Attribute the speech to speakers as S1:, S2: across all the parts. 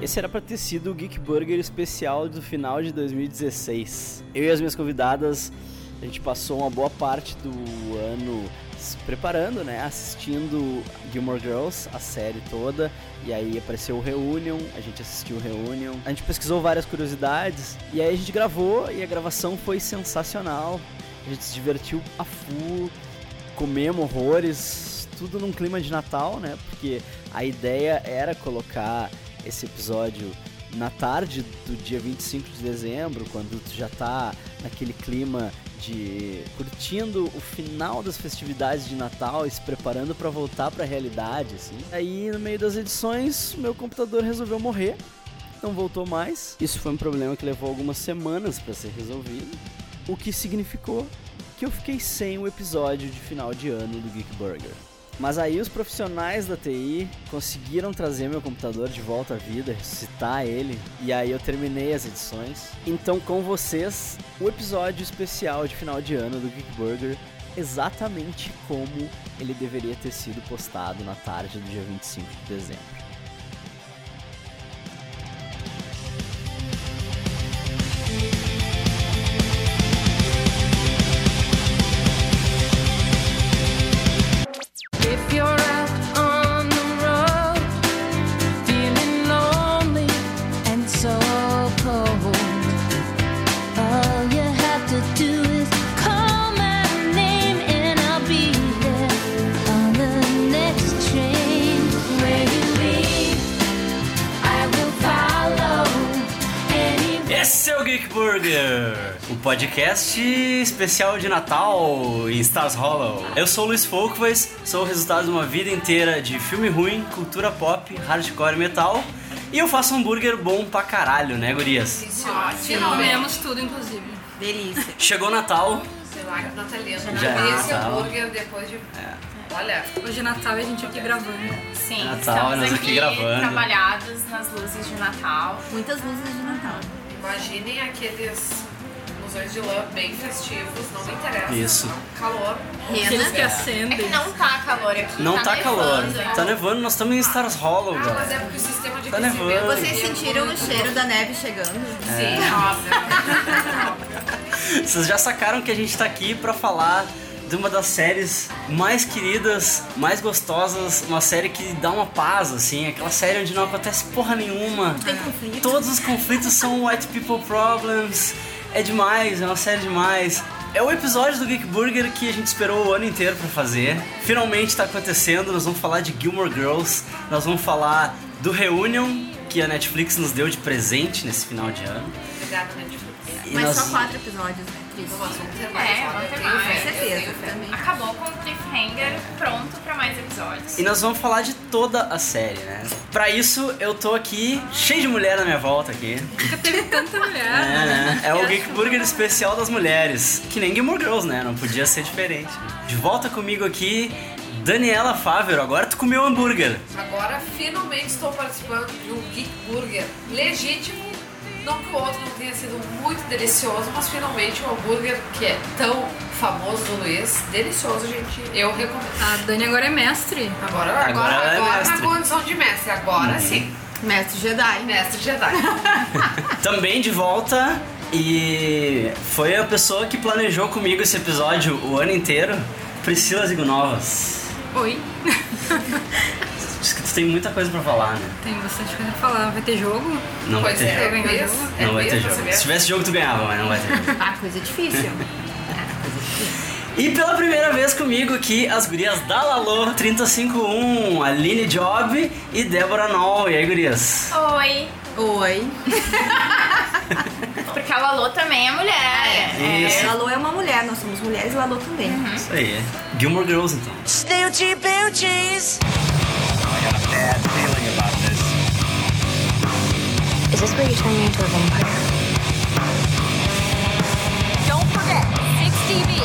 S1: Esse era pra ter sido o Geek Burger especial do final de 2016. Eu e as minhas convidadas, a gente passou uma boa parte do ano se preparando, né? Assistindo Gilmore Girls, a série toda. E aí apareceu o Reunion, a gente assistiu o Reunion. A gente pesquisou várias curiosidades. E aí a gente gravou e a gravação foi sensacional. A gente se divertiu a full, comemos horrores, tudo num clima de Natal, né? Porque a ideia era colocar esse episódio na tarde do dia 25 de dezembro, quando tu já tá naquele clima de curtindo o final das festividades de Natal e se preparando para voltar para a realidade, assim. Aí no meio das edições, meu computador resolveu morrer, não voltou mais. Isso foi um problema que levou algumas semanas para ser resolvido, o que significou que eu fiquei sem o episódio de final de ano do Geek Burger. Mas aí os profissionais da TI conseguiram trazer meu computador de volta à vida, ressuscitar ele, e aí eu terminei as edições. Então, com vocês, o episódio especial de final de ano do Geek Burger, exatamente como ele deveria ter sido postado na tarde do dia 25 de dezembro.
S2: If you're out on the road, feeling lonely and so cold, all you have to do is call my name and I'll be there on the next train. Where you lead, I will follow. Anywhere.
S3: Esse é o Geek Burger, o podcast especial de Natal em Stars Hollow. Eu sou o Luiz Folkways, sou o resultado de uma vida inteira de filme ruim, cultura pop, hardcore e metal. E eu faço hambúrguer bom pra caralho, né, gurias?
S4: Comemos tudo, inclusive.
S5: Delícia.
S3: Chegou Natal,
S6: Sei lá, que natalino.
S3: Já é
S6: Já esse
S3: Natal.
S6: hambúrguer depois de. Olha,
S4: Hoje é Natal e a gente aqui gravando.
S5: Sim,
S3: Natal,
S5: estamos
S3: nós
S5: aqui,
S3: aqui gravando.
S5: trabalhados nas luzes de Natal.
S4: Muitas luzes de
S5: Então.
S4: Natal.
S6: imaginem aqueles musões de lã bem festivos, não me interessa.
S3: Isso.
S6: Tá um calor.
S4: Aqueles que
S5: É
S4: acendem.
S5: que não tá calor aqui.
S3: não tá, calor,
S5: nevando.
S3: tá nevando, nós estamos em Stars Hollow,
S6: né? Ah, mas é
S3: galera.
S6: porque o sistema de
S3: Tá
S6: aquecimento
S3: nevando.
S6: aqui
S5: Vocês
S6: é
S5: sentiram o
S6: muito
S5: cheiro
S6: bom.
S5: da neve chegando?
S6: Sim,
S3: É.
S6: óbvio.
S3: Vocês já sacaram que a gente tá aqui pra falar de uma das séries mais queridas, mais gostosas, uma série que dá uma paz, assim, aquela série onde não acontece porra nenhuma. Tem conflito. Todos os conflitos são white people problems. É demais, é uma série demais. É o episódio do Geek Burger que a gente esperou o ano inteiro pra fazer. Finalmente tá acontecendo, nós vamos falar de Gilmore Girls, nós vamos falar do Reunion que a Netflix nos deu de presente nesse final de ano.
S6: Obrigada, Netflix.
S3: E
S5: Mas
S3: nós-
S5: só quatro episódios, né?
S6: Então, nós vamos ter mais.
S7: É,
S6: olha,
S7: vamos ter
S6: eu
S7: mais.
S6: tenho
S7: Com
S6: fé, eu
S5: certeza,
S6: tenho fé.
S5: também.
S7: Acabou com o cliffhanger, pronto pra mais episódios.
S3: E nós vamos falar de toda a série, né? Pra isso, eu tô aqui cheio de mulher na minha volta aqui.
S4: Nunca teve tanta
S6: Ah.
S3: É,
S4: mulher.
S3: né? É o Geek Burger especial das mulheres. Que nem Gilmore Girls, né? Não podia ser diferente. De volta comigo aqui, Daniela Fávero. Agora tu comeu hambúrguer.
S6: Agora finalmente estou participando de um Geek Burger legítimo. Não que o outro não tenha sido muito delicioso, mas finalmente um hambúrguer que é tão famoso do Luiz. Delicioso, gente. Eu recomendo.
S4: A Dani agora é mestre.
S6: Agora,
S3: Agora
S6: agora,
S3: ela é
S6: agora,
S3: mestre. Uhum.
S6: na condição de mestre. Agora sim.
S5: Mestre Jedi.
S6: Mestre Jedi.
S3: Também de volta. E foi a pessoa que planejou comigo esse episódio o ano inteiro, Priscila Zigunovas.
S4: Oi.
S3: Diz que tu tem muita coisa pra falar, né?
S4: Tem bastante coisa pra falar. Vai ter jogo?
S6: pois
S3: Não vai ter
S6: é,
S3: jogo.
S6: é
S4: jogo.
S6: mesmo? É
S3: Não vai ter
S6: mesmo,
S3: jogo.
S6: sabia?
S3: Se tivesse jogo, tu ganhava, mas não vai ter jogo.
S5: Ah, coisa difícil.
S3: E pela primeira vez comigo aqui, as gurias da Lalô 351, Aline Job e Débora Nol. E aí, gurias?
S7: Oi,
S5: Oi.
S7: porque a Lalo também é mulher.
S3: Isso.
S5: Lalu Ah, é uma mulher, nós somos mulheres e Lalu também.
S3: Isso
S7: Uhum.
S3: aí. Gilmore Girls, então.
S2: Snooty Boochies!
S8: Is this where you turn me into a vampire?
S2: Don't forget, 6TV.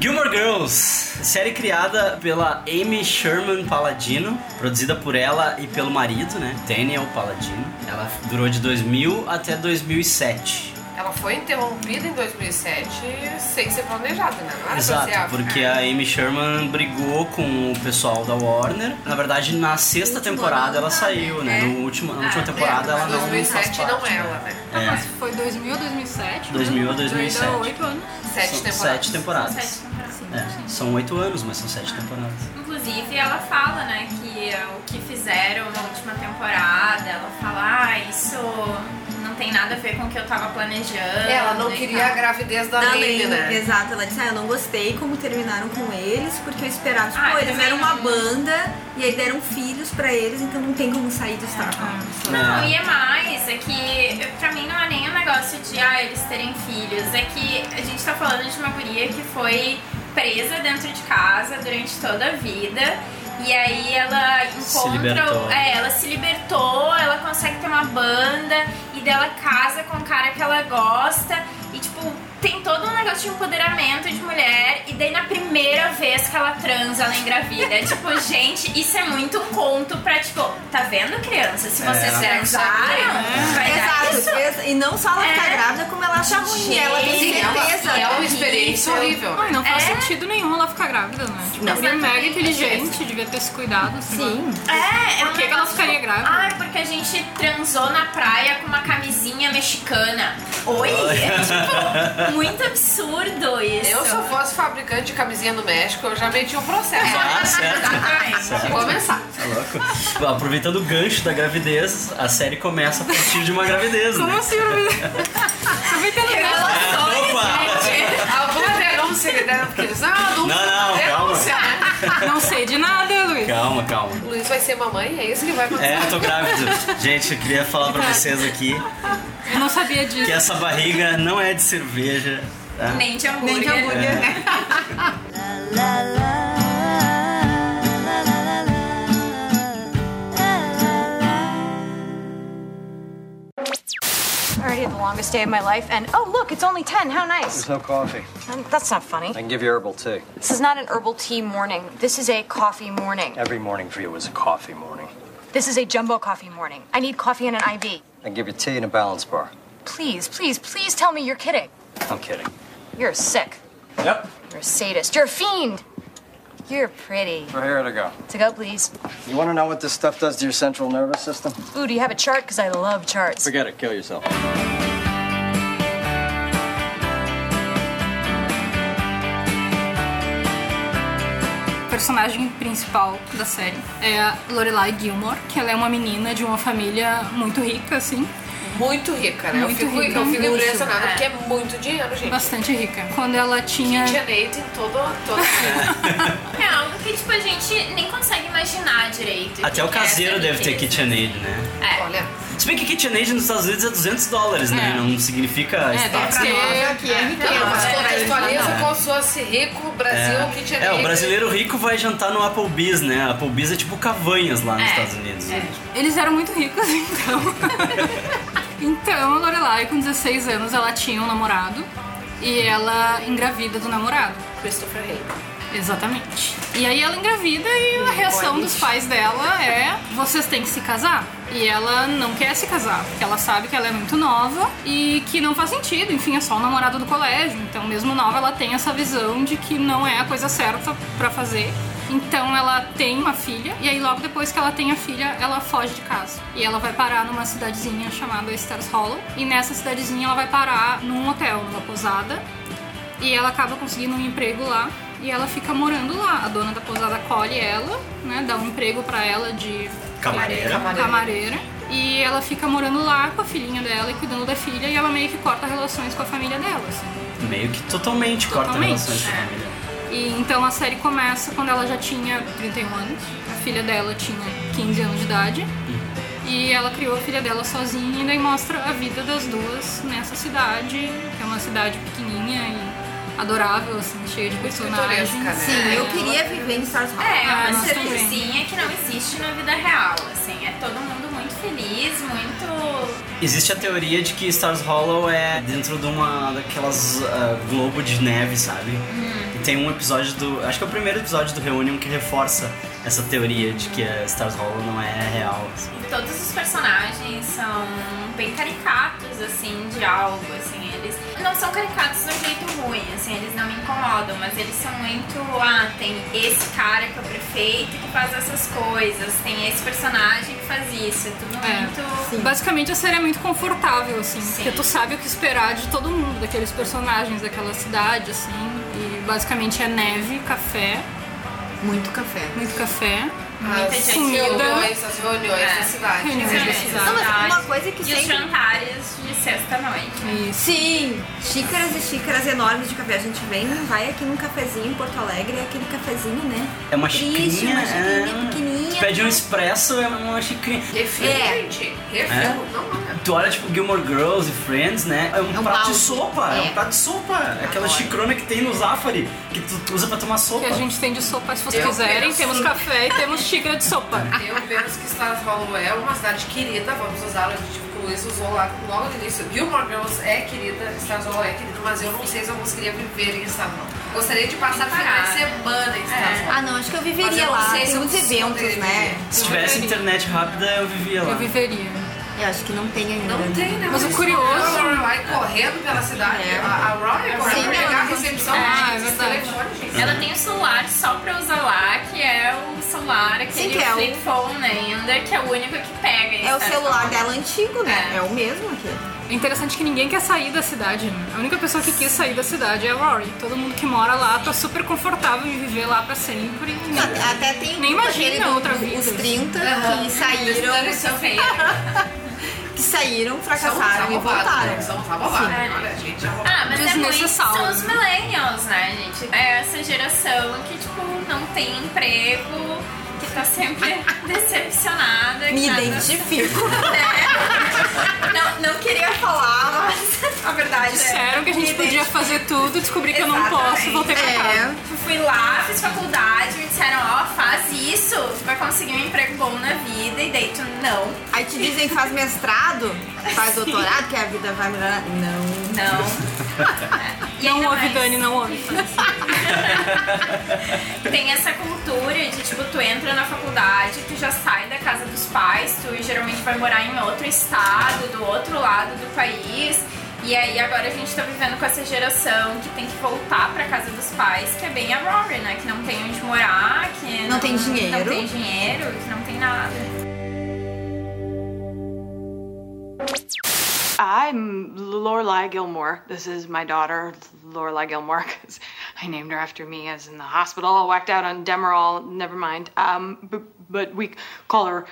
S3: Gilmore Girls, Heroes, série criada pela Amy Sherman Palladino, produzida por ela e pelo marido, né? Daniel Palladino. Ela durou de 2000 até 2007.
S6: Ela foi interrompida em 2007 sem ser planejada, né? Não era pra
S3: Exato,
S6: ser a-
S3: porque a Amy Sherman brigou com o pessoal da Warner. Na verdade, na sexta
S5: Último
S3: temporada
S5: ano,
S3: ela
S5: né?
S3: saiu, né? No último, na última
S6: É,
S3: temporada ela
S6: mas
S3: não faz
S6: 2007
S3: parte.
S6: não ela,
S3: né?
S6: né?
S4: Ah, mas foi 2000 2007?
S3: 2000 a
S4: Ainda
S3: 2007.
S4: 8 anos.
S6: Sete
S3: São
S6: temporadas.
S3: Sete temporadas.
S7: Sete temporadas.
S3: É, são oito anos, mas são sete temporadas.
S7: Inclusive, ela fala, né, que eh, o que fizeram na última temporada, ela fala, ah, isso não tem nada a ver com o que eu tava
S5: É,
S7: planejando.
S6: Ela não
S7: e
S6: queria a
S7: tal.
S6: gravidez da
S5: tá Da
S6: Lily,
S5: Lane,
S6: né?
S5: Exato, ela disse, ah, eu não gostei como terminaram com eles, porque eu esperava, tipo,
S7: Ah,
S5: eles
S7: também
S5: eram uma
S7: não.
S5: banda e aí deram filhos pra eles, então não tem como sair do Star Wars.
S7: Não, e é mais, é que pra mim não é nem um negócio de ah, eles terem filhos, é que a gente tá falando de uma guria que foi presa dentro de casa durante toda a vida. E aí ela
S3: libertou.
S7: encontra. é, ela se libertou, ela consegue ter uma banda e dela casa com um cara que ela gosta. E tipo, tem todo um negócio de empoderamento de mulher. E daí na primeira vez que ela transa, ela engravida. É tipo, gente, isso é muito um conto pra, tipo, tá vendo, criança? Se vocês
S3: É.
S7: transaram,
S4: É.
S7: vai dar
S5: Exato,
S7: isso.
S5: exa- e não só ela ficar
S7: É.
S5: grávida, como ela acha ruim.
S7: Gente,
S5: ela tem
S6: Sim, tá ela-
S5: certeza.
S6: e é uma
S5: né?
S6: experiência horrível.
S4: Ai, não faz
S7: É.
S4: sentido nenhum ela ficar grávida, né? Tipo,
S5: Não.
S4: ela é mega
S7: Exatamente.
S4: inteligente, devia ter se cuidado. sei lá.
S5: Sim.
S7: É, é um
S4: Por que que ela
S7: negócio-
S4: ficaria grávida?
S7: Ai, porque a gente transou na praia com uma camisinha mexicana. Oi? É tipo, muito absurdo isso.
S6: Eu, se eu fosse fabricante de camisinha no México, eu já meti um processo. tá
S3: Ah, certo.
S7: Exatamente.
S3: certo.
S6: Vou começar.
S3: Tá louco? Bom, Aproveitando o gancho da gravidez, a série começa a partir de uma gravidez,
S4: Como
S3: né? É,
S4: assim, Roberta? Tô entendendo.
S3: Opa!
S6: Alguma denúncia que deram, porque eles, ah, não,
S3: Não, não,
S6: denúncia, né?
S4: Não sei de nada, Luiz.
S3: Calma, calma.
S6: Luiz vai ser mamãe, é isso que vai acontecer.
S3: É, eu tô grávido. Gente, eu queria falar pra vocês aqui
S4: Eu não sabia disso.
S3: que essa barriga não é de cerveja. tá?
S7: Nem
S6: é
S7: de hambúrguer.
S5: Nem de hambúrguer, né?
S8: Already the longest day of my life, and oh, look, it's only 10. How nice.
S9: No coffee.
S8: Um, That's not funny.
S9: I can give you herbal tea.
S8: This is not an herbal tea morning. This is a coffee morning.
S9: Every morning for you is a coffee morning.
S8: This is a jumbo coffee morning. I need coffee and an IV.
S9: I can give you tea and a balance bar.
S8: Please, please, please tell me you're kidding.
S9: I'm kidding.
S8: You're sick.
S9: Yep.
S8: You're a sadist. You're a fiend. You're pretty.
S9: We're here to go.
S8: To go, please.
S9: You want to know what this stuff does to your central nervous system?
S8: Ooh, do you have a chart? Because I love charts.
S9: Forget it. Kill yourself.
S4: A personagem principal da série é a Lorelai Gilmore, que ela é uma menina de uma família muito rica, assim,
S6: Muito rica, né?
S4: Muito
S6: eu fico,
S4: rica,
S6: eu fico
S4: muito,
S6: impressionada,
S4: é.
S6: porque é muito dinheiro, gente.
S4: bastante rica. Quando ela tinha...
S6: Tinha Neito em todo... todo...
S7: É algo que, tipo, a gente nem consegue imaginar direito.
S3: Até o
S7: Que é
S3: caseiro
S7: essa
S3: deve ter
S7: riqueza.
S3: KitchenAid, né?
S6: Olha,
S3: Se bem que KitchenAid nos Estados Unidos é 200 dólares, né?
S4: É.
S3: Não significa
S4: É, deve
S3: status.
S4: ser
S5: Aqui é
S6: não, Então, mas
S5: riqueza.
S6: contextualiza como se fosse rico, Brasil, que tinha
S3: É, o
S6: Neito.
S3: brasileiro rico vai jantar no Applebee's, né? Applebee's é tipo cavanhas lá nos
S7: É,
S3: Estados Unidos. né?
S4: Eles eram muito ricos, então. então, a Lorelai, com 16 anos, ela tinha um namorado e ela engravida do namorado.
S6: Christopher Reeve.
S4: Exatamente. E aí ela engravida e a reação dos pais dela é: vocês têm que se casar. E ela não quer se casar, porque ela sabe que ela é muito nova e que não faz sentido, enfim, é só o namorado do colégio. Então, mesmo nova, ela tem essa visão de que não é a coisa certa pra fazer. Então ela tem uma filha, e aí logo depois que ela tem a filha, ela foge de casa. E ela vai parar numa cidadezinha chamada Stars Hollow. E nessa cidadezinha ela vai parar num hotel, numa posada. E ela acaba conseguindo um emprego lá e ela fica morando lá. A dona da pousada colhe ela, né? Dá um emprego pra ela de
S3: Camareira.
S4: camareira. E ela fica morando lá com a filhinha dela e cuidando da filha e ela meio que corta relações com a família dela, assim.
S3: Meio que totalmente, corta
S4: Totalmente,
S3: relações de
S4: é.
S3: família.
S4: E então a série começa quando ela já tinha 31 anos. A filha dela tinha 15 anos de idade. E ela criou a filha dela sozinha e daí mostra a vida das duas nessa cidade, que é uma cidade pequenininha e adorável, assim, cheia de personagens.
S6: É Pitoresca, né?
S5: Sim, eu queria viver em Star Wars.
S7: É,
S4: Ah,
S7: uma
S4: nós também.
S7: cervezinha que não existe na vida real, assim. É todo mundo muito feliz. feliz, muito.
S3: Existe a teoria de que Stars Hollow é dentro de uma daquelas ah, globo de neve, sabe?
S7: hum,
S3: E tem um episódio do. Acho que é o primeiro episódio do Reunion que reforça essa teoria de que a Stars Hollow não é real. assim.
S7: E todos os personagens são bem caricatos, assim, de algo, assim, eles não são caricatos de um jeito ruim, assim, eles não me incomodam, mas eles são muito, ah, tem esse cara que é o prefeito que faz essas coisas, tem esse personagem que faz isso, é tudo
S4: É.
S7: muito...
S4: Basicamente a série é muito confortável, assim,
S7: Sim.
S4: porque tu sabe o que esperar de todo mundo, daqueles personagens, daquela cidade, assim. E basicamente é neve, café,
S5: Muito café.
S4: muito café,
S6: As
S7: gente.
S6: reuniões, as reuniões
S7: É.
S6: da cidade.
S4: reuniões da
S7: Não,
S4: cidade.
S7: mas uma
S5: coisa que
S7: E os jantares de sexta-noite.
S4: Isso.
S5: Sim, xícaras e xícaras enormes de café. A gente vem, vai aqui num cafezinho em Porto Alegre, é aquele cafezinho, né?
S3: É uma
S5: Triste,
S3: xicrinha.
S5: uma
S3: é-
S5: xicrinha pequenininha.
S3: Tu pede um expresso, é uma xicrinha.
S6: Refil,
S5: É.
S6: gente. Refil,
S3: É.
S6: não é.
S3: Tu olha tipo Gilmore Girls e Friends, né? É um, prato
S5: balde.
S3: de sopa, é.
S5: É.
S3: um prato de sopa. Aquela xicrona que tem no Zafari, que tu, tu usa pra tomar sopa.
S4: Que a gente tem de sopa, se vocês
S6: Eu
S4: quiserem.
S6: penso.
S4: Temos café e temos xícara de sopa.
S6: Eu penso que Stars Hollow é uma cidade querida, vamos usar, a gente o Luiz usou lá logo no início. Gilmore Girls é querida, Stars Hollow é querida, mas eu não sei se eu conseguiria viver em Stars Hollow. Gostaria de passar final de semana em Stars Hollow.
S5: Ah, não, acho que eu
S6: Mas eu
S5: viveria
S6: não
S5: lá.
S6: sei se
S5: Tem
S6: eu
S5: muitos eventos,
S6: poderia
S5: né?
S3: Se tivesse então. internet rápida, eu vivia lá.
S4: Eu viveria.
S5: Eu acho que não tem ainda.
S6: Não tem, né?
S4: Mas o
S6: Eles
S4: curioso-
S6: vão vai correndo pela cidade.
S5: É.
S6: A, a Rory correndo pra
S7: não,
S6: pegar a
S7: não.
S6: recepção.
S4: É,
S6: gente,
S4: é
S6: esse
S4: verdade.
S6: telefone, gente.
S3: É.
S7: Ela tem o celular só pra usar lá, que é o celular, aquele
S5: Sim, que é o-
S7: flip phone ainda, que é o único que pega.
S5: É o
S7: sabe?
S5: celular dela antigo, né?
S7: É.
S5: É o mesmo aqui.
S4: É interessante que ninguém quer sair da cidade, né? A única pessoa que quis sair da cidade é a Rory. Todo mundo que mora lá tá super confortável em viver lá pra sempre.
S5: Até tem
S4: Nem
S5: grupo
S4: imagina
S5: aquele do-
S4: outra
S5: do-
S4: vida.
S5: Os 30
S6: Aham.
S5: que saíram,
S7: Dando seu feio.
S5: que saíram,
S6: São
S5: fracassaram e voltaram.
S6: São sabobados. um Olha, gente, é roubado.
S7: Ah, mas é muito,
S4: Desnecessário.
S7: são os millennials, né, gente? É essa geração que, tipo, não tem emprego, que tá sempre decepcionada. que
S5: Me
S7: nada-
S5: identifico.
S7: Não, não queria falar, mas a verdade é.
S4: Disseram que a gente podia fazer tudo, descobri que eu não
S7: Exatamente.
S4: posso, voltei pra casa.
S5: É.
S7: Eu Fui lá, fiz faculdade, me disseram, ó, faz isso, tu vai conseguir um emprego bom na vida, e daí tu não,
S5: Aí te dizem faz mestrado, faz doutorado, que a vida vai melhorar. Não.
S7: não. E
S4: Não
S7: ainda
S4: ouve,
S7: mais-
S4: Dani, não ouve.
S7: Tem essa cultura de, tipo, tu entra na faculdade, tu já sai da casa dos pais, tu geralmente vai morar em outro estado, do outro lado do país. E aí agora a gente tá vivendo com essa geração que tem que voltar pra casa dos pais, que é bem a Rory, né? Que não tem onde morar, que
S5: Não tem dinheiro.
S7: Não tem dinheiro, que não tem nada.
S10: I'm Lorelai Gilmore. This is my daughter, Lorelai Gilmore, 'cause I named her after me as in the hospital, all whacked out on Demerol. Never mind. Um, b- but we call her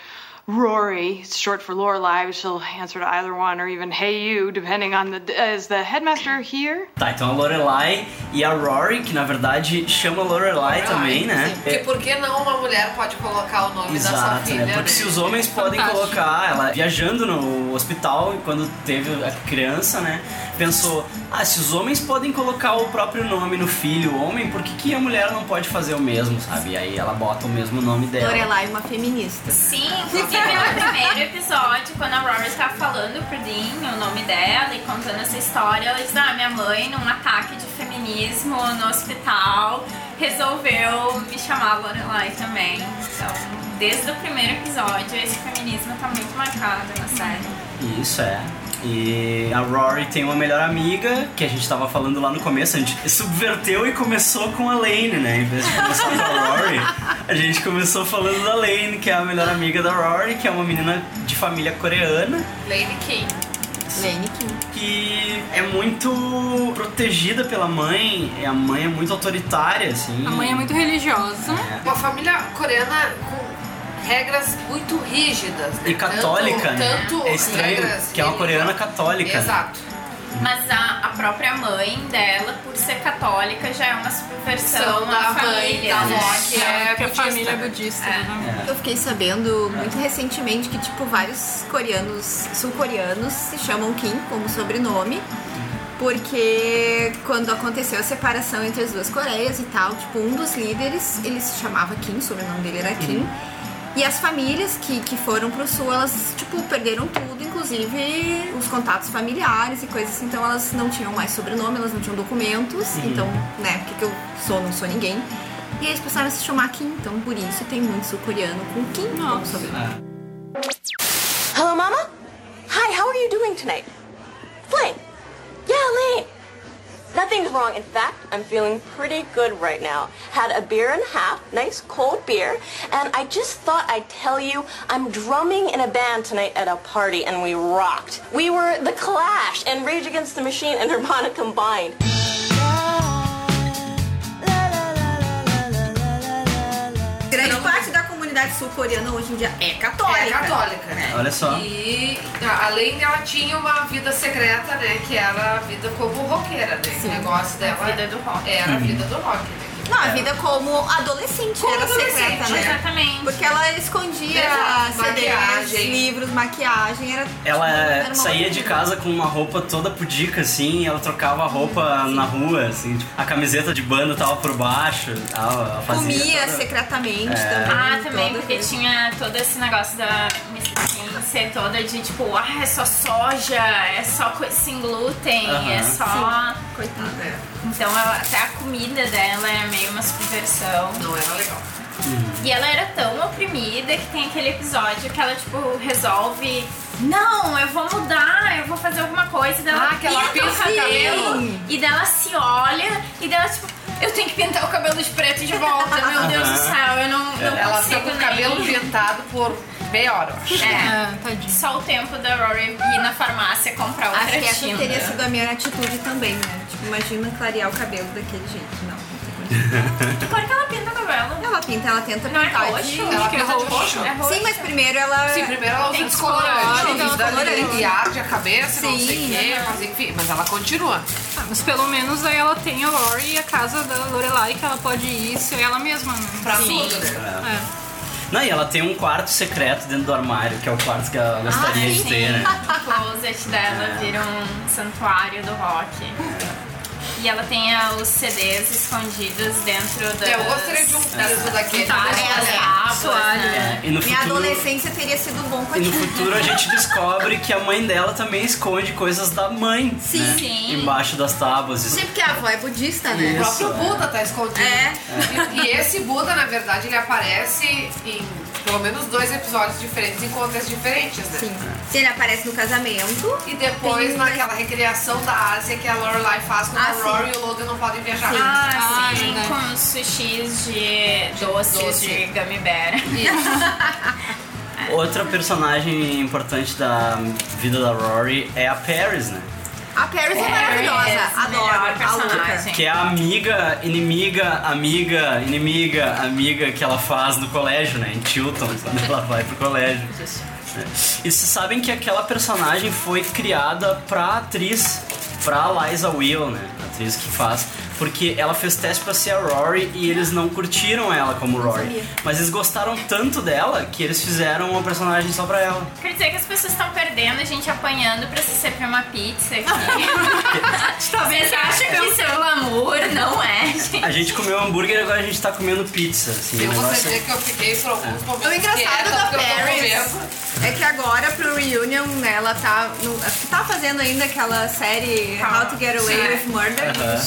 S10: Rory. It's short for Lorelai, but she'll answer to either one or even Hey You, depending on the. Is the headmaster here?
S3: Tá, então a Lorelai e a Rory, que na verdade chama Lorelai também, né?
S6: Porque por que não uma mulher pode colocar o nome da sua
S3: Exato,
S6: filha?
S3: né? Porque se os homens podem
S4: Fantástico.
S3: colocar ela viajando no hospital e quando teve a criança, né? Pensou, ah, se os homens podem colocar o próprio nome no filho, homem, por que, que a mulher não pode fazer o mesmo, sabe? E aí ela bota o mesmo nome dela.
S5: Lorelai é uma feminista.
S7: Sim, inclusive no primeiro episódio, quando a Rory tá falando pro Dean o nome dela e contando essa história, ela diz, ah, minha mãe, num ataque de feminismo no hospital, resolveu me chamar Lorelai também. Então, desde o primeiro episódio, esse feminismo tá muito marcado na série.
S3: Isso é. E a Rory tem uma melhor amiga, que a gente tava falando lá no começo, a gente subverteu e começou com a Lane, né? Em vez de começar com a Rory, a gente começou falando da Lane, que é a melhor amiga da Rory, que é uma menina de família coreana,
S6: Lady King.
S5: Lane Kim.
S3: que é muito protegida pela mãe, e a mãe é muito autoritária, assim.
S4: A mãe é muito religiosa.
S6: É. Uma família coreana com regras muito rígidas. né?
S3: E católica,
S6: tanto,
S3: né?
S6: Tanto
S3: é estranho,
S6: regras
S3: que é uma
S6: religiosas.
S3: coreana católica. né?
S6: Exato.
S7: Mas a, a própria mãe dela, por ser católica, já é uma
S6: São
S7: subversão
S6: da
S7: à
S6: mãe,
S7: família.
S6: da
S7: né?
S6: avó, que é
S4: Porque a
S6: budista.
S4: família é budista, né?
S5: Eu fiquei sabendo muito recentemente que, tipo, vários coreanos, sul-coreanos, se chamam Kim como sobrenome. Porque quando aconteceu a separação entre as duas Coreias e tal, tipo, um dos líderes, ele se chamava Kim, o sobrenome dele era Kim. E as famílias que, que foram pro sul, elas, tipo, perderam tudo, inclusive os contatos familiares e coisas assim. Então elas não tinham mais sobrenome, elas não tinham documentos. Então, né, o que, que eu sou? Não sou ninguém. E eles passaram a se chamar Kim, então por isso tem muito sul-coreano com Kim como sobrenome.
S11: Hello, Mama? Hi, how are you doing tonight? Fine. Yeah, Lane. Nothing's wrong. In fact, I'm feeling pretty good right now. Had a beer and a half, nice cold beer, and I just thought I'd tell you I'm drumming in a band tonight at a party, and we rocked. We were The Clash and Rage Against the Machine and Nirvana combined.
S5: Grande parte da comunidade sul-coreana hoje em dia é católica.
S6: É católica, né?
S3: Olha só.
S6: E a- além ela tinha uma vida secreta, né? Que era a vida como roqueira, né? O negócio dela
S7: vida do rock.
S6: era
S3: Uhum.
S6: a vida do rock, né?
S5: Não, a vida como adolescente
S6: Como
S5: era
S6: adolescente,
S5: secreta, né?
S7: Exatamente.
S5: Porque ela escondia
S6: Exato,
S5: CDs,
S6: maquiagem.
S5: livros, maquiagem, era. era
S3: Ela
S5: uma
S3: saía
S5: loucura.
S3: de casa com uma roupa toda pudica, assim, e ela trocava a roupa na rua, assim, tipo, a camiseta de banda tava por baixo, tal, ela fazia
S5: Comia
S3: toda- É.
S5: secretamente também.
S7: Ah, também,
S5: toda
S7: porque
S5: coisa.
S7: tinha todo esse negócio da resistência toda de tipo, ah, é só soja, é só coisa sem glúten, é
S3: Aham.
S7: só.
S5: Coitada.
S7: Então ela- até a comida dela é meio uma subversão.
S6: Não era
S5: é
S6: legal.
S7: E ela era tão oprimida que tem aquele episódio que ela, tipo, resolve. Não, eu vou mudar, eu vou fazer alguma coisa. E daí ela
S6: Ah, que ela
S7: pinta o
S6: pinta o
S7: cabelo.
S6: cabelo.
S7: E daí ela se olha. E daí ela, tipo, eu tenho que pintar o cabelo de preto de volta. Meu Deus do céu, eu não, não
S6: Ela
S7: consigo
S6: ficou com o
S7: nem.
S6: cabelo pintado por meia hora, eu acho.
S7: É.
S4: Ah, tadinho.
S7: Só o tempo da Rory ir na farmácia comprar outra
S5: Acho que essa
S7: tinta.
S5: teria sido a minha atitude também, né? Tipo, imagina clarear o cabelo daquele jeito. Não, não tem condição.
S7: Que cor que ela pinta o cabelo?
S5: Ela pinta, ela tenta
S7: Não é
S5: pintar
S7: roxo?
S5: de...
S6: Ela
S7: Acho que é
S6: pinta de
S7: roxo. né?
S6: roxo.
S7: É roxo.
S5: Sim, mas primeiro ela.
S6: Sim, primeiro ela usa
S4: Tem
S6: descolorante,
S4: descolorante,
S6: descolorante.
S7: né?
S6: e arde a cabeça, não sei o
S5: Sim.
S6: quê, mas enfim, mas ela continua.
S4: Ah, Mas pelo menos aí ela tem a Rory e a casa da Lorelai que ela pode ir ser ela mesma, né?
S6: Pra
S7: Sim.
S6: tudo, né?
S4: É.
S3: Não, e ela tem um quarto secreto dentro do armário, que é o quarto que ela gostaria de ter, né? É.
S7: O closet dela vira um santuário do rock. E ela tem ah, os CDs escondidos dentro das...
S6: Eu gostaria de um piso daquele.
S7: toalhas,
S6: né?
S7: tábuas,
S4: Toalha.
S7: né?
S3: E no
S5: Minha
S3: futuro-
S5: adolescência teria sido um bom com a
S3: E no
S5: tinta.
S3: futuro a gente descobre que a mãe dela também esconde coisas da mãe.
S5: Sim.
S3: né?
S7: Sim.
S3: Embaixo das tábuas.
S5: Sim, porque a avó é budista, né?
S6: O próprio
S3: Isso, é.
S6: Buda tá escondido.
S5: É.
S6: E, e esse Buda, na verdade, ele aparece em pelo menos dois episódios diferentes, em contextos diferentes, né?
S5: Sim. Ele aparece no casamento.
S6: E depois
S5: Sim.
S6: naquela recriação da Ásia que a Lorelai faz quando
S5: Ah,
S6: a
S5: sim.
S6: Rory e o Logan não podem viajar.
S7: Ah,
S4: Ah,
S7: sim,
S4: verdade.
S7: com os sushis de doces
S6: né? Doce.
S7: de gummy bear.
S3: Outra personagem importante da vida da Rory é a Paris, né?
S5: A Paris é
S7: Paris,
S5: maravilhosa.
S7: melhor
S5: Adoro. A louca.
S7: personagem.
S3: Que é a amiga, inimiga, amiga, inimiga, amiga que ela faz no colégio, né? Em Tilton, quando ela vai pro colégio. É. E vocês sabem que aquela personagem foi criada pra atriz, pra Liza Will, né? A atriz que faz. Porque ela fez teste pra ser a Rory e eles não curtiram ela como Rory. Mas eles gostaram tanto dela que eles fizeram uma personagem só pra ela.
S7: Quer dizer que as pessoas estão perdendo, a gente apanhando pra se servir uma pizza aqui.
S3: Tá
S7: Talvez ache que isso é glamour, não é, gente.
S3: A gente comeu hambúrguer e agora a gente tá comendo pizza. Assim,
S6: Eu
S3: o
S6: vou
S3: negócio é-
S6: dizer que eu fiquei por alguns momentos.
S5: É. O engraçado
S6: quieta,
S5: da
S6: porque eu tô
S5: Paris
S6: comendo.
S5: é que agora pro Reunion né, ela tá. No, acho que tá fazendo ainda aquela série
S7: Tá.
S5: How to Get Away with Murder.
S3: Aham.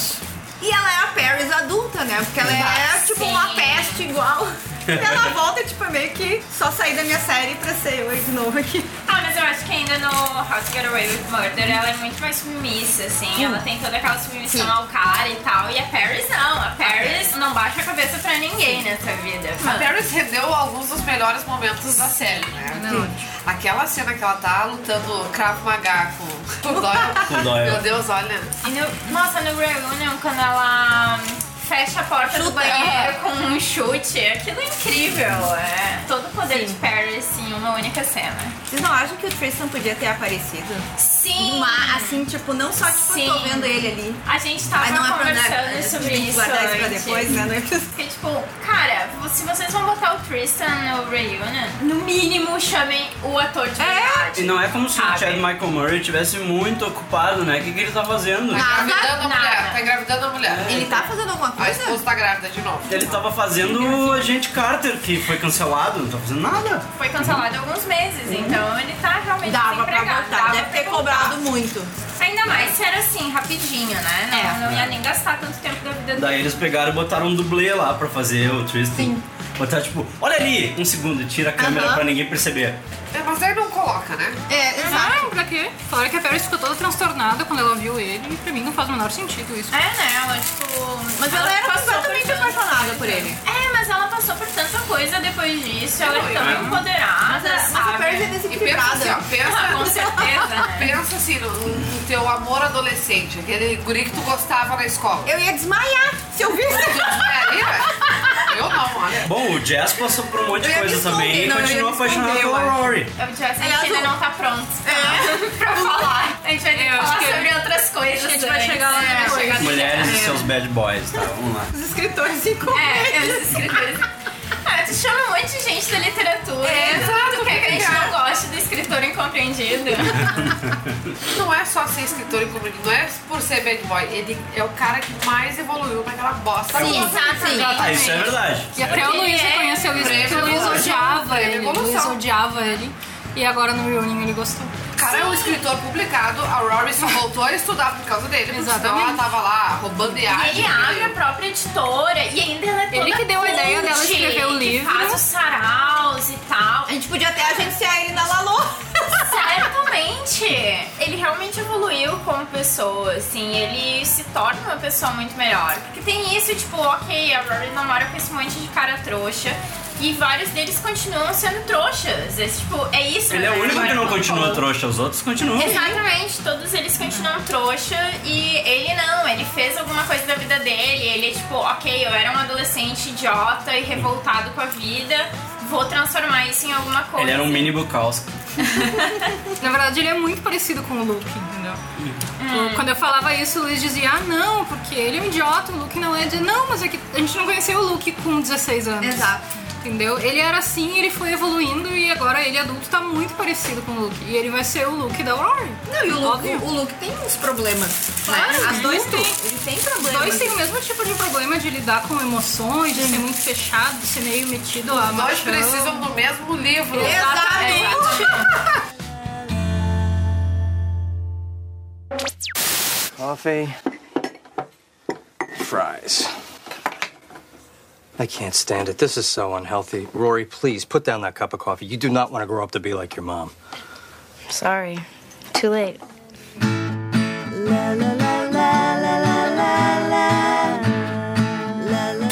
S5: E ela é a Paris adulta, né? Porque ela é
S7: Ah,
S5: tipo
S7: sim.
S5: uma peste igual. E ela volta, tipo, é meio que só sair da minha série pra ser eu de novo aqui.
S7: Ah, mas eu acho que ainda no How to Get Away with Murder ela é muito mais submissa, assim. Ela tem toda aquela submissão
S5: Hum. Sim.
S7: ao cara e tal. E a Paris não. A Paris não baixa a cabeça pra ninguém nessa vida.
S6: A Paris rendeu alguns dos melhores momentos da série, né? Que- Aquela cena que ela tá lutando Krav Maga com o
S3: Com o
S6: Doyle.
S3: Doyle.
S6: Meu Deus, olha.
S7: E no- nossa, no Reunion, quando ela hum, fecha a porta do
S5: Chuta.
S7: banheiro com um chute, aquilo é incrível. É todo o poder de Paris em uma única cena.
S5: Vocês não acham que o Tristan podia ter aparecido?
S7: Sim!
S5: Uma, assim, tipo, não só tipo, eu
S7: Sim.
S5: tô vendo ele ali.
S7: A gente tava
S5: Mas não é pra
S7: conversando
S5: nada. A gente
S7: sobre
S5: tem que
S7: isso.
S5: guardar isso pra
S7: antes.
S5: depois, né? Não é pra-
S7: Porque, tipo, cara, se vocês vão botar o Tristan no Reunion, no mínimo chamem o ator de verdade.
S3: E não é como se o Chad Michael Murray estivesse muito ocupado, né? O que, que ele tá fazendo?
S6: Tá engravidando a mulher. Tá engravidando a mulher.
S5: Ele tá fazendo alguma
S6: A
S5: coisa?
S6: esposa tá grávida de novo.
S3: Ele tava fazendo a gente Carter, que foi cancelado, não tá fazendo nada.
S7: Foi cancelado há alguns meses, então ele tá realmente
S5: Dava pra
S7: desempregado.
S5: voltar.
S7: Dava
S5: Deve
S7: pra
S5: ter
S7: voltar.
S5: cobrado muito.
S7: Ainda mais se era assim, rapidinho, né? Não,
S4: É.
S7: não ia nem gastar tanto tempo da vida
S3: Daí
S7: dele.
S3: eles pegaram e botaram um dublê lá pra fazer o Tristan. Sim. Botaram tipo, olha ali! Um segundo, tira a câmera
S5: Aham.
S3: pra ninguém perceber.
S6: É, mas ele não coloca, né?
S4: É, exato. pra quê? Falaram que a Paris ficou toda transtornada quando ela viu ele, e pra mim não faz o menor sentido isso.
S7: É, né? Ela, tipo.
S5: Mas ela era
S7: passou
S5: completamente
S7: por tanto-
S5: apaixonada por ele.
S7: É, mas ela passou por tanta coisa depois disso. Ela é
S6: né?
S7: tão
S5: Mas
S7: empoderada.
S5: a- mas a
S7: sabe?
S5: Paris é
S6: E pensa assim,
S5: desequilibrada.
S6: ó, pensa,
S7: Com certeza, né?
S6: pensa assim no, no teu amor adolescente, aquele guri que tu gostava na escola.
S5: Eu ia desmaiar se eu visse.
S6: Tu desmaiaria? Eu não,
S12: É.
S6: olha.
S3: Bom, o Jazz passou por um monte de
S5: Eu ia
S3: coisa
S5: me
S3: também
S5: esconder,
S3: e
S5: não, eu ia
S3: continua
S5: me
S3: apaixonado
S5: esconder, eu
S3: pela
S5: acho.
S3: Rory.
S7: Eu tivesse
S5: Aliás,
S7: ainda
S5: o- É.
S7: não tá pronto né? pra falar. A gente vai ter
S4: Eu
S7: que
S4: acho
S7: falar
S4: que-
S7: sobre outras coisas.
S4: acho que a gente vai
S7: antes.
S4: chegar lá
S7: É,
S4: depois.
S7: chegar
S3: Mulheres e seus bad boys, tá? Vamos lá.
S5: Os escritores se com
S7: É, eles escritores. Ah, tu chama um monte de gente da literatura. né?
S6: É, exato,
S7: Tu quer que a gente
S6: cara.
S7: não goste do escritor incompreendido?
S6: Não é só ser escritor e comediante, não é por ser bad boy. Ele é o cara que mais evoluiu naquela bosta. um
S5: Sim.
S3: Ah, isso é verdade.
S4: E até o
S7: Porque ele
S4: Luiz
S7: é
S4: reconheceu isso, porque o Luiz
S6: evolução,
S4: odiava
S6: prêmio
S4: ele. O Luiz
S6: evolução.
S4: odiava ele. E agora no reunion ele gostou.
S6: O cara é um escritor publicado, a Rory só voltou a estudar por causa dele, porque senão ela
S4: Exatamente.
S6: tava lá roubando e
S7: E ele abre a própria editora e ainda ela é toda
S4: Ele que deu a ideia
S7: cult,
S4: dela escrever o
S7: que
S4: livro.
S7: Faz os saraus e tal.
S5: A gente podia até agenciar ele na Lalô.
S7: Certamente! Ele realmente evoluiu como pessoa, assim, ele se torna uma pessoa muito melhor. Porque tem isso, tipo, ok, a Rory namora com esse monte de cara trouxa. E vários deles continuam sendo trouxas. É, tipo, é isso
S3: Ele é
S7: né?
S3: o único que não
S7: Como
S3: continua
S7: falou.
S3: trouxa, os outros continuam.
S7: Exatamente, todos eles continuam trouxa e ele não, ele fez alguma coisa da vida dele, ele é tipo, ok, eu era um adolescente idiota e revoltado com a vida, vou transformar isso em alguma coisa.
S3: Ele era um mini Bukowski.
S4: Na verdade, ele é muito parecido com o Luke, entendeu?
S5: É.
S4: Tipo, Quando eu falava isso, o Luiz dizia, ah, não, porque ele é um idiota, o Luke não é. Eu dizia, não, mas é que a gente não conheceu o Luke com 16 anos.
S5: Exato.
S4: Entendeu? Ele era assim, ele foi evoluindo e agora ele adulto tá muito parecido com o Luke. E ele vai ser o Luke da Rory.
S5: Não, e o Luke,
S4: Óbvio.
S5: o Luke tem uns problemas.
S4: Claro,
S5: né? As
S4: ele
S5: dois
S4: tem.
S5: têm. Ele tem
S4: Os
S5: problemas.
S4: dois têm o mesmo tipo de problema de lidar com emoções, de ser muito fechado, de ser meio metido a
S6: Os dois
S4: machão.
S6: precisam do mesmo livro.
S5: Exatamente.
S9: Coffee. Fries. I can't stand it. This is so unhealthy. Rory, please put down that cup of coffee. You do not want to grow up to be like your mom.
S8: Sorry. Too late.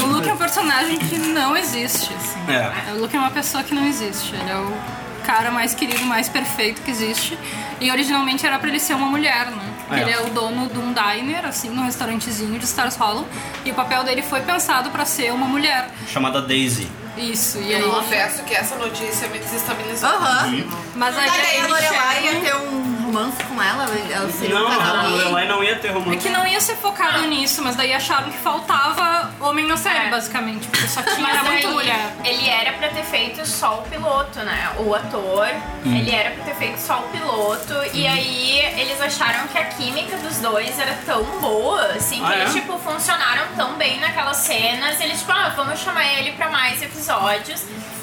S4: O Luke é um personagem que não existe, assim.
S3: É.
S4: O Luke é uma pessoa que não existe. Ele é o cara mais querido, mais perfeito que existe. E originalmente era pra ele ser uma mulher, né? Porque
S3: É.
S4: Ele é o dono de um diner, assim, num restaurantezinho de Stars Hollow. E o papel dele foi pensado pra ser uma mulher.
S3: Chamada Daisy.
S4: Isso, e aí...
S6: Eu confesso que essa notícia me desestabilizou. é
S5: Aham.
S4: Mas aí,
S5: Daí a
S4: eles
S5: Lorelai
S4: chegam-
S5: ia ter um romance com ela. Ela seria
S3: Não,
S5: um casal
S3: a
S5: gay.
S3: Lorelai não ia ter
S4: É
S3: romance.
S4: que não ia ser focado nisso, mas daí acharam que faltava homem na série, basicamente. Porque só tinha era
S7: Mas
S4: muito
S7: aí,
S4: mulher.
S7: Ele é era pra ter feito só o piloto, né? O ator,
S3: Hum.
S7: ele era pra ter feito só o piloto. E aí eles acharam que a química dos dois era tão boa, assim, que
S3: Ah,
S7: eles,
S3: é?
S7: tipo, funcionaram tão bem naquelas cenas. Eles, tipo, ah, vamos chamar ele pra mais episódios.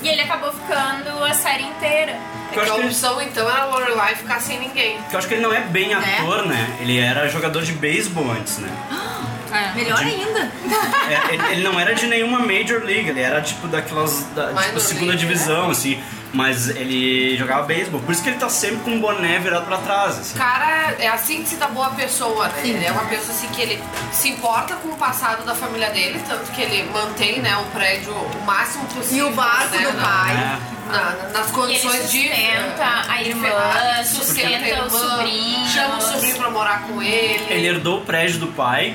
S7: E ele acabou ficando a série inteira.
S3: Eu
S6: Porque
S3: acho
S6: a
S3: que ele-
S6: opção então era a Lorelai ficar sem ninguém.
S3: Porque eu acho que ele não é bem ator, né? Ele era jogador de beisebol antes, né?
S4: É.
S5: Melhor ainda.
S3: É, ele, ele não era de nenhuma Major League, ele era tipo daquelas. Da,
S6: Minor
S3: tipo, segunda
S6: League,
S3: divisão, assim. Mas ele jogava beisebol. Por isso que ele tá sempre com o boné virado pra trás, assim.
S6: O cara é a síntese da boa pessoa, né? Ele é uma pessoa assim que ele se importa com o passado da família dele, tanto que ele mantém, né, o prédio o máximo
S5: E
S6: possível.
S5: o barco
S6: né,
S5: do
S6: na-
S5: pai.
S3: É.
S6: na- na- nas
S7: E ele
S6: condições de.
S7: sustenta a irmã,
S6: ferrado,
S7: sustenta o sobrinho.
S6: Chama o sobrinho pra morar com ele.
S3: Ele herdou o prédio do pai,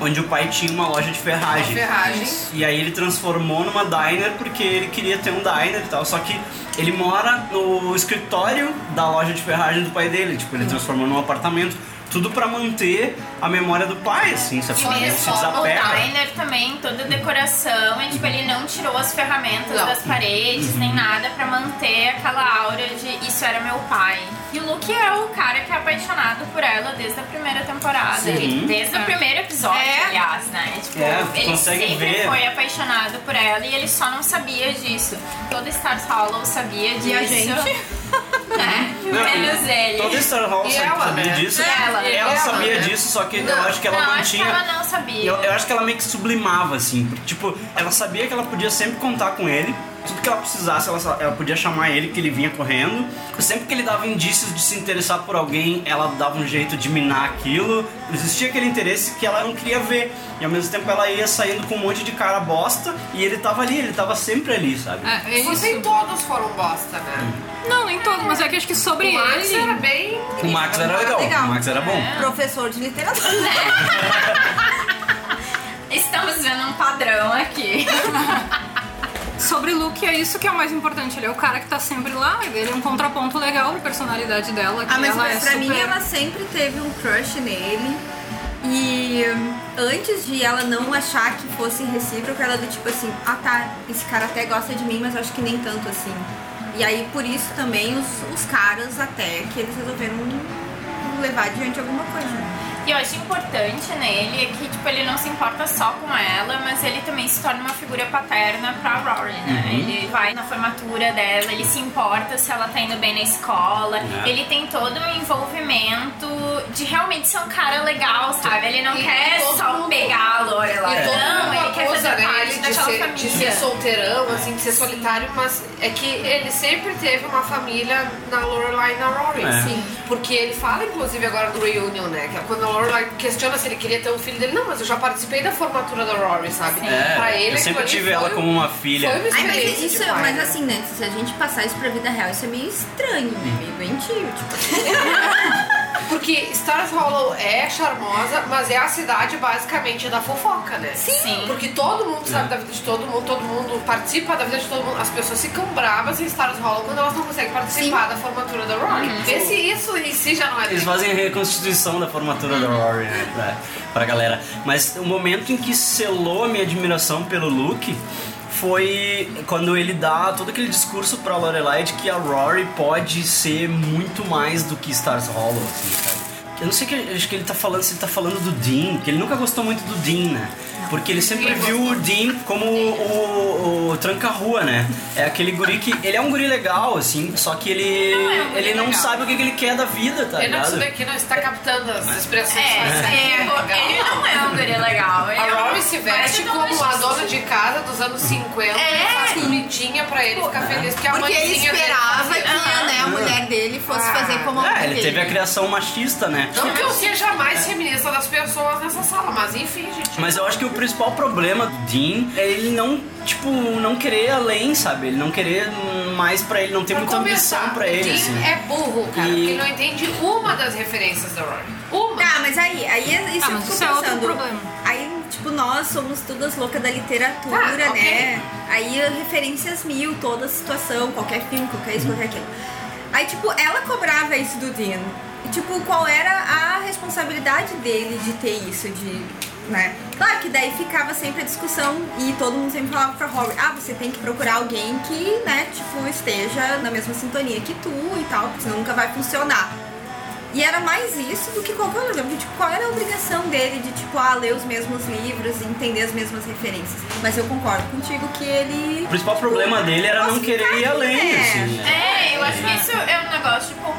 S3: onde o pai tinha uma loja de
S6: uma
S3: ferragem.
S6: ferragem.
S3: E aí ele transformou numa diner porque ele queria ter um diner e tal. Só que ele mora no escritório da loja de ferragem do pai dele. Tipo, ele transformou num apartamento. Tudo pra manter a memória do pai, assim, se a
S7: E
S3: família se
S7: mesmo o
S3: desapega.
S7: diner também, toda a decoração, e tipo, ele não tirou as ferramentas das
S3: Uhum.
S7: paredes, nem nada pra manter aquela aura de isso era meu pai. E o Luke é o cara que é apaixonado por ela desde a primeira temporada.
S3: Sim.
S7: Ele- Desde o primeiro episódio, aliás, né? Tipo,
S3: É,
S7: ele
S3: consegue
S7: sempre
S3: ver.
S7: foi apaixonado por ela e ele só não sabia disso. Todo Star Hollow sabia disso.
S5: E a gente?
S7: né?
S3: Não,
S7: Menos ele.
S3: Toda a Star Hall
S7: E
S3: sabia,
S7: ela,
S3: sabia
S7: né?
S3: disso.
S7: Ela. Ela,
S3: sabia
S7: né?
S3: disso, só que eu acho que ela
S7: não,
S3: não
S7: acho
S3: tinha.
S7: Que ela não sabia.
S3: Eu, eu acho que ela meio que sublimava, assim. porque, Tipo, ela sabia que ela podia sempre contar com ele. Tudo que ela precisasse, ela, sa- ela podia chamar ele, que ele vinha correndo. Sempre que ele dava indícios de se interessar por alguém, ela dava um jeito de minar aquilo. Existia aquele interesse que ela não queria ver. E ao mesmo tempo ela ia saindo com um monte de cara bosta. E ele tava ali, ele tava sempre ali, sabe?
S6: Ah,
S7: é
S6: Vocês todos foram bosta, né?
S4: É, Não, nem todo, mas é que acho que sobre
S6: O Max
S4: ele.
S6: era bem.
S3: O Max
S6: ah,
S3: era legal, o Max era bom.
S6: É,
S5: Professor de literatura.
S7: Estamos vendo um padrão aqui.
S4: Sobre Luke é isso que é o mais importante. Ele é o cara que tá sempre lá, ele é um contraponto legal pra personalidade dela. Que
S5: Ah, mas
S4: ela é
S5: pra
S4: super...
S5: mim ela sempre teve um crush nele. E hum, antes de ela não achar que fosse recíproco, ela do tipo assim, ah tá, esse cara até gosta de mim, mas eu acho que nem tanto assim. E aí por isso também os, os caras até que eles resolveram levar adiante alguma coisa.
S7: E eu acho importante nele é que, tipo, ele não se importa só com ela, mas ele também se torna uma figura paterna pra Rory, né?
S13: Uhum.
S7: Ele vai na formatura dela, ele se importa se ela tá indo bem na escola,
S13: É.
S7: ele tem todo um envolvimento de realmente ser um cara legal, sabe? Ele não
S6: E
S7: quer
S6: todo
S7: só
S6: mundo-
S7: pegar a Lorelai.
S6: E todo
S7: Não,
S6: mundo
S7: ele quer
S6: acusa,
S7: fazer
S6: né,
S7: parte
S6: ele de
S7: daquela
S6: ser,
S7: família.
S6: De ser solteirão, assim, de ser solitário, mas é que ele sempre teve uma família na Lorelai e na Rory,
S13: É.
S6: sim. Porque ele fala, inclusive, agora do reunion, né? Que é quando a Lorelai questiona se ele queria ter um filho dele, não, mas eu já participei da formatura da Rory, sabe?
S3: É,
S6: pra ele,
S3: eu sempre
S6: aquilo ali
S3: tive
S6: foi
S3: ela
S6: um-
S3: como uma filha.
S6: foi uma
S5: Ai, mas
S6: Experiência
S5: isso,
S6: de pai,
S5: mas
S6: né?
S5: assim, né, se a gente passar isso pra vida real, isso é meio estranho, né? Meio doentio, tipo.
S6: Porque Stars Hollow é charmosa, mas é a cidade basicamente da fofoca, né? Sim. Porque todo mundo sabe da vida de todo mundo, todo mundo participa da vida de todo mundo. As pessoas ficam bravas em Stars Hollow quando elas não conseguem participar da formatura da Rory.
S3: Uhum.
S6: Vê se isso em si já não é
S3: Eles
S6: legal.
S3: fazem a reconstituição da formatura da Rory, né? Pra, pra galera. Mas o momento em que selou a minha admiração pelo Luke foi quando ele dá todo aquele discurso pra Lorelai de que a Rory pode ser muito mais do que Stars Hollow, assim, sabe? Eu não sei que acho que ele tá falando, se ele tá falando do Dean, que ele nunca gostou muito do Dean, né? Porque ele sempre viu o Dean como o, o, o tranca-rua, né? É aquele guri que. Ele é um guri legal, assim, só que ele. ele não sabe o que que ele quer da vida, tá
S6: Ele não
S3: ligado?
S6: sabe que não está captando as expressões.
S7: é, ele não é um guri legal, ele é um-
S6: a Rory se
S7: mas
S6: veste
S7: eu não
S6: como
S7: acho
S6: a
S7: isso.
S6: dona de casa dos anos 50
S7: É.
S6: e faz comidinha pra ele ficar feliz. Porque, a
S5: Porque ele
S6: mãezinha dele
S5: esperava
S6: fazia.
S5: que né, a mulher dele fosse fazer como a
S3: É,
S5: mãe
S3: ele
S5: dele.
S3: teve a criação machista, né?
S6: Não que Ah. eu seja a mais feminista das pessoas nessa sala, mas enfim, gente.
S3: Mas eu acho que o principal problema do Dean é ele não, tipo, não querer além, sabe? Ele não querer mais pra ele, não ter muita ambição pra ele,
S6: Dean
S3: assim.
S6: é burro, cara,
S3: E-
S6: porque ele não entende uma das referências da Rory. Uma.
S5: Tá, mas aí, aí é isso
S6: Ah,
S5: eu
S6: mas
S5: fico
S6: isso é outro
S5: pensando.
S6: problema.
S5: Aí, tipo, nós somos todas loucas da literatura,
S6: Tá, ok.
S5: né? Aí referências mil, toda situação, qualquer filme, qualquer isso, qualquer aquilo. Aí, tipo, ela cobrava isso do Dean. E, tipo, qual era a responsabilidade dele de ter isso, de. Né? Claro que daí ficava sempre a discussão e todo mundo sempre falava pra Rory, ah, você tem que procurar alguém que, né, tipo, esteja na mesma sintonia que tu e tal, porque senão nunca vai funcionar. E era mais isso do que qualquer outro livro. Tipo, qual era a obrigação dele de, tipo, ah, ler os mesmos livros e entender as mesmas referências? Mas eu concordo contigo que ele.
S3: O principal problema dele era não querer ir além, assim, né?
S7: É, eu acho que isso é um negócio, tipo.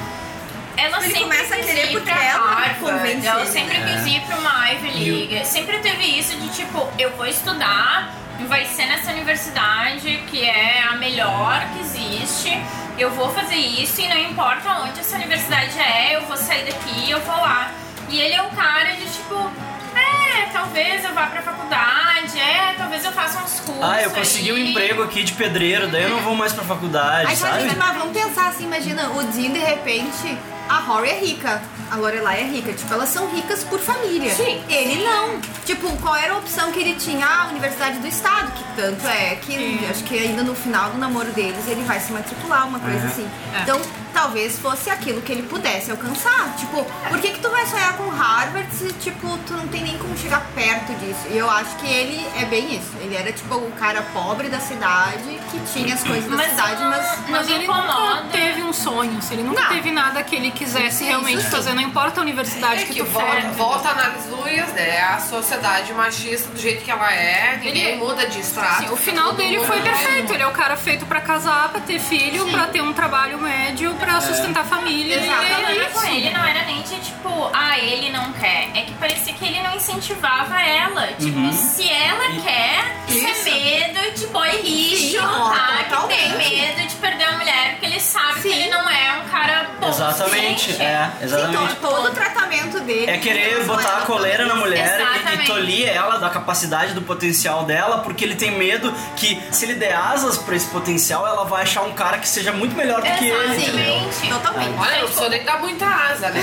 S7: Ela
S5: Ele
S7: sempre
S5: começa a
S7: quis
S5: querer
S7: ir
S5: porque
S7: pra
S5: ela tá
S7: Harvard,
S5: convence
S7: ela
S5: ele,
S7: sempre
S5: né?
S3: É.
S7: quis ir pra uma Ivy League. Sempre teve isso de tipo, eu vou estudar, vai ser nessa universidade que é a melhor que existe. Eu vou fazer isso e não importa onde essa universidade é, eu vou sair daqui, eu vou lá. E ele é um cara de tipo, é, talvez eu vá pra faculdade, é, talvez eu faça uns cursos.
S3: Ah, eu consegui um
S7: aí."
S3: emprego aqui de pedreiro, daí eu não vou mais pra faculdade,
S5: Aí
S3: sabe?
S5: imagina, mas vamos pensar assim, imagina, o Dean de repente, a Rory é rica, a Lorelai é rica, tipo, elas são ricas por família.
S6: Sim.
S5: Ele não. Tipo, qual era a opção que ele tinha? Ah, a Universidade do Estado, que tanto é que acho que ainda no final do namoro deles ele vai se matricular, uma coisa
S6: É.
S5: assim.
S6: É.
S5: Então, talvez fosse aquilo que ele pudesse alcançar. Tipo,
S6: É.
S5: por que, que tu vai sonhar com Harvard se, tipo, tu não tem nem como chegar perto disso? E eu acho que ele é bem isso. Ele era, tipo, o cara pobre da cidade que tinha as coisas da cidade, mas.
S4: Mas
S7: né?
S4: ele nunca teve um sonho, se ele nunca
S5: Não.
S4: teve nada que ele quisesse
S5: Isso,
S4: realmente
S5: sim. É,
S4: fazer, não importa a universidade
S6: É
S4: que,
S6: que
S4: tu
S6: volta,
S4: for.
S6: volta a análise do Luiz, né? A sociedade machista do jeito que ela é, ninguém
S4: Ele-
S6: muda de estrada.
S4: Sim, o final dele foi perfeito. Ele é o cara feito pra casar, pra ter filho, pra ter um trabalho médio,
S5: É.
S3: É.
S4: pra sustentar a família. Ele
S7: Exato.
S4: é
S7: com ele
S4: isso.
S7: não era nem de tipo, ah, ele não quer. É que parecia que ele não incentivava ela. Tipo,
S3: Uhum.
S7: se ela quer, isso
S5: Isso.
S7: é medo de boy lixo,
S5: Sim, ó,
S7: tá? Que tem
S5: totalmente.
S7: medo de perder a mulher, porque ele sabe que ele não é um cara bom.
S3: Exatamente, é, exatamente.
S5: Então, todo o tratamento dele.
S3: É querer
S5: Mas
S3: botar a
S5: ela-
S3: coleira na mulher e- e
S7: Exatamente.
S3: tolir ela da capacidade, do potencial dela, porque ele tem medo que se ele der asas pra esse potencial, ela vai achar um cara que seja muito melhor do que ele, entendeu?
S7: Exatamente.
S5: Totalmente.
S6: Olha, não precisou nem dar muita asa, né?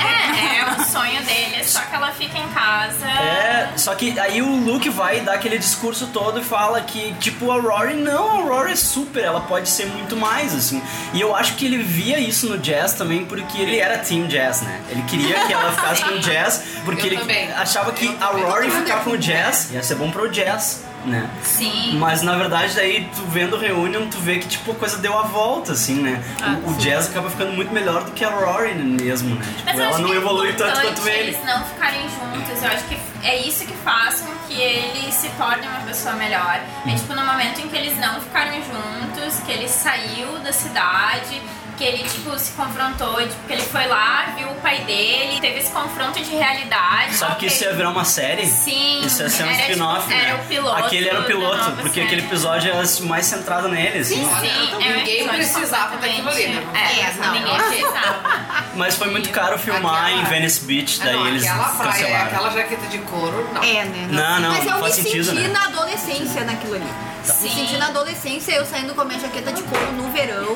S7: É, é o sonho dele, só que ela fica em casa.
S3: É, só que aí o Luke vai dar aquele discurso todo e fala que, tipo, a Rory não, a Rory é super, ela pode ser muito mais, assim. E eu acho que ele via isso no Jazz também, porque ele era Team Jazz, né? Ele queria que ela ficasse com o Jazz, porque
S6: Eu
S3: ele
S6: também.
S3: achava que
S6: Eu
S3: a
S6: também.
S3: Rory ficar com o Jazz ia ser bom pro Jazz, né?
S7: Sim.
S3: Mas na verdade, daí tu vendo o Reunion, tu vê que tipo a coisa deu a volta, assim, né?
S7: Ah,
S3: o, o Jazz acaba ficando muito melhor do que a Rory mesmo, né? Tipo,
S7: Mas eu
S3: ela
S7: acho
S3: não
S7: que é
S3: evolui tanto
S7: importante
S3: quanto ele.
S7: Eles não ficarem juntos, eu acho que é isso que faz com que ele se torne uma pessoa melhor. É tipo no momento em que eles não ficaram juntos, que ele saiu da cidade, que ele tipo se confrontou, tipo, que ele foi lá, viu o pai dele, teve esse confronto de realidade.
S3: Sabe que
S7: ok.
S3: isso é ia virar uma série?
S7: Sim,
S3: Isso ia ser um
S7: era, tipo,
S3: spin-off, né?
S7: era o piloto
S3: Aquele era o
S7: da
S3: piloto,
S7: nova
S3: porque
S7: série.
S3: aquele episódio era mais centrado nele, assim.
S7: Sim, é um
S6: Ninguém
S7: episódio
S6: precisava daquilo ali, né?
S7: completamente- É,
S5: É, não.
S7: ninguém precisava.
S3: Mas foi muito caro filmar
S6: Aquela-
S3: em Venice Beach, daí
S6: não,
S3: eles
S6: aquela praia,
S3: cancelaram.
S6: aquela jaqueta de couro, não.
S5: É, né?
S3: Não, não,
S5: Mas
S3: não
S5: eu
S3: faz
S5: me
S3: sentido,
S5: senti
S3: né?
S5: na adolescência naquilo ali. Me
S7: Sim.
S5: senti na adolescência, eu saindo com a minha jaqueta de couro no verão,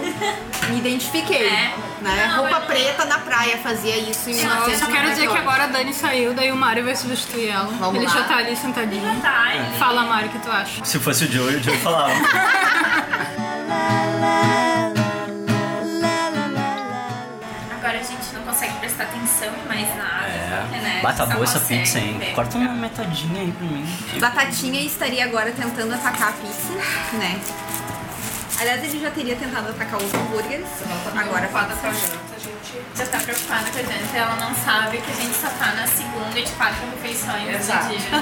S5: me identifiquei.
S7: É.
S5: Né?
S7: Não,
S5: Roupa
S7: eu-
S5: preta na praia fazia isso em
S4: Só, só quero dizer que
S5: 1998.
S4: agora a Dani saiu, daí o Mário vai substituir ela.
S5: é Vamos
S4: ele
S5: lá.
S4: já tá ali sentadinho.
S7: Tá, ele-
S4: Fala, Mário, o que tu acha?
S3: Se fosse o Joey, o Joey falava.
S7: Agora a gente não consegue prestar atenção em mais nada.
S3: é.
S7: né?
S3: Bata
S7: Só
S3: boa essa
S7: consegue
S3: pizza, hein?
S7: ver.
S3: Corta uma metadinha aí pra mim.
S5: Tá. Batatinha estaria agora tentando atacar a pizza, né? Aliás, ele já teria tentado atacar os hambúrgueres. Agora
S6: Fada
S7: tá
S6: pra janta, a gente.
S7: Já tá preocupada com a gente, ela não sabe que a gente só tá na segunda de quatro refeições
S6: Exato.
S7: do dia.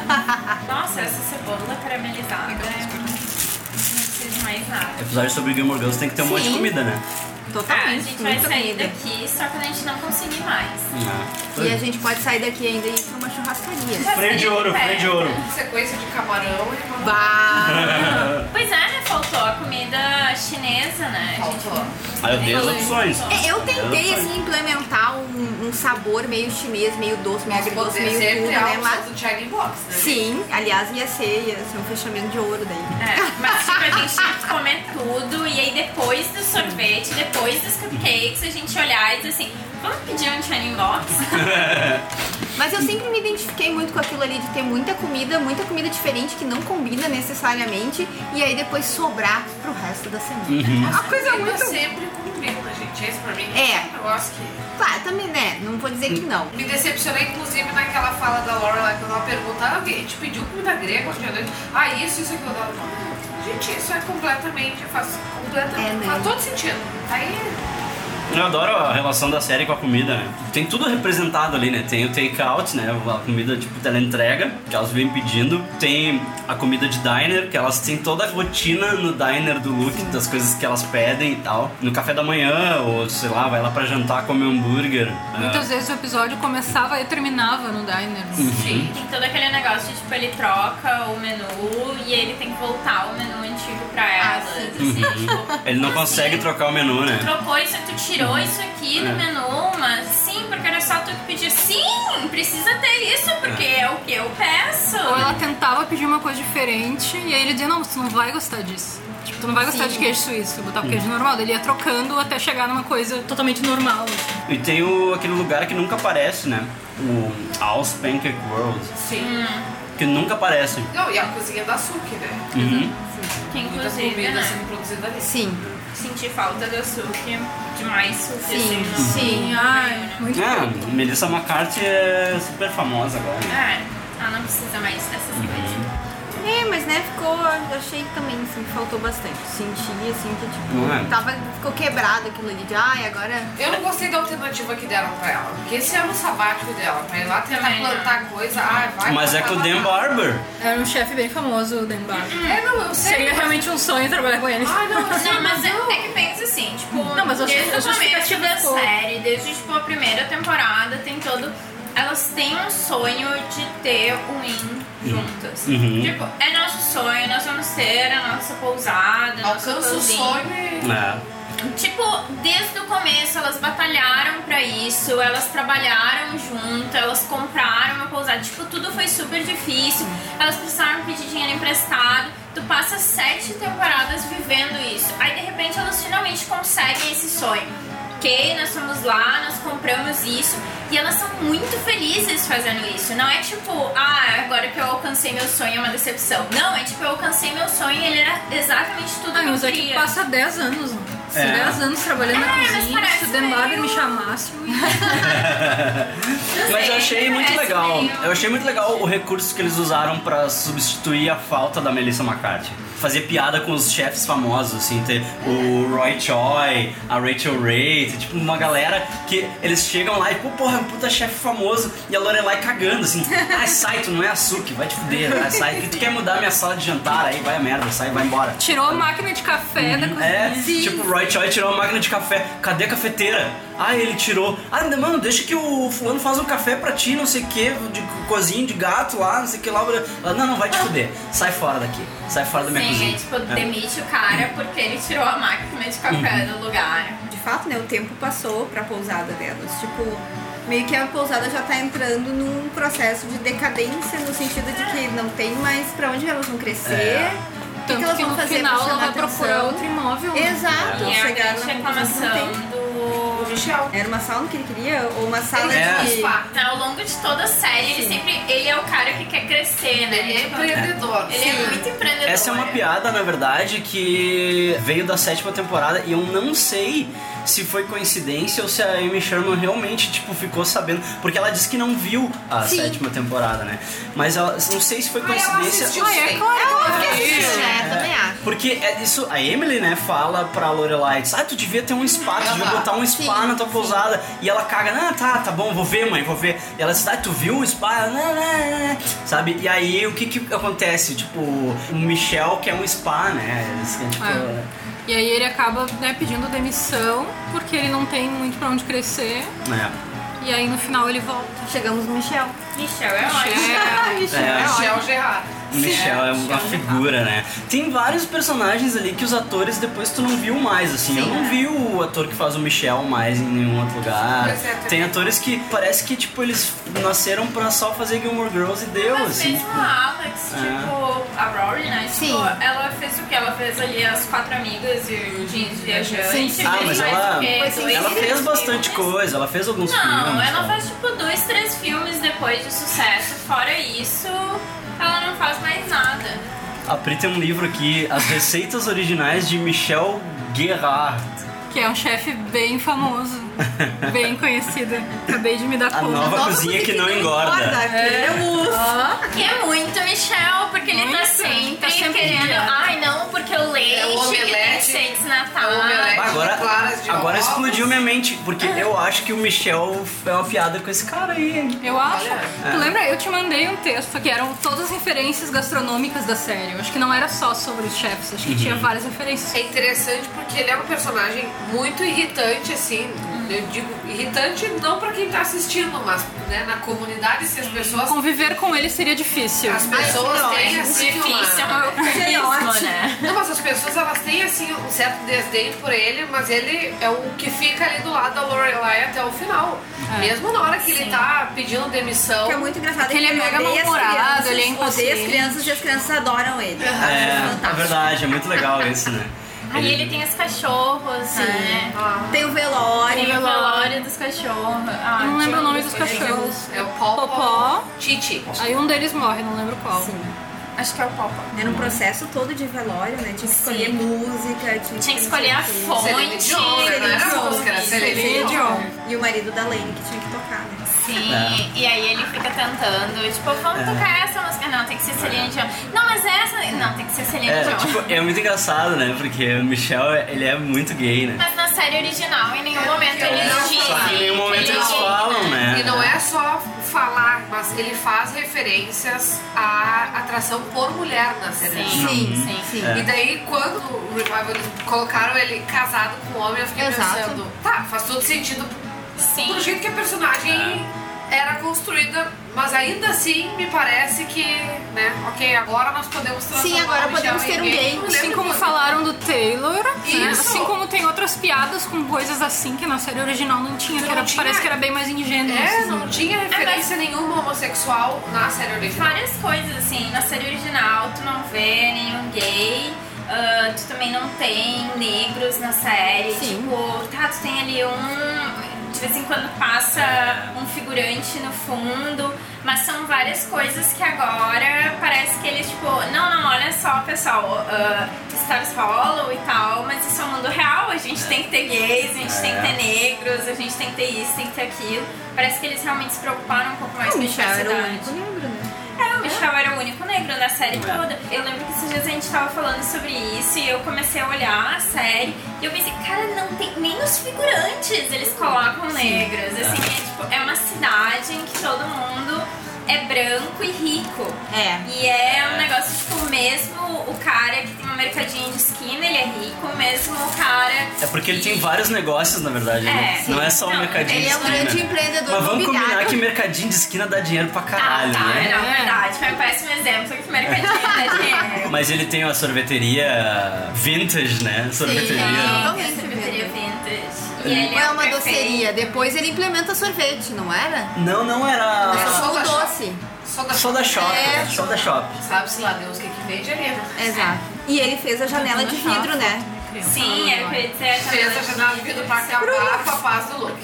S7: Nossa, essa cebola caramelizada. né? Não preciso de mais nada.
S3: Episódio sobre Gilmore Girls tem que ter um monte de
S5: Sim.
S3: comida, né?
S7: Ah, a
S5: É totalmente.
S7: gente vai
S5: muita
S7: sair
S5: comida.
S7: daqui, só que a gente não conseguir mais.
S5: E a gente pode sair daqui ainda e ir pra uma churrascaria.
S3: Freio de ouro, freio
S7: né?
S3: de ouro.
S6: Sequência de camarão e uma
S5: Bah!
S7: Pois é, né? Faltou a comida chinesa, né? A gente
S6: Faltou.
S3: Aí eu dei as opções.
S5: É, Eu tentei assim, implementar um, um sabor meio chinês, meio doce, meio agridoce,
S6: Poder
S5: meio tudo,
S6: sempre a
S5: né?
S6: opção
S5: Mas
S6: do China Box, né?
S5: sim, aliás, ia ser, ia ser um fechamento de ouro daí.
S7: É, mas tipo, a gente tinha que comer tudo e aí depois do sorvete, depois dos cupcakes, a gente olhar e dizer assim, vamos pedir um churning box?
S5: Mas eu sempre me identifiquei muito com aquilo ali de ter muita comida, muita comida diferente que não combina necessariamente, e aí depois sobrar pro resto da semana.
S6: Uhum.
S5: Uma coisa
S6: Comida
S5: muito.
S6: sempre combina, gente. Esse pra mim
S5: É.
S6: um negócio que.
S5: Tá, também, né? Não vou dizer que não.
S6: Me decepcionei, inclusive, naquela fala da Laura lá, quando ela pergunta, ah, alguém te pediu comida grega hoje à noite? Ah, isso, isso, aquilo. Ela fala, "Ah, gente, isso é completamente, faz completamente,
S5: É, né?
S6: faz todo sentido. Aí...
S3: Eu adoro a relação da série com a comida, né? Tem tudo representado ali, né? Tem o take-out, né? A comida tipo teleentrega, que elas vêm pedindo. Tem a comida de diner, que elas têm toda a rotina no diner do Luke, das coisas que elas pedem e tal. No café da manhã, ou sei lá, vai lá pra jantar, come hambúrguer. É.
S4: Muitas vezes o episódio começava e terminava no diner.
S7: Sim. Tem todo aquele negócio de tipo, ele troca o menu e ele tem que voltar o menu antigo pra
S4: Ah,
S7: elas. assim, tipo,
S3: Ele não consegue trocar o menu, né?
S7: Trocou isso, tu tirou isso aqui do
S3: É.
S7: menu, mas sim, porque era só tu que pediu. Sim, precisa ter isso, porque é o que eu peço.
S4: Ou ela tentava pedir uma coisa diferente e aí ele dizia, não, você não vai gostar disso. Tipo, tu não vai gostar de queijo suíço, botar o queijo normal. Daí Ele ia trocando até chegar numa coisa totalmente normal. assim.
S3: E tem o, aquele lugar que nunca aparece, né? O House Pancake World.
S6: Sim.
S3: Que nunca aparece.
S6: Não, e a cozinha da Suki, né?
S3: Uhum.
S7: Que
S6: Muita
S7: inclusive,
S6: comida
S7: né?
S6: sendo produzida ali.
S5: Sim.
S7: Senti falta do açúcar, demais suco.
S5: Sim,
S7: assim, no-
S5: sim,
S4: Ah,
S7: no
S5: ai,
S7: meio, né?
S5: muito
S3: É, Melissa McCarthy é super famosa agora. né?
S7: É, ela não precisa mais dessas coisas.
S5: É, mas né, ficou. eu Achei também, assim, que faltou bastante. Senti, assim, que tipo.
S3: Não é?
S5: Tava, ficou quebrado aquilo ali de. Ai, agora.
S6: Eu não gostei da alternativa que deram pra ela. Porque esse ano sabático dela, pra ir lá tentar
S4: né?
S7: Também não.
S6: plantar coisa, ai, vai
S3: Mas é
S6: plantar
S3: com o Dan
S6: batata.
S3: Barber.
S4: Era um chefe bem famoso, o Dan Barber.
S6: É, não, eu sei.
S4: Seria realmente um sonho trabalhar com ele.
S6: Ah, não, assim,
S7: Não, mas é- eu até que penso assim, tipo,
S4: Não, mas eu
S7: desde
S4: acho-
S7: o
S4: eu acho que
S7: começo da
S4: ficou.
S7: série, desde tipo, a primeira temporada, tem todo. Elas têm um sonho de ter o Win juntas.
S3: Uhum.
S7: Tipo, é nosso sonho, nós vamos ter a nossa pousada, nosso
S6: Alcança o
S7: cozinha.
S6: sonho e...
S3: É.
S7: Tipo, desde o começo elas batalharam pra isso, elas trabalharam junto, elas compraram uma pousada. Tipo, tudo foi super difícil. Elas precisaram pedir dinheiro emprestado. Tu passa sete temporadas vivendo isso. Aí de repente elas finalmente conseguem esse sonho. Ok, nós fomos lá, nós compramos isso. E elas são muito felizes fazendo isso. Não é tipo, ah, agora que eu alcancei meu sonho é uma decepção. Não, é tipo, eu alcancei meu sonho e ele era exatamente tudo
S4: Ah,
S7: que eu
S4: mas é que
S7: queria.
S4: passa 10 anos, né? Se
S3: É.
S4: 10 anos trabalhando na
S7: É, mas
S4: cozinha,
S7: parece
S4: se o Dan Barber
S7: meio-
S4: me chamasse, eu ia-
S3: Mas eu achei muito
S7: parece
S3: legal.
S7: meio-
S3: Eu achei muito legal o recurso que eles usaram pra substituir a falta da Melissa McCarthy. Fazer piada com os chefes famosos, assim, ter o Roy Choi, a Rachel Ray, ter, tipo uma galera que eles chegam lá e, pô, porra, é um puta chefe famoso e a Lorelai cagando, assim, ai, sai, tu não é açúcar, vai te fuder, ai, sai, tu quer mudar minha sala de jantar, aí vai a merda, sai, vai embora.
S4: tirou a máquina de café da cozinha.
S3: É,
S4: Sim.
S3: tipo, o Roy Choi tirou a máquina de café. Cadê a cafeteira? Ah, ele tirou. Ah, não, mano, deixa que o fulano faz um café pra ti, não sei o que, de cozinho de gato lá, não sei o que lá. Ela, Não, não, vai
S4: Ah.
S3: te fuder. Sai fora daqui. Sai fora da minha
S7: Sim,
S3: cozinha.
S7: é, tipo,
S3: É.
S7: demite o cara porque ele tirou a máquina de café
S3: Uhum.
S7: do lugar.
S5: De fato, né? O tempo passou pra pousada delas. Tipo, meio que a pousada já tá entrando num processo de decadência, no sentido de que não tem mais pra onde elas vão crescer.
S3: É.
S5: o que que
S4: Tanto
S5: elas
S4: que
S5: vão
S4: no
S5: fazer pra
S4: final ela
S5: chamar
S4: vai procurar
S5: atenção.
S4: outro imóvel. né?
S5: Exato,
S7: E é a
S5: chegaram
S7: grande
S5: na conclusão que não
S7: reclamação
S5: tem.
S7: do Michel.
S5: Era uma sala que ele queria? Ou uma sala
S3: É.
S5: de.
S7: tipo, ah, tá, Ao longo de toda a série, ele sempre. Ele é o cara que quer crescer, né?
S6: Ele é empreendedor.
S7: Ele é muito empreendedor.
S3: Essa é uma piada, na verdade, que veio da sétima temporada e eu não sei se foi coincidência ou se a Amy Sherman realmente, tipo, ficou sabendo. Porque ela disse que não viu a sétima temporada, né? Mas ela, não sei se foi coincidência.
S6: assisti os seis.
S5: É óbvio que assistiu, né? Também acho.
S3: Porque é isso, a Emily, né, fala pra Lorelai, diz, ah, tu devia ter um spa, tu devia botar um spa na tua pousada. E ela caga, ah, tá, tá bom, vou ver, mãe, vou ver. E ela diz, ah, tu viu o spa? Ela, "Não, não, não, não." Sabe? E aí, o que que acontece? Tipo, o Michel quer um spa, né? Eles, tipo,
S5: É.
S4: Ah. E aí ele acaba né, pedindo demissão, porque ele não tem muito pra onde crescer.
S3: né?
S4: E aí no final ele volta.
S5: Chegamos no Michel.
S7: Michel é ótimo.
S3: É,
S6: Michel Gerard.
S3: O Michel é uma figura, né? Tem vários personagens ali que os atores depois tu não viu mais, assim. eu não vi o ator que faz o Michel mais em nenhum outro lugar.
S6: Pois é, também.
S3: Tem atores que parece que, tipo, eles nasceram pra só fazer Gilmore Girls e deu,
S7: Mas
S3: assim.
S7: mesmo a Alex,
S3: É.
S7: tipo, a Rory, né? Tipo,
S5: Sim.
S7: ela fez o que? Ela fez ali as quatro amigas e o jeans tipo, viajante.
S5: Sim, sim.
S3: Ah,
S7: fez
S3: mas
S7: mais
S3: ela,
S7: o quê? Dois,
S3: ela fez
S7: três
S3: bastante
S7: filmes.
S3: coisa, ela fez alguns
S7: Não,
S3: filmes. né?
S7: ela
S3: sabe?
S7: faz tipo dois, três filmes depois de sucesso. Fora isso, ela não faz mais nada.
S3: A Pri tem um livro aqui, As Receitas Originais de Michel Guerrard.
S4: Que é um chefe bem famoso, bem conhecido. Acabei de me dar
S3: A
S4: conta. É.
S3: nova
S5: Nova
S3: cozinha que é não engorda.
S5: Queremos.
S7: Que é muito Michel, porque ele tá
S4: Muito.
S7: sempre,
S4: Tá sempre
S7: querendo.
S4: dieta.
S7: Ai, não, porque o leite,
S6: É o omelete.
S7: que tem que ser desnatado.
S6: É o omelete.
S3: Bah, Agora,
S6: Claras de
S3: agora
S6: ovos.
S3: explodiu minha mente, porque eu acho que o Michel é uma piada com esse cara aí. hein?
S4: Eu acho. Tu lembra? Eu te mandei um texto que eram todas as referências gastronômicas da série. Eu acho que não era só sobre os chefes, acho que
S3: Uhum.
S4: tinha várias
S6: É
S4: referências.
S6: interessante porque ele é um personagem muito irritante, assim. Eu digo irritante não pra quem tá assistindo, mas né, na comunidade, se as pessoas.
S4: Uhum. Conviver com ele seria difícil.
S6: As pessoas têm assim.
S7: Difícil,
S6: Uma...
S7: é um eufemismo, né?
S6: Não, mas as pessoas elas têm assim um certo desdém por ele, mas ele é o que fica ali do lado da Lorelai até o final. Mesmo na hora que ele tá pedindo demissão.
S5: Que é muito engraçado.
S4: É. Porque ele é mega
S5: odeia as
S4: mal-humorado,
S5: crianças,
S4: ele é
S5: Odeia as
S4: impaciente.
S5: crianças e as crianças adoram ele. Acho
S3: É, é
S5: fantástico.
S3: verdade, é muito legal isso, né?
S7: Aí ele tem os cachorros, né?
S5: Tem o velório.
S7: Tem o velório dos cachorros. Ah,
S4: Eu não lembro o nome dos
S7: tinha-
S4: cachorros.
S6: É o Popó.
S4: Popó.
S6: Titi.
S4: Aí um deles morre, não lembro qual.
S7: Acho que é o Papa.
S5: Era um processo todo de velório, né? Tinha que escolher
S7: Sim.
S5: música, tinha,
S7: Tinha que escolher a fonte.
S5: Celine Dion,
S7: Celine
S5: né?
S7: Dion.
S5: Música era Celine
S7: Celine
S5: Dion.
S7: Dion.
S5: E o marido da Lane que tinha que tocar, né?
S7: Sim, e aí ele fica tentando, tipo, vamos
S3: É.
S7: tocar essa música. Não, tem que ser Celine Dion. Não, mas essa. Não, tem que ser Celine
S3: É,
S7: Dion.
S3: tipo, é muito engraçado, né? Porque o Michel, ele é muito gay, né?
S7: Mas na série original, em nenhum momento eles
S6: É, não
S7: dizem.
S6: falam.
S7: que
S3: Em nenhum momento
S7: ele
S3: eles
S7: é gay,
S3: falam, né?
S6: E não é só falar, mas ele faz referências à atração por mulher na série.
S7: Sim,
S6: original.
S7: sim, sim.
S3: É.
S6: E daí, quando o Revival eles colocaram ele casado com um homem, eu fiquei
S5: Exato.
S6: pensando, tá, faz todo sentido
S7: Sim.
S6: pro jeito que a personagem
S5: É.
S6: era construída, mas ainda assim me parece que, né, ok, agora nós podemos transformar
S5: Sim, agora
S6: o Michel
S5: podemos
S6: em
S5: ter um gay.
S6: Não
S4: Assim
S6: lembro
S4: como
S6: quando-
S4: falaram do Taylor, né?
S6: Isso.
S4: assim como tem outras piadas com coisas assim que na série original não tinha, que
S6: Não
S4: era-
S6: tinha.
S4: parece que era bem mais ingênuo.
S6: É,
S4: assim.
S6: não tinha referência nenhuma homossexual na série original.
S7: É, Várias coisas, assim, na série original tu não vê nenhum gay, ah, tu também não tem negros na série, tipo, tá, tu tem ali um, de vez em quando passa um figurante no fundo, mas são várias coisas que agora parece que eles, tipo, não, não, olha só, pessoal, ah, Stars Hollow e tal, mas isso é o mundo real, a gente tem que ter gays, a gente tem
S6: É.
S7: que ter negros, a gente tem que ter isso, tem que ter aquilo. Parece que eles realmente se preocuparam um pouco mais
S5: O
S7: com a
S5: Ah, Michel era o
S7: diversidade.
S5: único negro, né?
S7: É, o Michel era o único negro na série toda. Eu lembro que esses dias a gente tava falando sobre isso e eu comecei a olhar a série e eu pensei, cara, não tem nem os figurantes eles colocam negros. Assim, é, tipo, é uma cidade em que todo mundo é branco e rico.
S5: É.
S7: E é um negócio, tipo, mesmo o cara que tem uma mercadinha de esquina, ele é rico, mesmo o cara.
S3: É porque ele tem vários negócios, na verdade, né?
S7: É,
S3: Não é só o
S7: não,
S3: mercadinho
S5: Ele
S3: de
S5: é um
S3: esquina.
S5: grande empreendedor
S3: Mas vamos combinar
S5: imobiliário.
S3: que mercadinho de esquina dá dinheiro pra
S7: Ah,
S3: caralho,
S7: tá,
S3: né?
S7: não, verdade. Foi um péssimo exemplo que mercadinha é dinheiro.
S3: Mas ele tem uma sorveteria vintage, né? Sorveteria.
S7: é,
S5: Totalmente
S7: sorveteria vintage. E ele
S5: Ou é uma
S7: o prefeito.
S5: doceria. Depois ele implementa sorvete, não era?
S3: Não, não era.
S5: Mas é só
S6: Soda
S5: com
S6: Shop.
S5: doce.
S6: Só da
S3: Só da shop,
S5: É.
S3: só da shop.
S6: Sabe-se lá Deus o que que vende ali, né?
S5: Exato. E ele fez a janela de vidro, né?
S6: é
S7: Sim, era o que eu ia dizer. a
S6: Fez a janela de vidro pra acabar com a paz do Luke.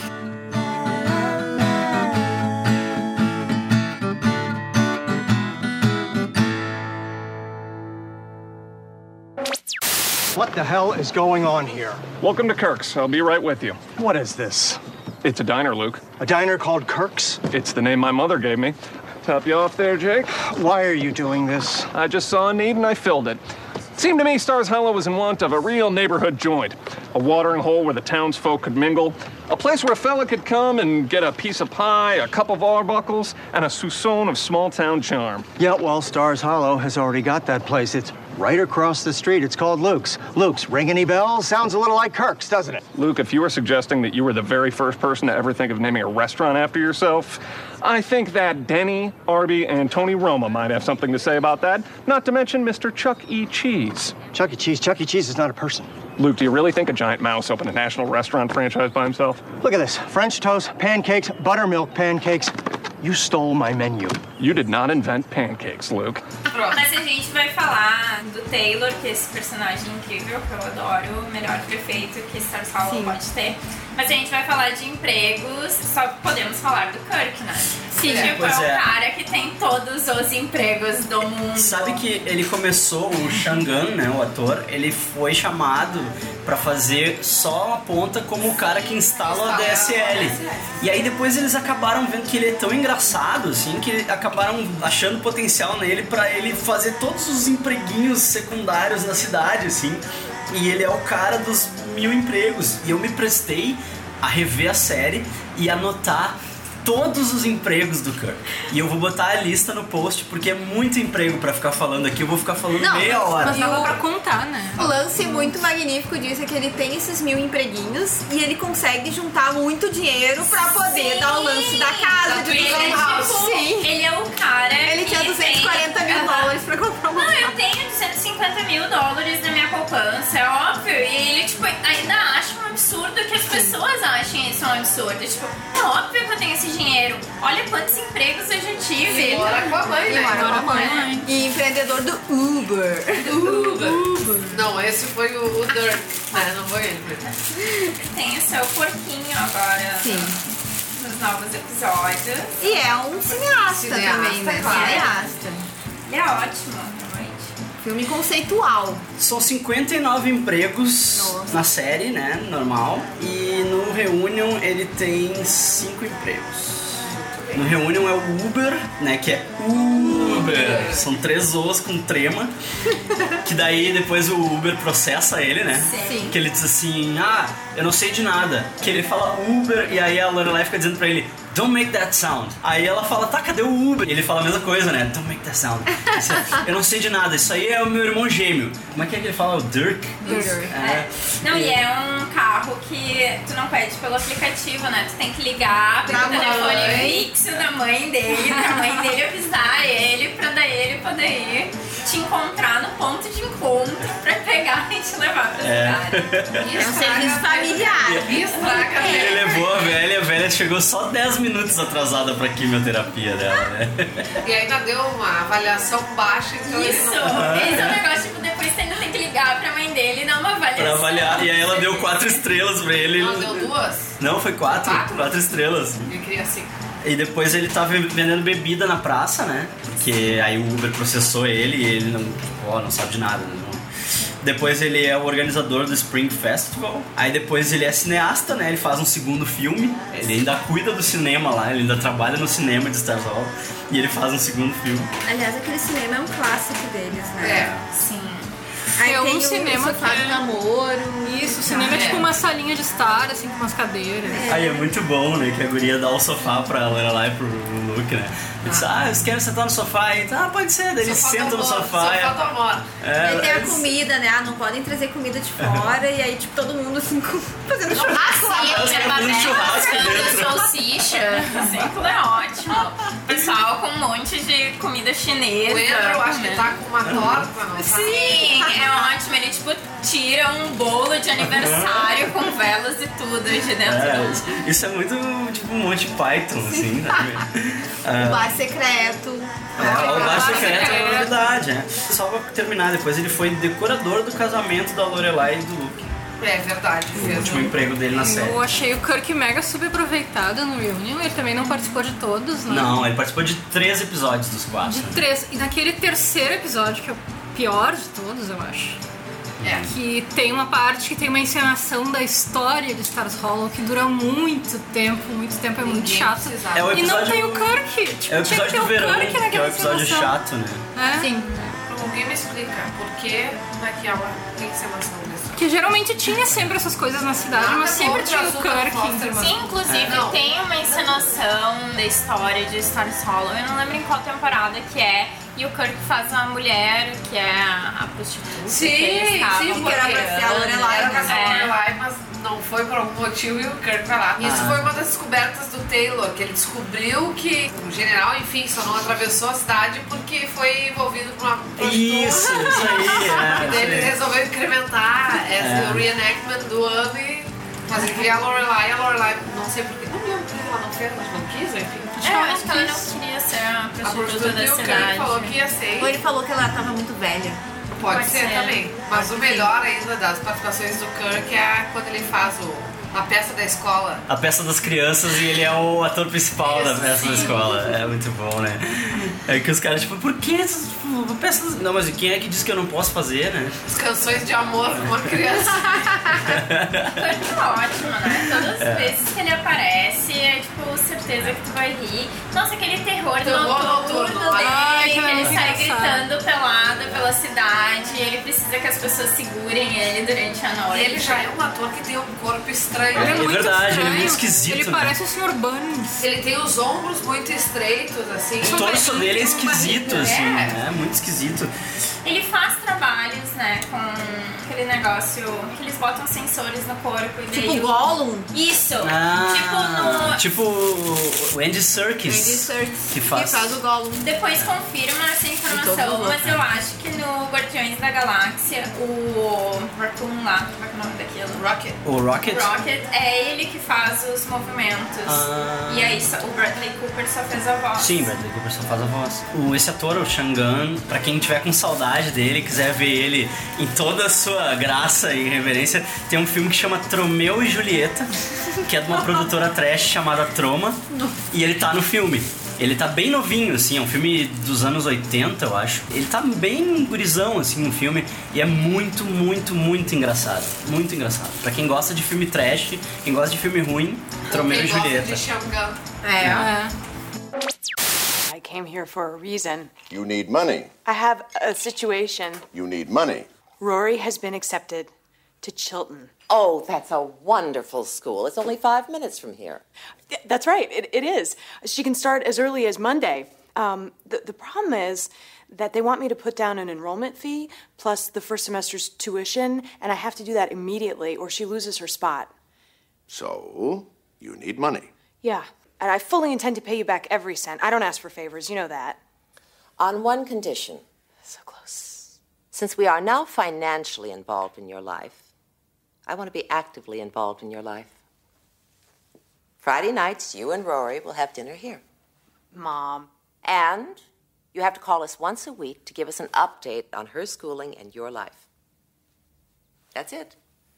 S9: What the hell is going on here?
S13: Welcome to Kirk's. I'll be right with you.
S9: What is this?
S13: It's a diner, Luke.
S9: A diner called Kirk's?
S13: It's the name my mother gave me. Top you off there, Jake.
S9: Why are you doing this?
S13: I just saw a need and I filled it. Seemed to me Stars Hollow was in want of a real neighborhood joint. A watering hole where the townsfolk could mingle. A place where a fella could come and get a piece of pie, a cup of arbuckles, and a soupçon of small town charm.
S9: Yeah, well, Stars Hollow has already got that place. It's right across the street. It's called Luke's. Luke's. Ring any bells? Sounds a little like Kirk's, doesn't it?
S13: Luke, if you were suggesting that you were the very first person to ever think of naming a restaurant after yourself, I think that Denny, Arby, and Tony Roma might have something to say about that, not to mention Mr. Chuck E. Cheese.
S9: Chuck E. Cheese. Chuck E. Cheese is not a person.
S13: Luke, do you really think a giant mouse opened a national restaurant franchise by himself?
S9: Look at this French toast, pancakes, buttermilk pancakes. You stole my menu.
S13: You did not invent pancakes, Luke.
S7: Mas a gente vai falar do Taylor, que é esse personagem incrível que eu adoro, o melhor prefeito que Star Hollow pode ter. Mas a gente vai falar de empregos, só podemos falar do Kirk, né? Sim, tipo,
S3: Pois
S7: é o
S3: é.
S7: cara que tem todos os empregos do mundo.
S3: Sabe que ele começou, o Shangan, né, o ator, ele foi chamado pra fazer só uma ponta como o cara que instala a DSL. E aí depois eles acabaram vendo que ele é tão engraçado, assim, que acabaram achando potencial nele pra ele fazer todos os empreguinhos secundários na cidade, assim. E ele é o cara dos mil empregos. E eu me prestei a rever a série e anotar todos os empregos do Kirk. E eu vou botar a lista no post, porque é muito emprego pra ficar falando aqui. Eu vou ficar falando
S5: Não, tá
S3: meia hora.
S4: Mas dava pra contar, né?
S5: O lance muito magnífico disso é que ele tem esses mil empreguinhos e ele consegue juntar muito dinheiro pra poder dar o lance da casa, de
S7: Ele é,
S5: um
S7: tipo,
S5: house. Sim.
S7: ele é o cara
S5: Ele
S7: que
S5: tinha 240 mil
S7: tem-
S5: dólares pra comprar uma
S7: Não, eu tenho 250 mil dólares na minha poupança, é óbvio. E ele, tipo, ainda acha um absurdo que as pessoas achem isso um absurdo. Tipo, é óbvio que eu tenho esse dinheiro. Olha quantos empregos eu já tive.
S6: E mora com a mãe,
S5: E
S6: né?
S5: mora com a mãe. E empreendedor do Uber.
S6: Não, esse foi o, o Dirk, né? Não foi ele. foi-
S7: Tem o seu porquinho agora nos novos episódios.
S5: E é um cineasta,
S6: Cineasta,
S5: também, né?
S6: claro.
S5: Cineasta.
S7: Ele é ótimo.
S5: Filme conceitual.
S3: São 59 empregos na série, né? Normal. E no Reunion ele tem 5 empregos. No Reunion é o Uber, né? Que é Uber. São três O's com trema. que daí depois o Uber processa ele, né?
S5: Sim.
S3: Que ele diz assim, ah, eu não sei de nada. Que ele fala Uber e aí a Lorelai fica dizendo pra ele, don't make that sound. Aí ela fala, tá, cadê o Uber? E ele fala a mesma coisa, né? Don't make that sound. Isso é- eu não sei de nada, isso aí é o meu irmão gêmeo. Como é que é que ele fala? O Dirk? É.
S7: Não, e é um carro que tu não pede pelo aplicativo, né? Tu tem que ligar pro
S5: Pra
S7: telefone
S5: mãe.
S7: fixo da mãe dele, pra mãe dele avisar ele, pra daí ele poder ir te encontrar no ponto de encontro pra pegar e te levar pra
S3: É.
S7: cidade.
S5: É um serviço familiar.
S7: Estraga a
S3: Ele
S7: vida.
S3: levou a velha, a velha chegou só 10 minutos atrasada pra quimioterapia dela, né?
S6: E ainda deu uma avaliação baixa, então ele
S7: Isso!
S6: não.
S7: Esse é um negócio, tipo, depois tu ainda tem que ligar pra mãe dele e dar uma avaliação.
S3: pra avaliar. E aí ela deu quatro estrelas pra ele.
S6: Ela Ah, deu duas?
S3: Não, foi quatro.
S6: Quatro?
S3: Quatro estrelas.
S6: Eu queria assim, cinco.
S3: E depois ele tava vendendo bebida na praça, né? Porque aí o Uber processou ele e ele não, ó, não sabe de nada. né? Não- Depois ele é o organizador do Spring Festival. Aí depois ele é cineasta, né? Ele faz um segundo filme. Ele ainda cuida do cinema lá, ele ainda trabalha no cinema de Star Wars. E ele faz um segundo filme.
S5: Aliás, aquele cinema é um clássico deles, né?
S6: É.
S7: Sim.
S5: Aí
S4: É
S5: tem
S4: um
S5: o
S4: cinema
S5: sofá
S4: que
S5: do
S4: é-
S5: namoro.
S4: Isso, o cinema é tipo uma salinha de estar, assim, com umas cadeiras.
S3: Aí é muito bom, né? Que a guria dá o sofá pra Lorelai e pro Luke, né? Ele diz, ah, eu quero sentar no sofá. E, ah, pode ser. Daí ele
S6: Sofá
S3: senta
S6: do
S3: no
S6: amor,
S3: sofá.
S6: Sofá do amor.
S3: e- é,
S5: Aí tem a
S3: eles-
S5: comida, né? Ah, não podem trazer comida de fora. e aí, tipo, todo mundo assim, com- fazendo churrasco lá.
S6: assim,
S7: Sim,
S3: Parece que
S7: é
S3: é um churrasco
S7: panela,
S3: dentro.
S7: né? salsicha, exemplo é ótimo. O Pessoal com um monte de comida chinesa.
S6: O Andrew, acho que tá com uma torta, não tá?
S7: Sim, é ótimo. Ele, tipo, tira um bolo de aniversário com velas e tudo de dentro
S3: É,
S7: do...
S3: isso- isso é muito tipo um monte Python, assim, né?
S5: O
S3: Ah,
S5: bar secreto.
S3: é, o Bar
S5: Bar
S3: Secreto é uma novidade, né? Só pra terminar, depois ele foi decorador do casamento da Lorelai e do Luke.
S6: É verdade,
S3: O último
S6: mesmo.
S3: emprego dele na série.
S4: Eu achei o Kirk mega subaproveitado no Reunion. Ele também não participou de todos, né?
S3: Não, ele participou de três episódios dos quatro.
S4: De três. E naquele terceiro episódio, que é o pior de todos, eu acho.
S6: É.
S4: Que tem uma parte que tem uma encenação da história de Stars Hollow que dura muito tempo, muito tempo, é muito
S6: Ninguém
S4: chato.
S6: precisava. É
S3: o
S4: e não
S3: episódio-
S4: tem o Kirk. Tipo,
S3: É o
S4: tinha que ter
S3: episódio do
S4: o
S3: verão,
S4: Kirk naquela
S3: que é o episódio
S4: encenação.
S3: chato, né?
S4: É?
S5: Sim.
S6: Alguém me explica por que naquela tem que ser uma ação dessa?
S4: Que geralmente tinha sempre essas coisas na cidade,
S6: Nada
S4: mas sempre
S6: contra
S4: tinha
S6: as
S4: Tá, o
S6: outras
S4: Kirk.
S6: mostras.
S7: Sim, inclusive,
S6: É. Não.
S7: tem uma encenação da história de Star Hollow. Eu não lembro em qual temporada que é. E o Kirk faz uma mulher que é a prostituta.
S6: Sim,
S7: que eles
S6: sim,
S7: estavam
S5: porque era pra ser a
S7: paquerando.
S5: Lorelai,
S6: Era pra
S7: É.
S6: ser Lorelai, né? mas não foi por algum motivo e o Kirk vai lá. Isso
S3: Ah.
S6: foi uma das descobertas do Taylor, que ele descobriu que o general, enfim, só não atravessou a cidade porque foi envolvido por uma prostituta.
S3: Isso, isso aí, é.
S6: E daí ele
S3: isso aí. É.
S6: resolveu incrementar esse o reenactment do ano e fazer criar a Lorelai. A Lorelai, não sei porquê, não lembro porque ela não fez, mas não quis, enfim.
S7: É, eu acho que ela não queria ser a
S6: A
S7: prostituta
S6: prostituta
S7: da
S6: e o Kirk
S7: cidade.
S6: falou que ia ser.
S5: Ou ele falou que ela tava muito velha.
S6: Pode,
S7: Pode
S6: ser,
S7: ser.
S6: também. Mas o melhor ainda das participações do Kirk é quando ele faz o, a peça da escola.
S3: A peça das crianças e ele é o ator principal da
S6: Isso,
S3: peça da
S6: sim.
S3: escola. É muito bom, né? É que os caras, tipo, por que essas tipo, peças. Não, mas quem é que disse que eu não posso fazer, né?
S6: As canções de amor com uma criança.
S7: Kirk é ótimo, né? Todas
S3: É.
S7: as vezes que ele aparece, é tipo, certeza que tu vai rir. Nossa, aquele terror,
S6: Terror
S7: noturno
S6: noturno.
S7: dele,
S4: Ai,
S7: que
S4: que
S7: ele sai
S4: engraçado.
S7: gritando pelado pela cidade, ele precisa que as pessoas segurem ele durante a
S6: E
S7: noite.
S6: ele já é um ator que tem um corpo estranho.
S3: É,
S6: Ele,
S3: é
S6: muito-
S3: verdade, ele é
S4: estranho.
S3: muito esquisito,
S4: Ele
S3: né?
S4: parece o Sr. Burns.
S6: ele tem os ombros muito estreitos, assim.
S7: um
S3: O torso dele é esquisito, assim,
S6: É.
S3: é muito esquisito.
S7: Ele faz trabalhos, né, com aquele negócio que eles botam sensores no corpo e
S5: Tipo
S7: daí...
S5: o Gollum.
S7: Isso!
S3: Ah,
S7: tipo no...
S3: tipo o Andy Serkis.
S5: Andy Serkis,
S3: Que faz.
S5: Que faz o Gollum.
S7: Depois confirma essa
S5: Então,
S7: informação,
S5: vamos lá.
S7: mas eu acho que no Guardiões da Galáxia, o Raccoon lá, como é que é o nome daquilo? Rocket.
S3: O Rocket?
S7: Rocket, é ele que faz os movimentos.
S3: Ah.
S7: E aí só- o Bradley Cooper só fez a voz.
S3: Sim, Bradley Cooper só faz a voz. O, esse ator, o Shangan, pra quem tiver com saudade dele, quiser ver ele em toda a sua graça e reverência, tem um filme que chama Tromeu e Julieta, que é de uma produtora trash chamada Troma, e ele tá no filme. Ele tá bem novinho, assim, é um filme dos anos 80, eu acho. Ele tá bem gurizão, assim, no filme. E é muito, muito, muito engraçado. Muito engraçado. Pra quem gosta de filme trash, quem gosta de filme ruim, Tromeiro e
S6: Quem gosta
S3: Julieta.
S6: de Xangão.
S3: É. É.
S10: I came here for a reason.
S14: You need money.
S10: I have a situation.
S14: You need money.
S10: Rory has been accepted to Chilton.
S12: Oh, that's a wonderful school. It's only five minutes from here.
S10: Th- That's right, it, it is. She can start as early as Monday. Um, the, the problem is that they want me to put down an enrollment fee plus the first semester's tuition, and I have to do that immediately or she loses her spot.
S14: So, you need money.
S10: Yeah, and I fully intend to pay you back every cent. I don't ask for favors, you know that.
S12: On one condition.
S10: So close.
S12: Since we are now financially involved in your life, I want to be actively involved in your life. Friday nights, you and Rory will have dinner here.
S10: Mom.
S12: And you have to call us once a week to give us an update on her schooling and your life. That's it.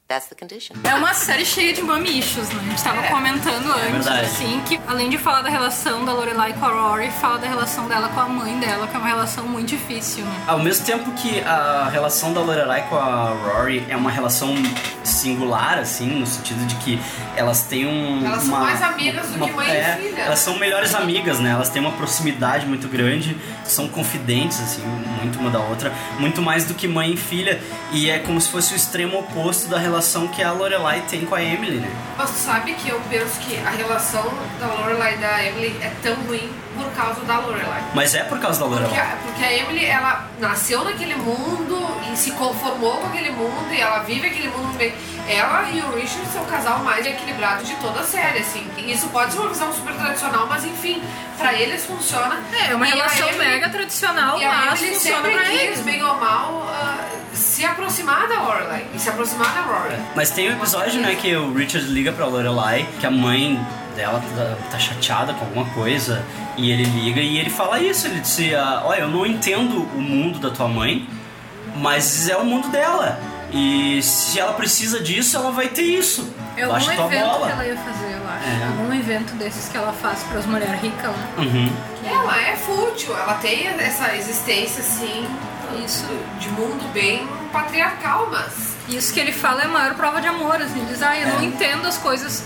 S12: That's the condition.
S4: É uma série cheia de mamichos, né? A gente tava comentando
S12: É
S4: antes,
S12: verdade.
S4: assim, que além de falar da relação da Lorelai com a Rory, fala da relação dela com a mãe dela, que é uma relação muito difícil, né?
S3: Ao mesmo tempo que a relação da Lorelai com a Rory é uma relação singular, assim, no sentido de que elas têm um.
S6: Elas são
S3: uma-
S6: mais amigas do que mãe e
S3: é,
S6: filha.
S3: Elas são melhores amigas, né? Elas têm uma proximidade muito grande, são confidentes, assim, muito uma da outra, muito mais do que mãe e filha. E é como se fosse o extremo oposto da relação que a Lorelai tem com a Emily, né?
S6: Mas tu sabe que eu penso que a relação da Lorelai e da Emily é tão ruim por causa da Lorelai.
S3: Mas é por causa da
S6: Porque
S3: Lorelai.
S6: a, porque a Emily, ela nasceu naquele mundo e se conformou com aquele mundo e ela vive aquele mundo bem. Ela e o Richard são o casal mais equilibrado de toda a série, assim. E Isso pode ser uma visão super tradicional, mas enfim, pra eles funciona.
S4: É uma
S6: E a
S4: relação mega tradicional,
S6: e a
S4: mas
S6: Emily
S4: funciona
S6: sempre
S4: pra
S6: quis,
S4: eles.
S6: bem ou mal, ah, se aproximar da Lorelai e se aproximar da Rory.
S3: Mas tem um episódio, né, que o Richard liga pra Lorelai, que a mãe dela tá, tá chateada com alguma coisa, e ele liga e ele fala isso, ele disse, ah, olha, eu não entendo o mundo da tua mãe, mas é o mundo dela. E se ela precisa disso, ela vai ter isso.
S4: É algum
S3: Baixa tua
S4: evento
S3: bola.
S4: que ela ia fazer, eu acho.
S3: É.
S4: Algum evento desses que ela faz pras né? mulheres ricas lá.
S3: Uhum.
S6: Ela é fútil, ela tem essa existência assim, isso de mundo bem patriarcal, mas É.
S4: Isso que ele fala é a maior prova de amor, assim, ele diz, ah, eu não entendo as coisas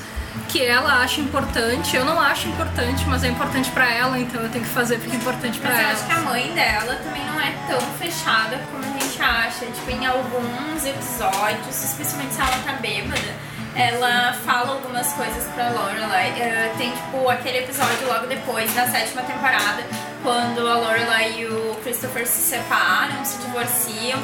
S4: que ela acha importante, eu não acho importante, mas é importante pra ela, então eu tenho que fazer porque é importante pra
S7: Mas eu
S4: ela.
S7: acho que a mãe dela também não é tão fechada como a gente acha. Tipo, em alguns episódios, especialmente se ela tá bêbada, ela fala algumas coisas pra Lorelai. Eh, tem, tipo, aquele episódio logo depois da sétima temporada, quando a Lorelai e o Christopher se separam, se divorciam.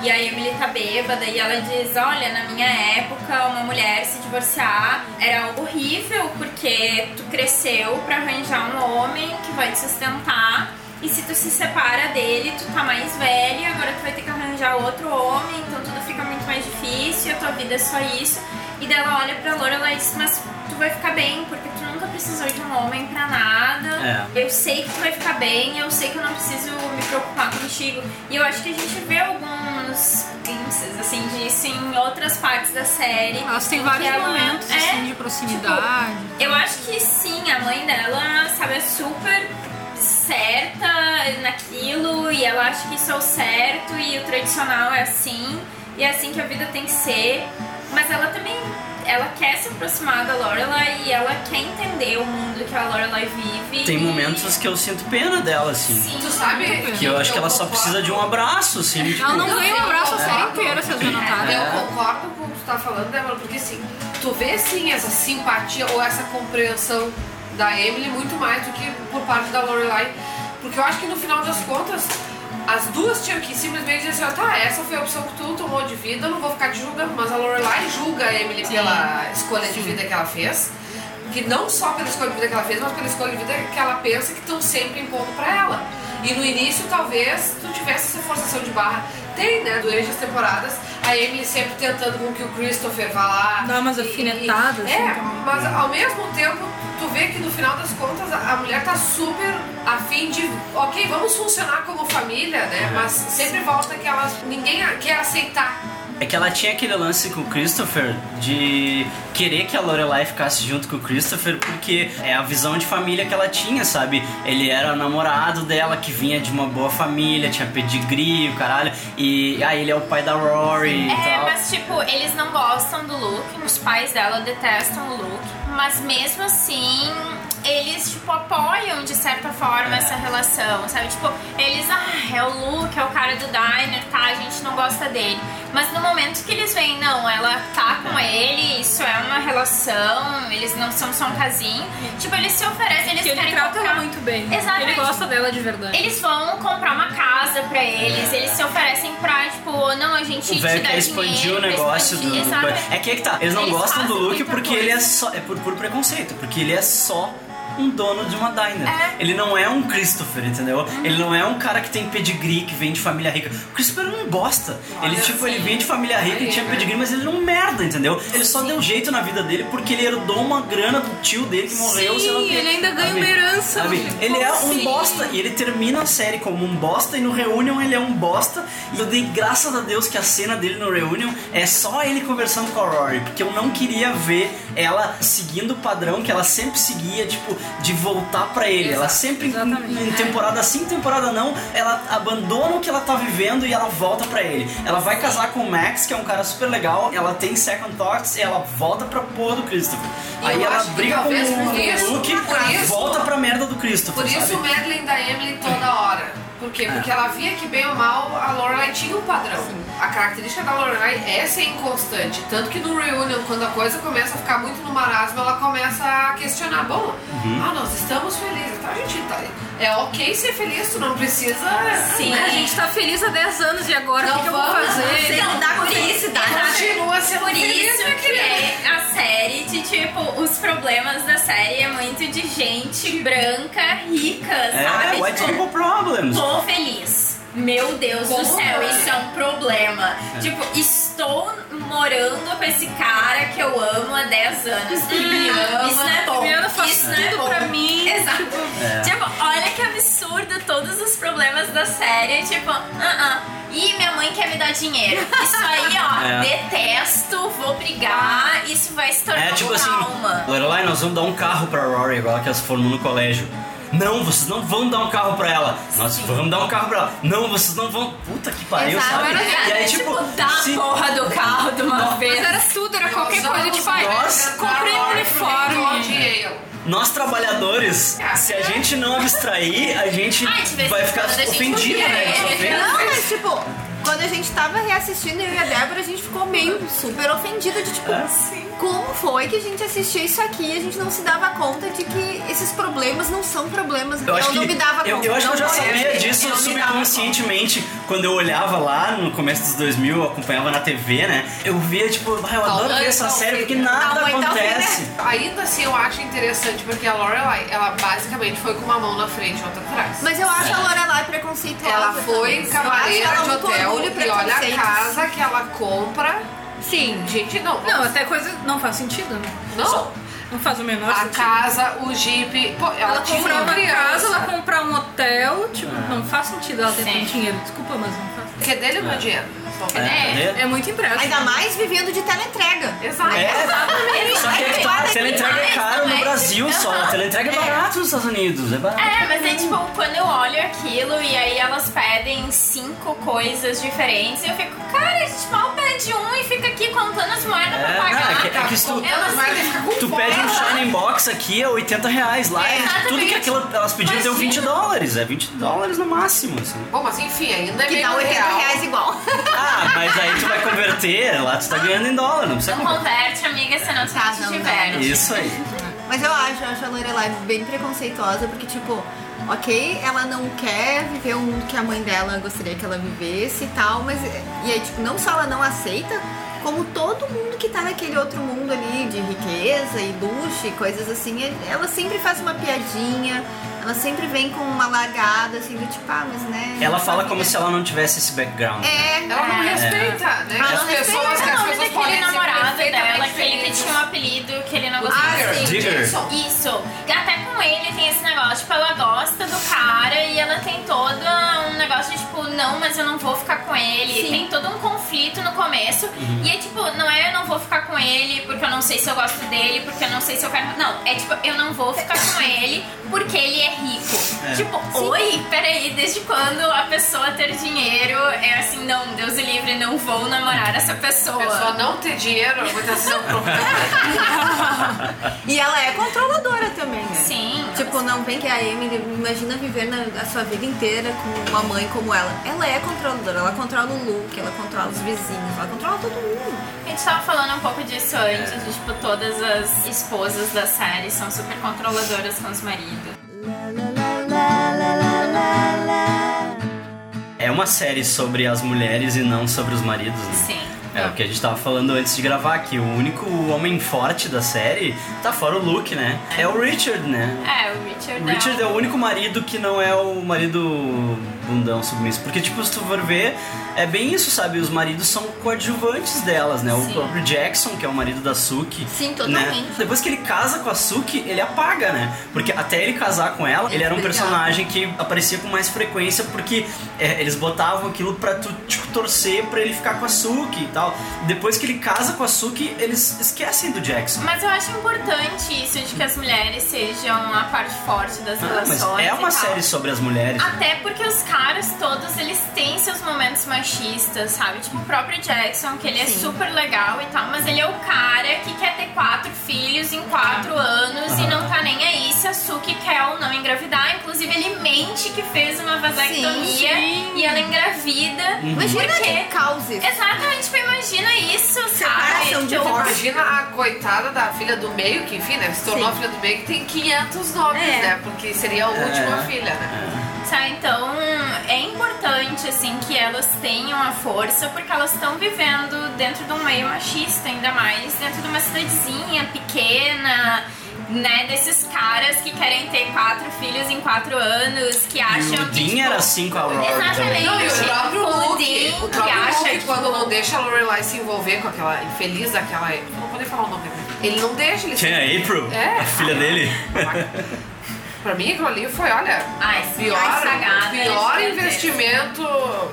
S7: E a Emily tá bêbada e ela diz: Olha, na minha época, uma mulher se divorciar era algo horrível porque tu cresceu pra arranjar um homem que vai te sustentar. E se tu se separa dele, tu tá mais velho, agora tu vai ter que arranjar outro homem, então tudo fica muito mais difícil, e a tua vida é só isso. E daí ela olha pra Lorelai e diz: Mas tu vai ficar bem, porque tu nunca precisou de um homem pra nada. Eu sei que tu vai ficar bem, eu sei que eu não preciso me preocupar contigo. E eu acho que a gente vê alguns glimpses, assim, disso em outras partes da série.
S4: Elas têm
S7: em
S4: vários
S7: que ela-
S4: momentos,
S7: É,
S4: assim, de proximidade.
S7: Tipo, eu acho que sim, a mãe dela, sabe, é super certa naquilo e ela acha que isso é o certo e o tradicional é assim e é assim que a vida tem que ser. Mas ela também, ela quer se aproximar da Lorelai e ela quer entender o mundo que a Lorelai vive.
S3: Tem momentos que eu sinto pena dela, assim.
S6: tu sabe
S3: Que eu acho que ela só precisa de um abraço, assim. tipo-
S4: um abraço a série
S6: concordo.
S4: inteira, vocês já notaram?
S6: Eu concordo com o que tu tá falando, Débora, porque assim, tu vê sim essa simpatia ou essa compreensão da Emily muito mais do que por parte da Lorelai. Porque eu acho que no final das contas, as duas tinham que simplesmente dizer assim, ó, tá, essa foi a opção que tu tomou de vida, eu não vou ficar te julgando, mas a Lorelai julga a Emily
S4: Sim.
S6: pela escolha de
S4: Sim.
S6: vida que ela fez. Que não só pela escolha de vida que ela fez, mas pela escolha de vida que ela pensa que estão sempre impondo pra ela. E no início, talvez, tu tivesse essa forçação de barra. Tem, né? Durante as temporadas, a Emily sempre tentando com que o Christopher vá lá. Dá umas
S4: alfinetadas, assim,
S6: É,
S4: também.
S6: mas ao mesmo tempo, tu vê que no final das contas, a a mulher tá super afim de. Ok, vamos funcionar como família, né? Mas sempre volta que elas. Ninguém a- quer aceitar
S3: É que ela tinha aquele lance com o Christopher de querer que a Lorelai ficasse junto com o Christopher porque é a visão de família que ela tinha, sabe? Ele era o namorado dela que vinha de uma boa família, tinha pedigree, o caralho, e aí ele é o pai da Rory e
S7: É,
S3: tal.
S7: mas tipo, eles não gostam do Luke, os pais dela detestam o Luke, mas mesmo assim, eles tipo apoiam de certa forma essa relação, sabe? Tipo, eles, ah, é o Luke, é o cara do diner, tá, a gente não gosta dele. Mas no momento que eles veem, não, ela tá com ele, isso é uma relação, eles não são só um casinho. Tipo, eles se oferecem, eles
S4: Que ele
S7: querem
S4: trata
S7: comprar-
S4: ela muito bem. né?
S7: Exatamente.
S4: Ele gosta dela de verdade.
S7: Eles vão comprar uma casa pra eles, eles se oferecem pra, tipo, ou não, a gente
S3: O
S7: te
S3: velho
S7: dá
S3: quer expandir
S7: dinheiro,
S3: o negócio do.
S7: expandir,
S3: do-
S7: exatamente.
S3: É que é que tá. Eles não
S7: Eles
S3: gostam do
S7: fazem
S3: Luke
S7: muita
S3: porque
S7: coisa.
S3: ele é só. É por, por preconceito, porque ele é só um dono de uma diner.
S7: É. Uhum.
S3: Ele não é um Christopher, entendeu? Ele não é um cara que tem pedigree, que vem de família rica. O Christopher era um bosta. ele, tipo, ele vinha de família rica, ele tinha pedigree, mas ele era um merda, entendeu? Ele só deu jeito na vida dele porque ele herdou uma grana do tio dele que morreu,
S4: Sim,
S3: sei lá o quê.
S4: ele ainda ganha
S3: Sabe?
S4: uma herança,
S3: Sabe?
S4: tipo,
S3: Ele é
S4: como
S3: um
S4: assim?
S3: bosta e ele termina a série como um bosta e no Reunion ele é um bosta. E eu dei graças a Deus que a cena dele no Reunion é só ele conversando com a Rory, porque eu não queria ver ela seguindo o padrão que ela sempre seguia, tipo, de voltar pra ele. Ela sempre, em, em temporada sim, temporada não, ela abandona o que ela tá vivendo e ela volta pra ele. Ela vai casar com o Max, que é um cara super legal, ela tem second thoughts e ela volta pra porra do Christopher.
S6: E
S3: Aí
S6: eu
S3: ela
S6: acho que
S3: briga com
S6: talvez
S3: o
S6: por isso-
S3: Luke,
S6: por isso-
S3: volta pra merda do Christopher.
S6: Por isso o
S3: sabe?
S6: meddling da Emily toda hora. Por quê? Porque ela via que bem ou mal a Lorelai tinha um padrão. A característica da Lorelai é ser inconstante. Tanto que no Reunion, quando a coisa começa a ficar muito no marasmo, ela começa a questionar. Bom,
S2: Uhum.
S6: ah, nós estamos felizes, tá, gente? Tá, é ok ser feliz, tu não precisa...
S4: Sim,
S6: né?
S4: a gente tá feliz há 10 anos e agora
S6: Então
S4: o que, que eu vou fazer?
S6: tá Continua sendo
S7: é Por
S6: feliz,
S7: isso
S6: minha
S7: que
S6: querida.
S7: a série, de, tipo, os problemas da série é muito de gente branca, rica, sabe?
S3: É, white
S7: Tipo,
S3: people problems.
S7: Tô feliz. Meu Deus do
S6: Como
S7: céu,
S6: é?
S7: isso é um problema.
S3: É.
S7: Tipo, estou morando com esse cara que eu amo há 10 anos.
S4: Que me ama,
S7: Hum, isso não é bom.
S4: me ama, faz
S7: isso não é
S4: tudo
S7: bom.
S4: pra mim.
S7: Exato.
S4: É.
S7: Tipo, olha que absurdo todos os problemas da série. Tipo, ah, uh Ih, minha mãe quer me dar dinheiro. Isso aí,
S3: É.
S7: ó, detesto, vou brigar, isso vai se tornar
S3: É tipo
S7: uma
S3: assim,
S7: alma.
S3: Lorelai, nós vamos dar um carro pra Rory agora que elas foram no colégio. Não, vocês não vão dar um carro pra ela. Nós vamos dar um carro pra ela. Não, vocês não vão. Puta que pariu,
S7: Exato,
S3: sabe?
S7: era-
S3: e aí,
S7: era
S3: tipo,
S7: tipo, dá a
S3: se-
S7: porra do carro de uma
S3: Nós-
S7: vez.
S4: Mas era tudo, era qualquer coisa. Tipo, ai, comprei um uniforme.
S3: Nós trabalhadores, se a gente não abstrair, a gente
S5: Ai, de vez em
S3: vai ficar
S5: quando a gente
S3: ofendido,
S5: podia,
S3: né?
S5: é.
S3: A gente ofende.
S5: Não, mas tipo, quando a gente tava reassistindo, eu e a Débora, a gente ficou meio super ofendida de
S3: É.
S5: tipo, como foi que a gente assistiu isso aqui e a gente não se dava conta de que esses problemas não são problemas. né? Eu,
S3: Eu acho
S5: não
S3: que
S5: me dava
S3: eu,
S5: conta.
S3: eu acho que eu já
S5: Não foi,
S3: sabia
S5: gente,
S3: disso
S5: eu não me dava
S3: subconscientemente quando eu olhava lá no começo dos 2000, eu acompanhava na TV, né? Eu via tipo, ah, eu adoro ver essa série porque nada acontece.
S6: então, Ainda assim, eu acho interessante porque a Lorelai, ela basicamente foi com uma mão na frente e outra atrás.
S5: Mas eu acho a Lorelai preconceituosa.
S6: Ela foi
S5: também. Eu
S6: camareira
S5: acho
S6: de
S5: ela muito
S6: hotel
S5: orgulho
S6: e olha a
S5: preconceitos.
S6: casa que ela compra. Sim. Gente, não.
S4: Não, até coisa não faz sentido, né?
S6: Não.
S4: Só- Não faz o menor
S6: A
S4: sentido.
S6: casa, o Jeep. Pô, ela,
S4: Ela
S6: tinha
S4: comprar uma
S6: criança.
S4: casa, ela comprar um hotel, tipo,
S6: É.
S4: não faz sentido ela ter
S6: Sim.
S4: tanto dinheiro. Desculpa, mas não faz sentido.
S6: Que é dele ou meu É. dinheiro? É,
S4: É,
S6: cadê?
S4: é muito empréstimo.
S5: Ainda mais vivendo de teleentrega.
S6: Exato.
S3: É. Só que é que tá, a teleentrega é caro no Brasil só, a teleentrega é barato nos Estados Unidos, é barato.
S7: É, mas é tipo, quando eu olho aquilo e aí elas pedem cinco coisas diferentes, eu fico, cara, a gente mal pede um e fica aqui contando as moedas pra
S3: É,
S7: pagar.
S3: não, é que- é que se tu-
S7: Elas-
S3: Tu pede um Shining Box aqui é 80 reais lá, é,
S6: Exatamente.
S3: tudo que aquilo, elas pediram deu 20 dólares, é 20 dólares no máximo, assim.
S6: Bom, mas enfim, ainda é
S5: Que
S6: meio
S5: dá 80
S6: real.
S5: reais igual.
S3: Ah, mas aí tu vai converter, lá tu tá ganhando em dólar, não precisa
S7: Não
S3: converter.
S7: converte, amiga, senão você não se diverte.
S3: Isso aí.
S5: Mas eu acho, eu acho a Lorelai bem preconceituosa, porque, tipo, ok, ela não quer viver o mundo que a mãe dela gostaria que ela vivesse e tal, mas. E aí, tipo, não só ela não aceita, como todo mundo que tá naquele outro mundo ali de riqueza e luxo e coisas assim, ela sempre faz uma piadinha, ela sempre vem com uma largada, assim, do tipo, ah, mas né.
S3: Ela fala como se ela não tivesse esse background.
S5: É,
S6: Ela não
S3: É.
S6: respeita, né?
S3: Ela
S6: as
S3: não
S6: pessoas
S7: respeita.
S6: que as
S7: Não, mas
S6: pessoas
S7: aquele
S6: podem ser
S7: namorado dela,
S6: perfeitamente
S7: aquele que
S6: felizes.
S7: tinha um apelido que ele não gostava.
S6: Digger.
S7: Assim.
S6: Digger.
S7: Isso. E até com ele tem esse negócio, tipo, ela gosta do cara e ela tem todo um negócio de tipo, não, mas eu não vou ficar com ele.
S5: Sim.
S7: Tem todo um conflito no começo.
S5: Uhum.
S7: E é tipo, não é eu não vou ficar com ele porque eu não sei se eu gosto dele, porque eu não sei se eu quero. Não, é tipo, eu não vou ficar com ele porque ele é rico.
S5: É.
S7: Tipo,
S5: Sim.
S7: oi, peraí, desde quando a pessoa ter dinheiro é assim, não, Deus o livre, não vou namorar essa pessoa.
S6: Pessoa não ter dinheiro é muita decisão
S5: E ela é controladora também, né?
S7: Sim.
S5: Tipo, não vem que a Emily imagina viver na, a sua vida inteira com uma mãe como ela. Ela é controladora, ela controla o look, ela controla os vizinhos, ela controla todo mundo.
S7: A gente tava falando um pouco disso antes, de, tipo, todas as esposas da série são super controladoras com os maridos.
S3: É uma série sobre as mulheres e não sobre os maridos, né?
S7: Sim.
S3: É o que a gente tava falando antes de gravar, que o único homem forte da série tá fora o Luke, né? É o Richard, né?
S7: É, o Richard,
S3: O Richard é o único marido que não é o marido bundão submisso. Porque, tipo, se tu for ver, é bem isso, sabe? Os maridos são coadjuvantes delas, né? O próprio Jackson, que é o marido da Suki.
S5: Sim,
S3: Né? Depois que ele casa com a Suki, ele apaga, né? Porque até ele casar com ela, ele era um
S5: Obrigada.
S3: personagem que aparecia com mais frequência, porque é, eles botavam aquilo pra tu, tipo, torcer pra ele ficar com a Suki e tal. Depois que ele casa com a Suki, eles esquecem do Jackson.
S7: Mas eu acho importante isso de que as mulheres sejam a parte forte das
S3: Ah,
S7: relações.
S3: mas é
S7: e tal. Ah,
S3: uma série sobre as mulheres. né?
S7: Até porque os caras todos, eles têm seus momentos machistas, sabe? Tipo o próprio Jackson, que ele é super legal e tal, mas ele é o cara que quer ter quatro filhos em quatro anos e não tá nem aí se a Suki quer ou não engravidar. Inclusive, ele mente que fez uma vasectomia
S5: Sim, sim.
S7: e ela engravida.
S6: Uhum. Imagina
S7: porque...
S6: que causa isso.
S7: Exatamente, tipo, imagina isso,
S5: é um
S7: sabe?
S6: Separação de
S7: Tipo,
S6: Imagina a coitada da filha do meio, que enfim, né? Se tornou
S7: Sim.
S6: a filha do meio, que tem 500 nomes,
S7: É.
S6: né? Porque seria a
S7: É.
S6: última
S3: Uh-huh.
S6: filha, né?
S7: Sabe, então é importante assim que elas tenham a força porque elas estão vivendo dentro de um meio machista, ainda mais dentro de uma cidadezinha pequena, né, desses caras que querem ter quatro filhos em quatro anos, que acham
S3: E o
S7: que
S3: Dean
S7: tipo,
S3: era assim com a Rory também.
S7: Exatamente.
S6: Não, e o próprio
S7: Com o
S6: Luke,
S7: Dean
S6: o
S7: que
S6: próprio
S7: acha
S6: Luke,
S7: que-
S6: quando não deixa a Lorelai se envolver com aquela infeliz daquela... eu Não vou nem falar o nome, né? Ele não deixa, ele...
S3: Quem é April?
S6: É.
S3: A filha dele?
S6: Pra mim, aquilo ali foi, olha...
S7: Ai,
S6: pior,
S7: ai, sagada,
S6: pior
S7: gigantesco.
S6: investimento...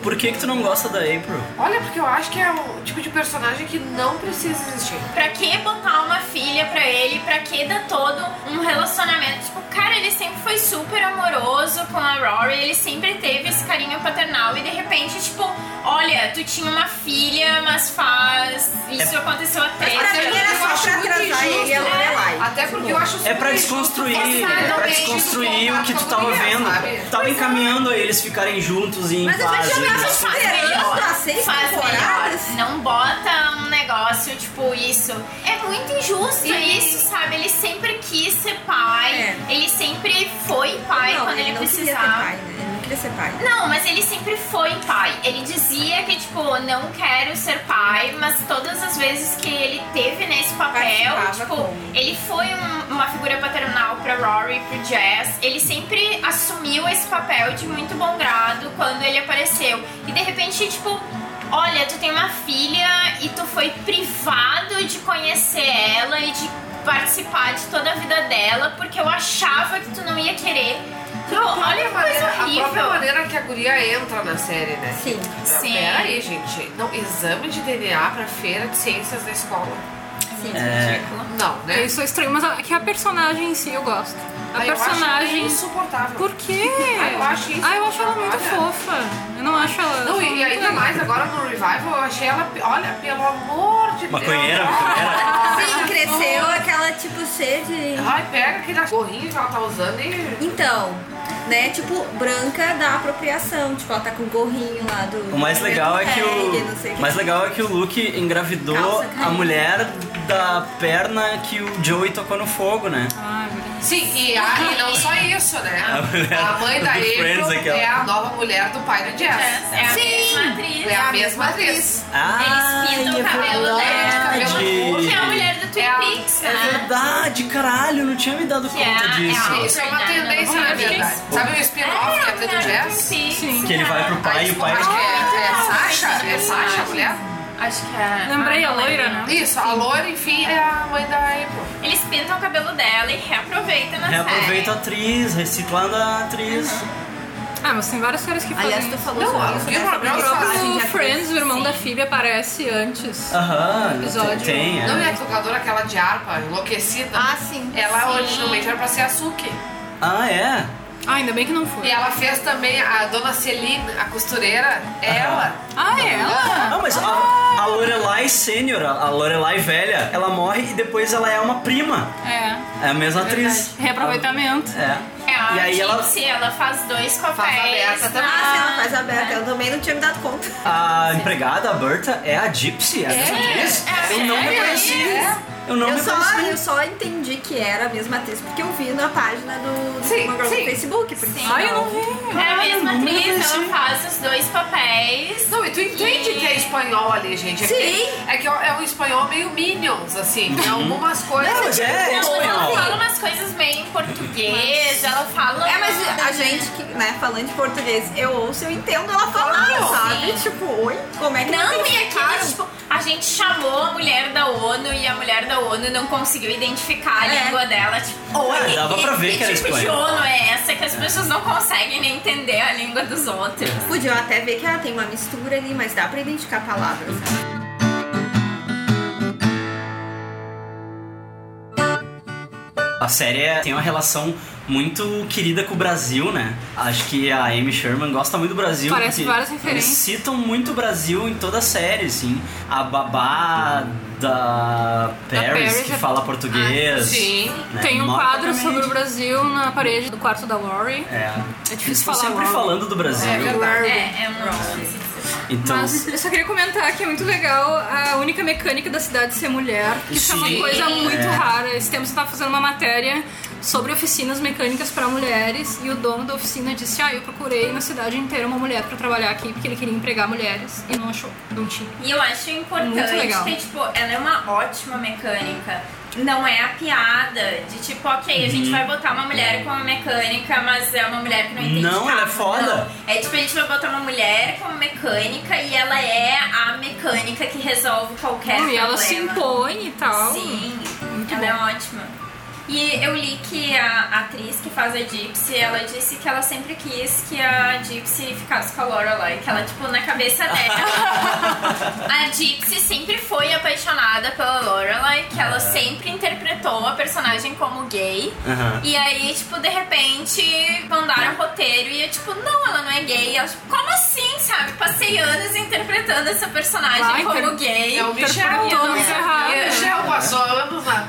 S3: Por que que tu não gosta da April?
S6: Olha, porque eu acho que é o tipo de personagem que não precisa existir.
S7: Pra que botar uma filha pra ele? Pra que dar todo um relacionamento? Tipo, cara, ele sempre foi super amoroso com a Rory, ele sempre teve esse carinho paternal e de repente, tipo, olha, tu tinha uma filha, mas faz. Isso aconteceu há
S6: É Mas
S7: três
S6: pra mim era
S7: anos.
S6: só
S7: Eu acho
S6: pra
S7: muito
S6: atrasar ele
S7: injusto,
S6: e a
S7: né?
S6: Lorelai. É, Até porque eu acho
S3: É pra desconstruir, é pra desconstruir o que tu tava vendo. Tu
S6: é.
S3: tava encaminhando a eles ficarem juntos e em
S7: Mas eu
S3: paz.
S7: acho que
S3: e-
S7: faz melhor. Faz melhor. Não bota um negócio tipo isso. É muito injusto
S5: E- É.
S7: isso, sabe? Ele sempre quis ser pai. Ele sempre foi pai
S5: Não,
S7: quando ele,
S5: ele não queria
S7: precisava.
S5: ser pai, né? Ele não queria ser pai.
S7: Não, mas ele sempre foi pai. Ele dizia que, tipo, não quero ser pai, mas todas as vezes que ele teve nesse papel,
S5: Participava
S7: tipo, ele foi um- uma figura paternal pra Rory, pro Jazz. Ele sempre assumiu esse papel de muito bom grado quando ele apareceu. E de repente, tipo. Olha, tu tem uma filha e tu foi privado de conhecer ela e de participar de toda a vida dela porque eu achava que tu não ia querer. Tipo, olha que coisa
S6: A
S7: horrível.
S6: própria maneira que a guria entra na série, né? Sim.
S7: Sim.
S6: Peraí, gente. Não, exame de DNA pra feira de ciências da escola.
S5: Sim,
S3: É.
S6: Não, né?
S4: Eu sou é estranho, mas a- que a personagem em si eu gosto. A
S6: Ah, eu acho
S4: personagem.
S6: ela insuportável.
S4: Por quê?
S6: Ah, eu acho isso.
S4: Ah, eu acho ela muito
S6: Olha.
S4: fofa. Eu não acho ela.
S6: Não, e, e ainda mais agora no revival, eu achei ela. Olha, pelo amor de
S3: Maconheira,
S6: Deus.
S5: Sim, cresceu aquela tipo cheia de.
S6: Ai, pega aquele gorrinho que ela tá usando e.
S5: Então, né? Tipo, branca da apropriação. Tipo, ela tá com o gorrinho lá do.
S3: O mais legal é que
S5: Red, não sei
S3: o,
S5: o quê.
S3: mais legal é que o Luke engravidou
S5: Calça caída.
S3: a mulher da perna que o Joey tocou no fogo, né?
S6: Sim, e, a, e não só isso, né?
S3: A mulher
S6: A mãe da
S3: do Friends,
S6: April
S3: aquela.
S6: é a nova mulher do pai do Jess.
S7: Jess, é a mesma atriz.
S6: É a mesma atriz.
S3: Ah,
S7: Eles pintam
S3: é
S7: o cabelo né?
S3: verdade.
S7: dela. Que é a mulher do Twin Peaks,
S3: É
S7: né?
S3: verdade, caralho, eu não tinha me dado conta disso.
S6: Isso é
S7: né?
S6: uma tendência, na verdade. Sabe o spin-off que é a vida do Jess?
S7: Sim.
S3: Que ele vai pro pai e o pai.
S7: é.
S6: Acho que é, é Sasha? É Sasha a mulher?
S7: Acho que é.
S4: Lembrei,
S7: Ah,
S4: a
S7: não
S4: loira,
S7: lembrei.
S4: né? Isso, a loira,
S7: enfim, é a mãe da April. Eles pintam o cabelo dela e reaproveitam na série.
S3: Reaproveita a atriz, reciclando a atriz.
S7: Uhum.
S4: Ah, mas tem vários caras que fazem
S5: Aliás, tu falou
S4: isso.
S5: sobre
S4: Não,
S5: isso,
S4: o
S5: né? Sobre
S4: próprio
S5: personagem de atriz.
S4: Friends, o irmão da Phoebe, aparece antes.
S3: Aham,
S4: no episódio.
S3: tem, é.
S6: Não é a tocadora aquela de harpa, enlouquecida? Ah, sim. Ela
S4: Sim.
S6: originalmente era pra ser a Suki.
S3: Ah, é?
S4: Ah, ainda bem que não foi.
S6: E ela fez também a dona Celine, a costureira, ela.
S4: Ah, é ela?
S3: Não, mas a, a Lorelai sênior, a a Lorelai velha, ela morre e depois ela é uma prima.
S4: É.
S3: É a mesma atriz.
S4: Reaproveitamento.
S3: É.
S7: É, a
S3: E aí ela-
S7: Gypsy, ela... faz dois é. papéis.
S5: aberta também. Ah, sim, ela faz aberta. Eu também não tinha me dado conta.
S3: A empregada, a Berta, é a Gypsy, é a mesma
S5: É,
S3: atriz.
S5: é,
S3: Eu não
S5: é,
S7: né?
S3: reconheci.
S5: é.
S3: Eu não
S5: eu só,
S3: reconheci.
S5: eu só entendi que era a mesma atriz, porque eu vi na página do, do
S7: Sim,
S5: Uma Girl
S7: sim.
S5: no Facebook. Porque
S7: Sim. Ai, eu não vi. É a mesma atriz, ela faz os dois papéis.
S6: Não, e tu entende que é espanhol ali, gente. É
S7: Sim.
S6: Que, é que é um espanhol meio Minions, assim. Tem
S4: Uhum.
S6: algumas coisas.
S7: Não,
S3: é
S6: mas
S4: é
S7: ela fala umas coisas meio em português, ela fala.
S5: É, mas a gente que, né, falando de português, eu ouço, eu entendo ela falar,
S7: Claro,
S5: sabe?
S7: sim.
S5: Tipo, oi, como é que
S7: Não,
S5: vocês
S7: e
S5: ficaram?
S7: aquilo, tipo, a gente chamou a mulher da ONU e a mulher da ONU não conseguiu identificar a
S5: É.
S7: língua dela. Tipo,
S3: Ah,
S7: oi,
S3: dava pra ver que era
S7: tipo de
S3: espanhol.
S7: ONU é essa que as pessoas não conseguem nem entender a língua dos outros?
S5: Podia até ver que ela tem uma mistura ali, mas dá pra identificar palavras. né?
S3: A série é- tem uma relação muito querida com o Brasil, né? Acho que a Amy Sherman gosta muito do Brasil.
S4: Parece
S3: porque
S4: várias referências.
S3: Eles citam muito o Brasil em toda a série, assim. A babá da Paris, que
S4: é-
S3: fala português.
S4: Sim.
S3: né?
S4: Tem um
S3: Nota
S4: quadro
S3: também.
S4: sobre o Brasil na parede do quarto da Lori.
S3: É.
S4: É
S3: Eles
S4: difícil
S3: estão
S4: falar
S3: sempre
S4: Lori.
S3: falando do Brasil.
S4: É verdade.
S7: É, é um
S3: Então,
S4: Mas eu só queria comentar que é muito legal a única mecânica da cidade ser mulher, que isso é uma
S3: Sim.
S4: coisa muito
S3: É.
S4: rara. Esse tempo você estava fazendo uma matéria sobre oficinas mecânicas para mulheres e o dono da oficina disse: Ah, eu procurei na cidade inteira uma mulher para trabalhar aqui porque ele queria empregar mulheres e não achou, não tinha.
S7: E eu acho importante
S4: É Muito legal.
S7: que, tipo, ela é uma ótima mecânica. Não é a piada de tipo, ok, a gente
S3: Uhum.
S7: vai botar uma mulher como mecânica, mas é uma mulher que não entende
S3: Não, ela é
S7: carro,
S3: foda.
S7: não. É tipo, a gente vai botar uma mulher como mecânica e ela é a mecânica que resolve qualquer
S4: Não,
S7: problema.
S4: e ela se impõe e tal.
S7: Sim, ela é ótima. E eu li que a atriz que faz a Gypsy, ela disse que ela sempre quis que a Gypsy ficasse com a Lorelai, que ela, tipo, na cabeça dela. a Gypsy sempre foi apaixonada pela Lorelai, que ela sempre interpretou a personagem como gay.
S3: Aham.
S7: E aí, tipo, de repente, mandaram um roteiro e eu, tipo, não, ela não é gay. E ela, tipo, como assim, sabe? Passei anos interpretando essa personagem
S4: Vai,
S7: como
S4: inter-
S7: gay. Então,
S4: É
S5: um
S4: o Michel,
S7: Interpretou
S5: né?
S4: muito errado.
S6: Michel passou anos lá.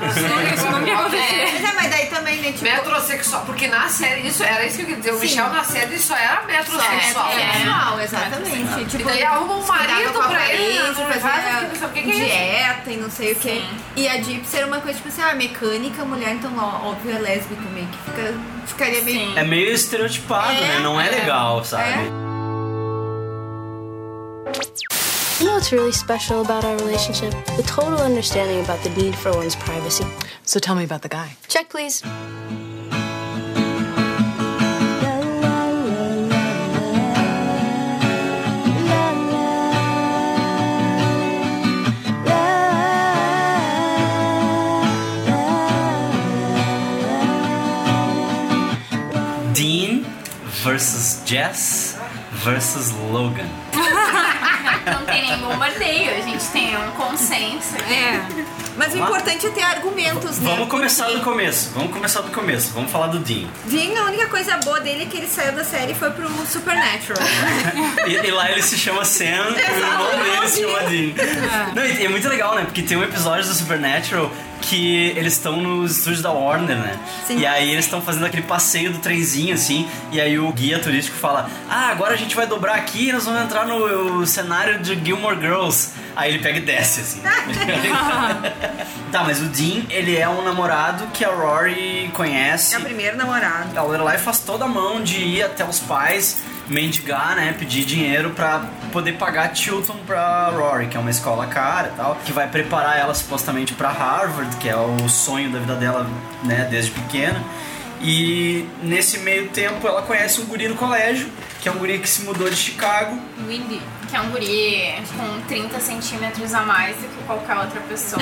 S4: Isso não me aconteceu.
S6: É,
S5: mas daí também, né? Tipo...
S6: Metrosexual. Porque na série, isso era isso que eu queria dizer. O
S5: Sim.
S6: Michel na série ele só era metrosexual.
S5: Só é sexual, exatamente.
S6: E
S5: Tipo,
S6: daí arruma um
S5: se cuidava
S6: marido
S5: com a
S6: pra ele, né?
S5: aparência,
S6: não faz aquilo, não sei o que que é isso.
S5: dieta e não sei o que. E a Gypsy era uma coisa tipo assim, ah, mecânica, mulher, então ó, óbvio é lésbica meio que fica, ficaria meio...
S3: é meio estereotipado, né? Não é legal, sabe?
S15: You know what's really special about our relationship? The total understanding about the need for one's privacy.
S16: So tell me about the guy.
S15: Check, please.
S3: Dean versus Jess versus Logan.
S7: Não tem nem bombardeio, a gente tem um consenso. né?
S4: É.
S5: Mas o
S3: Mas-
S5: importante é ter argumentos, né?
S3: Vamos começar do começo. Vamos começar do começo. Vamos falar do Dean.
S5: Vim, a única coisa boa dele é que ele saiu da série e foi pro Supernatural.
S3: E, e lá ele se chama Sam e o irmão dele se chama Dean. Não, e, e é muito legal, né? Porque tem um episódio do Supernatural que eles estão nos estúdios da Warner, né?
S17: Sim.
S3: E aí eles estão fazendo aquele passeio do trenzinho, assim, e aí o guia turístico fala: Ah, agora a gente vai dobrar aqui e nós vamos entrar no cenário de Gilmore Girls. Aí ele pega e desce, assim.
S5: É
S3: tá, mas o Dean, ele é um namorado que a Rory conhece. É o
S5: primeiro namorado.
S3: A Lorelai faz toda a mão de ir até os pais, mendigar, né? Pedir dinheiro pra poder pagar Tilton pra Rory, que é uma escola cara e tal, que vai preparar ela supostamente pra Harvard, que é o sonho da vida dela, né, desde pequena. E nesse meio tempo ela conhece um guri no colégio, que é um guri que se mudou de Chicago
S4: Windy.
S7: que é um guri com 30 centímetros a mais do que qualquer outra pessoa.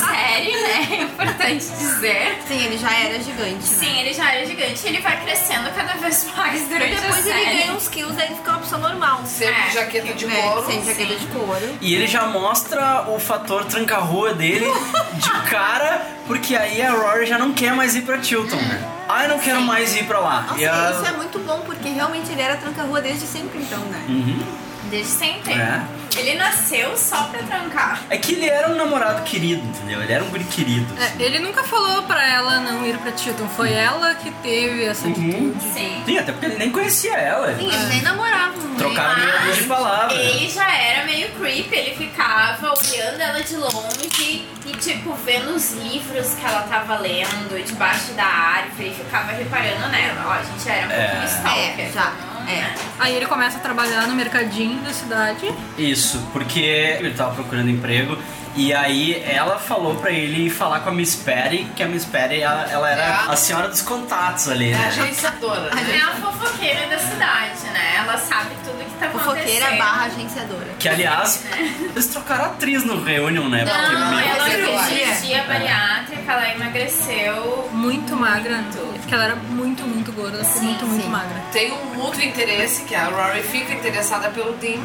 S7: Sério, né? É importante dizer.
S5: Sim, ele já era gigante. né?
S7: Sim, ele já era gigante. Ele vai crescendo cada vez mais durante a
S5: Depois ele
S7: série.
S5: ganha uns quilos, daí fica uma pessoa normal.
S6: Sempre
S7: É.
S6: jaqueta de
S5: Né?
S6: couro.
S5: Sem jaqueta de couro.
S3: E ele já mostra o fator tranca-rua dele de cara, porque aí a Rory já não quer mais ir pra Tilton, né? Ah, eu não quero mais ir pra lá.
S5: Nossa,
S3: e a...
S5: isso é muito bom, porque realmente ele era tranca-rua desde sempre, então, né?
S3: Uhum.
S7: Desde sempre.
S3: É.
S7: Ele nasceu só pra trancar.
S3: É que ele era um namorado querido, entendeu? Ele era um guri querido.
S4: É, ele nunca falou pra ela não ir pra Tilton, foi ela que teve essa
S3: Uhum.
S4: atitude.
S7: Sim.
S3: Sim, até porque ele nem conhecia ela.
S5: Sim, eles nem namoravam.
S3: Trocaram meia dúzia de palavras.
S7: né? Ele já era meio creepy, ele ficava olhando ela de longe e, tipo, vendo os livros que ela tava lendo debaixo da árvore e ficava reparando nela. Ó, a gente já era um
S3: É.
S7: pouquinho stalker.
S5: É, já. É.
S4: Aí ele começa a trabalhar no mercadinho da cidade.
S3: Isso, porque ele tava procurando emprego e aí ela falou pra ele falar com a Miss Patty, que a Miss Patty ela, ela era a senhora dos contatos ali,
S7: É
S3: né?
S7: a agenciadora.
S5: né?
S7: É a fofoqueira da cidade, né? Ela sabe tudo que tá acontecendo.
S5: Fofoqueira barra agenciadora.
S3: Que aliás, eles trocaram a atriz no Reunion, né? Porque,
S7: Não,
S3: meu
S7: ela
S3: Deus.
S7: cirurgia
S3: É.
S7: bariátrica, ela emagreceu
S4: Muito magra. Porque ela era muito, muito gorda. muito, muito magra.
S6: Tem um mútuo interesse, que a Rory fica interessada pelo Dean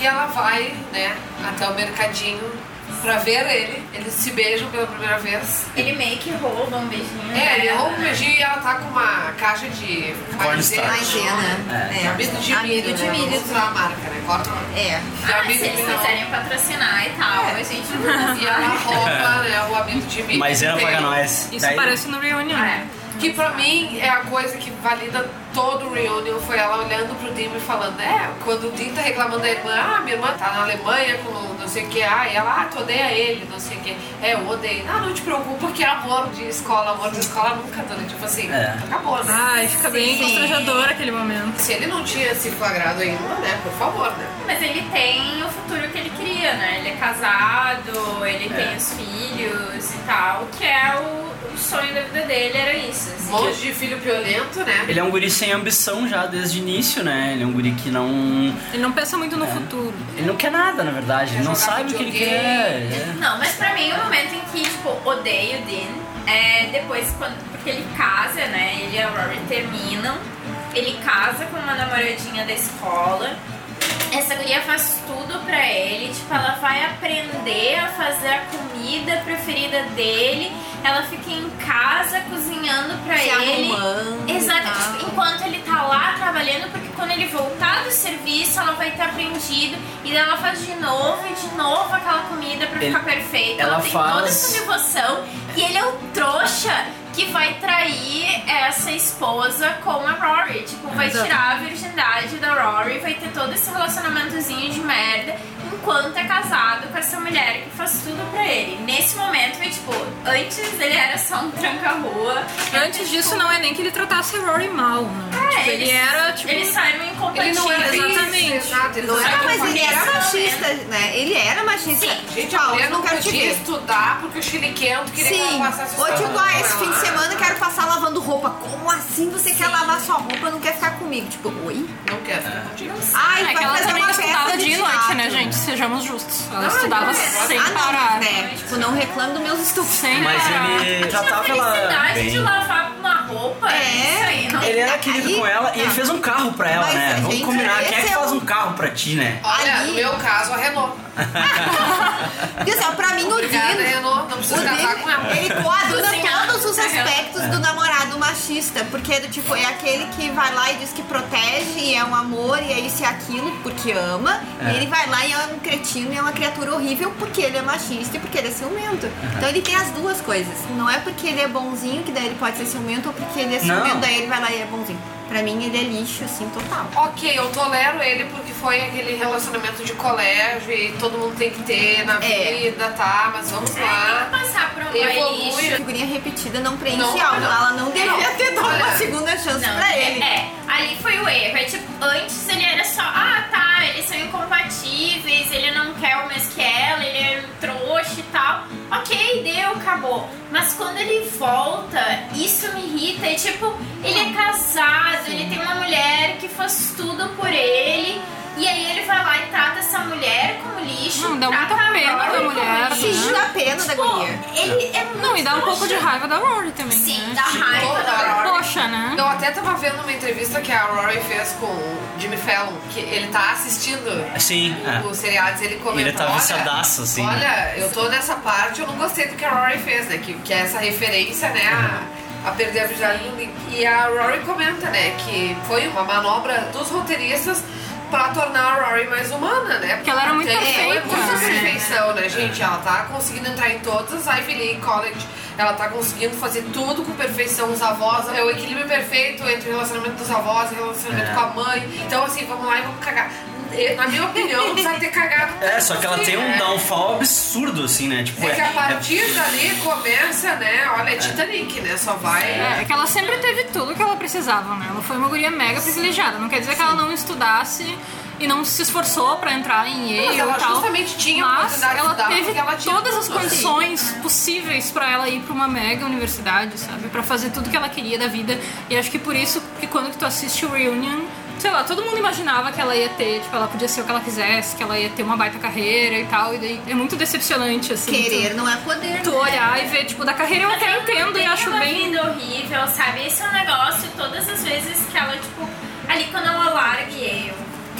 S6: e ela vai, né, até o mercadinho pra ver ele. Eles se beijam pela primeira vez.
S7: Ele meio que rouba um beijinho.
S6: É, ele
S7: dela.
S6: rouba um beijinho e ela tá com uma caixa de maisena.
S3: Cornstarch. Maisena. É.
S6: Amido de
S5: Amido
S6: milho,
S5: de
S6: né?
S5: milho.
S6: Vamos usar a marca, né? Corta.
S5: É.
S6: De
S7: Ah, se
S6: amido
S7: eles
S6: de milho.
S7: quiserem patrocinar e tal, a gente
S6: E ela rouba, né, o amido de milho.
S3: Mas era
S6: Tem.
S3: paga nós.
S4: Isso parece no Reunion.
S6: Que pra mim é a coisa que valida todo o reunion, foi ela olhando pro Dean e falando, é, quando o Dean tá reclamando da irmã, ah, minha irmã tá na Alemanha com não sei o que, ah, e ela, ah, tu odeia ele, não sei o que, é, eu odeio. Não, não te preocupa que é amor de escola, amor de escola nunca, dona, tipo assim,
S4: É.
S6: acabou, né?
S4: Ai, fica bem constrangedor aquele momento.
S6: Se ele não tinha se flagrado ainda, né, por favor, né?
S7: Mas ele tem o futuro que ele queria, né? Ele é casado, ele tem os filhos e tal, que é o, o sonho da vida dele, era isso. Assim.
S6: Monte de filho piolento, né?
S3: Ele é um guri sem ambição já desde o início, né? Ele é um guri que não.
S4: Ele não pensa muito no futuro.
S3: Ele não quer nada, na verdade. Ele não sabe o que ele quer. é.
S7: Não, mas pra mim o momento em que, tipo, odeio o Dean é depois quando. Porque ele casa, né? Ele e a Rory terminam. Ele casa com uma namoradinha da escola. Essa guria faz tudo pra ele, tipo, ela vai aprender a fazer a comida preferida dele, ela fica em casa cozinhando pra
S5: Se
S7: ele.
S5: arrumando e
S7: Exato,
S5: tal.
S7: tipo, enquanto ele tá lá trabalhando, porque quando ele voltar do serviço, ela vai estar tá aprendido, e daí ela faz de novo e de novo aquela comida pra
S3: Ele-
S7: ficar perfeita.
S3: ela
S7: tem
S3: faz-
S7: toda essa devoção, e ele é o trouxa que vai trair essa esposa com a Rory, tipo, vai
S4: Exato.
S7: tirar a virgindade da Rory vai ter todo esse relacionamentozinho de merda enquanto é casado com essa mulher que faz tudo pra ele. Nesse momento, foi tipo, antes ele era só um tranca-rua. tipo,
S4: Antes disso, não é nem que ele tratasse a Rory mal, né?
S7: É,
S4: Tipo, ele,
S7: eles-
S4: era, tipo...
S7: eles saíram
S4: Ele não era exatamente.
S5: Não era, mas ele era machista, né? Ele era machista.
S6: Gente, a
S5: Paulo,
S6: mulher
S5: eu não
S6: não
S5: quero te
S6: podia
S5: ver.
S6: estudar porque o chiliquento queria que
S5: Sim.
S6: ela passasse
S5: Ô, tio
S6: estudando
S5: Dói,
S6: com
S5: esse
S6: ela.
S5: fim de semana eu quero passar lavando roupa. Como assim você quer lavar sua roupa não quer ficar comigo? Tipo, oi?
S6: Não quero ficar contigo.
S5: Ai,
S4: é
S5: vai
S4: que ela
S5: fazer
S4: também
S5: uma
S4: estudava
S5: festa
S4: de
S5: de
S4: noite,
S5: teatro.
S4: né, gente? Sejamos justos. Ela
S5: Ah,
S4: estudava
S5: não,
S4: sem
S5: ah, não,
S4: parar.
S5: né? Tipo, não reclamo dos meus estudos.
S4: Sem
S3: Mas
S4: parar.
S3: ele tratava ela.
S7: é felicidade de
S3: bem.
S7: lavar uma roupa.
S5: É.
S7: isso aí, não-
S3: Ele era querido com ela e ele fez um carro pra ela,
S6: Mas,
S3: né? Vamos
S6: gente,
S3: combinar. Quem é que
S6: esse é
S3: faz
S6: o-
S3: um carro pra ti, né?
S6: Olha, no meu caso, a Renault.
S5: Porque assim, ó, pra mim, o
S6: Obrigada,
S5: Dino-
S6: Renault. Não precisa
S5: o
S6: casar
S5: Dino,
S6: com ela.
S5: Ele coaduna
S6: Cozinhar.
S5: todos os
S6: É.
S5: aspectos do namorado machista. Porque é do tipo, é aquele que vai lá e diz que protege e é um amor e é isso e aquilo porque ama.
S3: É.
S5: E ele vai lá e é um cretino e é uma criatura horrível porque ele é machista e porque ele é ciumento. Então ele tem as duas coisas. Não é porque ele é bonzinho que daí ele pode ser ciumento ou porque ele é
S3: Não.
S5: ciumento, daí ele vai lá e é bonzinho. Pra mim, ele é lixo, assim, total.
S6: Ok, eu tolero ele porque foi aquele relacionamento de colégio e todo mundo tem que ter na
S5: É.
S6: vida, tá? Mas vamos
S7: É, tem que
S6: lá.
S7: passar por um
S6: Evolui.
S7: lixo.
S5: Figurinha repetida não preenche
S6: é Não,
S5: algo.
S6: não.
S5: Ela não devia ter dado uma
S6: Olha.
S5: segunda chance
S7: Não,
S5: pra
S7: é-
S5: ele.
S7: É, ali foi o erro. É tipo, antes ele era só, ah tá, eles são incompatíveis, ele não quer o mesmo que ela, ele é um trouxa e tal. Ok, deu, acabou. Mas quando ele volta, isso me irrita. É tipo, ele é casado, ele tem uma mulher que faz tudo por ele. E aí ele vai lá e trata essa mulher como lixo.
S4: Não, dá
S7: trata
S4: muita
S7: a
S4: pena
S7: Rory
S4: da
S7: como
S4: mulher,
S7: lixo.
S4: né? Se dá pena da
S7: Tipo,
S4: guria.
S7: Ele é muito
S4: Não, e dá um pouco de
S7: trouxa.
S4: raiva da Rory também.
S7: Sim,
S4: né?
S7: dá raiva da Rory.
S4: Poxa, né?
S6: Eu até tava vendo uma entrevista que a Rory fez com o Jimmy Fallon, que ele tá assistindo
S3: Sim, é.
S6: os seriados, ele comentou,
S3: Ele tá
S6: "Olha,
S3: viciadaço, assim,
S6: Olha,
S3: né?"
S6: eu tô nessa parte, eu não gostei do que a Rory fez, né? Que, que é essa referência, né? A, a perder a virgindade do Link. E a Rory comenta, né? Que foi uma manobra dos roteiristas pra tornar a Rory mais humana, né?
S4: Porque ela era muito
S6: Tem- É
S4: perfeita,
S6: muita
S4: né?
S6: perfeição, né, gente? Ela tá conseguindo entrar em todas as Ivy League College. Ela tá conseguindo fazer tudo com perfeição. Os avós, é o equilíbrio perfeito entre o relacionamento dos avós e o relacionamento
S3: É.
S6: com a mãe. Então, assim, vamos lá e vamos cagar. E, Na minha opinião, não precisa ter cagado.
S3: É, só que ela tem um
S6: né?
S3: downfall absurdo, assim, né? Tipo,
S6: É que a
S3: é-
S6: partir dali começa, né? Olha, é Titanic, né? Só vai.
S4: É, é que ela sempre teve tudo que ela precisava, né? Ela foi uma guria mega privilegiada. Não quer dizer que ela não estudasse e não se esforçou pra entrar em Yale
S6: Mas ela
S4: e tal.
S6: justamente tinha a
S4: mas
S6: oportunidade de
S4: ela
S6: estudar,
S4: teve
S6: porque ela tinha
S4: todas as
S6: tudo, assim.
S4: condições possíveis pra ela ir pra uma mega universidade, sabe? Pra fazer tudo que ela queria da vida. E acho que por isso que quando tu assiste o Reunion, sei lá, todo mundo imaginava que ela ia ter, tipo, ela podia ser o que ela quisesse, que ela ia ter uma baita carreira e tal. E daí é muito decepcionante, assim.
S5: Querer
S4: tu-
S5: não é poder.
S4: Tu
S5: né?
S4: olhar e ver, tipo, da carreira eu até entendo e
S7: Tem
S4: acho
S7: uma
S4: bem
S7: vida horrível, sabe? Esse é um negócio, todas as vezes que ela, tipo, ali quando ela larga eu.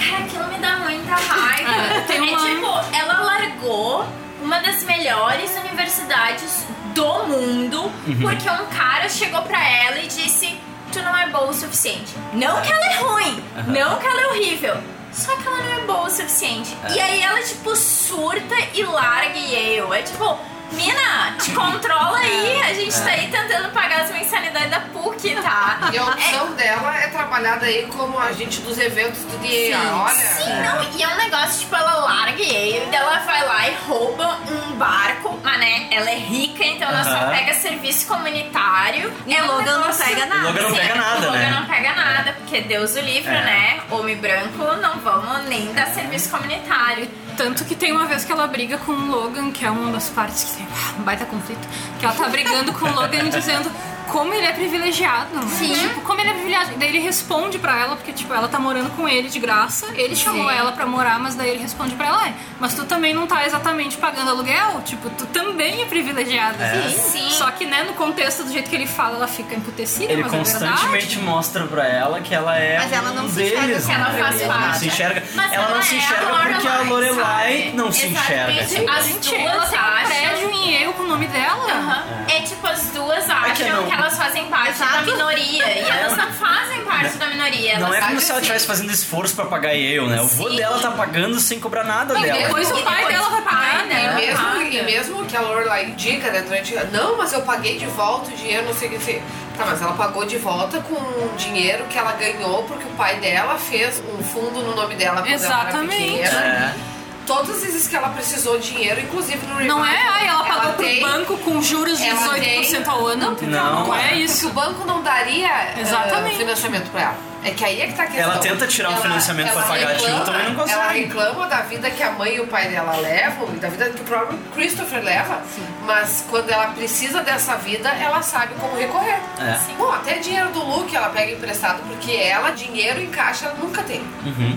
S7: Cara, aquilo me dá muita raiva.
S4: É, tem uma-
S7: É tipo, ela largou uma das melhores universidades do mundo
S16: Uhum.
S7: porque um cara chegou pra ela e disse: Tu não é boa o suficiente. Não que ela é ruim,
S16: Aham.
S7: não que ela é horrível. Só que ela não é boa o suficiente.
S16: É.
S7: E aí ela, tipo, surta e larga Yale. É tipo, mina, te controla aí.
S6: É.
S7: A gente
S16: É.
S7: tá aí tentando pagar as mensalidades da PUC, tá?
S6: E a opção dela é trabalhar daí como agente dos eventos do
S7: Sim,
S6: DA. Olha.
S7: sim, não, e é um negócio, tipo, ela larga Yale, daí ela vai lá e rouba um barco, mas né, ela é rica, então ela só
S3: Aham.
S7: pega serviço comunitário.
S5: E Logan não pega nada.
S3: O Logan não
S7: Sim,
S3: pega nada,
S7: o Logan
S3: né?
S7: não pega nada, porque Deus o livre,
S3: É.
S7: né? Homem branco, não vamos nem dar serviço comunitário.
S4: Tanto que tem uma vez que ela briga com o Logan, que é uma das partes que tem um baita conflito, que ela tá brigando com o Logan e dizendo como ele é privilegiado. né?
S5: Sim.
S4: Tipo, como ele é privilegiado. Daí ele responde pra ela, porque tipo, ela tá morando com ele de graça. Ele chamou
S5: Sim.
S4: ela pra morar, mas daí ele responde pra ela, "Ai, mas tu também não tá exatamente pagando aluguel? Tipo, tu também é privilegiada.
S3: É.
S7: Sim.
S4: Só que, né, no contexto do jeito que ele fala, ela fica emputecida,
S3: Ele
S4: mas é verdade.
S3: constantemente mostra pra ela que ela é
S4: Mas ela não
S3: um
S4: se enxerga
S3: deles,
S4: que ela
S3: né?
S4: faz
S3: ela não
S4: parte.
S3: se enxerga.
S4: Mas
S3: ela não
S4: ela
S3: se
S4: é a
S3: enxerga porque a
S4: Lorelai,
S3: Lorelai
S4: sabe?
S3: não se enxerga.
S7: Exatamente.
S3: assim.
S7: As
S4: Gente,
S7: duas
S4: ela tem um
S7: acham-
S4: prédio em eu com o nome dela.
S7: Aham. É tipo, as duas acham
S3: que
S7: que,
S3: não-
S7: elas fazem parte da minoria. E elas não fazem parte da minoria.
S3: Não
S7: elas
S3: é como
S7: fazem
S3: se ela estivesse fazendo esforço pra pagar eu, né? O vô
S7: assim. Sim.
S3: dela tá pagando sem cobrar nada
S6: Não, e
S3: dela.
S4: Depois o
S6: E
S4: pai
S6: depois
S4: dela vai
S6: o pai
S4: pagar,
S6: E
S4: né?
S6: mesmo, e mesmo que a Lorelai indica, né, durante. Não, mas eu paguei de volta o dinheiro, não sei o que. não sei o que." Tá, mas ela pagou de volta com o dinheiro que ela ganhou porque o pai dela fez um fundo no nome dela quando
S4: Exatamente.
S6: ela era pequena.
S4: É.
S6: Todas as vezes que ela precisou de dinheiro, inclusive no
S4: Não
S6: revival,
S4: é, ai, ela pagou pro
S6: tem-
S4: banco com juros de
S6: ela
S4: 18% ao ano.
S6: porque
S3: Não.
S6: ela
S3: Não é
S6: pode,
S3: isso.
S6: Porque o banco não daria eh,
S4: Exatamente.
S6: financiamento pra ela. É que aí é que tá a questão.
S3: Ela tenta tirar o financiamento pra pagar a Tim, também não consegue.
S6: Ela reclama da vida que a mãe e o pai dela levam, e da vida que o próprio Christopher leva, mas quando ela precisa dessa vida, ela sabe como recorrer.
S3: É.
S6: Bom, até dinheiro do Luke ela pega emprestado, porque ela, dinheiro em caixa, ela nunca tem.
S3: Uhum.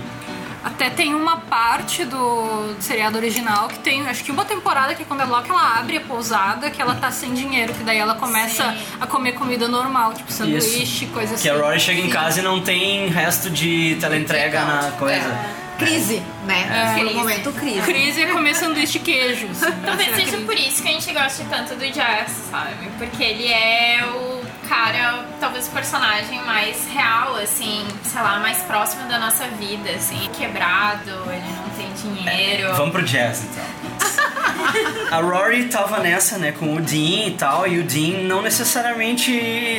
S4: Até tem uma parte do seriado original que tem, acho que uma temporada que é quando é logo que ela abre a pousada, que ela tá sem dinheiro, que daí ela começa a comer comida normal, tipo sanduíche, coisa assim.
S3: Que a Rory chega em casa e não tem resto de teleentrega na coisa.
S5: Crise, né?
S4: É.
S5: Foi um momento crise.
S4: Crise é comer sanduíche de queijo. assim.
S7: Talvez seja por isso que a gente goste tanto do Jess, sabe? Porque ele é o cara, talvez o personagem mais real, assim, sei lá, mais próximo da nossa vida, assim, quebrado, ele não tem dinheiro.
S3: É, Vamos pro jazz, então. A Rory tava nessa, né, com o Dean e tal, e o Dean não necessariamente,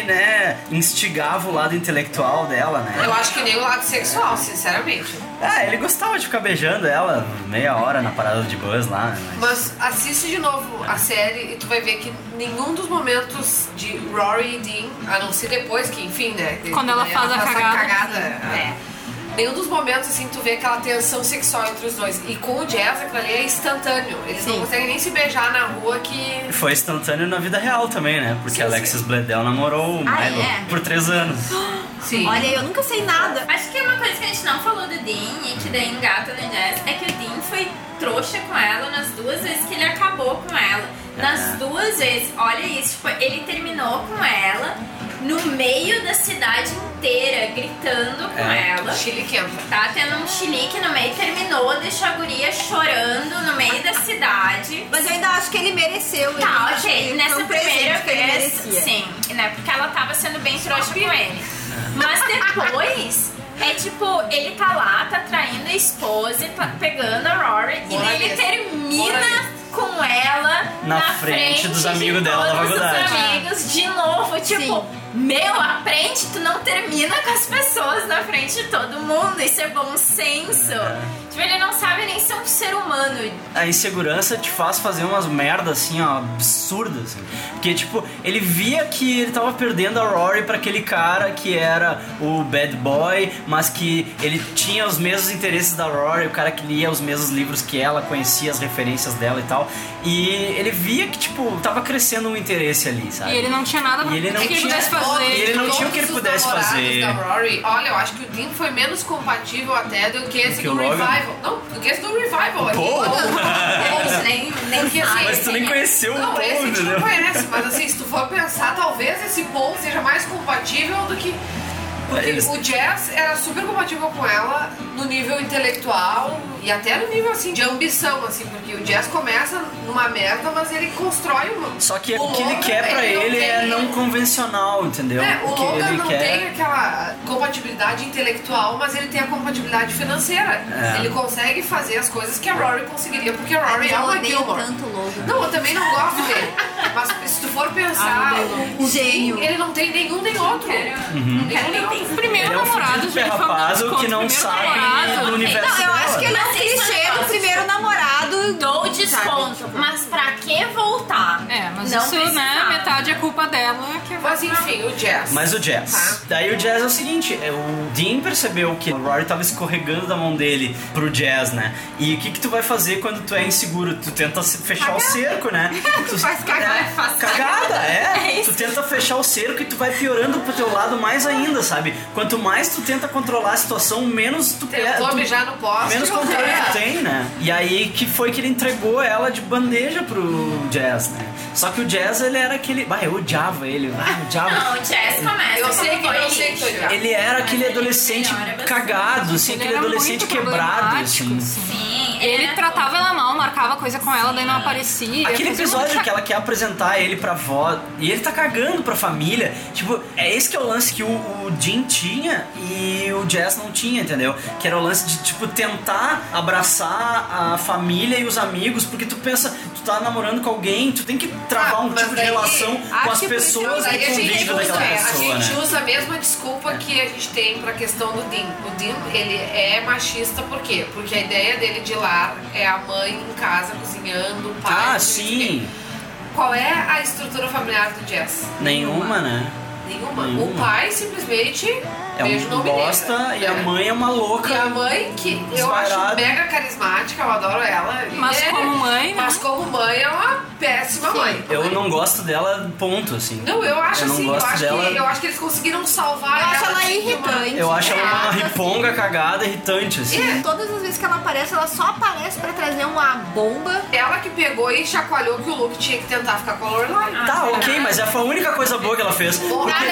S3: né, instigava o lado intelectual dela, né?
S6: Eu acho que nem o lado sexual, sinceramente.
S3: É, ele gostava de ficar beijando ela meia hora na parada de bus lá, né?
S6: Mas assiste de novo a série e tu vai ver que nenhum dos momentos de Rory e Dean, a não ser depois que, enfim, né?
S4: Quando ela faz a
S6: essa
S4: cagada.
S6: é. nenhum dos momentos assim tu vê aquela tensão sexual entre os dois. E com o jazz, aquilo ali é instantâneo. Eles não conseguem nem se beijar na rua que.
S3: Foi instantâneo na vida real também, né? Porque Alexis Bledel namorou o Milo
S6: Ah, é?
S3: por três anos.
S6: Sim.
S5: Olha, eu nunca sei nada.
S7: Acho que uma coisa que a gente não falou do Dean e que daí engata no Jazz é que o Dean foi trouxa com ela nas duas vezes que ele acabou com ela.
S3: É.
S7: Nas duas vezes, olha isso, tipo, ele terminou com ela no meio da cidade inteira, gritando com
S6: É,
S7: ela.
S6: chiliquento.
S7: Tá tendo um chilique no meio, terminou, deixou a guria chorando no meio da cidade.
S5: Mas eu ainda acho que ele mereceu. ele
S7: Tá,
S5: ainda
S7: ok.
S5: foi
S7: Nessa
S5: um presente
S7: primeira
S5: que ele
S7: vez,
S5: merecia.
S7: sim. Né? Porque ela tava sendo bem trouxa com ele. Mas depois, é tipo, ele tá lá, tá traindo a esposa, e tá pegando a Rory. E daí ele
S6: Moralista.
S7: termina com ela
S3: Na frente dos amigos dela da
S7: todos os
S3: faculdade.
S7: amigos de novo. Tipo, meu, aprende, tu não termina com as pessoas na frente de todo mundo. Isso é bom senso.
S3: É.
S7: Tipo, ele não sabe nem ser um ser humano.
S3: A insegurança te faz fazer umas merdas assim, ó, absurdas. assim. Porque, tipo, ele via que ele tava perdendo a Rory pra aquele cara que era o bad boy, mas que ele tinha os mesmos interesses da Rory, o cara que lia os mesmos livros que ela, conhecia as referências dela e tal. E ele via que, tipo, tava crescendo um interesse ali, sabe?
S4: E ele não tinha nada
S3: E ele não
S4: que ele
S3: tinha-
S4: pudesse fazer.
S3: e ele não tinha o que ele
S6: Todos os
S3: pudesse
S6: namorados
S3: fazer.
S6: Da Rory. Olha, eu acho que o Dean foi menos compatível até do que esse
S3: que
S6: do
S3: o Logan?
S6: Revival. Não, do que esse do Revival.
S3: Paul?
S6: Não, nem, nem que assim,
S3: Mas tu nem
S6: esse-
S3: conheceu o né?
S6: não,
S3: Paul,
S6: esse tipo a gente
S3: entendeu?
S6: não conhece, mas assim, se tu for pensar, talvez esse Paul seja mais compatível do que... Porque
S3: Eles-
S6: o Jazz era super compatível com ela no nível intelectual e até no nível, assim, de ambição, assim, porque o Jazz começa numa merda, mas ele constrói uma...
S3: Só que o que ele quer pra ele, é não convencional, entendeu?
S6: É, o
S3: que
S6: Logan
S3: ele
S6: não
S3: quer...
S6: tem aquela compatibilidade intelectual, mas ele tem a compatibilidade financeira.
S3: É.
S6: Ele consegue fazer as coisas que a Rory conseguiria, porque a Rory
S5: Eu
S6: é uma
S5: odeio
S6: Gilmore.
S5: tanto o Logan.
S6: Não, eu também não gosto dele. Mas se tu for pensar,
S5: Ah, meu Deus.
S6: o
S5: Gênio.
S6: Gênio. ele não tem nenhum nem outro.
S3: Uhum.
S6: Nenhum nem outro.
S4: Primeiro
S3: Ele é um
S4: namorado,
S3: fudido
S6: assim,
S4: gente, vamos
S3: perrapaz
S4: nos
S3: que não
S4: contos,
S3: sabe
S4: primeiro namorado.
S3: do universo
S5: Não, eu acho que ele é um
S7: Mas isso é
S5: clichê do
S7: fácil.
S5: primeiro namorado.
S7: Dou
S5: sabe?
S7: desconto,
S6: Tipo,
S7: mas pra que voltar?
S4: É, mas
S7: não
S4: isso, né,
S7: precisava.
S4: metade é culpa dela. Que
S6: Mas enfim, o Jazz.
S3: Mas o Jazz. Daí o Jazz é o seguinte: é, o Dean percebeu que o Rory tava escorregando da mão dele pro Jazz, né? E o que, que tu vai fazer quando tu é inseguro? Tu tenta se- fechar o cerco, né? Tu
S5: Faz cagada.
S3: É, cagada, é. Tu tenta fechar o cerco e tu vai piorando pro teu lado mais ainda, sabe? Quanto mais tu tenta controlar a situação, menos tu
S6: Tentou
S3: tu-
S6: mijar um no poste.
S3: Menos controle tu tem, né? E aí que foi que ele entregou ela de bandeja pro Jazz, né? Só que o Jazz, ele era aquele. Bah, eu odiava ele. Ah, eu odiava.
S7: Não, o Jazz começa.
S6: Eu sei que- eu sei que
S7: foi
S6: foi Jazz.
S3: Ele era aquele adolescente cagado, assim, aquele adolescente quebrado, assim.
S7: Sim, é.
S4: Ele tratava ela mal, marcava coisa com ela, daí não
S3: Aquele
S4: aparecia. fazia um
S3: episódio
S4: monte
S3: que ela quer apresentar ele pra avó e ele tá cagando pra família. Tipo, é esse que é o lance que o, o Jim tinha e o Jazz não tinha, entendeu? Que era o lance de, tipo, tentar abraçar a família e os amigos, porque tu pensa, tu tá namorando com alguém, tu tem que travar
S6: Ah,
S3: um
S6: mas
S3: tipo de
S6: daí-
S3: relação com
S6: acho
S3: as
S6: que
S3: pessoas
S6: precisa-
S3: que
S6: tipo aí a gente
S3: convivem
S6: usa-
S3: daquela
S6: é,
S3: pessoa,
S6: A gente
S3: né? É.
S6: usa a mesma desculpa que a gente tem pra questão do Dean. O Dean, ele é machista por quê? Porque a ideia dele de lar é a mãe em casa cozinhando, o pai... né?
S3: Ah,
S6: não sei o quê.
S3: sim.
S6: Qual é a estrutura familiar do Jazz?
S3: Nenhuma, né?
S6: Nenhuma.
S3: Nenhuma.
S6: O pai simplesmente
S3: É
S6: beijo
S3: um
S6: no menino.
S3: bosta e a mãe é uma louca.
S6: E a mãe, que eu
S3: Desvairada.
S6: acho mega carismática, eu adoro ela.
S4: Mas
S6: É,
S4: como mãe, né?
S6: Mas como mãe, é uma péssima mãe.
S3: Eu não gosto dela, ponto, assim.
S6: Não, eu acho
S3: eu não
S6: assim, eu
S3: gosto
S6: acho,
S3: dela.
S6: que, eu acho que eles conseguiram salvar
S5: Eu acho
S6: ela. assim.
S5: ela
S6: de uma-
S5: irritante.
S3: Eu acho ela uma
S5: Cagada,
S3: riponga cagada, irritante, assim.
S6: É.
S5: E todas as vezes que ela aparece, ela só aparece pra trazer uma bomba.
S6: Ela que pegou e chacoalhou que o Luke tinha que tentar ficar com a Lorelai.
S3: Tá, ok, mas essa foi a única coisa boa que ela fez.
S6: Bom,
S3: Porque
S6: cara,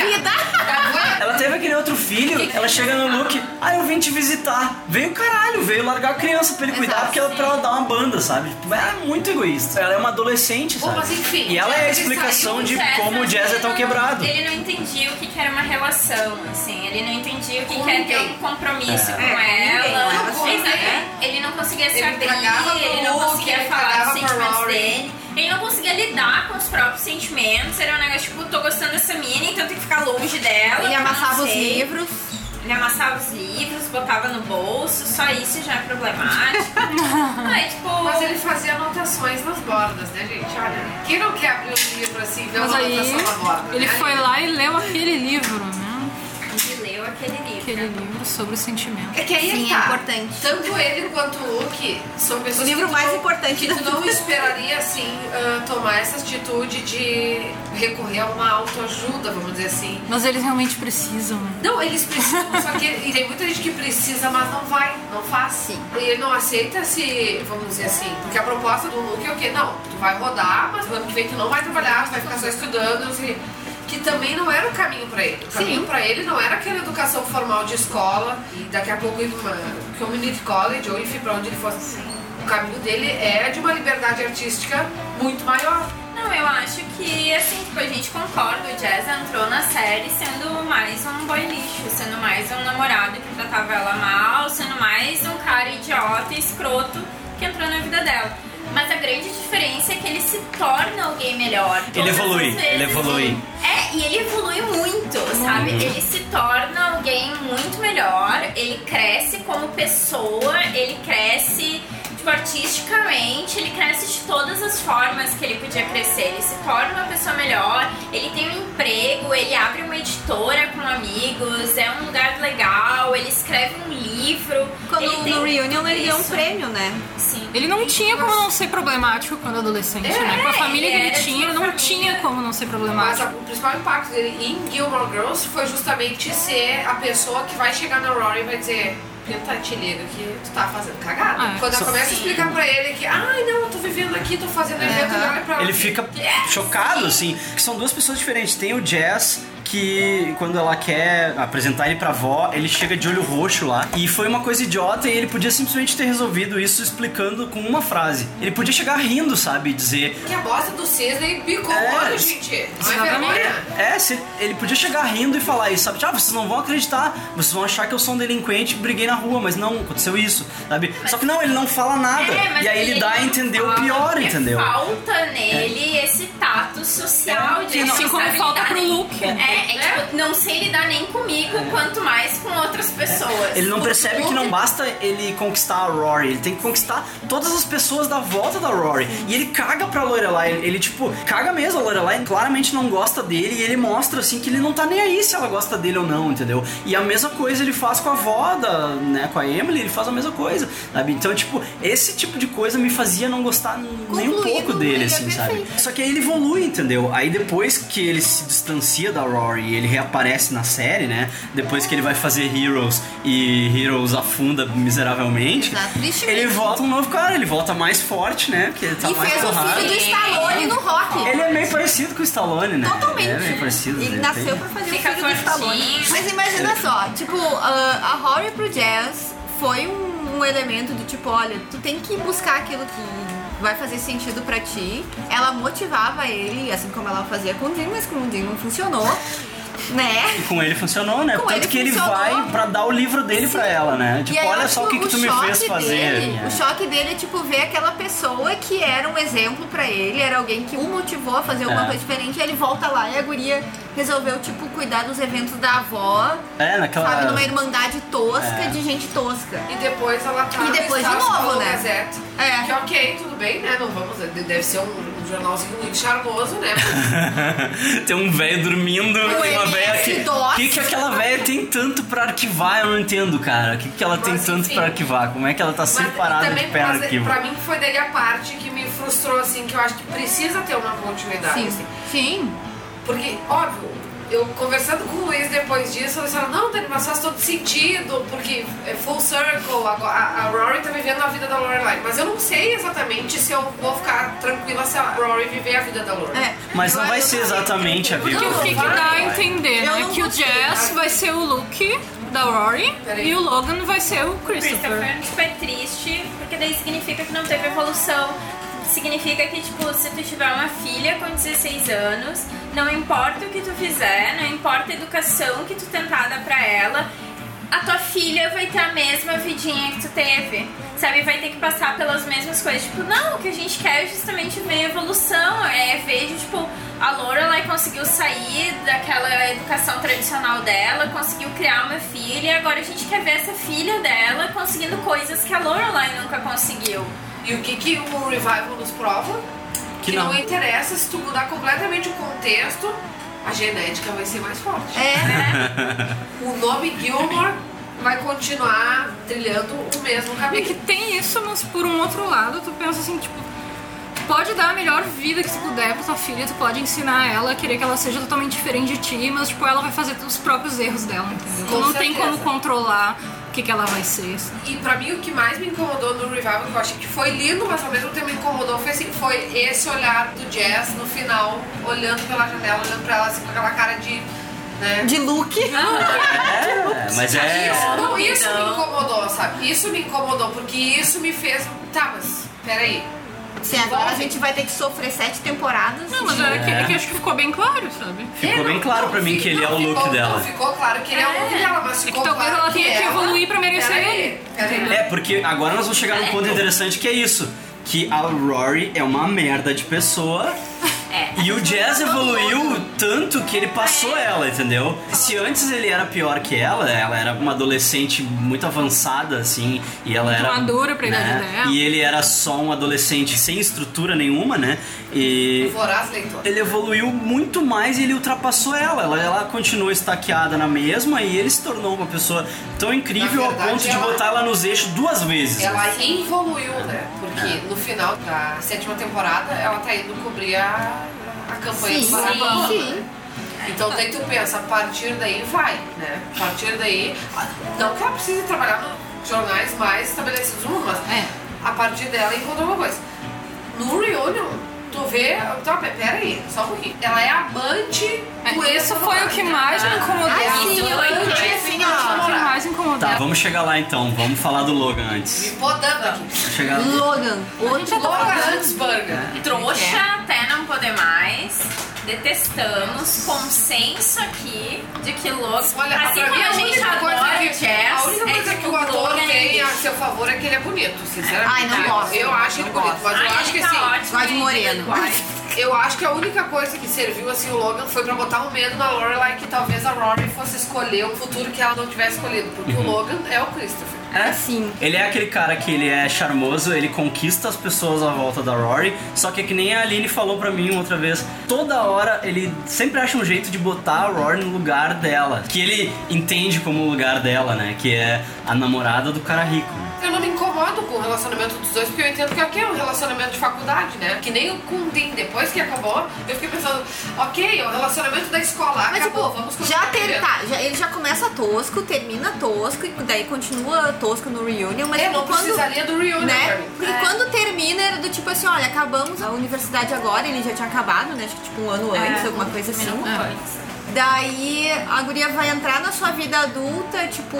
S3: ela teve aquele outro filho, ela chega no Luke, ah, eu vim te visitar. Veio caralho, veio largar a criança pra ele cuidar, porque ela, pra ela dar uma banda, sabe? Tipo, Ela é muito egoísta. Ela é uma adolescente,
S6: Bom,
S3: sabe?
S6: mas
S7: um
S6: enfim,
S3: e ela é a
S6: ele
S3: explicação
S6: saiu,
S3: de
S7: Jazz,
S3: como o
S7: mas
S3: jazz é
S7: ele
S3: tão
S7: não-
S3: quebrado.
S7: Ele não entendia o que que era uma relação, assim. Ele não entendia o que
S6: Com
S7: que era ter um
S6: ninguém.
S7: compromisso
S3: É.
S7: com
S5: É, com
S7: ela.
S5: ninguém, com
S7: Exato.
S5: ninguém.
S7: Ele não conseguia se
S6: Ele
S7: abrir,
S6: cagava pro
S7: ele não
S6: Luke,
S7: conseguia
S6: ele
S7: falar
S6: cagava
S7: dos
S6: pra
S7: sentimentos
S6: Rory.
S7: dele. Ele não conseguia lidar com os próprios sentimentos. Era um negócio tipo, tô gostando dessa mina, então tem que ficar longe dela. porque
S5: Ele
S7: eu não
S5: amassava os
S7: sei.
S5: livros.
S7: Ele amassava os livros, botava no bolso, só isso já é problemático. Mas, tipo,
S6: Mas ele fazia anotações nas bordas, né, gente? Olha, quem não quer abrir um livro assim e ver
S4: Mas
S6: uma
S4: aí,
S6: anotação na borda?
S4: ele
S6: né?
S4: foi lá e leu aquele livro, né?
S7: ele leu
S5: aquele livro.
S4: Aquele livro sobre sentimento.
S6: É que aí
S5: Sim,
S6: tá.
S5: é importante.
S6: Tanto ele quanto o Luke são pessoas
S5: O livro
S6: que tu
S5: mais
S6: não-
S5: importante
S6: que
S5: da
S6: tu não
S5: vida.
S6: esperaria assim ah, tomar essa atitude de recorrer a uma autoajuda, vamos dizer assim.
S4: Mas eles realmente precisam, né?
S6: Não, eles precisam, só que e tem muita gente que precisa, mas não vai, não faz. Sim. E ele não aceita se, vamos dizer assim, porque a proposta do Luke é o quê? Não, tu vai rodar, mas no ano que vem tu não vai trabalhar, tu vai ficar só estudando, assim, que também não era o caminho pra ele. O caminho
S4: Sim.
S6: pra ele não era aquela educação formal de escola e daqui a pouco ir numa community college ou enfim, pra onde ele fosse. O caminho dele é de uma liberdade artística muito maior.
S7: Não, eu acho que, assim, tipo, a gente concorda, o Jazz entrou na série sendo mais um boy lixo, sendo mais um namorado que tratava ela mal, sendo mais um cara idiota e escroto que entrou na vida dela. Mas a grande diferença é que ele se torna alguém melhor.
S3: Ele
S7: Todas as
S3: evolui,
S7: vezes
S3: ele evolui.
S7: é, e ele evolui muito, sabe?
S3: Uhum.
S7: Ele se torna alguém muito melhor, ele cresce como pessoa, ele cresce tipo, artisticamente, ele cresce de todas as formas que ele podia crescer. Ele se torna uma pessoa melhor, ele tem um emprego, ele abre uma editora com amigos, é um lugar legal, ele escreve um livro.
S5: Quando
S7: ele
S5: no Reunion ele ganhou um
S7: Isso.
S5: prêmio, né?
S7: Sim.
S4: Ele não tinha como não ser problemático quando adolescente,
S6: É,
S4: né? Com a família que
S6: ele
S4: ele
S6: era de
S4: tinha,
S6: uma
S4: não
S6: família.
S4: tinha como não ser
S6: Mas
S4: problemático.
S6: a- o principal impacto dele em Gilmore Girls foi justamente ser a pessoa que vai chegar na Rory e vai dizer. Pinta, te liga que tu tá fazendo cagada.
S5: É.
S3: Ah,
S6: Quando
S3: só-
S6: ela começa a explicar pra ele que, ai não, eu tô vivendo aqui, tô fazendo evento, ele olha pra é,
S3: Ele fica chocado, assim. Que são duas pessoas diferentes. Tem o Jazz, que quando ela quer apresentar ele pra avó, ele chega de olho roxo lá. E foi uma coisa idiota e ele podia simplesmente ter resolvido isso explicando com uma frase. Ele podia chegar rindo, sabe? E dizer.
S6: Que a bosta do Cisne bicou
S3: É,
S6: o olho, gente. Não é vergonha.
S3: É, se- ele podia chegar rindo e falar isso, sabe? Ah, vocês não vão acreditar, vocês vão achar que eu sou um delinquente, briguei na rua, mas não, aconteceu isso, sabe? Só que não, ele não fala nada.
S7: É, mas
S3: e aí ele dá a
S7: não
S3: entender o
S7: fala é
S3: pior,
S7: porque
S3: entendeu?
S7: Falta nele esse tato social
S3: É,
S7: de
S3: assim
S7: não
S3: como
S7: saber
S3: falta
S7: lidar
S3: pro
S7: nem-
S3: Luke.
S7: É, é, tipo, não sei lidar nem comigo, quanto mais com outras pessoas.
S3: É. Ele não
S7: O
S3: percebe que
S7: Luke
S3: não basta ele conquistar a Rory, ele tem que conquistar todas as pessoas da volta da Rory. E ele caga pra Lorelai, ele, ele, tipo, caga mesmo. A Lorelai claramente não gosta dele e ele mostra assim que ele não tá nem aí se ela gosta dele ou não, entendeu? E a mesma coisa ele faz com a avó, da, né, com a Emily, ele faz a mesma coisa, sabe? Então, tipo, esse tipo de coisa me fazia não gostar nem um pouco dele,
S5: é
S3: assim, sabe? Só que aí ele evolui, entendeu? Aí depois que ele se distancia da Rory e ele reaparece na série, né? Depois que ele vai fazer Heroes e Heroes afunda miseravelmente, ele volta um novo cara, ele volta mais forte, né? Porque ele tá
S5: E
S3: mais
S5: fez o
S3: porrado.
S5: filho do Stallone no rock.
S3: Ele é meio parecido com o Stallone, né?
S5: Totalmente.
S3: Ele é meio parecido.
S5: Ele
S3: né?
S5: nasceu
S3: Tem-
S5: pra fazer
S7: Fica
S5: o filho do Stallone.
S7: fortinho.
S5: Mas imagina só, tipo, a a Rory pro Jazz foi um, um elemento do tipo, olha, tu tem que buscar aquilo que vai fazer sentido pra ti. Ela motivava ele, assim como ela fazia com o Jim, mas com o Jim não funcionou, né?
S3: E com ele funcionou, né?
S5: Com
S3: Tanto
S5: ele
S3: que ele
S5: funcionou.
S3: vai pra dar o livro dele pra ela, né?
S5: E
S3: Tipo,
S5: aí eu
S3: olha
S5: acho
S3: só o que, que tu me
S5: choque
S3: fez fazer.
S5: dele-
S3: né?
S5: O choque dele é tipo ver aquela pessoa que era um exemplo pra ele, era alguém que o motivou a fazer alguma
S3: É.
S5: coisa diferente, e ele volta lá e a guria resolveu, tipo, cuidar dos eventos da avó,
S3: É,
S5: sabe,
S3: naquela.
S5: numa irmandade tosca
S3: É.
S5: de gente tosca.
S6: E depois ela tá
S5: E depois de
S6: no espaço
S5: novo,
S6: do
S5: né?
S6: Gazette. Que ok, tudo bem, né? Não vamos. Deve ser um, um jornalzinho muito charmoso, né?
S3: tem um velho dormindo
S6: O
S3: e uma velha que.
S6: MS-DOS.
S3: O que, que aquela velha tem tanto pra arquivar? Eu não entendo, cara. O que, que ela tem tanto pra arquivar? Como é que ela tá sempre parada de pé no
S6: mas,
S3: arquivo?
S6: pra mim foi daí a parte que me frustrou, assim, que eu acho que precisa ter uma continuidade.
S5: Sim.
S6: assim.
S5: Sim.
S6: Porque, óbvio, eu conversando com o Luiz depois disso, ele falou não, Dani, mas faz todo sentido, porque é full circle, agora- a, a Rory tá vivendo a vida da Lorelai. Mas eu não sei exatamente se eu vou ficar tranquila se a Rory viver a vida da Lorelai.
S5: É.
S3: Mas não vai ser exatamente a vida.
S4: Porque o que, que dá a entender,
S6: Eu
S4: né?
S6: não
S4: Que o
S6: gostei,
S4: Jazz
S6: né?
S4: vai ser o Luke da Rory
S7: Peraí.
S4: e o Logan vai ser o
S7: Christopher,
S4: Christopher.
S7: tipo, é triste, porque daí significa que não teve evolução. Significa que, tipo, se tu tiver uma filha com 16 anos, não importa o que tu fizer, não importa a educação que tu tentar dar pra ela, a tua filha vai ter a mesma vidinha que tu teve. Sabe, vai ter que passar pelas mesmas coisas. Tipo, não, o que a gente quer é justamente ver evolução. É ver, tipo, a Lorelai conseguiu sair daquela educação tradicional dela, conseguiu criar uma filha, e agora a gente quer ver essa filha dela conseguindo coisas que a Lorelai nunca conseguiu.
S6: E o que, que o revival nos prova?
S3: Que
S6: não.
S3: não.
S6: interessa se tu mudar completamente o contexto, a genética vai ser mais forte.
S5: É,
S6: O nome Gilmore vai continuar trilhando o mesmo
S4: É
S6: caminho.
S4: que tem isso, mas por um outro lado, tu pensa assim, tipo, tu pode dar a melhor vida que tu puder pra tua filha, tu pode ensinar ela a querer que ela seja totalmente diferente de ti, mas tipo, ela vai fazer os próprios erros dela, entendeu?
S6: Com
S4: tu não tem
S6: certeza.
S4: como controlar o que, que ela vai ser. assim.
S6: E pra mim o que mais me incomodou no revival, que eu achei que foi lindo, mas ao mesmo tempo me incomodou, foi, assim, foi esse olhar do Jazz no final, olhando pela janela, olhando pra ela assim, com aquela cara de. Né?
S5: De look.
S3: É, mas é.
S6: Isso, não, isso me incomodou, sabe? Isso me incomodou, porque isso me fez. Tá, mas peraí.
S5: Se agora a gente vai ter que sofrer sete temporadas.
S4: Não, mas é que, é que acho que ficou bem claro, sabe?
S3: Ficou bem claro pra mim que ele é o look dela.
S6: Ficou claro que ele é, um dela, mas ficou
S4: talvez
S6: claro é
S4: ela tenha que evoluir pra merecer
S6: Peraí,
S4: ele.
S6: peraí.
S3: É, porque agora nós vamos chegar num ponto interessante que é isso. Que a Rory é uma merda de pessoa.
S4: É.
S3: E o Jazz evoluiu tanto que ele passou ela, entendeu? Se antes ele era pior que ela, ela era uma adolescente muito avançada, assim, e ela
S4: Muito
S3: era.
S4: madura pra idade
S3: né?
S4: dela.
S3: E ele era só um adolescente sem estrutura nenhuma, né? E.
S6: Voraz leitor.
S3: Ele evoluiu muito mais e ele ultrapassou ela. Ela, ela continuou estaqueada na mesma e ele se tornou uma pessoa tão incrível a ponto de
S6: ela-
S3: botar ela nos eixos duas vezes.
S6: Ela evoluiu, né?
S3: É.
S6: Porque no final da sétima temporada ela tá indo cobrir a, a campanha
S5: Sim,
S6: do Barack
S5: sim.
S6: Obama, né? Então daí tu pensa, a partir daí vai, né? A partir daí. Não que ela precise trabalhar nos jornais mais estabelecidos no mundo, mas
S4: É.
S6: a partir dela encontrou uma coisa. No Reunion, tu vê. Tá, pe- peraí, só um pouquinho. Ela é amante do
S4: É, isso foi o que mais me incomodou.
S6: Ah,
S4: Isso
S6: sim, eu
S4: foi o
S6: entendi,
S4: que
S6: assim,
S4: mais me incomodou.
S3: Tá, vamos chegar lá então. Vamos falar do Logan antes.
S6: Podando aqui.
S3: Vamos chegar lá.
S5: Logan. É.
S7: Outro
S6: tá Logan Huntsburger.
S7: Trouxa até não poder mais. Detestamos. Consenso aqui de que Logan.
S5: é
S6: Olha,
S7: assim
S6: pra
S7: como
S6: mim,
S7: a gente
S6: única coisa
S7: adora
S6: que-
S7: o jazz,
S6: A única coisa
S7: é tipo,
S6: que o ator
S7: Logan
S6: tem
S7: é
S6: a seu favor é que ele é bonito, sinceramente.
S5: né? Ai, não
S6: Eu-
S5: gosto.
S6: Eu acho ele
S5: Não
S6: bonito,
S5: gosto.
S6: mas eu
S5: Ai,
S6: acho que
S5: ele tá
S6: assim.
S5: ótimo, Gosto de moreno.
S6: Eu acho que a única coisa que serviu assim o Logan foi pra botar um medo na Lorelai que talvez a Rory fosse escolher um futuro que ela não tivesse escolhido, porque o Logan é o Christopher.
S3: É?
S5: Sim.
S3: Ele é aquele cara que ele é charmoso, ele conquista as pessoas à volta da Rory, só que é que nem a Aline falou pra mim outra vez, toda hora ele sempre acha um jeito de botar a Rory no lugar dela, que ele entende como o lugar dela, né, que é a namorada do cara rico.
S6: Eu não me incomodo com o relacionamento dos dois, porque eu entendo que aqui é um relacionamento de faculdade, né? Que nem o Kundin, depois que acabou, eu fiquei pensando, ok, é um relacionamento da escola,
S5: Mas,
S6: acabou,
S5: tipo,
S6: vamos
S5: já
S6: continuar
S5: ter,
S6: vivendo.
S5: tá, já- ele já começa tosco, termina tosco, e daí continua tosco no reunion, mas
S6: É,
S5: tipo,
S6: não
S5: quando,
S6: precisaria do reunion pra
S5: né?
S6: mim.
S5: Porque
S6: É.
S5: quando termina era do tipo assim, olha, acabamos a universidade agora, ele já tinha acabado, né? Acho que tipo um ano
S7: É,
S5: antes, alguma coisa assim.
S7: terminou
S5: É. Daí a guria vai entrar na sua vida adulta, tipo,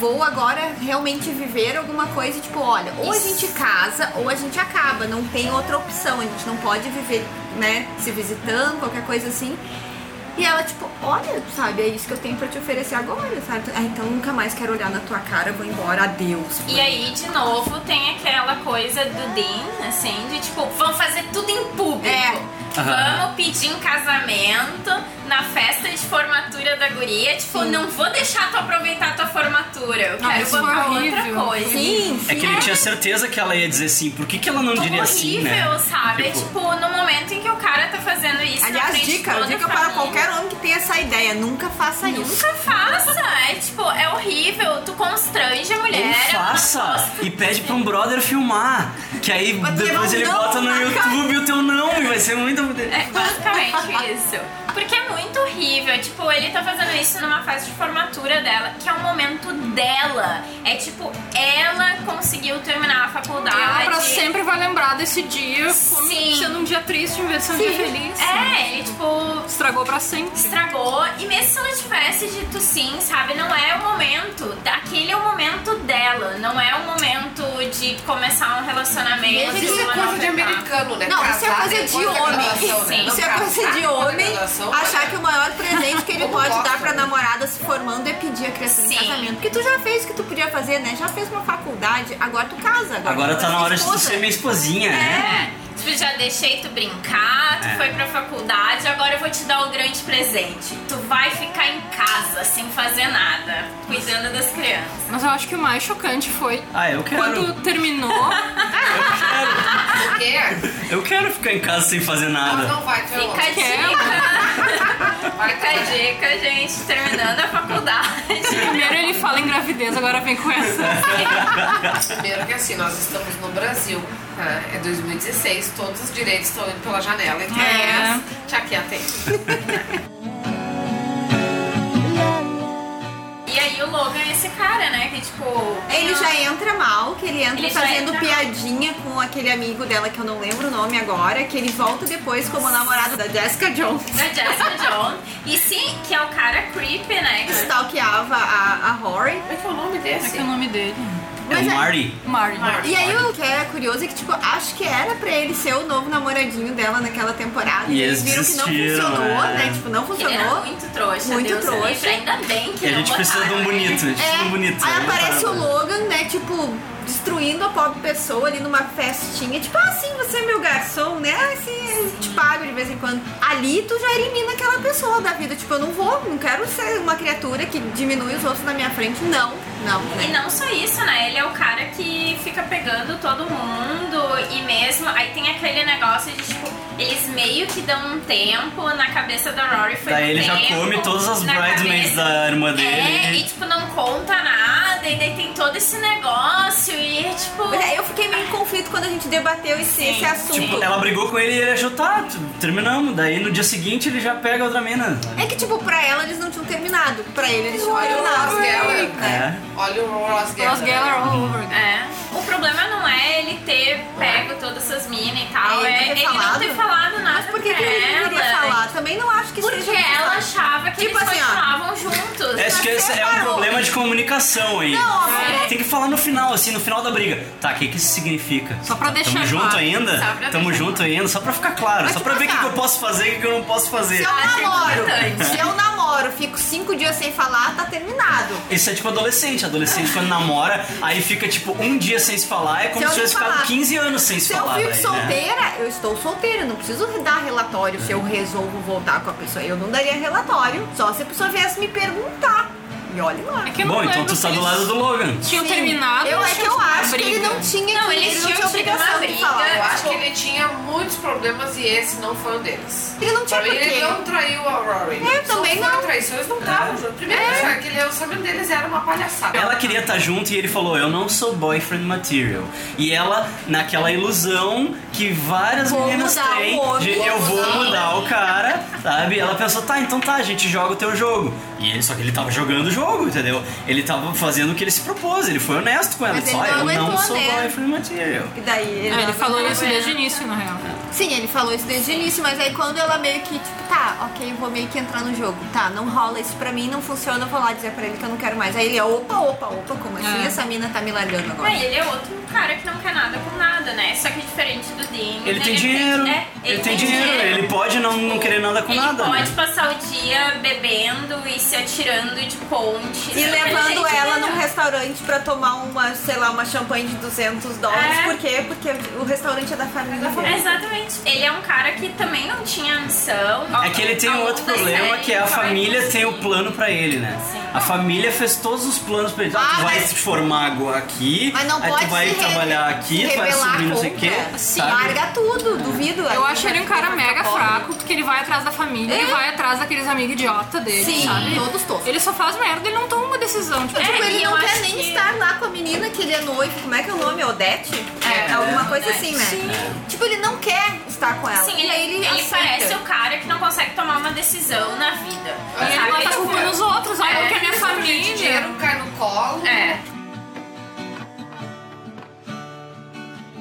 S5: vou agora realmente viver alguma coisa, e, tipo, olha, ou a gente casa ou a gente acaba, não tem outra opção, a gente não pode viver, né, se visitando, qualquer coisa assim. E ela, tipo, olha, sabe, é isso que eu tenho pra te oferecer agora, sabe? Ah, então nunca mais quero olhar na tua cara, vou embora, adeus.
S7: E aí, de novo, tem aquela coisa do Dean, assim, de tipo, vamos fazer tudo em público.
S3: É.
S2: Aham.
S7: Vamos pedir um casamento na festa de formatura da guria. Tipo, não vou deixar tu aproveitar tua formatura. Eu
S4: Não,
S7: quero
S4: isso foi
S7: botar
S4: horrível.
S7: outra coisa.
S4: Sim,
S3: É que ele tinha certeza que ela ia dizer sim, por que, que ela não diria sim, né?
S7: horrível, sabe? É tipo, no momento em que o cara tá fazendo isso. na
S5: Aliás,
S7: frente de
S5: dica,
S7: toda a
S5: dica para
S7: família.
S5: qualquer homem que tenha essa ideia, nunca faça isso.
S7: Nunca faça! É tipo, é horrível, tu constrange a mulher. é
S3: Ou
S7: ela não
S3: faça e pede pra um brother filmar. Que aí depois ele
S7: não
S3: bota no
S7: na cara.
S3: YouTube o teu não e vai ser muito.
S7: É basicamente isso. Porque é muito horrível. Tipo, ele tá fazendo isso numa fase de formatura dela, que é um momento dela. É tipo, ela conseguiu terminar a faculdade.
S4: Ela
S3: né,
S4: pra sempre vai lembrar desse dia como
S7: Sim.
S4: sendo um dia triste em vez de ser um dia feliz.
S7: É, ele tipo.
S4: Estragou pra sempre.
S7: Estragou. E mesmo se ela tivesse dito sim, sabe? Não é o momento. Aquele é o momento dela. Não é o momento de começar um relacionamento.
S6: Mas isso é
S7: uma
S6: coisa
S7: nova
S6: de
S7: etapa.
S6: americano, né?
S5: Não, isso é coisa de
S7: Sim.
S5: homem. Isso é coisa de homem
S6: né?
S5: achar que o maior presente que ele
S6: Como
S5: pode
S6: gosta,
S5: dar pra
S6: né?
S5: namorada se formando é pedir a criança em casamento. Porque tu já fez o que tu podia fazer, né? Já fez uma faculdade, agora tu casa.
S3: Agora
S5: tu
S3: tá
S5: vai
S3: na hora
S5: ser
S3: de tu
S5: esposa.
S3: ser minha esposinha, né?
S7: É. Tipo, já deixei tu brincar, tu
S3: É.
S7: foi pra faculdade, agora eu vou te dar o grande presente. Tu vai ficar em casa sem fazer nada, cuidando das crianças.
S4: Mas eu acho que o mais chocante foi
S3: Ah, eu quero.
S4: quando terminou.
S6: Quer?
S3: Eu quero ficar em casa sem fazer nada.
S6: vai,
S7: Fica a
S4: Quer?
S7: dica. Fica a dica, gente, terminando a faculdade.
S4: Primeiro ele fala em gravidez, agora vem com essa.
S6: Primeiro que assim, nós estamos no Brasil, tá? é 2016, todos os direitos estão indo pela janela, então é. tchau, tem.
S7: E aí o Logan é esse cara, né? Que tipo.
S5: Ele já entra mal, que ele entra
S7: Ele já
S5: fazendo
S7: entra mal.
S5: piadinha com aquele amigo dela que eu não lembro o nome agora, que ele volta depois como namorado da Jessica Jones.
S7: Da Jessica Jones. E sim, que é o cara creepy, né?
S5: Que stalkeava a, a Rory.
S6: Como é que é o nome desse?
S4: que é o nome dele?
S3: É o Marty.
S4: Marty.
S5: E aí o que é curioso é que, tipo, acho que era pra ele ser o novo namoradinho dela naquela temporada.
S3: E eles
S5: eles viram que não
S3: desistiram,
S5: funcionou,
S3: é.
S5: né? Tipo, não funcionou.
S7: Ele era muito trouxa,
S5: Muito
S7: Deus
S5: trouxa. É.
S7: livre. Ainda bem que
S3: E a
S7: não
S3: gente precisa de um
S7: botaram ele.
S3: bonito, a gente precisa de um bonito.
S5: Aí
S3: né?
S5: aparece o
S3: Parada.
S5: Logan, né, tipo, destruindo a pobre pessoa ali numa festinha. Tipo, ah, sim, você é meu garçom, né? Ah, sim, eu te pago de vez em quando. Ali tu já elimina aquela pessoa da vida. Tipo, eu não vou, não quero ser uma criatura que diminui os outros na minha frente. Não, não,
S7: E
S5: né?
S7: não só isso, né? Ele é o cara que fica pegando todo mundo e mesmo. Aí tem aquele negócio de tipo, eles meio que dão um tempo na cabeça da Rory foi um
S3: Daí ele já
S7: tempo,
S3: come todas as
S7: na
S3: bridesmaids
S7: cabeça-
S3: da irmã
S7: É, e
S3: dele.
S7: tipo, não conta nada, e daí tem todo esse negócio, e é tipo.
S5: Mas aí eu fiquei meio em conflito quando a gente debateu esse, esse assunto.
S7: assim-
S3: Tipo, ela brigou com ele e ele achou, tá, t- terminamos. Daí no dia seguinte ele já pega outra mina.
S5: É que, tipo, pra ela eles não tinham terminado. Pra ele eles tinham
S6: Olha o
S5: terminado.
S6: Ross Geller.
S3: É.
S6: Olha o Ross Geller.
S4: Ross Geller all over.
S7: É. O problema não é ele ter pego todas essas minas e tal,
S5: É,
S7: é,
S5: ele não ter
S7: ele não ter
S5: falado.
S7: falado nada
S5: Mas por que,
S7: pra
S5: que ele
S7: ela.
S5: não queria falar? Também não acho que
S7: Porque
S5: seja-
S7: ela achava que
S5: Tipo
S7: eles
S5: assim, ó.
S7: continuavam juntos.
S3: Acho que
S7: mas
S3: esse é um
S7: separou.
S3: problema de comunicação aí.
S7: Não, ó,
S3: Tem que falar no final, assim, no final da briga. Tá, o que, que isso significa? Tá,
S4: Só pra deixar
S3: Tamo junto
S4: claro.
S3: ainda?
S4: Só pra
S3: Tamo
S4: deixar
S3: junto ainda, só pra ficar claro. só pra ver o que, que eu posso fazer e o que que eu não posso
S5: Se
S3: fazer. é
S5: eu namoro,
S3: importante.
S5: se eu namoro, fico cinco dias sem falar, tá terminado.
S3: Isso é tipo adolescente. Adolescente quando namora, aí fica tipo um dia sem se falar, é como
S5: Se
S3: se,
S5: eu
S3: tivesse
S5: não
S3: ficado
S5: falar.
S3: 15 anos sem se,
S5: Se eu
S3: falar.
S5: fico
S3: daí, né?
S5: solteira, eu estou solteira, eu não preciso dar relatório se eu resolvo voltar com a pessoa. Eu não daria relatório, só se a pessoa viesse me perguntar. E olha
S6: É
S5: lá.
S4: que eu não
S3: Bom, então
S4: lembro
S3: tu
S4: se
S3: tá do
S4: eles
S3: lado do Logan.
S4: Tinham
S5: Sim.
S4: terminado.
S5: Eu
S4: mas
S5: é que
S4: tinham
S5: eu
S4: tido uma
S5: acho que ele
S4: briga.
S5: não tinha
S7: Não,
S5: que-
S7: eles
S5: ele não tinha
S7: tinham tido uma
S5: obrigação de
S7: briga,
S5: falar.
S6: Eu acho que
S5: ele...
S6: ele tinha muitos problemas e esse não foi um deles.
S5: Ele não tinha
S6: pra mim,
S5: por quê.
S6: ele não traiu a Rory.
S5: É, também
S6: não.
S5: não. É.
S6: foram traições, não estavam juntos. Primeiro, que ele, é o sobrenome deles era uma palhaçada.
S3: Ela queria estar junto e ele falou: Eu não sou boyfriend material. E ela, naquela ilusão que várias
S5: Vou
S3: meninas
S5: mudar o
S3: têm,
S5: outro,
S3: de
S5: vou
S3: eu
S5: mudar
S3: vou
S5: o
S3: mudar o cara, sabe? Ela pensou: Tá, então tá, a gente joga o teu jogo. E ele, só que ele tava jogando o jogo, entendeu? Ele tava fazendo o que ele se propôs, ele foi honesto com ela.
S5: Mas
S3: Ele só
S5: ele não
S3: eu não
S5: aguentou,
S3: sou
S5: né?"
S3: boyfriend material.
S5: E daí ele,
S4: É, Ele falou isso
S5: né?
S4: desde o início, na real.
S5: Sim, ele falou isso desde o início, mas aí quando ela meio que, tipo, tá, ok, eu vou meio que entrar no jogo, tá, não rola isso pra mim, não funciona, eu vou lá dizer pra ele que eu não quero mais. Aí ele, opa, opa, opa, como assim?
S4: É.
S5: Essa mina tá me largando agora.
S7: Mas ele é outro cara que não quer nada com nada, né? Só que diferente do Dean. né?
S3: Ele tem dinheiro,
S7: é,
S3: ele, tem dinheiro, ele pode não, não querer nada com
S7: Ele
S3: nada. né?
S7: pode passar o dia bebendo e se atirando de ponte.
S5: E
S7: né? Ele
S5: levando
S7: tem
S5: ela
S7: dinheiro.
S5: num restaurante pra tomar uma, sei lá, uma champanhe de 200 dólares.
S7: É.
S5: Por quê? Porque o restaurante é da família.
S7: Exatamente. Ele é um cara que também não tinha missão.
S3: É que ele tem um
S7: Ao
S3: outro
S7: longo da
S3: problema
S7: série,
S3: que é a
S7: vai
S3: família tem
S7: conseguir.
S3: o plano pra ele, né? A família fez todos os planos pra ele. Ah,
S5: Ah,
S3: tu vai
S5: mas-
S3: se formar agora aqui,
S5: Mas não
S3: aí
S5: pode
S3: tu vai
S5: se re-
S3: trabalhar aqui,
S5: se
S3: tu vai
S5: rebelar
S3: subir não sei o
S5: contra.
S3: quê.
S5: Sim,
S3: sabe?
S5: larga tudo, duvido.
S4: Eu acho ele um cara mega fraco, porque ele vai atrás da família,
S5: É.
S4: ele vai atrás daqueles amigos idiota dele,
S5: Sim,
S4: sabe?
S5: todos todos.
S4: Ele só faz merda, ele não toma uma decisão. Tipo,
S5: É, tipo,
S7: É,
S5: ele
S7: e eu
S5: não quer
S7: acho
S5: nem
S7: que-
S5: estar lá com a menina que ele é noivo. Como é que é o nome? Odete? É, alguma coisa assim, né? Tipo, ele não quer estar com ela.
S7: Sim,
S5: E
S7: ele,
S5: aí ele,
S7: ele
S5: aceita.
S7: parece o cara que não consegue tomar uma decisão na vida.
S4: e ele
S7: Sabe?
S4: bota a culpa nos outros, ah,
S7: É,
S4: porque é minha
S6: Gente,
S4: família.
S6: dinheiro cai no colo.
S7: É.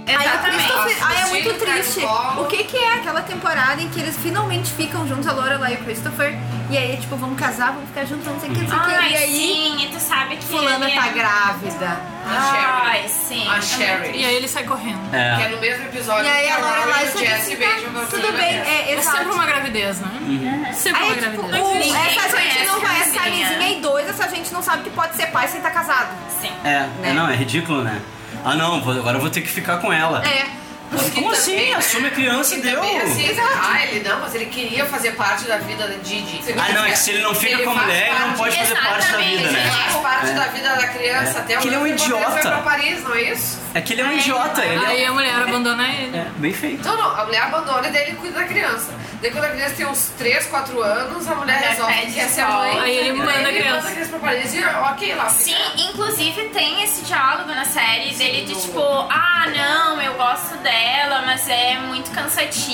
S5: Aí, o
S7: Exatamente.
S5: Christopher, aí é
S6: Os
S5: muito
S6: filhos caem no
S5: triste.
S7: tá
S6: colo.
S5: O que que é aquela temporada em que eles finalmente ficam juntos, a Lorelai e o Christopher, e aí, tipo, vamos casar, vamos ficar juntos, não sei o que, não sei o que.
S7: Ai,
S5: E aí,
S7: sim, e tu sabe que.
S5: fulana
S7: ele
S5: tá
S7: é-
S5: grávida.
S7: Ai, sim.
S6: A Sherry.
S4: E aí ele sai correndo.
S6: Que é
S3: É.
S6: no mesmo episódio
S5: E aí
S6: que a
S5: agora
S6: Rory
S5: ela
S6: e o
S5: só
S6: Jesse
S5: diz,
S6: beijam né?
S5: "Tá,
S6: na
S5: tudo
S6: primeira
S5: bem,
S6: vez.
S5: é,
S4: É sempre
S5: exato.
S4: uma gravidez, né? Sempre
S5: Aí,
S4: uma
S5: tipo,
S4: gravidez.
S5: um,
S7: Ninguém
S5: essa gente
S7: conhece
S5: não vai essa
S7: camisinha.
S5: camisinha e dois, essa gente não sabe que pode ser pai sem estar casado.
S7: Sim.
S3: É, é, não, é ridículo, né? Ah não, vou- agora eu vou ter que ficar com ela.
S5: É.
S3: Mas como assim?
S6: né?
S3: Assume a criança e deu.
S6: Também assim, ah, ele não, mas ele queria fazer parte da vida da Didi.
S3: Ah não, é que se ele não fica com a
S6: faz
S3: mulher, ele não
S6: parte-
S3: pode fazer parte da
S7: Exatamente,
S3: vida,
S6: Ele
S3: né?
S6: faz parte
S3: É.
S6: da vida da criança
S3: É.
S6: até o
S3: Que ele é um
S6: momento que Ele
S3: idiota.
S6: foi pra Paris, não é isso?
S3: É que ele é um idiota, ele é,
S4: Aí a mulher abandona ele.
S3: é bem feito.
S6: Não, não, a mulher abandona e daí ele cuida da criança. Daí quando a criança tem uns 3, 4 anos, a mulher
S7: Mulher
S6: resolve que
S7: pede
S6: quer ser a mãe. né?
S7: escola. Aí ele manda a
S6: Ele
S7: criança.
S6: a criança pra parede e ok, lá fica.
S7: Sim, inclusive tem esse diálogo na série dele de tipo, ah não, eu gosto dela, mas é muito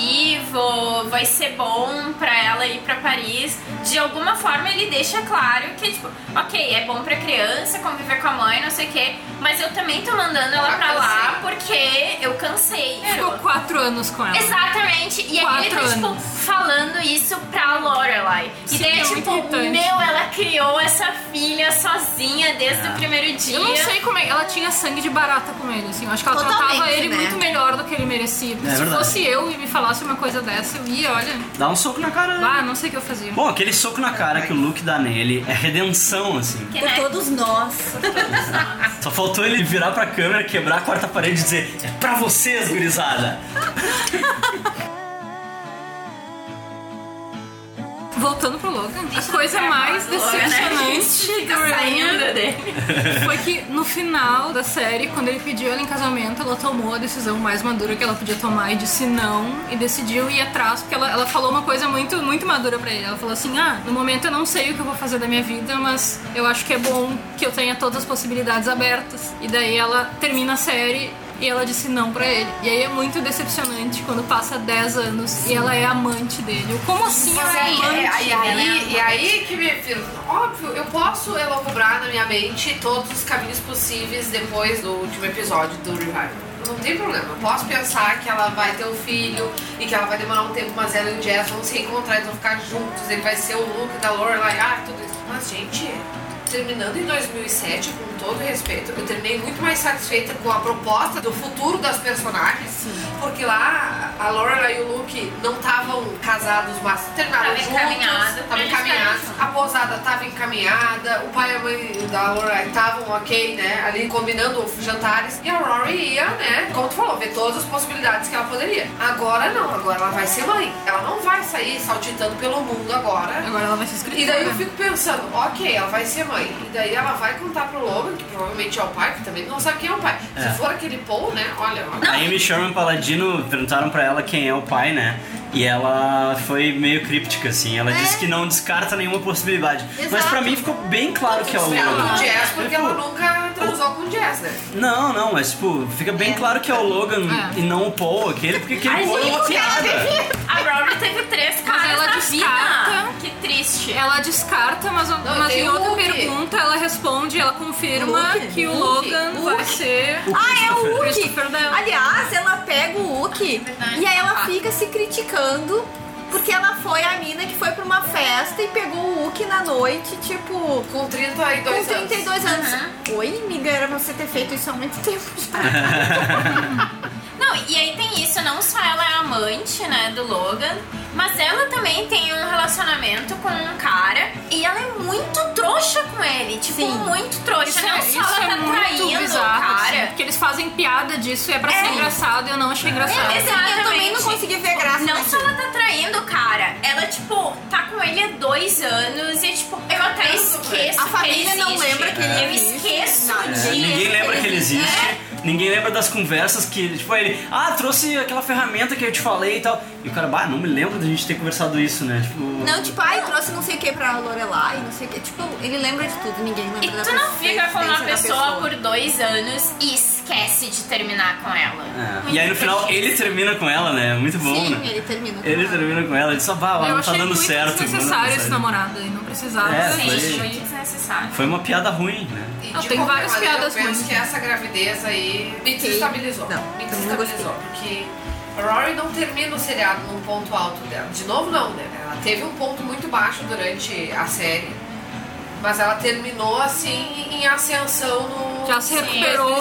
S7: cansativo, vai ser bom pra ela ir pra Paris. De alguma forma ele deixa claro que, tipo, ok, é bom pra criança conviver com a mãe, não sei o quê, mas eu também tô mandando ela
S4: Ah,
S7: pra lá
S4: cansei.
S7: porque eu cansei.
S4: Ficou quatro anos com ela.
S7: Exatamente. E aí ele
S4: Quatro
S7: tá, tipo,
S4: anos.
S7: falando isso pra Lorelai. E
S4: Sim,
S7: daí,
S4: é muito
S7: tipo,
S4: irritante.
S7: meu, ela criou essa filha sozinha desde
S4: É.
S7: o primeiro dia.
S4: Eu não sei como é. Ela tinha sangue de barata com ele, assim. Eu acho que ela
S7: Totalmente,
S4: tratava ele
S7: né?
S4: muito melhor do que ele merecia. Porque
S3: É
S4: Se
S3: verdade.
S4: fosse eu e me falasse uma coisa dessa, eu ia, olha.
S3: Dá um soco na cara.
S4: Ah, não sei o que eu fazia.
S3: Bom, aquele soco na cara que o Luke dá nele é redenção, assim.
S7: é
S5: Por todos nós.
S3: Só faltou ele virar pra câmera, quebrar a quarta parede e dizer: É pra vocês, gurizada!
S4: Voltando pro Logan, a coisa mais
S7: do Logan, né?
S4: decepcionante
S7: Fica
S4: do
S7: saindo
S4: Ryan
S7: dele.
S4: foi que no final da série, quando ele pediu ela em casamento, ela tomou a decisão mais madura que ela podia tomar e disse não e decidiu ir atrás, porque ela, ela falou uma coisa muito, muito madura pra ele. Ela falou assim: Ah, no momento eu não sei o que eu vou fazer da minha vida, mas eu acho que é bom que eu tenha todas as possibilidades abertas. E daí ela termina a série. E ela disse não pra ele. E aí é muito decepcionante quando passa 10 anos e ela é amante dele. Como assim
S6: Mas
S4: ela é
S6: aí,
S4: amante?
S6: é, aí,
S4: dela?
S6: aí, e aí que me firmo. Óbvio, eu posso elabrar na minha mente todos os caminhos possíveis depois do último episódio do Revival. Não tem problema. Eu posso pensar que ela vai ter um filho e que ela vai demorar um tempo, mas ela e o Jazz vão se reencontrar, eles vão ficar juntos, ele vai ser o Luke da Lorelai, ah, tudo isso. Mas, gente, terminando em 2007, com todo respeito, eu terminei muito mais satisfeita com a proposta do futuro das personagens, porque lá a Lorelai e o Luke não estavam casados, mas terminaram
S7: Tava
S6: juntos,
S7: encaminhado pra
S6: estavam
S7: eles
S6: encaminhados,
S7: ficarem
S6: a pousada estava encaminhada, o pai e a mãe da Lorelai estavam ok, né, ali combinando jantares, e a Rory ia, né, como tu falou, ver todas as possibilidades que ela poderia. Agora não, agora ela vai ser mãe, ela não vai sair saltitando pelo mundo agora.
S4: Agora ela vai se
S6: E daí eu fico pensando, ok, ela vai ser mãe. E daí ela vai contar pro Logan, que provavelmente é o pai, que também não sabe quem é o pai.
S3: É.
S6: Se for aquele Paul, né? Olha, ó.
S3: A Amy Sherman Paladino perguntaram pra ela quem é o pai, né? E ela foi meio críptica, assim. Ela disse que não descarta nenhuma possibilidade. Mas
S6: Exato.
S3: pra mim ficou bem claro que é o
S6: Ela com
S3: Logan.
S6: jazz, porque ela nunca transou com jazz, né?
S3: Não, não, mas tipo, fica bem claro que é o Logan e não o Paul aquele, porque aquele Paul é uma piada. É,
S7: A Robert teve três
S4: Mas
S7: caras
S4: ela
S7: na
S4: descarta.
S7: vida. Que triste.
S4: Ela descarta, mas, mas
S7: tem
S4: em
S7: o
S4: outra
S7: Luke.
S4: pergunta ela responde, ela confirma
S5: Luke,
S4: que o
S5: Luke,
S4: Logan vai ser.
S5: Ah, é o Uki!
S4: Christopher dela.
S5: Aliás, ela pega o
S7: É
S5: Uki e aí ela
S4: Ah.
S5: fica se criticando porque ela foi a mina que foi pra uma festa e pegou o Uki na noite, tipo.
S6: Com 32
S5: com
S6: anos.
S5: 32 anos. Oi, amiga, era pra você ter feito isso há muito tempo já.
S7: Não, e aí tem isso, não só ela é amante, né, do Logan, mas ela também tem um relacionamento com um cara e ela é muito trouxa com ele. Tipo, muito trouxa.
S4: Isso,
S7: não
S4: é,
S7: só
S4: isso
S7: ela
S4: é
S7: tá
S4: muito
S7: traindo
S4: bizarro,
S7: o cara.
S4: assim, porque eles fazem piada disso e é pra ser engraçado e eu não achei engraçado.
S7: É, exatamente.
S5: Eu também não consegui ver graça né?
S7: Não
S5: naquilo.
S7: só ela tá traindo o cara, ela, tipo, tá com ele há dois anos e, tipo, eu até esqueço.
S5: A
S7: que
S5: família
S7: ele
S5: não
S7: existe.
S5: lembra que ele
S7: Eu
S5: existe.
S7: esqueço
S5: Nada.
S7: disso.
S3: É, ninguém lembra que ele existe.
S7: É,
S3: Ninguém lembra das conversas que, tipo, ele, ah, trouxe aquela ferramenta que eu te falei e tal. E o cara, bah, não me lembro da gente ter conversado isso, né? Tipo,
S5: Não, tipo, ai, trouxe não sei o que pra Lorelai, não sei o que. Tipo, ele lembra de tudo, ninguém lembra
S7: E
S5: da
S7: tu não
S5: pessoa-
S7: fica com uma
S5: da
S7: pessoa por dois anos e esquece de terminar com ela.
S3: é. E aí no final ele termina com ela, né? Muito bom,
S5: Sim,
S3: né?
S5: ele termina com
S3: Ele
S5: ela.
S3: termina com ela, ele só, bah, ó, não
S4: Eu
S3: tá
S4: achei
S3: dando
S4: muito
S3: certo. tá manda
S4: desnecessário esse
S3: mensagem."
S4: namorado aí, não precisava.
S3: É,
S4: Sim,
S3: foi-
S4: foi desnecessário.
S3: Foi uma piada ruim, né?
S6: E
S4: Não,
S6: de
S4: tem
S6: qualquer
S4: várias
S6: maneira,
S4: piadas
S6: Eu penso
S4: ruins.
S6: que essa gravidez aí me desestabilizou.
S5: Não,
S6: me
S5: também não gostei.
S6: desestabilizou. Porque a Rory não termina o seriado num ponto alto dela. De novo, não, né? Ela teve um ponto muito baixo durante a série. Mas ela terminou assim em ascensão no. É.
S4: Já se recuperou,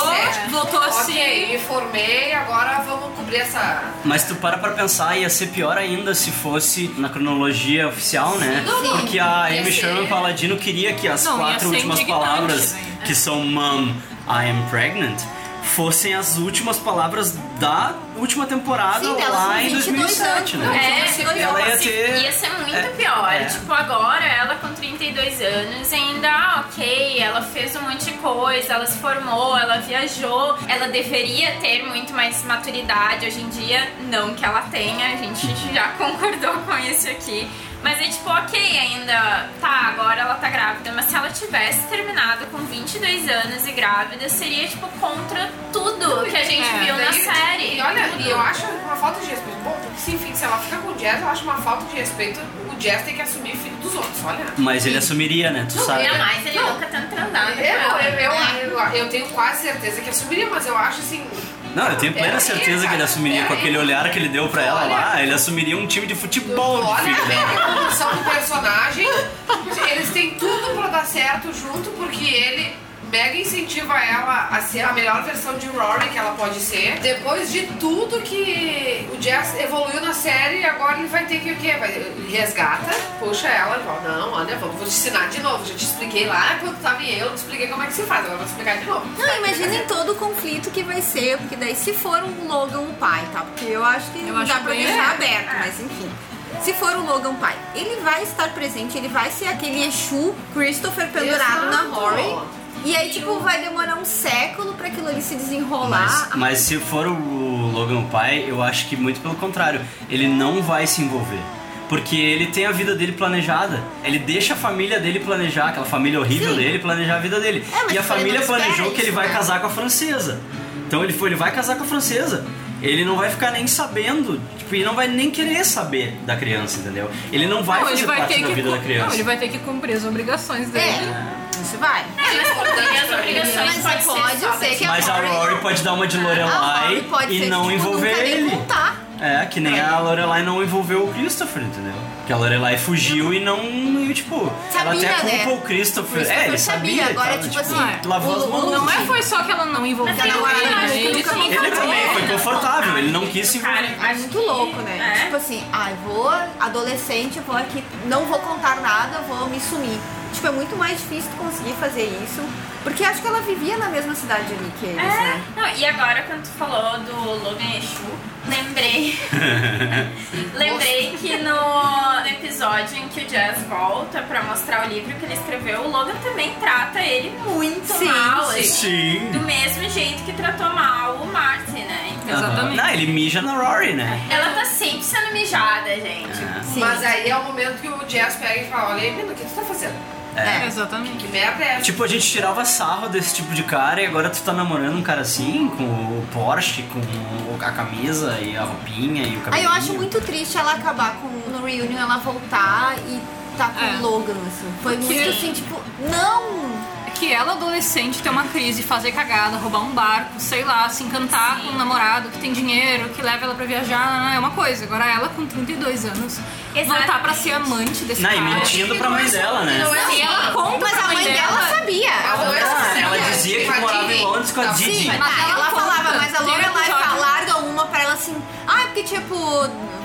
S4: voltou
S6: Ok,
S4: assim.
S6: me formei, agora vamos cobrir essa.
S3: Mas tu para pra pensar, ia ser pior ainda se fosse na cronologia oficial, né?
S6: Sim.
S3: Porque a
S6: Ia
S3: Amy
S6: ser.
S3: Sherman Paladino queria que as
S4: Não, ia
S3: quatro
S4: ser
S3: últimas
S4: indignante,
S3: palavras,
S4: né?
S3: que são Mom, I am pregnant, fossem as últimas palavras da última temporada
S7: Sim, dela
S3: lá
S7: com
S3: em
S7: 22
S3: 2007,
S7: anos.
S3: né?
S7: É,
S3: Ela ia ter...
S7: ia ser muito
S3: É,
S7: pior.
S3: é.
S7: Tipo, agora ela com 32 anos ainda, ah, ok, ela fez um monte de coisa, ela se formou, ela viajou, ela deveria ter muito mais maturidade hoje em dia, não que ela tenha, a gente já concordou com isso aqui. Mas é tipo, ok, ainda tá, agora ela tá grávida, mas se ela tivesse terminado com 22 anos e grávida, seria tipo contra tudo que a gente
S6: É,
S7: viu na
S6: daí-
S7: série.
S6: E olha,
S7: Tudo.
S6: e eu acho uma falta de respeito. Bom, se, enfim, se ela fica com o Jazz, eu acho uma falta de respeito. O Jazz tem que assumir filho dos outros, olha.
S3: Mas ele assumiria, né? Tu
S6: Não,
S3: sabe.
S6: ele é
S3: né?
S7: Mas ele nunca tenta andar.
S6: Eu, eu, eu, eu tenho quase certeza que assumiria, mas eu acho assim.
S3: Não, eu tenho plena certeza que ele assumiria com aquele olhar que ele deu pra ela lá. Ele assumiria um time de futebol de
S6: Olha
S3: filho dela.
S6: a evolução é do personagem. Eles têm tudo pra dar certo junto, porque ele mega incentiva ela a ser a melhor versão de Rory que ela pode ser. Depois de tudo que o Jess evoluiu na série, agora ele vai ter que o quê? Vai, ele resgata, puxa ela e fala, não, olha, vamos, vou te ensinar de novo. Já te expliquei lá quando tava em eu, te expliquei como é que se faz, agora vou te explicar de novo.
S5: Não, imaginem todo o conflito que vai ser, porque daí se for um Logan o pai, tá? Porque eu acho que
S6: Eu
S5: não
S6: acho
S5: dá pra
S6: bem-
S5: deixar
S6: é.
S5: aberto, mas enfim. Se for um Logan pai, ele vai estar presente, ele vai ser aquele Exu Christopher pendurado na
S6: Exato.
S5: Rory. E aí, tipo, vai demorar um século pra aquilo ali se desenrolar.
S3: Mas, mas se for o Logan Pai, eu acho que muito pelo contrário. Ele não vai se envolver. Porque ele tem a vida dele planejada. Ele deixa a família dele planejar, aquela família horrível
S5: Sim.
S3: dele, planejar a vida dele.
S5: É, mas
S3: e a
S5: ele
S3: família
S5: não espera
S3: planejou que ele
S5: isso,
S3: vai
S5: né?
S3: casar com a francesa. Então ele foi, ele vai casar com a francesa. Ele não vai ficar nem sabendo, tipo, e não vai nem querer saber da criança, entendeu? Ele não vai
S4: Não,
S3: fazer
S4: ele vai
S3: parte
S4: ter
S3: da
S4: que
S3: vida da
S4: cu-
S3: criança.
S4: Não, ele vai ter que cumprir as obrigações dele.
S7: É,
S4: É,
S5: Isso vai.
S7: as obrigações
S5: Mas
S7: pode ser
S5: pode
S7: só
S5: ser que
S3: Mas a Rory pode dar uma de
S5: A
S3: Lorelai
S5: Rory pode
S3: e
S5: ser,
S3: não
S5: tipo,
S3: envolver
S5: nunca nem
S3: ele.
S5: contar.
S3: É, que nem a Lorelai não envolveu o Christopher, entendeu? Que a Lorelai fugiu e não, e, tipo, ela
S4: Sabia,
S3: até
S4: né?
S3: culpa o Christopher. é, ele sabia,
S4: tipo
S3: tipo, tava, lavou as mãos.
S4: assim, não é foi só que ela é não envolveu
S5: Mas ela
S4: ele, né?
S5: acha que
S4: ele
S5: nunca
S4: também.
S3: assim. Ele também foi confortável, ele não quis se envolver.
S5: É muito louco, né? Tipo assim, ai, vou adolescente, vou aqui, não vou contar nada, vou me sumir. Tipo, é muito mais difícil tu conseguir fazer isso, porque acho que ela vivia na mesma cidade ali que eles,
S7: É,
S5: né?
S7: não, e agora quando tu falou do Logan Exu, lembrei, lembrei que no episódio em que o Jazz volta pra mostrar o livro que ele escreveu, o Logan também trata ele muito
S5: Sim,
S7: mal,
S5: sim.
S7: assim,
S3: Sim.
S7: do mesmo jeito que tratou mal o Martin, né? Então,
S3: Não, ele mija na Rory, né?
S7: Ela tá sempre sendo mijada, gente.
S6: Mas aí é o momento que o Jazz pega e fala, olha aí, menino, o que tu tá fazendo?
S3: É.
S4: Exatamente.
S6: Que merda é essa?
S3: Tipo, a gente tirava sarro desse tipo de cara e agora tu tá namorando um cara assim, com o Porsche, com a camisa e a roupinha
S4: Ah,
S3: e o cabelo.
S5: Aí eu acho muito triste ela acabar com no reunion, ela voltar e tá com
S4: É.
S5: o Logan, assim. Foi
S4: Que-
S5: muito assim, tipo, não!
S4: Que ela, adolescente, ter uma crise, fazer cagada, roubar um barco, sei lá, se encantar com um namorado que tem dinheiro, que leva ela pra viajar, né, é uma coisa. Agora ela, com 32 anos, voltar pra ser amante desse
S3: Não, e
S4: cara.
S3: mentindo pra mãe dela, né?
S4: Não, assim, ela conta
S5: Mas
S4: pra
S5: a mãe dela sabia.
S3: Ah, ela dizia que morava em Londres com a Didi.
S5: Mas ela,
S4: ela
S5: falava,
S4: conta.
S5: mas a
S4: Tem um
S5: Lorelai
S4: episódio.
S5: fa- larga uma pra ela assim. Ah, porque tipo,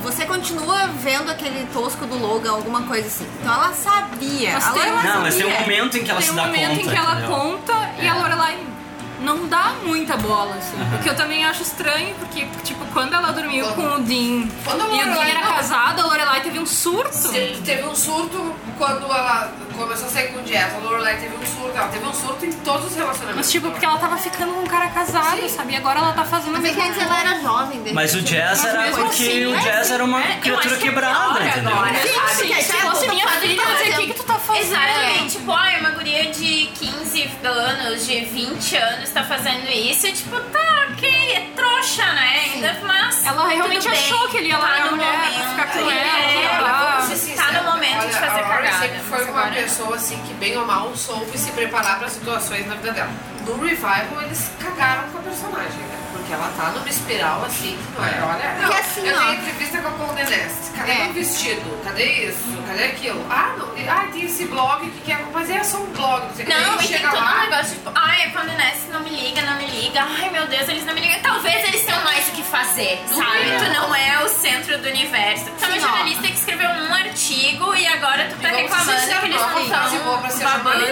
S5: você continua vendo aquele tosco do Logan, alguma coisa assim. Então ela sabia.
S4: Mas
S5: a
S4: tem-
S5: Lorelai
S3: Não, mas tem um
S5: sabia.
S3: momento em que ela
S4: Tem
S3: se
S4: um
S3: dá
S4: momento
S3: conta,
S4: em que ela
S3: entendeu? É.
S4: conta e a Lorelai não dá muita bola, assim. O que eu também acho estranho, porque, tipo, quando ela dormiu com o Dean
S6: Quando a
S4: e o Dean
S6: Lorelai-
S4: era casado, a Lorelai teve um surto.
S6: Sim, teve um surto quando ela começou a sair com o Jazz. A Lorelai teve um surto, ela teve um surto em todos os relacionamentos.
S4: Mas, tipo, porque ela tava ficando com um cara casado, sabe? E agora ela tá fazendo a
S5: Mas é que
S4: mesma
S5: antes ela era jovem, de
S3: Mas o
S5: repente.
S3: Jazz
S5: Mas
S3: era
S5: mesmo
S3: porque
S5: assim,
S3: o
S5: é
S3: Jazz
S5: assim.
S3: era uma
S5: É, eu
S3: criatura
S5: acho que é
S3: quebrada,
S5: pior
S3: entendeu?
S4: né?
S5: agora,
S3: Sim,
S5: sabe?
S4: Tipo,
S3: sim.
S5: Que é tipo, tá
S7: Se fosse minha Tipo, filha, eu ia dizer, o que que tu
S4: tá fazendo?
S7: Exatamente, tipo, ai, uma guria de 15 anos, de 20 anos tá fazendo isso, e, tipo, tá, ok, é trouxa, né? Ainda, mas.
S4: Ela realmente
S7: tudo bem.
S4: achou que ele ia
S7: Tá
S4: largar a
S7: no
S4: mulher,
S7: momento,
S4: ficar com
S7: é,
S4: ela, blá, blá.
S7: vamos ser sinceros, Tá no momento de
S6: né?" Olha,
S7: fazer
S6: a Rory
S7: cagada.
S6: sempre foi
S7: mas
S6: uma
S7: agora-
S6: pessoa assim que bem ou mal soube se preparar para situações na vida dela. No revival eles cagaram com a personagem, né? Porque ela tá numa espiral assim que não é. Olha,
S5: Porque
S6: não,
S5: assim,
S6: eu
S5: ó.
S6: dei entrevista com a Condé Nast. Cadê
S5: É.
S6: meu vestido? Cadê isso? Cadê aquilo? Ah, não. e- Ah, tem esse blog que quer. Mas é só um blog, não sei o que.
S7: Não,
S6: Aí
S7: e tem
S6: chega
S7: todo um
S6: lá.
S7: negócio tipo, ai, a Condiness não me liga, não me liga, ai meu Deus, eles não me ligam. Talvez eles tenham mais o que fazer, sabe?
S6: é.
S7: Tu não é o centro do universo. Tu é
S5: Sim,
S7: uma
S5: ó.
S7: jornalista que escreveu um artigo e agora tu tá
S6: E vamos ser
S7: reclamando
S6: sinceros,
S7: que eles
S6: não é uma
S7: não
S6: frase boa pra ser
S7: estão
S6: desabando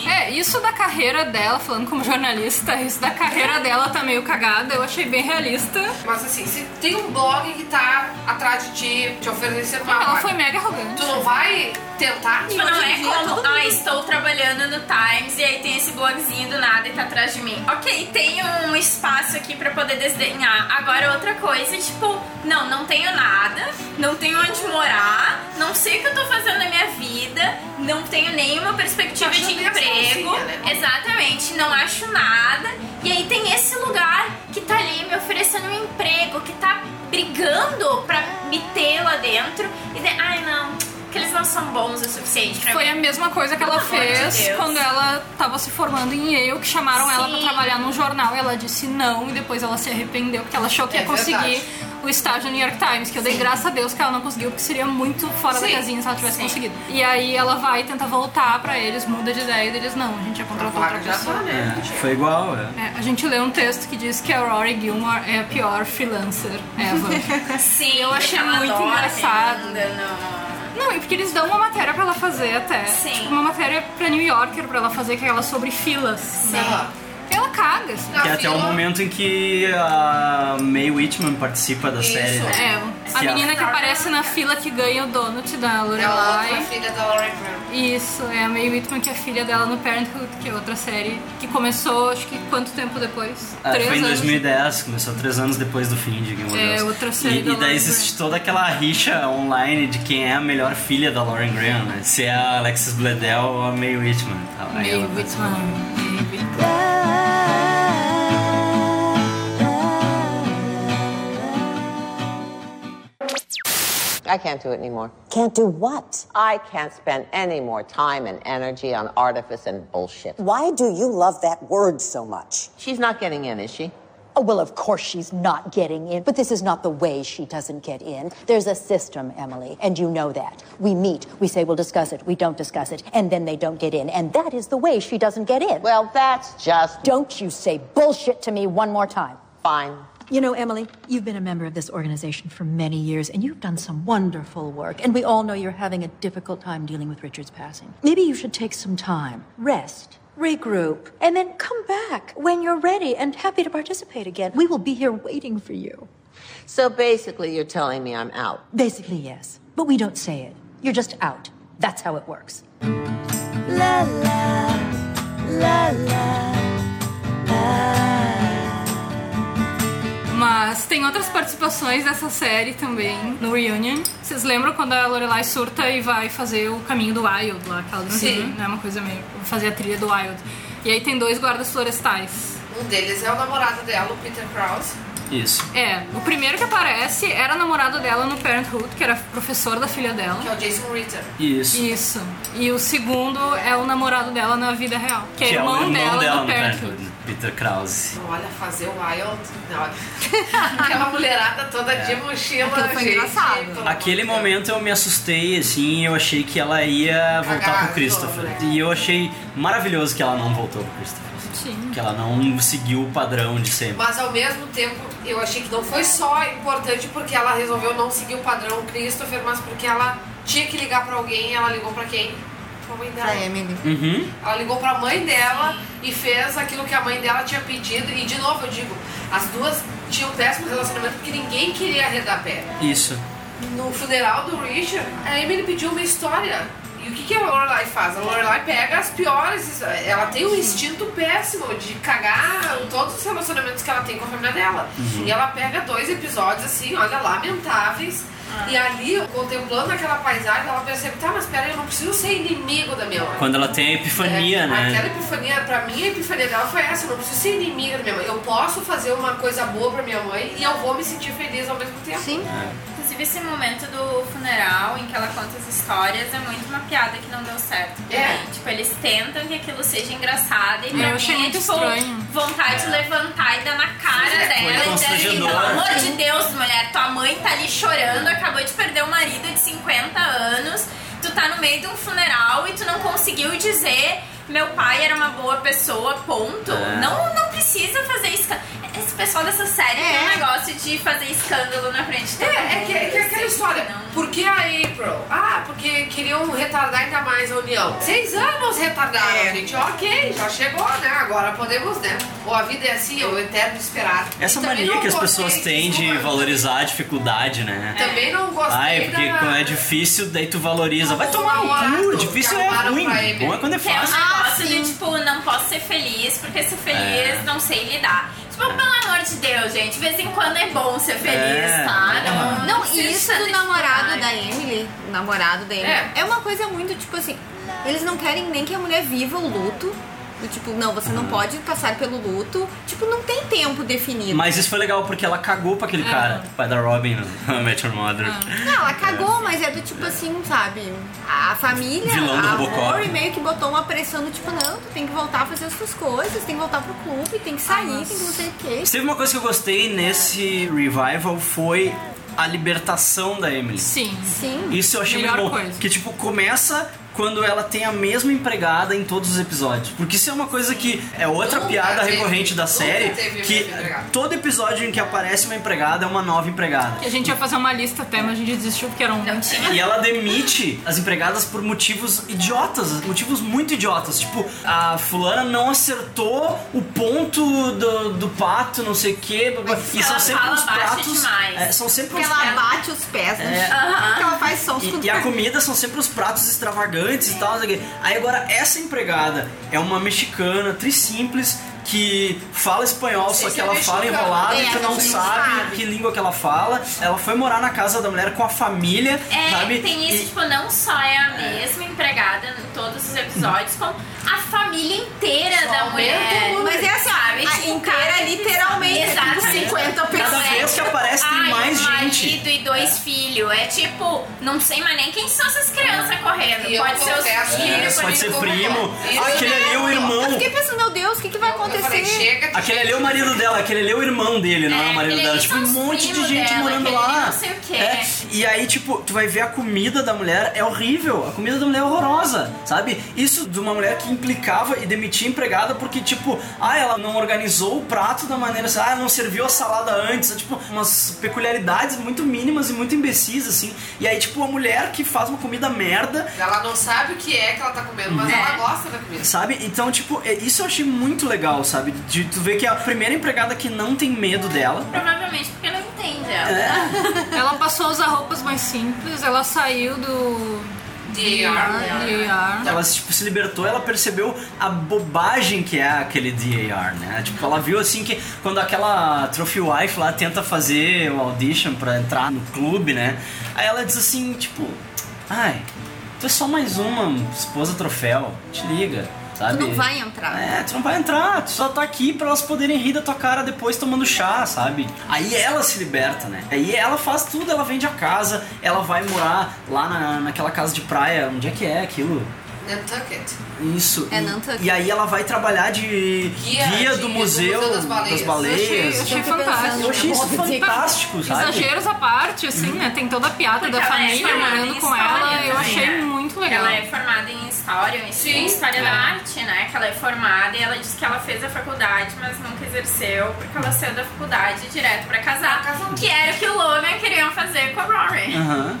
S6: em
S4: É, isso da carreira dela, falando como jornalista, isso da carreira dela tá meio cagada, eu achei bem realista.
S6: Mas assim, se tem um blog que tá atrás de ti, te oferecendo uma.
S4: Ela
S6: vaga,
S4: foi mega arrogante.
S6: Tu não vai tentar?
S7: Tipo, não é como, ah, estou trabalhando no Times e aí tem esse blogzinho do nada e tá atrás de mim. Ok, tem um espaço aqui pra poder desenhar. Agora, outra coisa, tipo, não, não tenho nada, não tenho onde morar, não sei o que eu tô fazendo na minha vida, não tenho nenhuma perspectiva
S6: Tá
S7: de
S6: achando que é
S4: assim,
S7: emprego.
S6: sozinha, né?
S7: Exatamente, não acho nada. E aí tem esse lugar que tá ali me oferecendo um emprego, que tá brigando pra me ter lá dentro. E daí, ai não, que eles não são bons o suficiente pra
S4: Foi
S7: mim.
S4: a mesma coisa que
S7: Pelo
S4: ela
S7: amor de
S4: fez
S7: Deus.
S4: quando ela tava se formando em Yale, que chamaram ela pra
S7: Sim.
S4: trabalhar num jornal e ela disse não, e depois ela se arrependeu, porque ela achou que
S6: É
S4: ia conseguir
S6: verdade.
S4: o estágio no New York Times, que eu dei graças a Deus que ela não conseguiu, porque seria muito fora da
S6: Sim.
S4: casinha se ela tivesse
S6: Sim.
S4: conseguido. E aí ela vai tentar voltar pra eles, muda de ideia, e eles não, a gente já contratou outra
S6: tá.
S4: pessoa.
S3: É, foi igual, é.
S4: É, a gente lê um texto que diz que a Rory Gilmore é a pior freelancer ever.
S7: Sim,
S4: eu achei
S7: ela
S4: muito
S7: dorme
S4: engraçado.
S7: ainda, não.
S4: Não, e porque eles dão uma matéria pra ela fazer até. Sim. Tipo, uma matéria pra New Yorker pra ela fazer, que é aquela sobre filas. Sim. Ela caga, assim.
S3: Que é até o momento em que a May Whitman participa da série.
S4: É,
S3: né?
S4: a
S3: Que
S4: menina que aparece na fila que ganha o donut da
S6: Ela é
S4: Lorelai.
S6: filha da Lauren Brown.
S4: Isso, é a May Whitman, que é filha dela no Parenthood, que é outra série que começou, acho que quanto tempo depois?
S3: Ah,
S4: Três
S3: foi em
S4: anos.
S3: 2010, começou três anos depois do fim de Game of
S4: É,
S3: Thrones.
S4: outra série
S3: e,
S4: da
S3: e daí
S4: Lauren
S3: existe toda aquela rixa online de quem é a melhor filha da Lauren Graham, né? Se é a Alexis Bledel ou a May Whitman. Tá? Aí ela-
S12: I can't do it anymore. Can't do what? I can't spend any more time and energy on artifice and bullshit. Why do you love that word so much? She's not getting in, is she?
S16: Oh, well, of course she's not getting in, but this is not the way she doesn't get in. There's a system, Emily, and you know that. We meet, we say we'll discuss it, we don't discuss it, and then they don't get in, and that is the way she doesn't get in.
S12: Well, that's just.
S16: Don't you say bullshit to me one more time.
S12: Fine.
S16: You know, Emily, you've been a member of this organization for many years, and you've done some wonderful work, and we all know you're having a difficult time dealing with Richard's passing. Maybe you should take some time, rest, regroup, and then come back when you're ready and happy to participate again. We will be here waiting for you.
S12: So basically, you're telling me I'm out.
S16: Basically, yes. But we don't say it. You're just out. That's how it works.
S2: La la la la.
S4: Mas tem outras participações dessa série também no Reunion. Vocês lembram quando a Lorelai surta e vai fazer o caminho do Wild lá, aquela dancinha,
S6: Sim.
S4: né? Uma coisa meio. fazer a trilha do Wild. E aí tem dois guardas florestais.
S6: Um deles é o namorado dela, o Peter Krause.
S3: Isso.
S4: É, o primeiro que aparece era namorado dela no Parenthood, que era professor da filha dela.
S6: Que é o Jason Ritter.
S3: Isso.
S4: Isso. E o segundo é o namorado dela na vida real, que é,
S3: Que é
S4: irmão,
S3: o irmão
S4: dela,
S3: dela
S4: no
S3: no
S4: Parenthood.
S3: Parenthood, Peter Krause.
S6: Olha, fazer o Wild. Não, olha. Aquela mulherada toda de mochila.
S5: É. Aquilo foi
S6: gente,
S5: engraçado.
S6: pelo
S3: Aquele momento eu me assustei, assim, eu achei que ela ia voltar pro Christopher.
S4: né?
S3: E eu achei maravilhoso que ela não voltou pro Christopher.
S4: Sim.
S3: Que ela não seguiu o padrão de sempre.
S6: Mas ao mesmo tempo, eu achei que não foi só importante porque ela resolveu não seguir o padrão Christopher, mas porque ela tinha que ligar pra alguém e ela ligou pra quem? Pra mãe dela.
S5: Emily.
S3: Uhum.
S6: Ela ligou pra mãe dela e fez aquilo que a mãe dela tinha pedido. E de novo eu digo, as duas tinham péssimo relacionamento porque ninguém queria arredar pé.
S3: Isso.
S6: No funeral do Richard, a Emily pediu uma história. E o que, que a Lorelai faz? A Lorelai pega as piores. Ela tem um instinto péssimo de cagar todos os relacionamentos que ela tem com a família dela.
S2: Uhum.
S6: E ela pega dois episódios assim, olha, lamentáveis. E ali, contemplando aquela paisagem, ela percebe, tá, mas peraí, eu não preciso ser inimigo da minha mãe.
S3: Quando ela tem a epifania, né?
S6: É, Aquela epifania, pra mim, a epifania dela foi essa: eu não preciso ser inimiga da minha mãe. Eu posso fazer uma coisa boa pra minha mãe e eu vou me sentir feliz ao mesmo tempo.
S5: Sim.
S7: É.
S4: É.
S7: Inclusive, esse momento do funeral em que ela conta as histórias é muito uma piada que não deu certo. pra
S6: É.
S7: mim. Tipo, eles tentam que aquilo seja engraçado e pra
S4: Eu
S7: mim
S4: achei
S7: é
S4: muito
S7: tipo
S4: estranho.
S7: vontade de levantar e dar na cara
S4: É. Foi
S7: dela. E daí,
S4: constrangedor.
S7: pelo amor de Deus, mulher, tua mãe tá ali chorando, acabou de perder o marido de 50 anos, tu tá no meio de um funeral e tu não conseguiu dizer. Meu pai era uma boa pessoa, ponto.
S2: É.
S7: Não, não precisa fazer escândalo. Esse pessoal dessa série tem um negócio de fazer escândalo na frente
S6: É, é que, é que é aquela história. Por que a April? Ah, porque queriam retardar ainda mais a união. Seis anos retardaram, gente. Ok, já chegou, né? Agora podemos, né? Ou a vida é assim, é o eterno esperar.
S3: Essa
S6: E também
S3: mania
S6: não
S3: que as
S6: gostei-
S3: pessoas têm de valorizar a dificuldade, né?
S6: Também não gostei
S3: Ai, porque
S6: da-
S3: quando é difícil, daí tu valoriza. Vai tomar no cu, difícil é ruim. Bom é quando é fácil.
S7: Que é um negócio de, tipo, não posso ser feliz, porque ser feliz
S3: É.
S7: não sei lidar. Tipo, pelo amor de Deus, gente, de vez em quando é bom ser feliz,
S5: É.
S7: tá? Não,
S5: Não,
S7: precisa
S5: isso
S7: ter
S5: do namorado
S7: dificuldade.
S5: da Emily, o namorado da Emily,
S7: É.
S5: é. uma coisa muito tipo assim, eles não querem nem que a mulher viva o luto. Do tipo, não, você
S3: Uhum.
S5: não pode passar pelo luto. Tipo, não tem tempo definido.
S3: Mas isso foi legal porque ela cagou pra aquele
S5: É.
S3: cara, pai da Robin, no Met Your Mother.
S6: Ah.
S5: Não, ela cagou, mas é do tipo assim, sabe? A família,
S3: Vilão do
S5: a
S3: Robocop.
S5: Rory meio que botou uma pressão do tipo, não, tu tem que voltar a fazer as tuas coisas, tem que voltar pro clube, tem que sair, tem que não sei o quê.
S3: Se Teve uma coisa que eu gostei nesse revival foi a libertação da Emily.
S4: Sim.
S5: Sim.
S3: Isso eu achei
S4: Melhor
S3: muito bom.
S4: coisa.
S3: Que tipo, começa quando ela tem a mesma empregada em todos os episódios. Porque isso é uma coisa que é outra
S6: Nunca
S3: piada
S6: teve-
S3: recorrente da
S6: nunca
S3: série.
S6: teve
S3: Que
S6: mesma empregada.
S3: todo episódio em que aparece uma empregada é uma nova empregada.
S4: Que a gente ia fazer uma lista até, mas a gente desistiu porque era um. Não
S3: E ela demite as empregadas por motivos idiotas, motivos muito idiotas. Tipo, a fulana não acertou o ponto do, do pato, não sei o quê. E são
S5: ela
S3: sempre
S5: fala
S3: uns
S5: baixo
S3: pratos.
S5: demais.
S3: é, são sempre
S5: Porque
S3: uns
S5: ela
S3: pratos-
S5: bate os pés, né?
S3: É.
S5: Porque ela faz sons
S3: E, e a comida são sempre os pratos extravagantes e tal. não sei o quê. Aí agora essa empregada é uma mexicana, tri simples, que fala espanhol, só
S6: Esse
S3: que
S6: é
S3: ela fala
S6: mexicano.
S3: enrolada
S6: É,
S3: e tu não
S6: não
S3: sabe,
S6: sabe.
S3: que língua que ela fala. Ela foi morar na casa da mulher com a família,
S7: É,
S3: sabe?
S7: tem isso,
S3: E-
S7: tipo, não só é a mesma empregada em todos os episódios, como a família inteira da mulher.
S5: Mas é assim, ó,
S7: sabe?
S5: a
S7: Tipo,
S5: inteira
S7: cara,
S5: literalmente é tipo
S7: exatamente.
S5: 50 Cada
S3: vez pessoas. que aparece, tem
S7: Ai,
S3: mais
S7: um
S3: gente.
S7: marido e dois filhos. É tipo, não sei mais nem quem são essas crianças correndo.
S6: E eu
S7: Pode ser os
S6: confesso que
S3: É,
S7: filhos,
S3: pode ser
S7: ser
S3: primo.
S7: Isso
S3: Ah, aquele ali é o
S5: Eu
S3: irmão.
S5: fiquei pensando, meu Deus, o que, que vai acontecer?
S6: falei, chega,
S3: Aquele ali é o marido dela, aquele ali é o irmão dele, não é, o marido
S7: aquele
S3: dela.
S7: ali
S3: Tipo,
S7: são
S3: um
S7: os
S3: monte de
S7: primos
S3: gente
S7: dela,
S3: morando
S7: aquele
S3: lá.
S7: ali não sei o quê.
S3: É, E aí, tipo, tu vai ver a comida da mulher é horrível. A comida da mulher é horrorosa, sabe? Isso de uma mulher que implicava e demitia a empregada porque, tipo, ah, ela não organizou o prato da maneira assim, ah, ela não serviu a salada antes. É, tipo, umas peculiaridades muito mínimas e muito imbecis, assim. E aí, tipo, a mulher que faz uma comida merda
S6: Ela não sabe o que é que ela tá comendo, mas
S3: Uhum.
S6: ela gosta da comida.
S3: Sabe? Então, tipo, é- isso eu achei muito legal, sabe? De tu ver que é a primeira empregada que não tem medo dela.
S7: Provavelmente porque não entende
S3: É?
S4: ela. Ela passou a usar roupas mais simples, ela saiu do.
S6: DAR.
S4: DAR.
S3: Ela tipo, se libertou, ela percebeu a bobagem que é aquele DAR, né? Tipo, ela viu assim que quando aquela Trophy Wife lá tenta fazer o audition pra entrar no clube, né? Aí ela diz assim, tipo, ai, tu é só mais uma esposa troféu, te liga, sabe?
S5: Tu não vai entrar.
S3: É, tu não vai entrar, tu só tá aqui pra elas poderem rir da tua cara depois tomando chá, sabe? Aí ela se liberta, né? Aí ela faz tudo, ela vende a casa, ela vai morar lá na, naquela casa de praia, onde é que é aquilo?
S6: Nantucket.
S3: Isso.
S6: É
S3: e,
S6: Nantuguet.
S3: e aí ela vai trabalhar de guia,
S6: Guia de-
S3: do,
S6: do Museu
S3: museu,
S6: das
S3: das
S6: Baleias.
S3: baleias.
S4: Eu achei
S3: Então,
S4: fantástico.
S3: Eu achei isso fantástico, sabe?
S4: Exageros à parte, assim, né? Tem toda a piada
S7: é
S4: da família morando com ela. Eu achei muito legal.
S7: Ela é formada em história, um em
S4: Sim.
S7: história da
S4: É.
S7: arte, né? Que ela é formada e ela disse que ela fez a faculdade, mas nunca exerceu, porque ela saiu da faculdade direto pra casar. Que era o que o Logan queriam fazer com a Rory.
S3: Aham.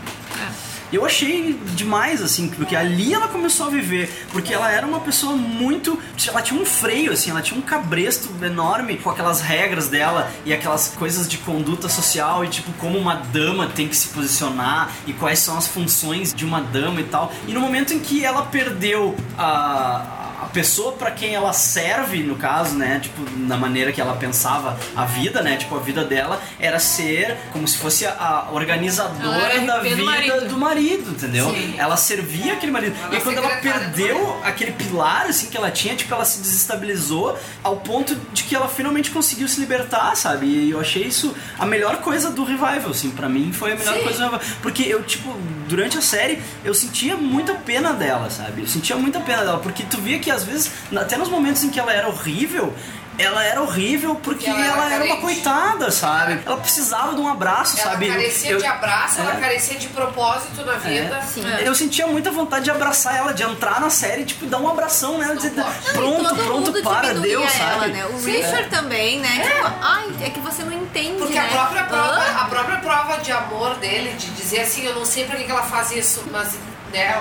S4: É.
S3: Eu achei demais, assim, porque ali ela começou a viver. Porque ela era uma pessoa muito. Ela tinha um freio, assim, ela tinha um cabresto enorme com aquelas regras dela e aquelas coisas de conduta social e, tipo, como uma dama tem que se posicionar e quais são as funções de uma dama e tal. E no momento em que ela perdeu a, a pessoa pra quem ela serve, no caso, né? Tipo, na maneira que ela pensava a vida, né? Tipo, a vida dela era ser como se fosse a a
S4: Ela
S3: organizadora
S4: era
S3: da
S4: RP do
S3: vida
S4: marido.
S3: do marido, entendeu?
S4: Sim.
S3: Ela servia aquele marido. e aí, quando ela perdeu aquele pilar, assim, que ela tinha, tipo, ela se desestabilizou ao ponto de que ela finalmente conseguiu se libertar, sabe? E eu achei isso a melhor coisa do revival, assim, pra mim foi a melhor
S6: Sim.
S3: coisa do revival. Porque eu, tipo, durante a série, eu sentia muita pena dela, sabe? Eu sentia muita pena dela, porque tu via que às vezes, na- até nos momentos em que ela era horrível, Ela era horrível porque ela, era, uma coitada, sabe? Ela precisava de um abraço,
S6: Ela
S3: sabe?
S6: carecia de abraço,
S3: É.
S6: ela carecia de propósito na vida. É.
S3: Eu sentia muita vontade de abraçar ela, de entrar na série, tipo, dar um abração nela, dizer,
S5: Não, e
S3: pronto,
S5: todo mundo
S3: pronto, para,
S5: diminuía
S3: deu,
S5: ela,
S3: sabe?
S5: Né? O
S3: Sim.
S5: Richard também, né? Tipo, ai, é que você não entende,
S6: Porque
S5: né?
S6: a própria, prova,
S5: Ah.
S6: a própria prova de amor dele, de dizer assim, eu não sei pra que que ela faz isso, mas né,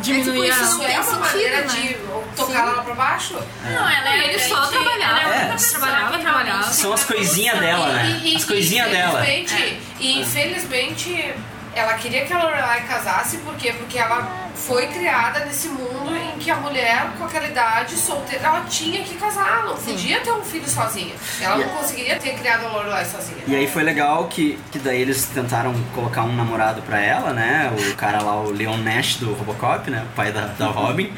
S4: Diminuir
S6: é, tipo,
S4: a-
S6: isso
S4: não
S6: é
S4: tem
S6: uma
S4: sentido,
S6: maneira
S4: né?
S6: de tocar ela pra baixo.
S7: Não, ela
S4: E ele só trabalhava,
S6: ela
S5: né?
S4: é. trabalhava, trabalhava.
S3: São as coisinhas dela, né?
S6: E- e-
S3: As coisinhas dela.
S7: É.
S6: infelizmente- E infelizmente ela queria que a Lorelai casasse, por quê? Porque ela foi criada nesse mundo em que a mulher com aquela idade solteira, ela tinha que casar, não podia ter um filho sozinha. Ela
S3: Yeah.
S6: não conseguiria ter criado a Lorelai sozinha.
S3: E aí foi legal que, que daí eles tentaram colocar um namorado pra ela, né? O cara lá, o Leon Nash do Robocop, né? O pai da,
S5: Uhum.
S3: da Robin.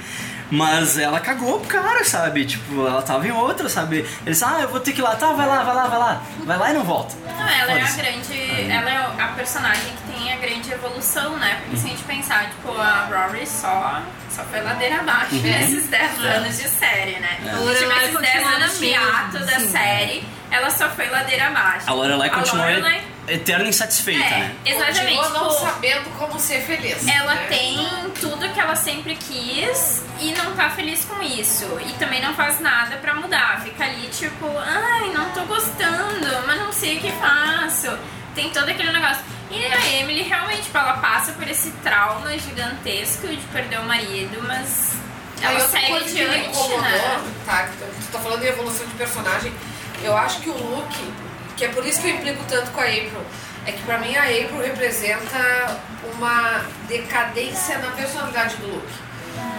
S3: Mas ela cagou pro cara, sabe? Tipo, ela tava em outra, sabe? Eles, ah, eu vou ter que ir lá, tá, vai lá, vai lá, vai lá. Vai lá e não volta.
S7: Não, ela é a
S3: Foda-se.
S7: grande. Ela é a personagem que tem a grande evolução, né? Porque se a gente pensar, tipo, a Rory só, só foi ladeira abaixo
S6: Uhum.
S7: nesses 10
S6: É.
S7: anos de série, né?
S3: É.
S7: Tipo,
S6: Lorelai
S7: esses 10
S6: continua no
S7: anos de
S6: mesmo,
S7: ato da
S6: sim.
S7: série, ela só foi ladeira abaixo.
S3: A Lorelai continua
S7: Lorelai-
S3: eterna insatisfeita,
S5: É.
S3: né?
S7: É, Exatamente.
S6: Continua não
S7: tipo,
S6: sabendo como ser feliz.
S7: Ela
S6: né?
S7: tem tudo que ela sempre quis e não tá feliz com isso. E também não faz nada pra mudar. Fica ali tipo, ai, não tô gostando, mas não sei o que faço. Tem todo aquele negócio. E a Emily realmente, tipo, ela passa por esse trauma gigantesco de perder o marido, mas
S6: Aí
S7: ela
S6: outra
S7: segue
S6: coisa que me
S7: adiante,
S6: incomodou,
S7: né?
S6: tá, que tu- tu tá falando em evolução de personagem, eu acho que o Luke, que é por isso que eu implico tanto com a April, é que pra mim a April representa uma decadência na personalidade do Luke.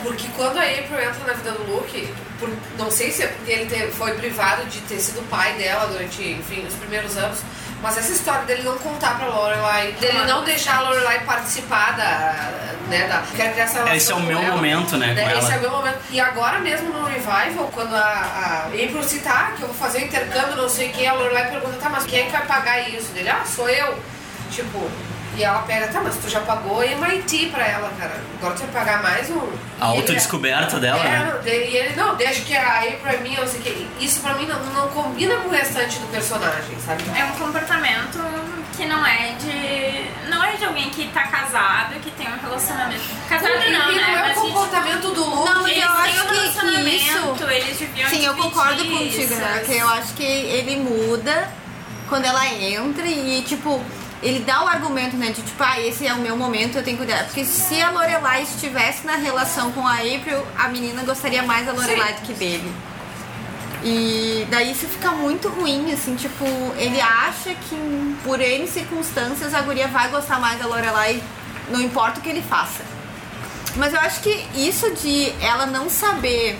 S6: Porque quando a April entra na vida do Luke, por- não sei se é porque ele te- foi privado de ter sido pai dela durante, enfim, os primeiros anos, mas essa história dele não contar pra Lorelai, dele não deixar a Lorelai participar da, né, da... Quero criar essa
S3: Esse é o
S6: relação
S3: meu
S6: com ela.
S3: momento, né? Com
S6: Né? Esse é
S3: ela.
S6: o meu momento. E agora mesmo no revival, quando a, a April cita ah, que eu vou fazer o intercâmbio, não sei o que, a Lorelai pergunta, tá, mas quem é que vai pagar isso? Dele, ah, sou eu. Tipo, e ela pega, tá, mas tu já pagou MIT pra ela, cara. Agora tu vai pagar mais um. E
S3: A
S6: ele-
S3: autodescoberta dela,
S6: É,
S3: né?
S6: não, E ele, não, deixa que a April é minha, não sei o que. Isso pra mim não, não combina com o restante do personagem, sabe?
S7: É um comportamento que não é de. não é de alguém que tá casado, que tem um relacionamento. Casado
S6: E-
S7: não,
S6: e não
S7: né?
S6: é o
S7: Mas, tipo,
S6: comportamento do Luke.
S5: Não, mas
S7: eles
S5: eu
S7: têm
S5: acho
S7: um
S5: que- que
S7: relacionamento,
S5: isso-
S7: eles deviam
S5: Sim, eu
S7: dividir
S5: concordo contigo, né?
S7: isso.
S5: Que eu acho que ele muda quando ela entra e, tipo, ele dá o argumento, né? De tipo, ah, esse é o meu momento, eu tenho que cuidar. Porque se a Lorelai estivesse na relação com a April, a menina gostaria mais da Lorelai do que dele. E daí isso fica muito ruim, assim, tipo, ele acha que por N circunstâncias a guria vai gostar mais da Lorelai, não importa o que ele faça. Mas eu acho que isso de ela não saber,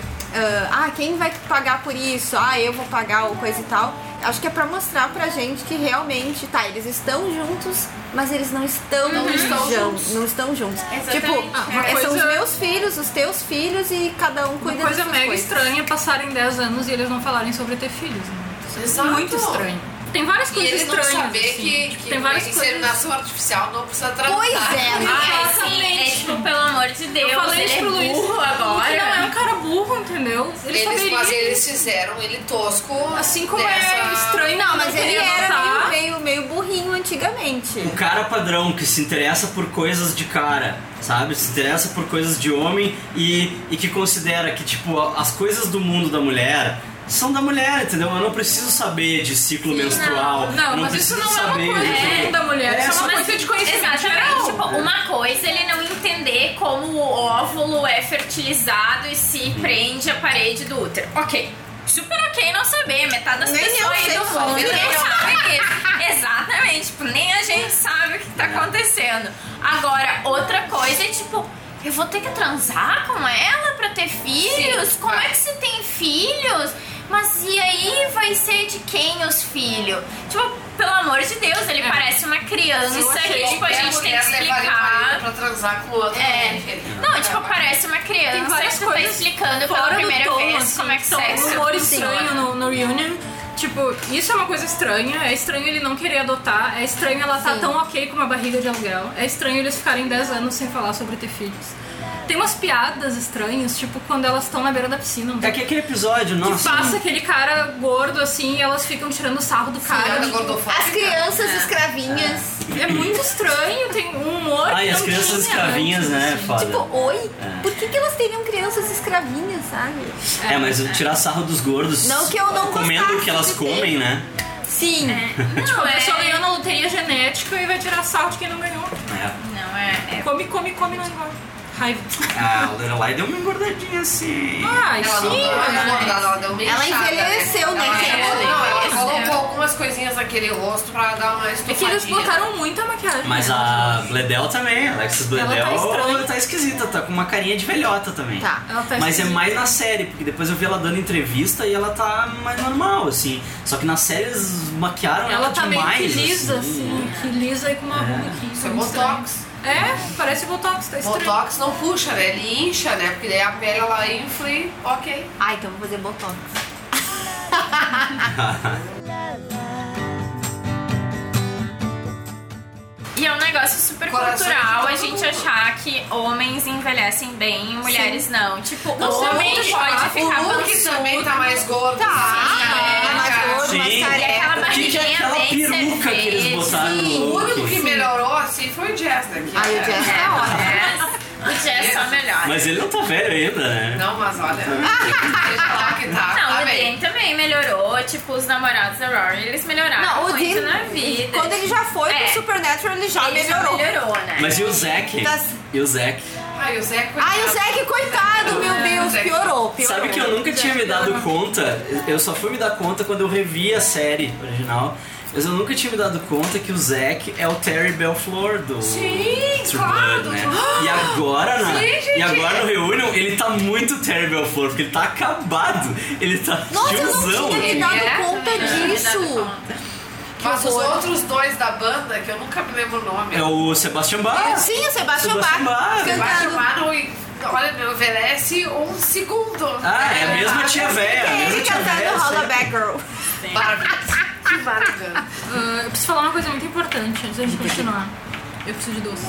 S5: ah, ah, quem vai pagar por isso, ah, eu vou pagar ou coisa e tal, acho que é pra mostrar pra gente que realmente, tá, eles estão juntos, mas eles Então, não estão,
S6: Não estão
S5: jun-
S6: juntos.
S5: Não Uhum. estão juntos.
S4: Uhum. Exatamente.
S5: Tipo,
S4: Ah, uma
S5: é, são os
S4: coisa-
S5: meus filhos, os teus filhos e cada um
S4: Uma
S5: cuida das
S4: coisa
S5: suas
S4: mega
S5: coisas.
S4: estranha é passarem 10 anos e eles não falarem sobre ter filhos. Né?
S6: Exato.
S4: Muito estranho. Tem várias
S6: E
S4: coisas
S6: ele não
S4: estranhas.
S6: saber
S4: assim.
S6: que-
S4: Tipo,
S6: que
S4: tem várias
S6: inseminação artificial não precisa tratar.
S4: Pois é,
S7: Ai, sim,
S4: Exatamente.
S7: é tipo, pelo amor de Deus,
S4: Eu falei
S7: ele
S4: isso pro
S7: é
S4: Luiz.
S7: burro agora.
S4: Ele não é um cara burro, entendeu? Ele
S6: Eles,
S4: saberia.
S6: mas eles fizeram ele tosco.
S4: Assim como
S6: dessa-
S4: é estranho.
S5: Não,
S4: que
S5: mas ele
S4: queria
S5: era
S7: tá.
S4: adotar.
S5: meio, meio, meio burrinho antigamente.
S3: O cara padrão que se interessa por coisas de cara, sabe? Se interessa por coisas de homem e, e que considera que, tipo, a- as coisas do mundo da mulher são da mulher, entendeu? Eu não preciso saber de ciclo menstrual.
S4: não,
S3: eu não
S4: mas isso
S3: preciso
S4: não é uma
S3: saber,
S4: coisa
S3: entendeu?
S4: da mulher, isso é uma
S7: Mas,
S4: coisa de conhecimento
S7: Exatamente.
S4: geral.
S7: Tipo, uma coisa é ele não entender como o óvulo é fertilizado e se
S5: Uhum.
S7: prende à parede do útero. Ok. Super ok não saber, metade das
S5: Nem eu
S7: pessoas aí
S5: sei é.
S7: do
S5: falar.
S7: mundo nem
S5: Nem eu.
S7: sabe disso. Exatamente, tipo, nem a gente sabe o que
S5: É.
S7: tá acontecendo. Agora, outra coisa é tipo, eu vou ter que transar com é? ela pra ter filhos? Como é que se tem filhos? Mas e aí vai ser de quem os filhos? Tipo, pelo amor de Deus, ele parece uma criança
S6: Eu achei
S7: que tipo, a
S6: qualquer
S7: gente tem que
S6: mulher levaria o marido
S7: explicar.
S6: Pra transar com outro.
S7: É. Não, tipo, parece uma
S4: Tem
S7: criança que
S4: várias
S7: tu tá
S4: coisas
S7: explicando pela
S4: fora
S7: primeira
S4: do tom,
S7: vez
S4: assim,
S7: como é que
S4: são
S7: sexo
S4: um humor
S7: funciona.
S4: estranho no, no reunion. Tipo, isso é uma coisa estranha. É estranho ele não querer adotar. tá É estranho ela estar tão ok com uma barriga de aluguel. É estranho eles ficarem 10 anos sem falar sobre ter filhos. Tem umas piadas estranhas, tipo quando elas estão na beira da piscina.
S3: É que aquele episódio, né?
S4: Que
S3: nossa.
S4: passa aquele cara gordo assim e elas ficam tirando sarro do cara.
S5: ela é
S4: tipo,
S5: gordofóbica. As crianças escravinhas.
S4: É. muito estranho, tem um humor.
S3: Ai,
S4: que
S3: as
S4: não
S3: crianças
S4: tinha
S3: escravinhas,
S4: antes.
S3: né? é Foda.
S5: Tipo, oi?
S3: É.
S5: Por que, que elas teriam crianças escravinhas, sabe?
S3: É, mas tirar sarro dos gordos.
S5: Não que eu não
S3: Comendo o
S5: gostasse
S3: que elas
S5: de ter.
S3: comem, né?
S5: Sim.
S4: Tipo, a pessoa ganhou na loteria genética e vai tirar sarro de quem não ganhou.
S3: É.
S4: Não, é. Come, come, come, não engorda. Raiva.
S3: A Lorelai deu uma engordadinha assim.
S4: Ai,
S6: Ela não
S4: sim,
S6: deu uma
S4: mas-
S6: engordada, ela deu uma
S5: Ela
S6: inchada,
S5: envelheceu, né?
S6: Ela,
S5: Ela
S6: envelheceu. Não, ela
S5: envelheceu.
S6: colocou algumas coisinhas naquele rosto pra dar uma estufadinha.
S4: É que eles botaram muita maquiagem.
S3: Mas a Bledel também, a Alexis Bledel,
S4: tá estranha.
S3: ela tá esquisita, tá com uma carinha de velhota também.
S4: Tá, ela tá
S3: Mas é
S4: esquisita.
S3: mais na série, porque depois eu vi ela dando entrevista e ela tá mais normal, assim. Só que na série eles maquiaram ela,
S4: Ela tá meio que
S3: demais.
S4: lisa,
S3: assim,
S4: assim,
S3: né?
S4: que lisa e com uma
S3: É.
S4: ruga aqui.
S6: Isso é
S4: tá muito
S6: botox.
S4: estranho. É, parece botox, tá estranho.
S6: Botox não puxa, né? Ele incha, né? Porque daí a pele ela infla e ok.
S5: Ah, então vou fazer botox.
S7: E é um negócio super
S6: Coração de
S7: cultural a
S6: todo mundo.
S7: gente achar que homens envelhecem bem e mulheres não. Tipo,
S6: Não,
S7: o
S6: você
S7: homem
S6: muito
S7: pode
S6: chato.
S7: ficar
S6: O Hulk
S7: pançudo.
S6: também tá mais gordo,
S7: Tá,
S6: sim, né,
S7: tá mais
S6: cara?
S7: gordo, mais
S6: Sim.
S7: careca. E aquela
S6: O que que é
S7: barriguinha
S6: aquela
S7: bem
S6: peruca que eles
S7: cerveja.
S6: botaram no
S7: Sim.
S6: O único que melhorou assim foi o Jess, né? que-
S7: Ai, o Jess
S6: É.
S7: tá O Jess só melhor.
S3: Mas ele não tá velho ainda, né?
S6: Não, mas olha. tá,
S7: Não, o Dean também melhorou. Tipo, os namorados da Rory, eles melhoraram
S5: Não, o
S7: muito
S5: Dean-
S7: na vida. É.
S5: quando ele já foi pro Supernatural, ele já
S7: ele
S5: melhorou.
S7: Já melhorou, né?
S3: Mas e
S4: é.
S3: o Zack?
S4: Tá
S5: Das-
S3: E o Zack?
S6: Ai, o Zé, coitado. É,
S5: Ai, o Zack, coitado, meu Deus, piorou, piorou.
S3: Sabe que eu nunca tinha me dado conta, eu só fui me dar conta quando eu revi a série original, mas eu nunca tinha me dado conta que o Zack é o Terry Belflor do
S6: Sim,
S3: True
S6: claro,
S3: Blood, né?
S6: do-
S3: E agora, na,
S6: Sim, gente.
S3: e agora no Reunion, ele tá muito Terry Belflor, porque ele tá acabado, ele tá
S5: Nossa, eu não
S3: tiozão.
S5: tinha me
S6: é?
S5: dado conta disso.
S6: Mas os
S5: horror.
S6: outros dois da banda, que eu nunca me lembro o nome.
S3: É o Sebastian Bach.
S5: Sim, o Sebastian
S3: Sebastian
S5: Bach.
S3: Bach.
S6: Sebastian Bach, não- olha, meu, envelhece um segundo.
S3: Ah, é a mesma
S6: Maravilhoso.
S3: tia véia, a mesma tia véia. sempre.
S5: Girl.
S6: Maravilhoso. Que maravilhoso.
S4: Ah, eu preciso falar uma coisa muito importante antes da gente continuar. Ah, Eu preciso de doce.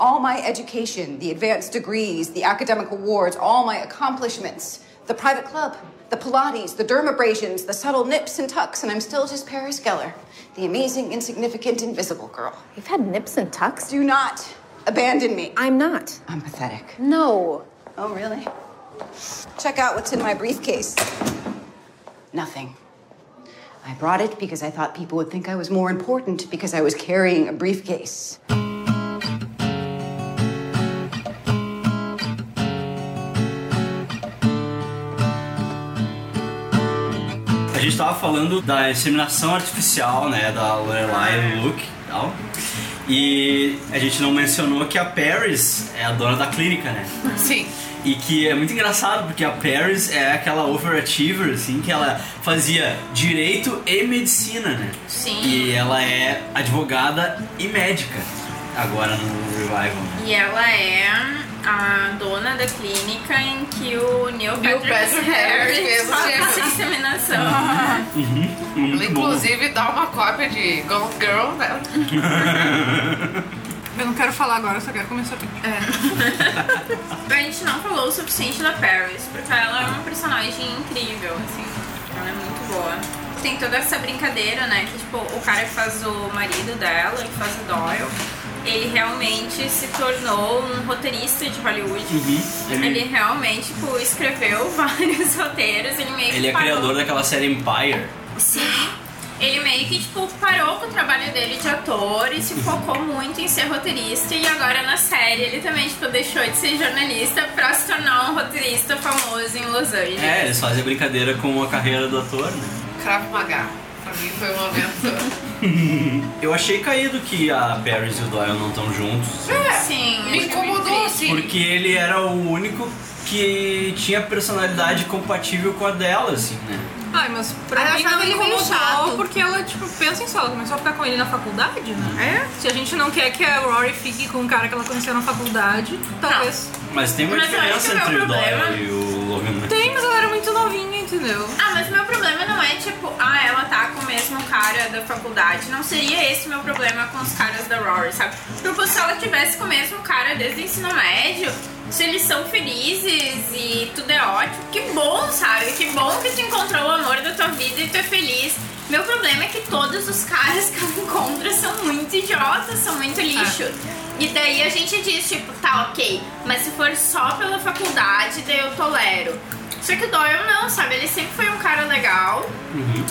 S17: All my education, the advanced degrees, the academic awards, all my accomplishments, the private club, the Pilates, the dermabrasions, the subtle nips and tucks, and I'm still just Paris Geller, the amazing, insignificant, invisible girl. You've had nips and tucks? Do not abandon me. I'm not. I'm pathetic. No. Oh, really? Check out what's in my briefcase. Nothing. I brought it because I thought people would think I was more important because I was carrying a briefcase.
S3: A gente tava falando da inseminação artificial, né, da Lorelai e do Luke e tal. E a gente não mencionou que a Paris é a dona da clínica, né?
S6: Sim.
S3: E que é muito engraçado, porque a Paris é aquela overachiever, assim, que ela fazia direito e medicina, né?
S7: Sim.
S3: E ela é advogada e médica, agora no Revival, né?
S7: E ela é a dona da clínica em que o Neil
S6: Neil
S7: Patrick,
S6: Patrick Harris fez o
S7: Harris faz
S6: gêmeo.
S7: essa inseminação.
S3: Uhum. Muito bom.
S6: Ah. Inclusive, dá uma cópia de Gone Girl, né?
S4: Eu não quero falar agora, eu só quero começar aqui.
S6: É.
S7: A gente não falou o suficiente da Paris, porque ela é uma personagem incrível, assim. Ela é muito boa. Tem toda essa brincadeira, né? Que tipo, o cara que faz o marido dela, que faz o
S3: Uhum.
S7: Doyle, ele realmente se tornou um roteirista de Hollywood.
S3: Ele-
S6: É
S7: Ele... realmente, tipo, escreveu vários roteiros, ele meio que
S3: Ele é
S7: parou-
S3: criador daquela série Empire.
S7: Sim. Ele meio que, tipo, parou com o trabalho dele de ator e se focou muito em ser roteirista. E agora na série ele também, tipo, deixou de ser jornalista pra se tornar um roteirista famoso em Los Angeles.
S3: É, eles fazem a brincadeira com a carreira do ator, né?
S6: Cravo Magá. Pra mim foi uma aventura.
S3: Eu achei caído que a Paris e o Doyle não estão juntos.
S6: É.
S7: Sim. é
S6: Me incomodou, assim.
S3: Porque ele era o único que tinha personalidade compatível com a dela, assim, né?
S4: Ai, mas pra
S5: Ah, eu
S4: mim
S5: achava
S4: não
S5: ele meio
S4: incomodou,
S5: chato.
S4: porque ela, tipo, pensa em só, ela começou a ficar com ele na faculdade, né? É. Se a gente não quer que a Rory fique com um cara que ela conheceu na faculdade, talvez...
S3: Mas tem uma
S4: Mas eu acho
S3: diferença
S4: que é o meu
S3: entre o
S4: problema-
S3: Doyle e o Logan. né?
S4: Tem, mas ela era muito
S7: muito novinho, entendeu? Ah, mas meu problema não é tipo, ah, ela tá com o mesmo cara da faculdade. Não seria esse meu problema com os caras da Rory, sabe? Tipo, se ela tivesse com o mesmo cara desde o ensino médio, se eles são felizes e tudo é ótimo, que bom, sabe? Que bom que tu encontrou o amor da tua vida e tu é feliz. Meu problema é que todos os caras que eu encontro são muito idiotas, são muito lixo. E daí a gente diz, tipo, tá ok, mas se for só pela faculdade, daí eu tolero. Só que o Doyle não, sabe? Ele sempre foi um cara legal.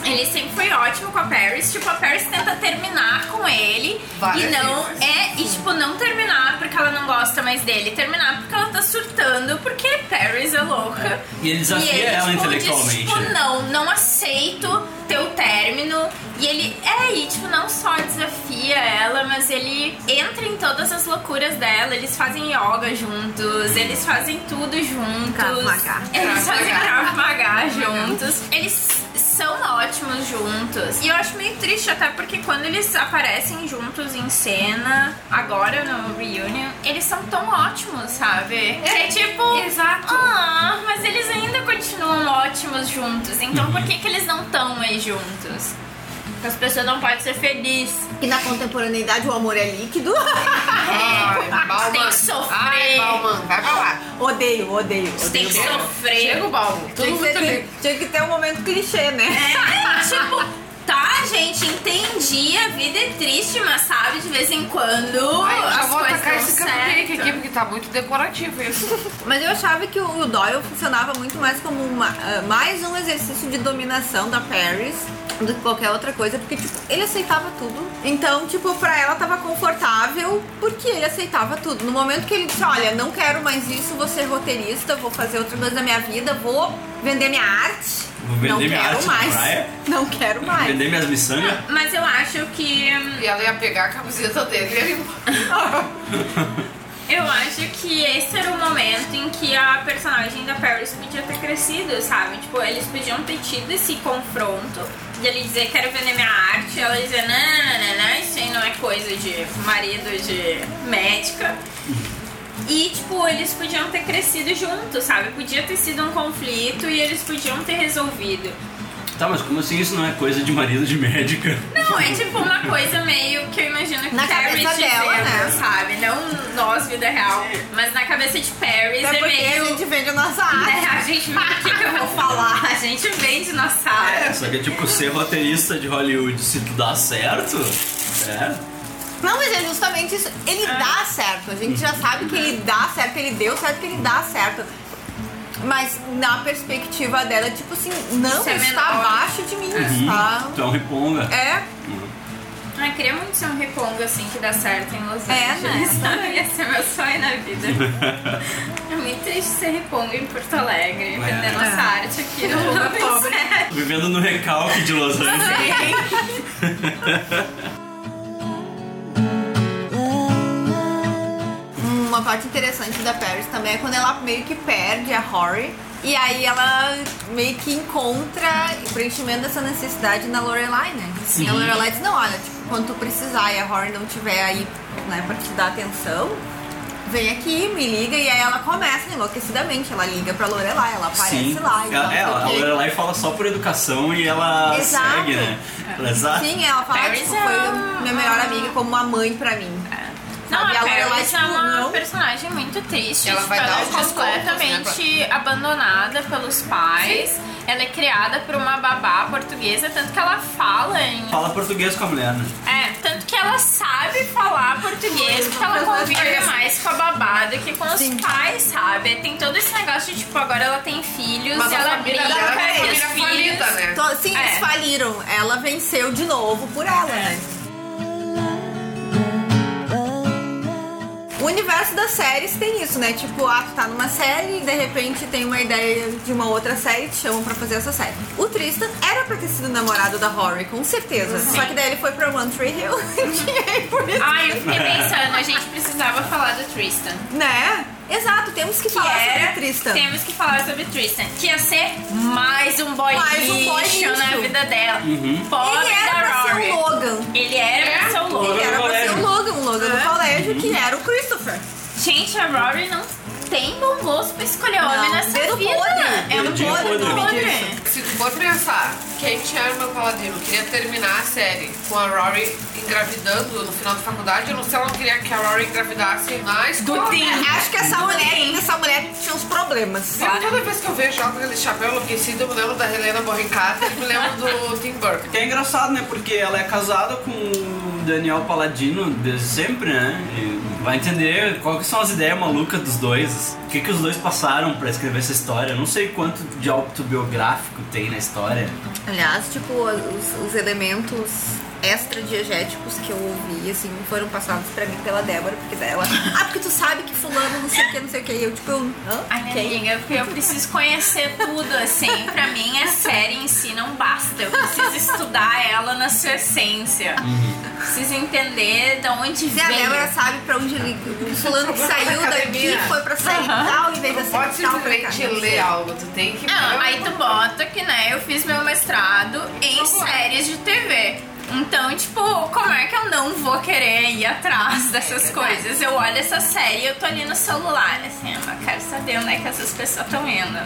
S7: Ele sempre foi ótimo com a Paris. Tipo, a Paris tenta terminar com ele.
S6: Várias
S7: e não
S6: vezes.
S7: é. E tipo, não terminar porque ela não gosta mais dele. Terminar porque ela tá surtando, porque Paris é louca.
S3: E ele desafia
S7: E ele,
S3: ela
S7: tipo,
S3: intelectualmente.
S7: Diz, tipo, não, não aceito teu término. E ele, é, e tipo, não só desafia ela, mas ele entra em todas as loucuras dela. Eles fazem yoga juntos, eles fazem tudo juntos.
S5: Krav Maga.
S7: Eles
S5: Krav
S7: fazem
S5: Maga.
S7: Krav Maga juntos. Eles são ótimos juntos. E eu acho meio triste até porque quando eles aparecem juntos em cena, agora no reunion, eles são tão ótimos, sabe? É, tipo,
S6: Exato.
S7: ah, mas eles ainda continuam ótimos juntos. Então por que que eles não estão mais juntos? Porque as pessoas não podem ser felizes.
S5: E na contemporaneidade o amor é líquido.
S6: Ah,
S7: É,
S5: Bauman.
S7: tem que sofrer.
S5: Ai, Bauman,
S6: vai pra lá.
S5: Odeio, odeio.
S7: Você tem que sofrer.
S5: Chega o
S6: Balmo.
S5: Tinha que,
S7: Tudo muito
S5: ter,
S7: bem.
S5: tinha que ter um momento clichê, né?
S7: É, tipo, tá, gente, entendi. A vida é triste, mas sabe, de vez em quando.
S6: Ai, já
S7: as
S6: vou
S7: coisas
S6: atacar
S7: dão
S6: esse cupcake
S7: certo.
S6: aqui porque tá muito decorativo isso.
S5: Mas eu achava que o Doyle funcionava muito mais como uma- ah, mais um exercício de dominação da Paris do que qualquer outra coisa, porque tipo, ele aceitava tudo. Então, tipo, pra ela tava confortável porque ele aceitava tudo. No momento que ele disse, olha, não quero mais isso, vou ser roteirista, vou fazer outra coisa da minha vida, vou vender minha arte.
S3: Vou vender
S5: não
S3: minha
S5: quero
S3: arte na
S5: mais.
S3: praia.
S5: Não quero mais.
S3: Vender minhas miçangas?
S4: Ah.
S7: Mas eu acho que.
S6: E ela ia pegar a camiseta dele e ia embora.
S7: Eu acho que esse era o momento em que a personagem da Paris podia ter crescido, sabe? Tipo, eles podiam ter tido esse confronto de ele dizer quero vender minha arte, ela dizer não, não, não, não, isso aí não é coisa de marido de médica. E, tipo, eles podiam ter crescido juntos, sabe? Podia ter sido um conflito e eles podiam ter resolvido.
S3: Tá, mas como assim isso não é coisa de marido de médica?
S7: Não, é tipo uma coisa meio que eu imagino que
S5: Na
S7: Paris
S5: cabeça dela,
S7: dizendo,
S5: né?
S7: sabe? Não nós, vida real. Mas na cabeça de Paris
S5: Até
S7: é
S5: porque
S7: meio.
S5: a gente vende a nossa arte.
S7: Né? A gente, o que, que eu vou falar? A gente vende nossa
S5: É.
S7: arte.
S3: Só que tipo, ser roteirista de Hollywood, se tu dá certo, é.
S5: Não, mas é justamente isso. Ele dá certo. A gente já sabe que ele dá certo, ele deu certo, que ele dá certo. Mas na perspectiva dela, tipo assim, não
S7: Isso é
S5: está
S7: menor.
S5: abaixo de mim, está.
S3: Tu é um riponga.
S5: É.
S7: Ai, queria muito ser um repongo assim que dá certo em Los
S5: É, né?
S7: Angeles. Sabe? Esse é meu sonho na vida. É muito triste ser repongo em Porto Alegre, vender nossa arte aqui.
S5: É.
S7: Eu não
S5: Pobre.
S7: pensei.
S3: Vivendo no recalque de Los
S5: é,
S3: Angeles.
S5: Uma parte interessante da Paris também é quando ela meio que perde a Rory. E aí ela meio que encontra o preenchimento dessa necessidade na Lorelai, né?
S6: Sim.
S5: E a Lorelai diz, não, olha, tipo, quando tu precisar e a Rory não tiver aí, né, pra te dar atenção, vem aqui, me liga. E aí ela começa enlouquecidamente, ela liga pra Lorelai, ela aparece
S3: Sim.
S5: lá. e
S3: ela, é, ela,
S5: tal, não
S3: a
S5: sei o quê.
S3: Lorelai fala só por educação e ela
S5: Exato.
S3: segue, né? Ela- Exato.
S5: Sim, ela fala,
S7: Paris
S5: tipo,
S7: é
S5: foi
S7: uma-
S5: minha melhor amiga como uma mãe pra mim.
S7: Não,
S5: Sabe?
S7: a
S5: Ela- ela,
S7: Paris é
S5: tipo,
S7: uma
S5: não-
S7: personagem muito triste.
S6: Ela vai
S7: tipo,
S6: dar
S7: ela
S6: os
S7: é
S6: descontos, né,
S7: completamente
S6: é
S7: abandonada pelos pais. Ela é criada por uma babá portuguesa, tanto que ela fala em
S3: Fala português com a mulher, né?
S7: É, tanto que ela sabe falar português, porque ela convive mais com a babada que com os pais, sabe? Tem todo esse negócio de, tipo, agora ela tem filhos,
S6: Mas a
S7: ela
S6: família
S7: briga
S6: dela é uma
S7: com os
S6: família
S7: filhos.
S6: falida, né?
S5: Então, Sim, eles
S7: É.
S5: faliram. Ela venceu de novo por ela, né? O universo das séries tem isso, né? Tipo, ah, tu tá numa série e de repente tem uma ideia de uma outra série e te chamam pra fazer essa série. O Tristan era pra ter sido namorado da Rory, com certeza.
S7: Sim.
S5: Só que daí ele foi pra One Tree Hill. e aí, por isso-
S7: Ai, eu fiquei pensando, a gente precisava falar do Tristan.
S5: Né? Exato, temos que, falar sobre Tristan.
S7: Temos que falar sobre Tristan. Que ia ser mais um boy
S5: Mais um boy
S7: lixo
S5: lixo.
S7: na vida dela.
S3: Uhum.
S7: Pobre
S5: Ele era
S7: da
S5: pra ser
S7: Rory.
S5: o Logan.
S7: Ele era pra ser o
S5: Ele
S7: Logan.
S5: um era pra ser o Logan, o Logan do colégio, que era o Christopher.
S7: Gente, a Rory não tem bom gosto pra escolher
S6: Não,
S7: homem nessa
S6: dedo
S7: vida.
S6: podre.
S7: É um
S6: Dedinho
S7: podre.
S6: podre.
S7: podre.
S6: Se tu for pensar que a Sherman Paladino queria terminar a série com a Rory engravidando no final da faculdade, eu não sei ela não queria que a Rory engravidasse na escola.
S5: Acho que essa mulher, essa mulher tinha uns problemas.
S6: Eu, toda vez que eu vejo ela com aquele chapéu enlouquecido, eu me lembro da Helena Borricata e me lembro do Tim Burton.
S3: Que é engraçado, né? Porque ela é casada com o Daniel Paladino desde sempre, né? E vai entender qual que são as ideias malucas dos dois. O que, que os dois passaram pra escrever essa história. Eu não sei quanto de autobiográfico tem na história.
S5: Aliás, tipo, os, os elementos extra-diegéticos que eu ouvi, assim, foram passados pra mim pela Débora, porque ela. Ah, porque tu sabe que fulano não sei o que, não sei o que. E eu, tipo, eu. Hã?
S7: Ai, minha
S5: Quem?
S7: amiga, porque eu preciso conhecer tudo, assim. Pra mim, a série em si não basta. Eu preciso estudar ela na sua essência. Preciso entender de onde
S5: Se
S7: vem.
S5: a "Ah, Débora sabe pra onde ligou. O fulano que saiu daqui foi pra sair
S7: Aham.
S5: tal, em vez de sair tal. pra cá.
S6: tu tem que.
S7: Não, aí tu bota que, né, eu fiz meu mestrado em séries de TV. Então, tipo, como é que eu não vou querer ir
S5: É
S7: atrás dessas coisas? Eu olho essa série e eu tô ali no celular, assim, eu não quero saber onde é que essas pessoas estão indo.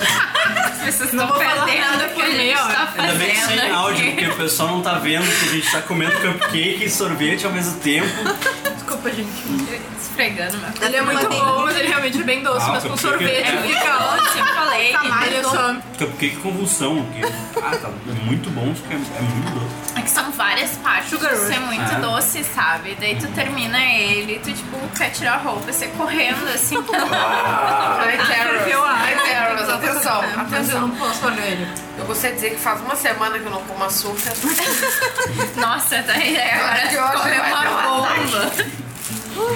S7: As pessoas
S4: Não
S7: estão
S4: vou falar
S7: perdendo
S4: nada
S7: o que a
S4: por mim,
S7: gente
S4: ó.
S7: tá
S4: Ainda
S7: fazendo.
S3: Ainda bem que sem
S7: aqui.
S3: áudio, porque o pessoal não tá vendo que a gente tá comendo cupcake e sorvete ao mesmo tempo.
S4: Desculpa, gente. tá
S7: Esfregando, meu
S4: Ele é muito bom, mas ele realmente é bem doce,
S3: Ah,
S4: mas com
S3: porque-
S4: sorvete
S3: é.
S4: fica ótimo.
S7: Eu falei,
S4: Tá mais
S7: entendeu?
S4: doce.
S3: Cupcake convulsão. Que, ah, tá é muito bom, só que é, é muito doce.
S7: É que são várias partes
S4: Sugar
S7: de ser
S4: rush.
S7: muito
S3: Ah.
S7: doce, sabe? Daí tu termina ele, tu tipo quer tirar a roupa, você correndo assim.
S6: Ai, Terrors.
S7: Viu?
S6: Ai, Terrors. Atenção,
S4: eu
S6: atenção.
S4: não posso olhar ele.
S6: Eu gostaria de dizer que faz uma semana que eu não como açúcar.
S7: Nossa, tá aí
S6: Acho que hoje
S7: agora comeu
S6: vai ter um
S7: uma bomba.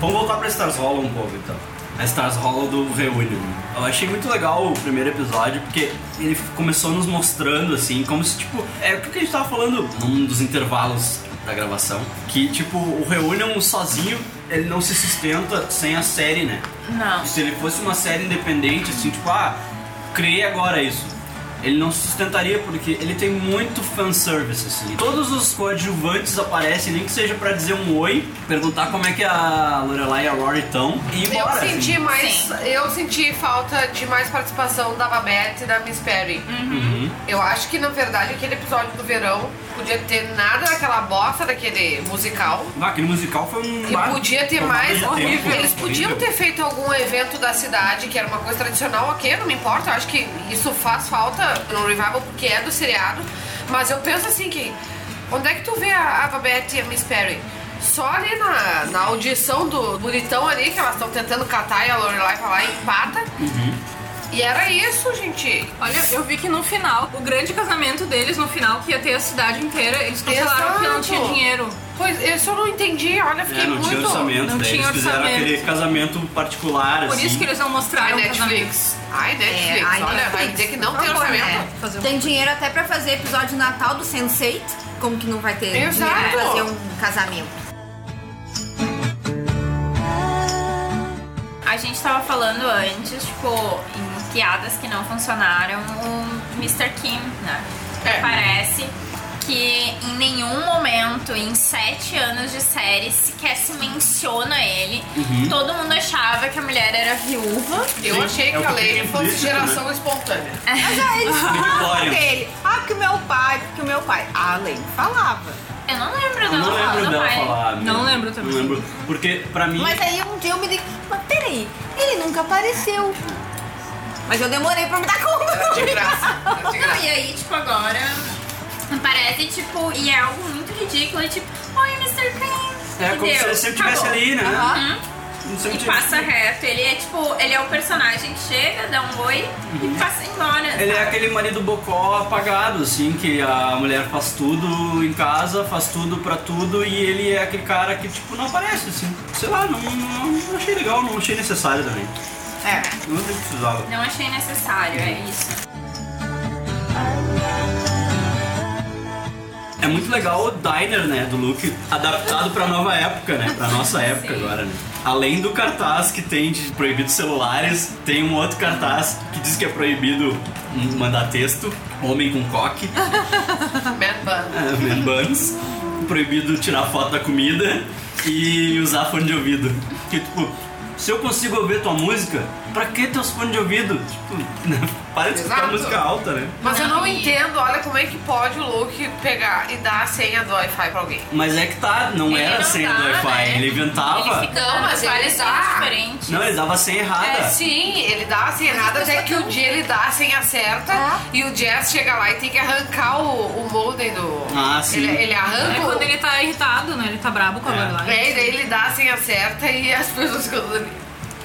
S3: Vamos voltar pra Stars Hollow um pouco então. A Stars Hollow do Reunion. Eu achei muito legal o primeiro episódio, porque ele começou nos mostrando assim, como se tipo. É porque a gente tava falando num dos intervalos da gravação, que tipo, o Reunion sozinho, ele não se sustenta sem a série, né?
S7: Não.
S3: Se ele fosse uma série independente, assim, tipo, ah, criei agora isso. Ele não se sustentaria porque ele tem muito fanservice, assim. Todos os coadjuvantes aparecem, nem que seja pra dizer um oi, perguntar como é que a Lorelai e a Rory estão e ir
S6: Eu
S3: embora.
S6: senti
S3: assim.
S6: mais. Eu senti falta de mais participação da Babette e da Miss Perry.
S3: Uhum.
S6: Eu acho que na verdade aquele episódio do verão podia ter nada daquela bosta daquele musical.
S3: Ah, aquele musical foi um.
S6: E
S3: bar-
S6: podia ter
S3: foi um
S6: mais.
S3: barulho de tempo,
S6: Eles podiam
S3: horrível.
S6: ter feito algum evento da cidade, que era uma coisa tradicional, ok, não me importa. Eu acho que isso faz falta no revival, porque é do seriado. Mas eu penso assim que. Onde é que tu vê a, a Babette e a Miss Perry? Só ali na, na audição do bonitão ali, que elas estão tentando catar e a Lorelai vai lá e empata. E era isso, gente.
S4: Olha, eu vi que no final, o grande casamento deles no final, que ia ter a cidade inteira, eles cancelaram porque não
S6: Exato.
S4: tinha dinheiro.
S6: Pois, isso eu não entendi, olha,
S3: É, não tinha orçamento,
S4: Não
S3: né?
S4: tinha
S3: eles fizeram
S4: orçamento.
S3: aquele casamento particular,
S4: Por
S3: assim.
S4: isso que eles não
S6: Ai,
S4: mostraram o
S6: Netflix. Ai, Netflix.
S5: É, ai,
S6: olha,
S5: Netflix.
S6: vai dizer que não
S5: Por
S6: tem
S5: favor,
S6: orçamento.
S5: né?
S4: Fazer um-
S5: Tem dinheiro até pra fazer episódio de Natal do Sense8. Como que não vai ter dinheiro pra
S6: Exato.
S5: fazer um casamento?
S7: A gente tava falando antes, tipo, em piadas que não funcionaram, o Mr. Kim, né?
S6: É.
S7: Parece que em nenhum momento, em sete anos de série, sequer se menciona ele.
S6: Uhum.
S7: Todo mundo achava que a mulher era viúva. É.
S6: Eu achei que a lei fosse geração espontânea.
S5: Mas aí eles falavam
S3: Midichlorians.
S5: dele. Ah, porque o meu pai, porque o meu pai. Ah, Lane falava.
S7: Eu não lembro
S3: Eu não lembro dela falar.
S4: Não
S3: né?
S4: lembro também.
S3: Não lembro. Porque pra mim.
S5: Mas aí um dia eu me dei. Mas peraí, ele nunca apareceu. Mas eu demorei pra me dar conta.
S6: De graça. De
S7: Não,
S6: graça.
S7: e aí, tipo, agora parece, tipo, e é algo muito ridículo, é tipo, oi, Mr. Kim.
S3: É,
S7: E
S3: como se
S7: deu,
S3: ele sempre estivesse
S7: acabou.
S3: ali, né?
S7: Aham.
S3: Não sei
S7: E
S3: onde-
S7: passa reto, ele é tipo, ele é o personagem que chega, dá um oi
S3: Uhum.
S7: e passa embora.
S3: Ele é
S7: sabe?
S3: aquele marido bocó apagado, assim, que a mulher faz tudo em casa, faz tudo pra tudo, e ele é aquele cara que, tipo, não aparece, assim. Sei lá, não, não- não achei legal, não achei necessário também.
S7: É.
S3: Não tem precisava.
S7: Não achei necessário, é isso.
S3: É muito legal o diner, né, do Luke, adaptado pra nova época, né, pra nossa época agora, né. Além do cartaz que tem de proibido celulares, tem um outro cartaz que diz que é proibido mandar texto, homem com coque,
S6: Man bun.
S3: é, man buns, proibido tirar foto da comida e usar fone de ouvido. Que, tipo, se eu consigo ouvir tua música, pra que teus fones de ouvido? Tipo, né, para de escutar
S6: Exato.
S3: música alta, né?
S6: Mas eu não entendo, olha como é que pode o Luke pegar e dar a senha do Wi-Fi pra alguém.
S3: Mas é que tá, não era sem do Wi-Fi, ele inventava.
S6: Não, mas ele
S4: é
S6: dá.
S7: Diferente.
S3: Não, ele dava sem errada.
S6: É, sim, ele dá a senha errada
S4: tá
S6: até que o dia ele dá a senha certa
S4: É.
S6: e o Jazz chega lá e tem que arrancar o, o modem do.
S3: Ah, sim.
S6: Ele, ele arranca
S4: É
S6: o.
S4: quando ele tá irritado, né? Ele tá brabo com a Lorelai.
S6: É, e daí ele dá a senha certa e as pessoas ficam ali.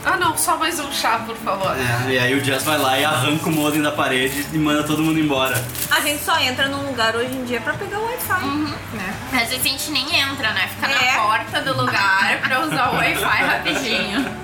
S6: Ah, não, só mais um chá, por favor.
S3: É, e aí o Jazz vai lá e arranca o modem da parede e manda todo mundo embora.
S5: A gente só Tá, entra num lugar hoje em dia pra pegar o Wi-Fi. né? É.
S7: Às vezes a gente nem entra, né? Fica Uhum. na porta do lugar pra usar o Wi-Fi rapidinho.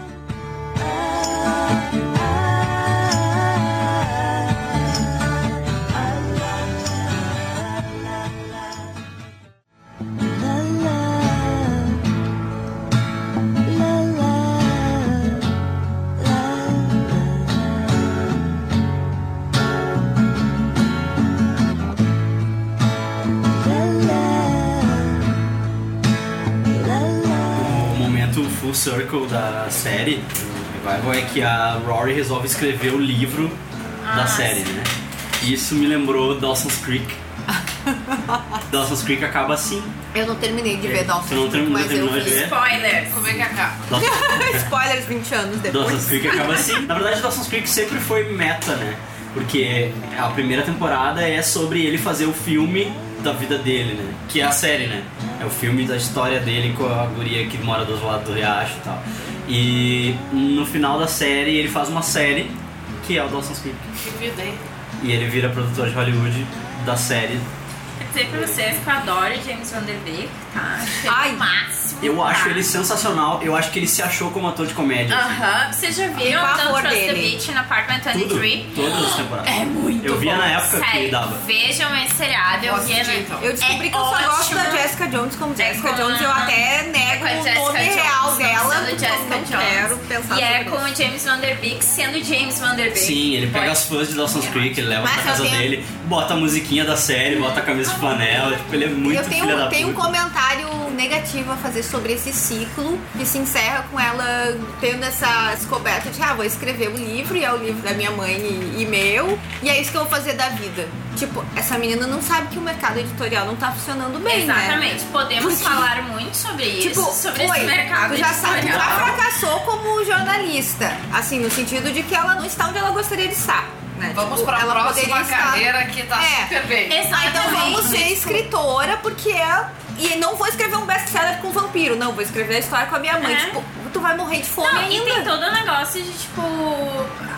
S3: O momento full circle da série do revival é que a Rory resolve escrever o livro da
S7: Ah,
S3: série, né? E Isso me lembrou Dawson's Creek. Dawson's Creek acaba assim.
S18: Eu não terminei de ver Dawson's
S3: Você não
S18: Creek,
S3: terminou-
S18: mas eu
S3: terminou de ver?
S7: Spoiler!
S6: Como é que acaba?
S3: Dawson-
S18: Spoilers 20 anos
S5: É
S18: depois.
S3: Dawson's Creek acaba assim. Na verdade, Dawson's Creek sempre foi meta, né? Porque a primeira temporada é sobre ele fazer o filme da vida dele, né? Que é a série, né? É o filme da história dele com a guria que mora do outro lado do riacho e tal. E no final da série, ele faz uma série que é o Dawson's Creek.
S6: Que vida, hein?
S3: E ele vira produtor de Hollywood da série.
S7: Quer dizer pra vocês que eu adoro James Van Der Beek, tá? Achei Ai, máximo.
S3: Eu acho
S7: tá?
S3: ele sensacional. Eu acho que ele se achou como ator de comédia.
S7: Aham, vocês já viram
S5: Por
S7: Don't
S5: favor,
S7: Trust the
S5: dele.
S7: Beach in Apartment
S3: Tudo,
S7: 23?
S3: todas as temporadas.
S7: É muito
S3: Eu via
S7: bom.
S3: na época que
S7: Sério,
S3: dava.
S7: Vejam esse seriado, eu
S5: Vou
S7: via na...
S5: assistir, então. Eu descobri
S7: É
S5: que eu só gosto da
S7: ótimo.
S5: Jessica Jones como Jessica
S7: com
S5: Jones.
S7: a-
S5: Eu até nego
S7: com a
S5: o
S7: Jessica
S5: nome
S7: Jones,
S5: real
S7: não
S5: dela.
S7: sendo
S5: porque eu
S7: Jessica
S5: não
S7: Jones.
S5: quero pensar
S7: E é
S5: sobre
S7: com o James Van Der Beek sendo James Van Der Beek.
S3: Sim, ele pega as fãs de Dawson's Creek, ele leva
S5: Mas
S3: pra
S5: eu
S3: casa
S5: tenho-
S3: dele, bota a musiquinha da série, bota a camisa de flanela, tipo, ele é muito
S5: eu
S3: filha da
S5: tenho, tenho um
S3: puta.
S5: comentário negativo a fazer sobre esse ciclo que se encerra com ela tendo essa descoberta de ah, vou escrever o livro e é o livro da minha mãe e, e meu, e é isso que eu vou fazer da vida. Tipo, essa menina não sabe que o mercado editorial não tá funcionando bem, né?
S7: Exatamente, podemos
S5: Porque-
S7: falar um muito sobre isso,
S5: Tipo,
S7: sobre
S5: oi,
S7: esse mercado
S5: tu já sabe, tá tu já
S7: editorial.
S5: fracassou como jornalista. Assim, no sentido de que ela não está onde ela gostaria de estar. Né?
S6: Vamos
S5: Tipo,
S6: pra
S5: ela
S6: próxima
S5: poderia estar-
S6: carreira que tá
S5: É.
S6: super bem.
S5: Ah, Então vamos ser escritora, porque é. E não vou escrever um best-seller com vampiro, não. Vou escrever a história com a minha mãe.
S7: É.
S5: Tipo, tu vai morrer de fome
S7: Não,
S5: ainda.
S7: e tem todo o negócio de, tipo,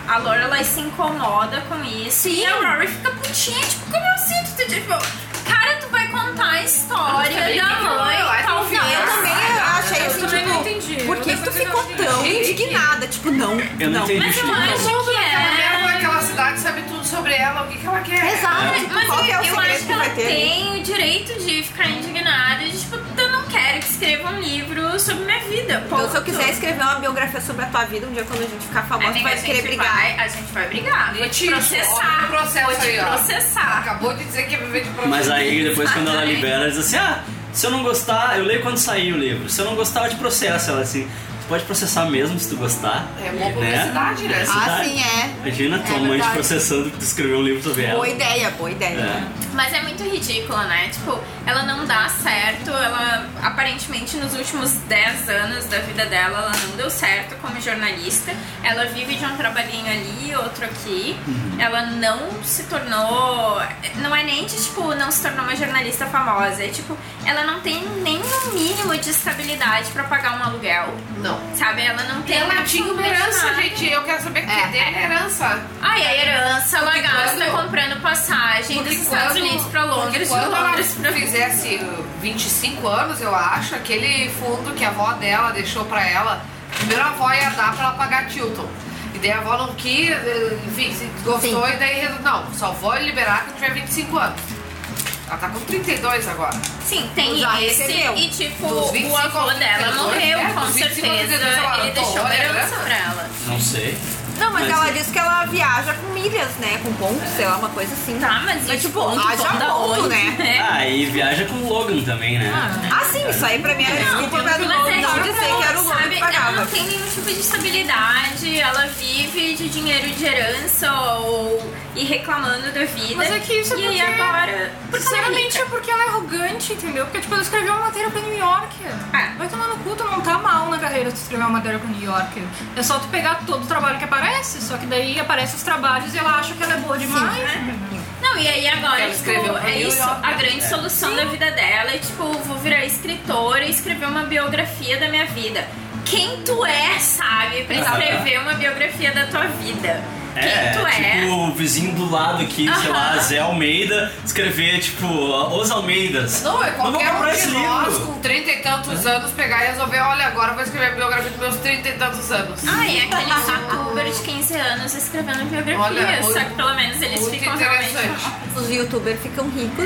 S7: a Lorelai se incomoda com isso. E a Rory fica putinha, tipo, como assim? Tu, tu, tipo, cara, tu vai contar a
S5: Eu também
S7: história da
S5: fiquei com a
S7: mãe,
S5: Lorelai,
S7: talvez.
S5: não, eu também achei
S7: Eu
S5: assim,
S7: também
S5: tipo,
S7: não entendi.
S5: por que
S7: Eu
S5: que tu
S7: também
S5: ficou
S7: não
S5: tão
S7: entendi.
S5: indignada? Tipo, não,
S3: Eu não
S5: não.
S3: entendi
S7: Mas eu
S3: isso,
S7: acho
S3: não.
S7: que
S6: Aquela
S7: é.
S6: mulher daquela cidade sabe tudo sobre ela, o que, que ela quer.
S5: Exato, tipo,
S7: Mas
S5: qual que é o
S7: eu
S5: segredo
S7: acho
S5: que
S7: que ela
S5: vai ter?
S7: tem o direito de ficar indignada. e, Tipo, eu não quero que escreva um livro sobre minha vida.
S5: Então, se eu
S7: ponto.
S5: quiser escrever uma biografia sobre a tua vida, um dia quando a gente ficar famosa, tu
S7: É, Amiga,
S5: vai
S7: a
S5: querer
S7: gente
S5: brigar.
S7: vai- a gente vai brigar. Vou te
S6: Letícia,
S7: processar.
S6: olha o processo
S7: Vou te
S6: aí, ó.
S7: processar.
S6: Acabou de dizer que ia viver de processo.
S3: Mas aí depois quando ela libera, ela diz assim, ah, se eu não gostar, eu leio quando sair o livro. Se eu não gostar, eu te processo. Ela assim, tu pode processar mesmo se tu gostar.
S6: É uma publicidade, né?
S5: Ah,
S3: Publicidade.
S5: sim, é.
S3: Imagina tua
S5: É
S3: mãe te
S5: verdade.
S3: processando que tu escreveu um livro sobre ela.
S5: Boa ideia, boa ideia.
S3: É.
S7: Mas é muito ridícula, né? Tipo, ela não dá certo. Ela, aparentemente, nos últimos 10 anos da vida dela, ela não deu certo como jornalista. Ela vive de um trabalhinho ali, outro aqui. Ela não se tornou. Não é nem de, tipo, não se tornou uma jornalista famosa. É tipo, ela não tem nem o mínimo de estabilidade pra pagar um aluguel.
S6: Não.
S7: Sabe? Ela não tem.
S6: Ela tinha uma
S7: absolutamente
S6: um herança,
S7: nada.
S6: gente. Eu quero saber o que é. dele é herança.
S7: Ai, a herança, ela
S6: Porque
S7: gasta
S6: quando-
S7: comprando passagem
S6: Porque
S7: dos Estados
S6: quando-
S7: Unidos pra Londres, de
S6: quando
S7: Londres pra
S6: ela fizesse uh, 25 anos, eu acho, aquele fundo que a avó dela deixou pra ela, primeiro a avó ia dar pra ela pagar Tilton. E Daí a avó não quis, enfim, se gostou e daí resolveu, não, só vou liberar quando tiver 25 anos. Ela tá com 32 agora.
S7: Sim, tem
S6: Já
S7: esse
S6: recebeu.
S7: e tipo,
S6: Dos
S7: o
S6: 25
S7: avô
S6: aos
S7: dela
S6: 32,
S7: morreu,
S6: né?
S7: com
S6: Dos 25 aos
S7: certeza.
S6: 32, ela
S7: Ele
S6: não
S7: deixou
S6: tomou
S7: uma herança
S6: herança?
S7: pra ela.
S3: Não sei.
S5: Não, mas,
S7: é.
S5: ela disse que ela viaja com milhas, né? Com pontos, sei lá, uma coisa assim. Tá,
S7: mas,
S5: tipo, haja ponto, né?
S3: Ah, e viaja com o Logan também, né?
S5: Ah, sim, isso aí pra mim era
S7: Não,
S5: desculpa pra não não dizer que era o Lobo
S7: sabe?
S5: que
S7: Ela
S5: pagava.
S7: não tem nenhum tipo de estabilidade, ela vive de dinheiro de herança ou e reclamando da vida.
S4: Mas é que isso é
S7: e
S4: porque...
S7: aí agora. porque ela é
S4: Sinceramente, é
S7: rica.
S4: porque ela é arrogante, entendeu? Porque, tipo, ela escreveu uma matéria pra New Yorker.
S6: É.
S4: Vai tomar no cu, tu não tá mal na carreira se tu escrever uma matéria pra New Yorker. É só tu pegar todo o trabalho que aparece, só que daí aparecem os trabalhos e ela acha que ela é boa demais.
S6: né?
S4: entendeu?
S7: Não, e aí agora,
S4: Ela escreveu
S7: tipo,
S4: pra
S7: é
S4: New
S7: isso,
S4: Yorker.
S7: a grande
S4: É.
S7: solução da vida dela é, tipo, vou virar escritora e escrever uma biografia da minha vida. Quem tu é, sabe, pra escrever uma biografia da tua vida?
S3: É,
S7: Quem tu é?
S3: tipo o vizinho do lado aqui, sei lá,
S7: Aham.
S3: Zé Almeida, escrever, tipo, os Almeidas.
S6: Não, é
S3: vou
S6: qualquer
S3: comprar
S6: um de
S3: esse
S6: nós
S3: livro. É.
S6: com 30 e tantos anos pegar e resolver, olha, agora eu vou escrever a biografia dos meus 30 e tantos anos.
S7: Ai, é aquele youtuber de 15 anos escrevendo biografia,
S5: Olha,
S7: só que pelo menos eles
S5: muito
S7: ficam realmente... É.
S5: interessante. Os youtubers ficam ricos.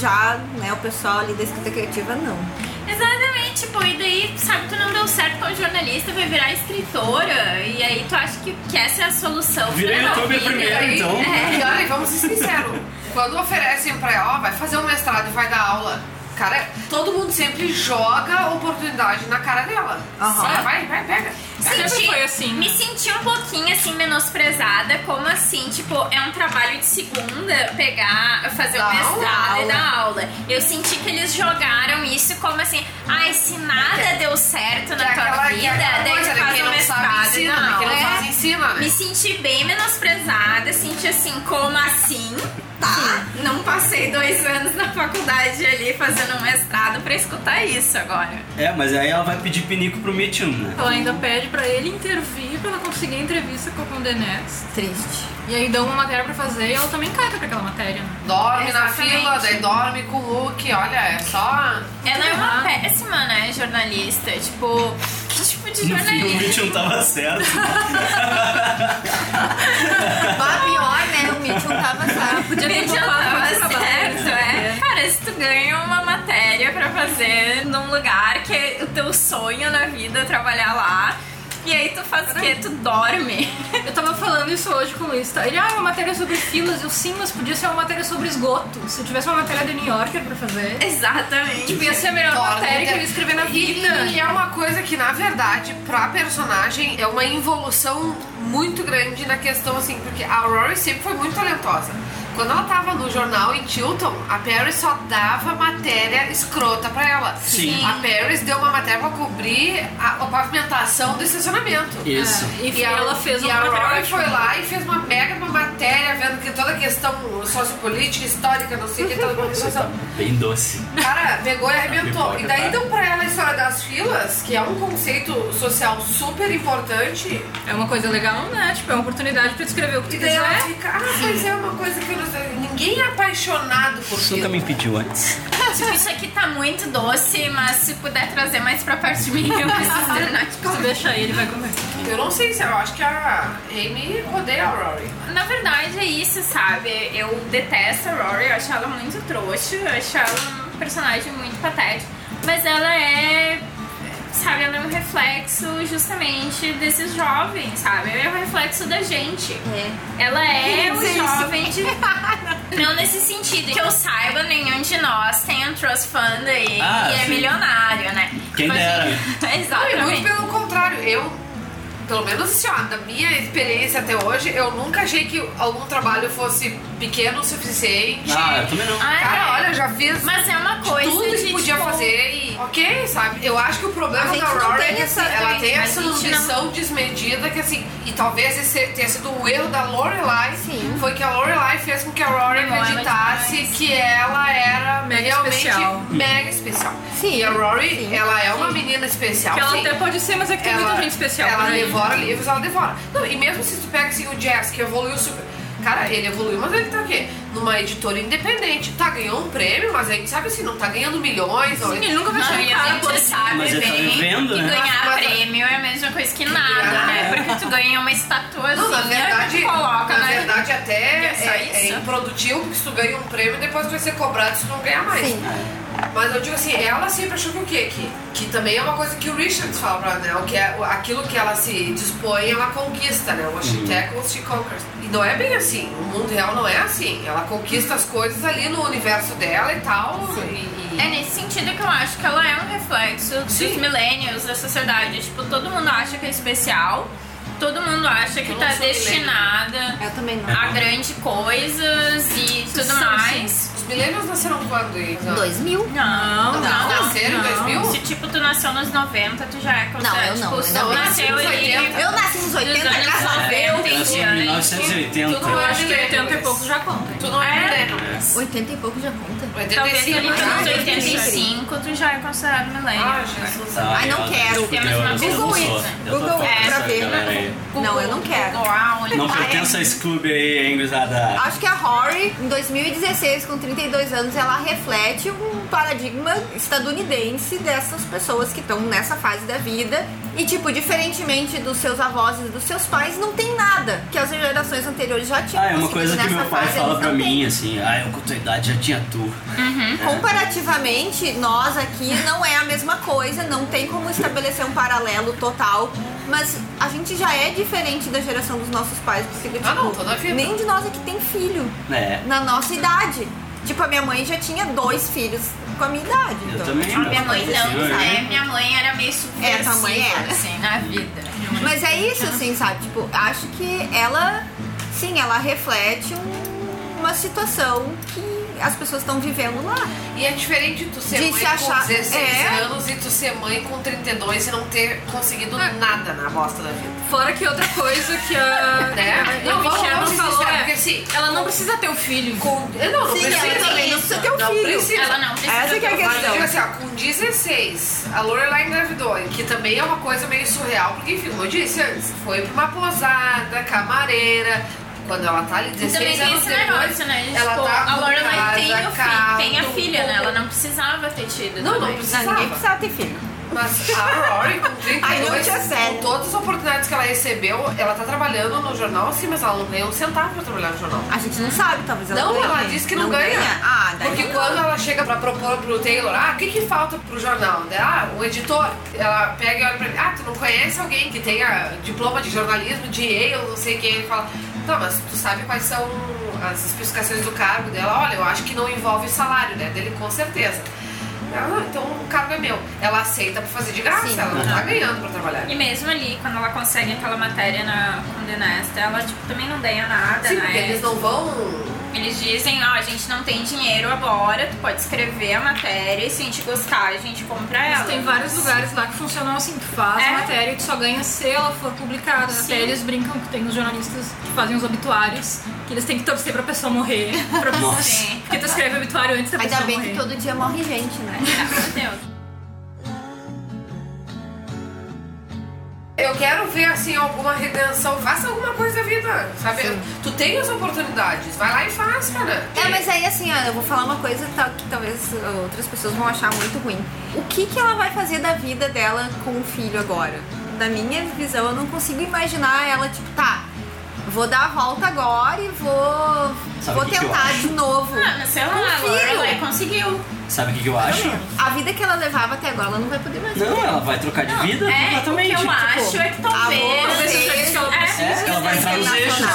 S5: Já, né, o pessoal ali da escrita criativa não.
S7: Exatamente, tipo, e daí, sabe, tu não deu certo como jornalista, vai virar escritora, e aí tu acha que, que essa é a solução.
S3: Virei
S7: pra tua
S3: youtuber
S7: vida.
S3: primeiro, então.
S7: É.
S6: E olha, vamos ser sinceros. Quando oferecem pra ela, ó, vai fazer um mestrado e vai dar aula. Cara, todo mundo sempre joga oportunidade na cara dela.
S7: Aham.
S6: Olha, vai, vai, pega.
S7: Senti-
S6: assim? né?
S7: Me senti um pouquinho assim menosprezada, como assim, tipo, é um trabalho de segunda pegar, fazer
S6: Dar
S7: o mestrado
S6: aula.
S7: e dar aula. Eu senti que eles jogaram isso como assim, ai, se nada deu certo na
S6: Que é
S7: tua
S6: aquela- que é
S7: vida,
S6: aquela
S7: daí
S6: coisa,
S7: tu
S6: né,
S7: faz
S6: quem
S7: o
S6: não sabe,
S7: mestrado e
S6: ensina,
S7: dá
S6: né,
S7: aula. É.
S6: quem não faz, ensina, né?
S7: Me senti bem menosprezada, senti assim, como assim? Tá, não passei dois anos na faculdade ali fazendo um mestrado pra escutar isso agora.
S3: É, mas aí ela vai pedir pinico pro Mitchum, né?
S4: Ela ainda pede pra ele intervir pra ela conseguir a entrevista com o The Nest. Triste. E aí dão uma matéria pra fazer e ela também caga pra aquela matéria. né?
S6: Dorme na
S4: Exatamente.
S6: fila, daí dorme com o look, olha, é só.
S7: Ela é uma péssima, né, jornalista. Tipo, que tipo de
S3: No fim, o
S7: jornalista?
S3: Mitchum tava certo.
S5: Bah, pior, né? O Mitchell tava certo. Podia ter
S7: Mídia
S5: botado
S7: tava
S5: muito trabalho.
S7: certo, é.
S5: É.
S7: Cara, se tu ganha uma matéria pra fazer num lugar que é o teu sonho na vida é trabalhar lá, e aí tu faz o quê? Tu dorme.
S4: Eu tava falando isso hoje com o Luiz. tá? Ele, ah, é uma matéria sobre filas. Eu, sim, mas podia ser uma matéria sobre esgoto. Se eu tivesse uma matéria do New Yorker pra fazer...
S7: Exatamente.
S4: Tipo, ia ser a melhor
S6: Dorme,
S4: matéria que eu ia escrever na
S6: e-
S4: vida.
S6: E, é uma coisa que, na verdade, pra personagem é uma involução muito grande na questão, assim, porque a Rory sempre foi muito talentosa. Quando ela tava no jornal em Tilton, a Paris só dava matéria escrota pra ela.
S3: Sim.
S6: A Paris deu uma matéria pra cobrir a, a pavimentação do estacionamento.
S3: Isso.
S4: É, e ela fez
S6: e
S4: uma
S6: a
S4: matéria
S6: Rory
S4: ótima.
S6: foi lá e fez uma mega uma matéria, vendo que toda a questão sociopolítica, histórica, não sei o que, toda uma
S3: Você tá
S6: situação.
S3: bem doce.
S6: Cara, pegou e arrebentou.
S3: Pipoca,
S6: E daí
S3: tá?
S6: dão pra ela a história das filas, que é um conceito social super importante.
S4: É uma coisa legal, né? Tipo, é uma oportunidade pra tu escrever o que tu
S6: E daí ela
S4: quiser.
S6: fica, ah, mas é uma coisa que eu não sei. Ninguém é apaixonado por
S3: Você nunca me pediu antes.
S7: Tipo, isso aqui tá muito doce, mas se puder trazer mais pra parte de mim, eu preciso terminar de comer.
S4: deixa ele, vai comer.
S6: Eu não sei se é eu acho que a Amy rodeia a Rory.
S7: Na verdade é isso, sabe? Eu detesto a Rory, eu acho ela muito trouxa, eu acho ela um personagem muito patético. Mas ela é. Sabe, ela é um reflexo justamente desses jovens, sabe? Ela é um reflexo da gente. Ela é
S5: Queria
S7: um
S5: dizer isso.
S7: jovem de. Não nesse sentido. Que eu saiba, nenhum de nós tem um trust fund aí
S3: Ah,
S7: e é
S3: sim.
S7: milionário, né?
S3: Quem
S7: Mas,
S3: dera.
S7: Exatamente.
S6: Não, e muito pelo contrário, eu, pelo menos assim, ó, da minha experiência até hoje, eu nunca achei que algum trabalho fosse pequeno o suficiente.
S3: Ah, eu também não.
S7: Ah,
S6: Cara,
S7: é.
S6: olha, eu já fiz.
S7: Mas é uma coisa
S6: Tudo que
S7: de,
S6: podia
S7: tipo,
S6: fazer e. Ok, sabe? Eu acho que o
S5: A
S6: problema
S5: gente
S6: da
S5: não
S6: Rory
S5: tem
S6: é que assim,
S5: essa-
S6: ela tem
S5: a
S6: essa
S5: gente não-
S6: ambição desmedida que assim. E talvez esse tenha sido um erro da Lorelai. Foi que a Lorelai fez com que a Rory
S4: Não é mais
S6: acreditasse que ela era
S4: Mega
S6: realmente
S4: especial.
S6: mega especial. Sim. E a Rory, ela é uma menina especial.
S4: Que ela
S6: sim.
S4: até pode ser, mas é que tem muita gente especial
S6: Ela
S4: por aí.
S6: devora livros, ela devora. Não, e mesmo se tu pega assim, o Jazz, que evoluiu super. Cara, ele evoluiu, mas ele tá o quê? Numa editora independente. Tá, ganhou um prêmio, mas a gente sabe assim, não tá ganhando milhões. ou...
S7: Sim, ele tá nunca vai
S6: Não,
S7: chegar
S6: e
S7: a
S6: gente
S7: sabe
S6: sabe
S7: bem
S6: bem
S7: que ganhar
S6: Mas- mas-
S7: prêmio é a mesma coisa que nada, né? Porque tu ganha uma assim, estatuazinha
S6: Não, na verdade,
S7: que tu coloca,
S6: na
S7: né?
S6: verdade até
S7: é só
S6: é, é
S7: isso.
S6: improdutivo que se tu ganha um prêmio, depois tu vai ser cobrado se tu não ganhar mais.
S7: Sim.
S6: Mas eu digo assim, ela sempre achou que o quê? Que, que também é uma coisa que o Richards fala pra ela, né? O que é, o- aquilo que ela se dispõe, ela conquista, né? What she
S7: Uhum.
S6: tackles, she conquers. E não é bem assim, o mundo real não é assim. Ela conquista as coisas ali no universo dela e tal. E, e-
S7: É nesse sentido que eu acho que ela é um reflexo dos millennials da sociedade. Tipo, todo mundo acha que é especial, todo mundo acha que
S6: Eu
S7: tá
S6: não sou
S7: destinada a grandes coisas e tudo
S6: São,
S7: mais.
S6: sim. Os milênios nasceram quando? hein?
S7: 2000? Não,
S6: Não,
S7: não.
S6: nasceram em 2000?
S7: Se tipo, tu nasceu nos 90, tu já é considerado.
S5: Não, eu não,
S7: Tipo,
S5: eu
S7: tu
S5: não. Eu nasci
S7: nasceu
S5: nos
S7: ali
S5: 80. Eu nasci nos né? 80,
S7: dos anos
S5: graças a Deus.
S7: 90 em
S5: Nasci em
S7: diante.
S5: 1980.
S7: Tu não acho que 80 e pouco já conta.
S6: Tu não é millennial.
S5: 80 e né? pouco já conta.
S7: Talvez ali pelos 85 tu já é considerado millennial.
S6: Ah, Jesus.
S5: Ai, não quero.
S7: Temos uma
S5: Google
S7: pesquisa.
S5: it.
S19: Eu tô
S5: Google it
S7: É.
S19: falando
S5: pra
S19: pra
S5: ver.
S19: galera aí.
S5: Não, eu não quero.
S19: Não
S7: tá
S19: pertence a esse clube aí, hein, gurizada?
S5: Acho que a Rory, em 2016, com 32 anos, ela reflete um paradigma estadunidense dessas pessoas que estão nessa fase da vida. E, tipo, diferentemente dos seus avós e dos seus pais, não tem nada que as gerações anteriores já tinham.
S19: Ah, é uma
S5: conseguido
S19: coisa que
S5: nessa
S19: meu pai
S5: fase,
S19: fala
S5: eles
S19: pra
S5: não têm.
S19: mim, assim, ah, eu com tua idade já tinha tu.
S5: Uhum. Comparativamente, nós aqui não é a mesma coisa, não tem como estabelecer um paralelo total. Mas a gente já é diferente da geração dos nossos pais, porque tipo,
S6: Ah, não, toda a vida.
S5: nem de nós aqui tem filho
S19: É.
S5: na nossa idade. Tipo, a minha mãe já tinha dois filhos com a minha idade.
S19: Eu
S5: então,
S19: também,
S5: tipo,
S19: minha mãe
S5: coisa
S19: não,
S5: assim,
S19: né?
S5: sabe?
S7: Minha mãe era meio subversiva,
S5: É, tua mãe era.
S7: assim, na vida.
S5: Mas é isso, assim, sabe? Tipo, acho que ela, sim, ela reflete um- uma situação que as pessoas estão vivendo lá.
S6: E é diferente tu ser
S5: De
S6: mãe
S5: se achar-
S6: com 16
S5: é.
S6: anos e tu ser mãe com 32 e não ter conseguido nada na bosta da vida.
S4: Ah. Fora que outra coisa que a,
S6: Né?
S4: a
S6: Não, vamos-
S4: Michelle
S6: vamos ser
S4: falou
S6: sinceros,
S4: é
S6: porque, assim,
S4: ela não precisa ter o filho.
S6: Eu não, não
S4: Sim,
S6: precisa.
S4: ela também não precisa ter um filho.
S6: precisa.
S4: Ela não precisa Essa que é a ter um
S6: Mas
S4: questão.
S6: eu digo assim, ó, com 16, a Lorelai engravidou, que também é uma coisa meio surreal, porque, enfim, como eu disse antes, foi pra uma posada, camareira. Quando ela tá ali,
S7: E
S6: 16
S7: também tem
S6: anos
S7: esse
S6: depois,
S7: negócio, né?
S6: Ela
S7: tipo,
S6: tá
S7: a
S6: com
S7: Lorelai
S6: casa,
S7: tem, o filho,
S6: carro,
S7: tem a filha,
S6: tudo.
S7: né? Ela não precisava ter tido.
S6: Não, não
S7: também.
S6: precisava.
S5: ter filho.
S6: Mas a Rory, com 32,
S5: Ai, não tinha sério.
S6: com todas as oportunidades que ela recebeu, ela tá trabalhando no jornal, sim, mas ela não ganha um centavo pra trabalhar no jornal.
S5: A gente não sabe, talvez ela
S6: Não,
S5: ganhe.
S6: ela disse que não, ganha.
S5: Ah, daí
S6: Porque
S5: não.
S6: quando ela chega pra propor pro Taylor, ah, o que que falta pro jornal? Daí, Ah, o editor, ela pega e olha pra ele, ah, tu não conhece alguém que tenha diploma de jornalismo, de Yale, não sei quem, ele fala, tá, mas tu sabe quais são as especificações do cargo dela? Olha, eu acho que não envolve salário, né, dele com certeza. Ela, "Ah, então o cargo é meu. Ela aceita pra fazer de graça, ela não tá ganhando pra trabalhar.
S7: E mesmo ali, quando ela consegue aquela matéria na, com o The Nest, ela tipo, também não ganha nada,
S6: Sim,
S7: né?
S6: porque eles não vão.
S7: Eles dizem, ó, a gente não tem dinheiro agora, tu pode escrever a matéria e se a gente gostar, a gente compra ela.
S4: Mas tem vários lugares lá que funcionam assim, tu faz
S7: É.
S4: a matéria e tu só ganha se ela for publicada.
S7: Sim.
S4: Até eles brincam que tem os jornalistas que fazem os obituários, que eles têm que torcer pra pessoa morrer. Pra pessoa
S5: Nossa.
S4: Sim. Porque tu escreve obituário antes da
S5: Ainda
S4: pessoa
S5: bem
S4: morrer.
S5: que todo dia morre gente, né?
S6: Eu quero ver, assim, alguma redenção. Faça alguma coisa da vida, sabe? Tu tem as oportunidades. Vai lá e né? faz, cara.
S5: É, mas aí assim, ó, eu vou falar uma coisa tal- que talvez uh, outras pessoas vão achar muito ruim. O que, que ela vai fazer da vida dela com o filho agora? Da minha visão, eu não consigo imaginar ela, tipo, tá, vou dar a volta agora e vou,
S19: Sabe
S5: vou
S19: o que que eu
S5: tentar
S19: acho?
S5: de novo.
S7: Ah, mas sei lá, é
S5: Com
S7: a
S5: o filho.
S7: Lorelai conseguiu.
S19: Sabe o que, que eu acho?
S5: A vida que ela levava até agora, ela não vai poder mais
S19: Não,
S5: viver.
S19: ela vai trocar de vida
S5: é,
S19: completamente.
S4: tipo,
S5: o que eu acho é que talvez-
S7: tá
S19: É, ela vai entrar nos eixos.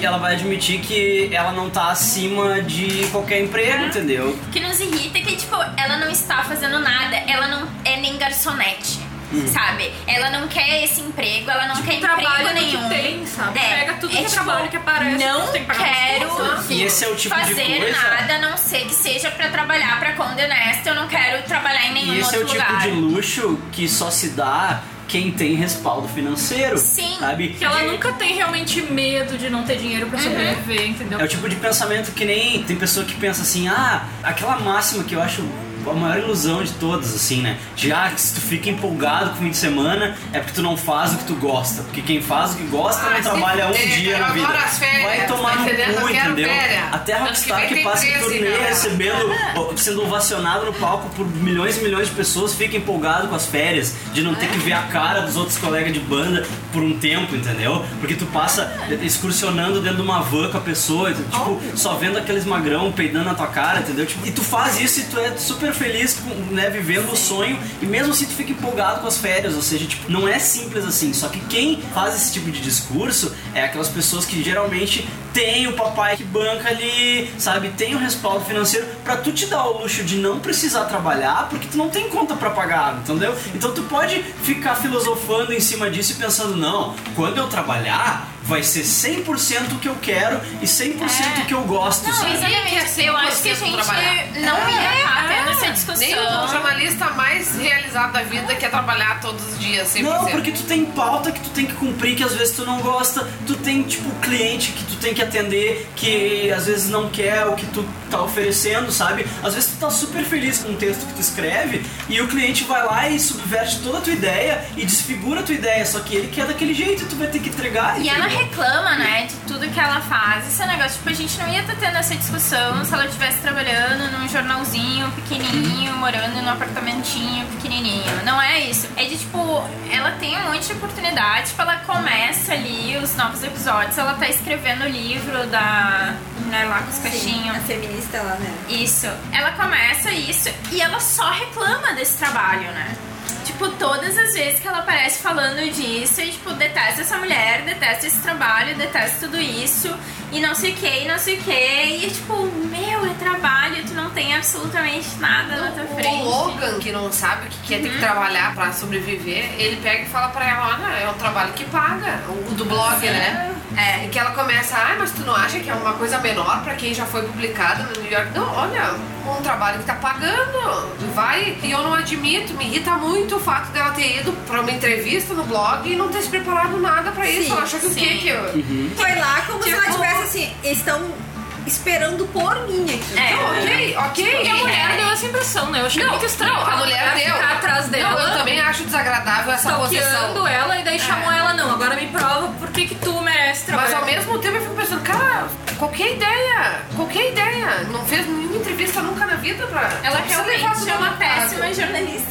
S19: E ela vai admitir que ela não tá acima de qualquer emprego, entendeu?
S7: O que nos irrita é que, tipo, ela não está fazendo nada, ela não é nem garçonete.
S19: Hum.
S7: Sabe? Ela não quer esse emprego, ela não quer
S4: trabalha
S7: emprego
S4: no Tipo,
S7: nenhum.
S4: que tem, sabe?
S7: É,
S4: Pega tudo
S7: é,
S4: que é
S7: tipo,
S4: trabalho que aparece,
S7: Não
S4: tu tem que pagar
S7: quero
S4: as contas.
S19: E esse é o tipo de
S7: fazer
S19: coisa-
S7: nada, a não ser que seja pra trabalhar pra Condé Nast. Eu não quero trabalhar em nenhum
S19: E esse é o
S7: outro
S19: tipo
S7: lugar.
S19: de luxo que só se dá quem tem respaldo financeiro.
S7: Sim,
S19: Sabe?
S4: Que
S3: É
S4: Uhum. ela nunca tem realmente medo de não ter dinheiro pra
S3: é tipo
S4: sobreviver, entendeu?
S19: É o tipo de pensamento que nem tem pessoa que pensa assim, ah, aquela máxima que eu acho
S3: a maior ilusão de todas, assim, né? De, ah, se tu fica empolgado com o fim de semana, é porque tu não faz o que tu gosta. Porque quem faz o que gosta
S6: Ah,
S3: não
S6: se
S3: trabalha um
S6: fuder,
S3: dia
S6: cara,
S3: na vida.
S6: agora as férias,
S3: Vai tomar
S6: tá
S3: no
S6: entendendo? Eu
S3: cu,
S6: quero
S3: entendeu?
S6: férias.
S3: Até a
S6: Ano que
S3: Rockstar
S6: vem
S3: que
S6: tem né?
S3: passa em
S6: 13,
S3: turnê
S6: cara.
S3: recebendo, ó, sendo ovacionado no palco por milhões e milhões de pessoas, fica empolgado com as férias, de não ter que ver a cara dos outros colegas de banda por um tempo, entendeu? Porque tu passa excursionando dentro de uma van com a pessoa, e tu, tipo, só vendo aqueles magrão peidando na tua cara, entendeu? Tipo, e tu faz isso e tu é super feliz, com, né, vivendo o sonho, e mesmo assim tu fica empolgado com as férias, ou seja, tipo, não é simples assim, só que quem faz esse tipo de discurso é aquelas pessoas que geralmente tem o papai que banca ali, sabe? Tem o respaldo financeiro pra tu te dar o luxo de não precisar trabalhar, porque tu não tem conta pra pagar, entendeu? Então tu pode ficar filosofando em cima disso e pensando, não, quando eu trabalhar, vai ser 100% o que eu quero e 100% o que eu gosto,
S7: Não,
S3: sabe?
S7: exatamente. Eu acho que a gente não
S6: é,
S7: ia estar
S6: é.
S7: tendo essa discussão.
S6: Nem o jornalista mais realizado da vida quer trabalhar todos os dias, 100%.
S3: Não, porque tu tem pauta que tu tem que cumprir, que às vezes tu não gosta, tu tem, tipo, cliente que tu tem que atender, que às vezes não quer o que tu tá oferecendo, sabe? Às vezes tu tá super feliz com o texto que tu escreve e o cliente vai lá e subverte toda a tua ideia e desfigura a tua ideia, só que ele quer daquele jeito e tu vai ter que entregar.
S7: E ela
S3: entendeu?
S7: reclama, né, de tudo que ela faz. Esse negócio, tipo, a gente não ia estar tendo essa discussão se ela estivesse trabalhando num jornalzinho pequenininho, morando num apartamentinho pequenininho. Não é isso. É de, tipo, ela tem um monte de oportunidade. Tipo, ela começa ali os novos episódios. Ela tá escrevendo o livro da mulher lá com os peixinhos. A feminista lá, né? Isso. Ela começa isso e ela só reclama desse trabalho, né? Tipo, todas as vezes que ela aparece falando disso, eu, tipo, detesto essa mulher, detesto esse trabalho, detesto tudo isso, e não sei o que, e não sei o que, e tipo, meu, é trabalho, tu não tem absolutamente nada na tua frente.
S6: O Logan, que não sabe o que que é
S5: Uhum.
S6: ter que trabalhar pra sobreviver, ele pega e fala pra ela, olha, é um trabalho que paga, o do blog, né? É, e que ela começa, ah, mas tu não acha que é uma coisa menor pra quem já foi publicado no New York? Não, olha, um trabalho que tá pagando, vai. E eu não admito, me irrita muito o fato dela ter ido pra uma entrevista no blog e não ter se preparado nada pra isso.
S5: Sim,
S6: ela achou que o
S5: sim.
S6: quê que eu...
S19: Uhum.
S5: Foi lá como se ela
S6: Tipo-
S5: tivesse assim, estão esperando por mim aqui. Então,
S6: É, ok, ok.
S4: tipo,
S5: Porque
S4: impressão, né? Eu achei
S6: não,
S4: muito estranho
S6: Não, a
S4: aquela
S6: mulher
S4: mulher
S6: deu.
S4: ficar atrás dela.
S6: Não, eu também acho desagradável essa
S4: stalkeando
S6: posição. É.
S4: ela e daí chamou ela, não, agora me prova por que que tu merece trabalhar.
S6: Mas ao mesmo tempo eu fico pensando, cara, qualquer ideia, qualquer ideia. Não fez nenhuma entrevista nunca na vida pra.
S7: Ela
S6: só precisa levar
S7: realmente
S6: tudo
S7: é uma
S6: no mercado.
S7: péssima jornalista,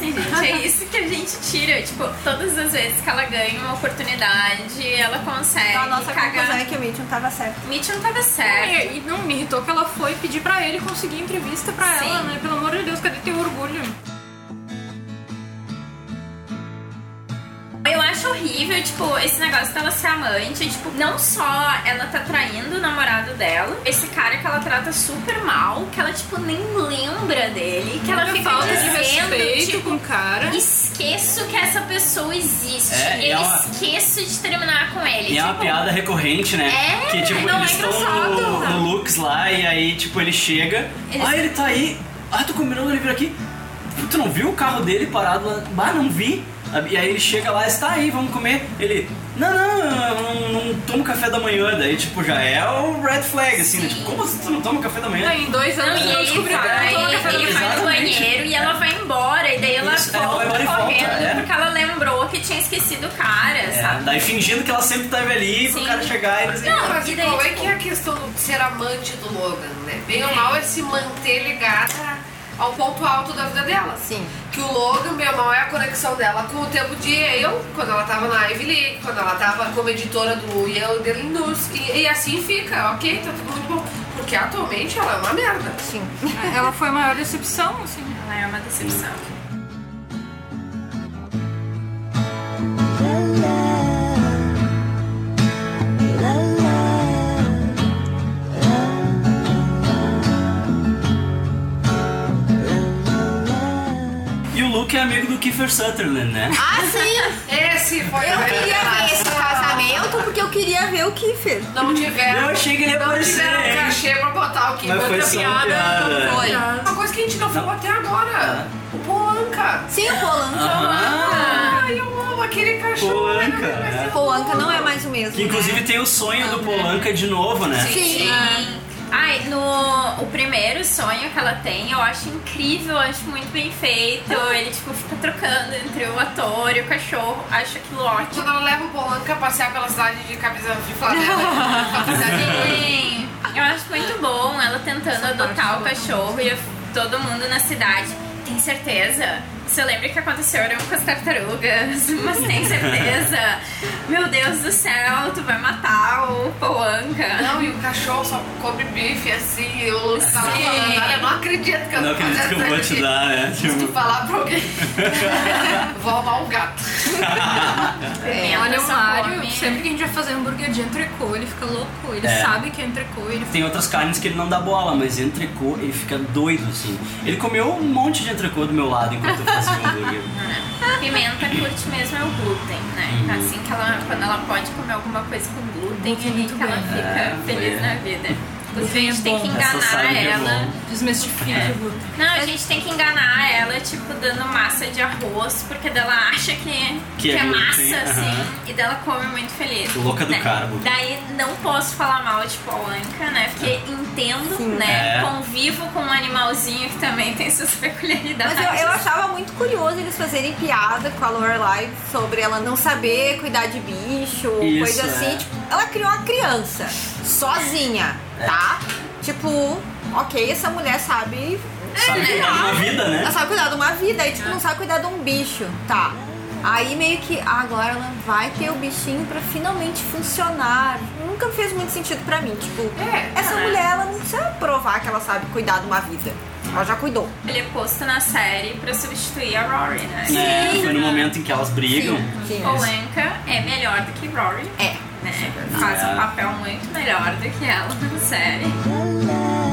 S7: gente. É isso que a gente tira. Tipo, todas as vezes que ela ganha uma oportunidade, ela consegue.
S5: Então, a nossa conclusão é que
S7: o Mitch não tava certo. Mitch não tava certo.
S4: E, e não me irritou que ela foi pedir pra ele conseguir entrevista pra ela, né? Pelo amor de Deus, cadê teu orgulho?
S7: Eu acho horrível, tipo, esse negócio dela ser amante. Tipo, não só ela tá traindo o namorado dela, esse cara que ela trata super mal, que ela, tipo, nem lembra dele, que ela
S4: Olha a
S7: fica
S4: falta de
S7: dizendo,
S4: respeito
S7: tipo,
S4: com o cara.
S7: Esqueço que essa pessoa existe.
S3: É, e
S7: eu
S3: ela-
S7: esqueço de terminar com ele.
S3: E é uma
S7: tipo,
S3: piada recorrente, né?
S7: É,
S3: que tipo,
S7: não,
S3: eles
S7: é
S3: estão
S7: engraçado.
S3: no, no Lux lá e aí, tipo, ele chega.
S7: Eles-
S3: Ah, ele tá aí. Ah, tu combinou ele vir aqui. Tu não viu o carro dele parado lá? Ah, não vi. E aí ele chega lá, está aí, vamos comer. Ele. Não, não, eu não, não tomo café da manhã. Daí, tipo, já é o red flag, assim, né? Tipo, como assim tu não toma café da manhã?
S4: Não, em dois anos
S7: Não, e
S4: eu
S7: ele
S4: descobri que
S7: vai,
S4: eu não tomo café da
S7: ele
S4: manhã.
S7: vai no
S4: Exatamente.
S7: banheiro e ela vai embora. E daí ela
S3: Isso, ela vai
S7: volta
S3: embora e volta,
S7: correndo
S3: é.
S7: porque ela lembrou que tinha esquecido o cara,
S3: É,
S7: sabe?
S3: daí fingindo que ela sempre tava ali, pro
S7: Sim.
S3: cara chegar e dizer.
S6: Não, mas qual é que
S5: tipo
S6: é a questão de ser amante do Logan, né? Bem ou mal é se manter ligada ao ponto alto da vida dela. Sim. Que o Logan, bem ou mal, é a conexão dela com o tempo de eu, quando ela tava na Ivy League, quando ela tava como editora do Yale Daily News. E, e assim fica, ok, tá tudo muito bom. Porque atualmente ela é uma merda. Sim.
S4: É, Ela foi a maior decepção, assim.
S7: Ela é uma decepção.
S3: E o Luke é amigo do Kiefer Sutherland, né?
S5: Ah, sim!
S6: Esse foi
S5: Eu
S6: a
S5: queria ver esse
S6: revelação.
S5: casamento porque eu queria ver o Kiefer.
S6: Não tiveram.
S3: Eu achei que ele ia
S6: não
S3: aparecer,
S6: tiveram
S3: hein?
S6: cachê pra botar o que
S3: Mas foi
S6: outra
S3: só uma piada. Ah.
S6: não foi.
S5: Ah.
S3: Piada.
S6: Uma coisa que a gente não falou até agora. O Polanca.
S5: Sim, o Polanca.
S3: Ah.
S6: Ai, eu amo aquele cachorro.
S3: Polanca. é.
S5: Polanca não é mais o mesmo. é.
S3: Que inclusive tem o sonho do Polanca de novo, né?
S5: Sim.
S7: Ai, no o primeiro sonho que ela tem, eu acho incrível, eu acho muito bem feito. Ele, tipo, fica trocando entre o ator e o cachorro. Acho aquilo ótimo.
S6: Quando ela leva o Polanca a passear pela cidade de camisa de flanela.
S7: Sim, eu acho muito bom ela tentando
S6: é
S7: adotar o cachorro e todo mundo na cidade. Tem certeza? Você lembra que aconteceu eu com as tartarugas? Mas tem certeza? Meu Deus do céu, tu vai matar o Poanca.
S6: Não, e o cachorro só come bife assim, eu tava
S7: Sim.
S6: falando, olha, eu não acredito que eu
S20: Não
S6: tô
S20: acredito que eu
S6: fazendo
S20: vou
S6: isso
S20: te
S6: aqui.
S20: dar, é.
S6: Se tu
S20: Tipo,
S6: falar pra alguém, vou arrumar um gato.
S4: É, Olha o
S6: essa
S4: Mário,
S6: fome.
S4: sempre que a gente vai fazer hambúrguer de entrecô, ele fica louco. Ele
S20: É.
S4: sabe que é entrecô, ele
S3: Tem outras carnes que ele não dá bola, mas entrecô ele fica doido assim. Ele comeu um monte de entrecô do meu lado enquanto eu fazia o hambúrguer.
S7: Pimenta curte mesmo é o glúten, né?
S3: Uhum.
S7: Assim que ela, quando ela pode comer alguma coisa com glúten, é aí que ela fica
S4: É,
S7: feliz
S4: é.
S7: na vida. Inclusive, a
S4: Glúten é
S7: gente tem
S4: bom.
S7: que
S4: Essa sabe
S7: enganar
S4: que é
S7: ela.
S4: bom. Desmistifica
S7: É.
S4: o glúten.
S7: Não, a gente tem que enganar ela, tipo, dando massa de arroz, porque dela acha que,
S3: Que
S7: que
S3: é
S7: é,
S3: glúten,
S7: massa, assim,
S3: aham.
S7: e dela come muito feliz.
S3: Louca do
S7: né?
S3: carbo.
S7: Daí não posso falar mal de Polanca, né? Porque entendo, né?
S3: É.
S7: Convivo com um animalzinho que também tem suas peculiaridades.
S5: Mas eu, eu achava muito curioso eles fazerem piada com a Lorelai sobre ela não saber cuidar de bicho,
S7: Isso,
S5: coisa assim.
S7: é.
S5: Tipo, ela criou uma criança sozinha,
S3: É.
S5: tá? Tipo, ok, essa mulher sabe.
S7: É,
S3: Sabe cuidar de uma vida, né?
S5: Ela sabe cuidar de uma vida, aí tipo, não sabe cuidar de um bicho, tá? Aí meio que ah, agora ela vai ter o bichinho pra finalmente funcionar. Nunca fez muito sentido pra mim. Tipo, essa
S7: né?
S5: mulher ela não precisa provar que ela sabe cuidar de uma vida. Ela já cuidou.
S7: Ele é posto na série pra substituir a Rory, né?
S3: É, foi no momento em que elas brigam.
S7: Polanca é melhor do que Rory. É. Né? Faz um
S3: É.
S7: papel muito melhor do que ela na série.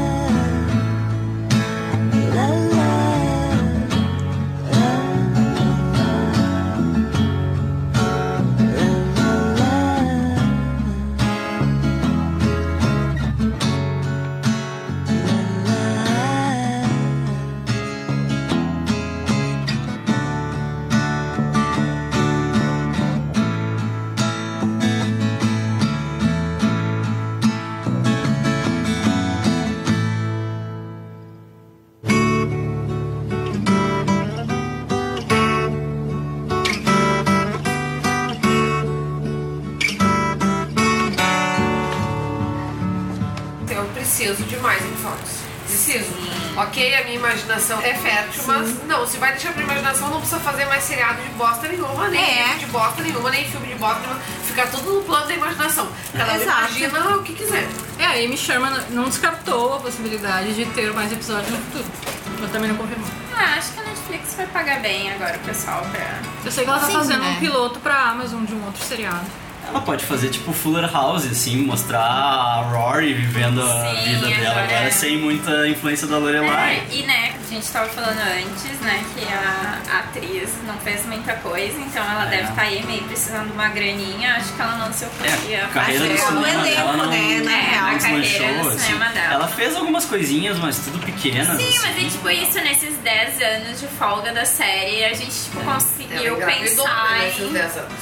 S7: Então,
S6: Eu preciso de mais infância. Preciso. Ok, a minha imaginação é fértil, mas não, se vai deixar pra imaginação, não precisa fazer mais seriado de bosta nenhuma, nem
S7: É.
S6: filme de bosta nenhuma, nem filme de bosta nenhuma. Ficar tudo no plano da imaginação. Cada um imagina o que quiser.
S4: É, a Amy Sherman não descartou a possibilidade de ter mais episódios no futuro. Eu também não confirmou.
S7: Ah, acho que a Netflix vai pagar bem agora, pessoal, pra.
S4: Eu sei que ela tá
S7: Sim,
S4: fazendo
S7: né?
S4: um piloto pra Amazon de um outro seriado.
S3: Ela pode fazer tipo Fuller House, assim, mostrar a Rory vivendo a
S7: Sim,
S3: vida dela
S7: agora-
S5: é.
S3: agora, sem muita influência da Lorelai.
S7: É, e né, a gente tava falando antes, né, que a, a atriz não fez muita coisa, então
S3: É.
S7: ela deve estar aí meio precisando de uma graninha, acho que ela não se ocorria.
S3: A É, carreira
S7: um
S3: do cinema dela não,
S7: É,
S3: não
S7: a carreira
S3: desmanchou,
S7: do
S3: assim.
S7: cinema dela.
S3: Ela fez algumas coisinhas, mas tudo pequenas.
S7: Sim, mas
S3: assim.
S7: é tipo isso, nesses 10 anos de folga da série, a gente tipo,
S6: É,
S7: conseguiu
S6: Ela engravidou,
S7: pensar
S6: né, nesses
S7: em... É,
S6: 10 anos.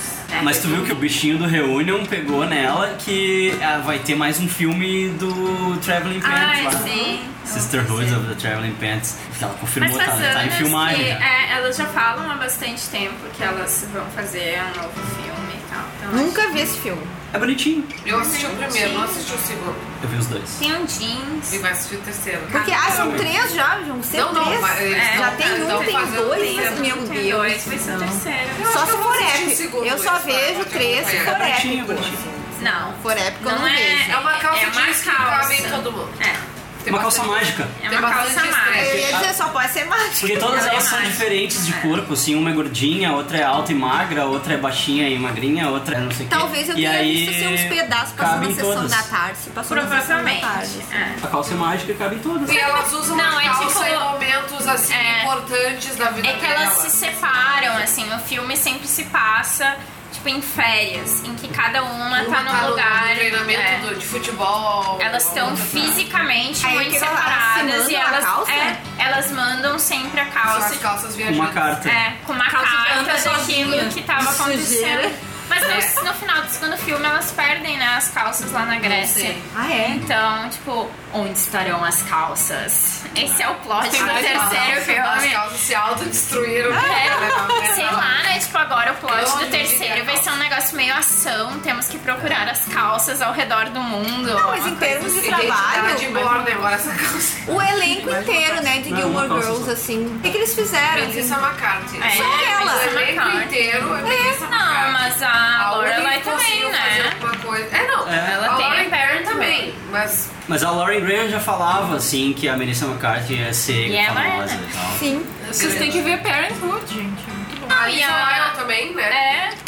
S3: Mas tu viu que o bichinho do Reunion pegou nela que ah, vai ter mais um filme do Traveling Pants
S7: Ai,
S3: lá.
S7: sim.
S3: Sisterhood of the Traveling Pants. Que ela
S7: Mas
S3: confirmou, tá,
S7: faz
S3: tá em
S7: anos que
S3: filmagem. né?
S7: é, elas já falam há bastante tempo que elas vão fazer um novo filme e tal. Então,
S5: Nunca vi esse filme.
S3: É bonitinho.
S6: Eu assisti o primeiro, não assisti o segundo.
S3: Eu vi os dois.
S7: Tem um jeans.
S6: E vai assistir o terceiro.
S5: Porque, ah, são três já, vão ser
S6: Não, não,
S5: três?
S6: mas eles
S5: já
S6: tão-
S5: tem
S6: eles
S5: um,
S6: tão
S5: tem
S6: fazendo
S5: dois,
S6: três,
S5: meu
S6: tem
S5: Deus.
S6: dois, vai ser o
S5: Não.
S7: terceiro.
S5: Só
S7: Eu
S5: se
S7: acho que eu vou
S5: for
S7: assistir o
S5: épico.
S7: segundo,
S5: Eu só
S7: mas vai,
S5: vejo três se
S3: É
S5: for épico.
S7: Não.
S5: For épico eu não
S7: Não é-
S5: vejo.
S7: é uma calça
S5: É
S7: jeans que cabe em todo
S6: mundo.
S3: Uma calça mágica.
S7: É uma calça mágica.
S5: Eu ia dizer, só pode ser mágica.
S3: Porque todas elas são diferentes de corpo, assim, uma é gordinha, a outra é alta e magra, a outra é baixinha e magrinha, a outra é não sei o quê.
S5: Talvez eu
S3: e
S5: tenha
S3: aí,
S5: visto assim, uns pedaços
S3: cabe
S5: passando
S3: em
S5: na sessão
S3: todas.
S5: da tarde. se Passou na sessão da
S7: Provavelmente, É.
S5: tarde. assim.
S3: A calça é mágica cabe em todas.
S6: E elas usam
S7: Não,
S6: a
S7: é
S6: calça
S7: tipo-
S6: em momentos assim importantes da vida
S7: É que
S6: dela.
S7: elas se separam, assim, o filme sempre se passa, tipo, em férias, em que cada uma tá num lugar.
S6: um No treinamento
S7: é.
S6: do- de futebol.
S7: Elas estão fisicamente
S6: Aí
S7: muito
S6: que ela- elas se
S7: separadas e
S6: mandam a
S7: elas,
S6: calça?
S7: é, elas mandam sempre a calça.
S6: Só as calças
S3: viajantes. Uma carta.
S7: É, com uma
S4: Calça
S7: carta
S4: viajante
S7: daquilo
S4: sozinha.
S7: que tava
S4: Sujeira. É.
S7: acontecendo. Mas Mas no, no final do segundo filme elas perdem, né, as calças lá na Grécia.
S5: Ah, é?
S7: Então, tipo, onde estarão as calças? Esse é o plot
S6: Tem
S7: do
S6: mais uma
S7: terceiro
S6: calça, as
S7: filme.
S6: calças se autodestruíram.
S7: É, sei lá, né? Tipo, agora o
S6: um Eu
S7: plot do
S6: onde
S7: terceiro vai ser um negócio meio ação. Temos que procurar as calças ao redor do mundo. assim.
S5: Não, mas em termos de trabalho. O elenco
S7: Mas
S5: inteiro, né, de
S7: Não,
S5: Gilmore
S7: uma calça
S5: Girls,
S7: só.
S5: assim. O que, que eles fizeram?
S6: Melissa
S5: assim?
S6: McCarthy.
S5: É, Só
S6: Melissa
S5: ela. Tá.
S6: McCarthy. inteiro é Melissa
S7: Não,
S6: McCarthy.
S7: mas a,
S6: A
S7: Laura
S6: Laura
S7: vai
S6: conseguiu
S7: também,
S6: fazer
S7: né?
S6: alguma coisa. É, não.
S7: É. Ela
S6: a
S7: tem
S6: Lauren
S7: a perna
S6: também, mas
S3: Mas a Lauren Graham já falava, assim, que a Melissa McCarthy ia ser
S6: E ela
S3: famosa
S6: era.
S3: e tal.
S5: Sim.
S4: Vocês têm que ver Parenthood, gente. É muito bom.
S7: Ah, e a-
S6: também,
S7: né?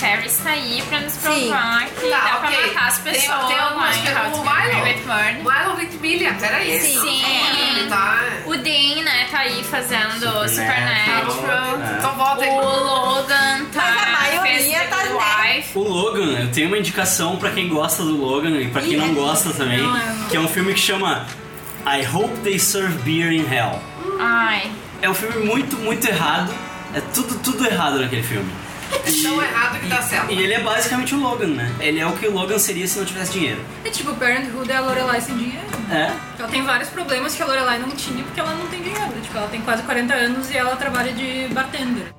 S7: É, Paris tá aí pra nos provar que
S6: Tá,
S7: dá
S6: ok.
S7: pra matar as
S6: Tem-
S7: pessoas.
S6: tem algumas
S7: lá em
S6: que-
S7: How to
S6: o
S7: Get Away
S6: Milo-
S7: with Murder.
S6: Milo with Million, peraí.
S7: Sim.
S6: Sim. Tá.
S7: O Dean, né, tá aí fazendo
S6: Supernatural.
S7: Supernatural.
S3: É.
S6: Então volta aí.
S7: O Logan tá.
S5: Mas a
S7: fez
S5: maioria tá,
S7: The Good Wife.
S3: O Logan, eu tenho uma indicação pra quem gosta do Logan e pra quem não gosta também,
S7: Não, eu não-
S3: que é um filme que chama I Hope They Serve Beer in Hell.
S7: Ai.
S3: É um filme muito, muito errado. É tudo, tudo errado naquele filme.
S6: Tão errado que dá certo.
S3: E ele é basicamente o Logan, né? Ele é o que o Logan seria se não tivesse dinheiro.
S4: É tipo, Parenthood é a Lorelai sem dinheiro.
S3: É?
S4: Ela tem vários problemas que a Lorelai não tinha porque ela não tem dinheiro. Tipo, ela tem quase 40 anos e ela trabalha de bartender.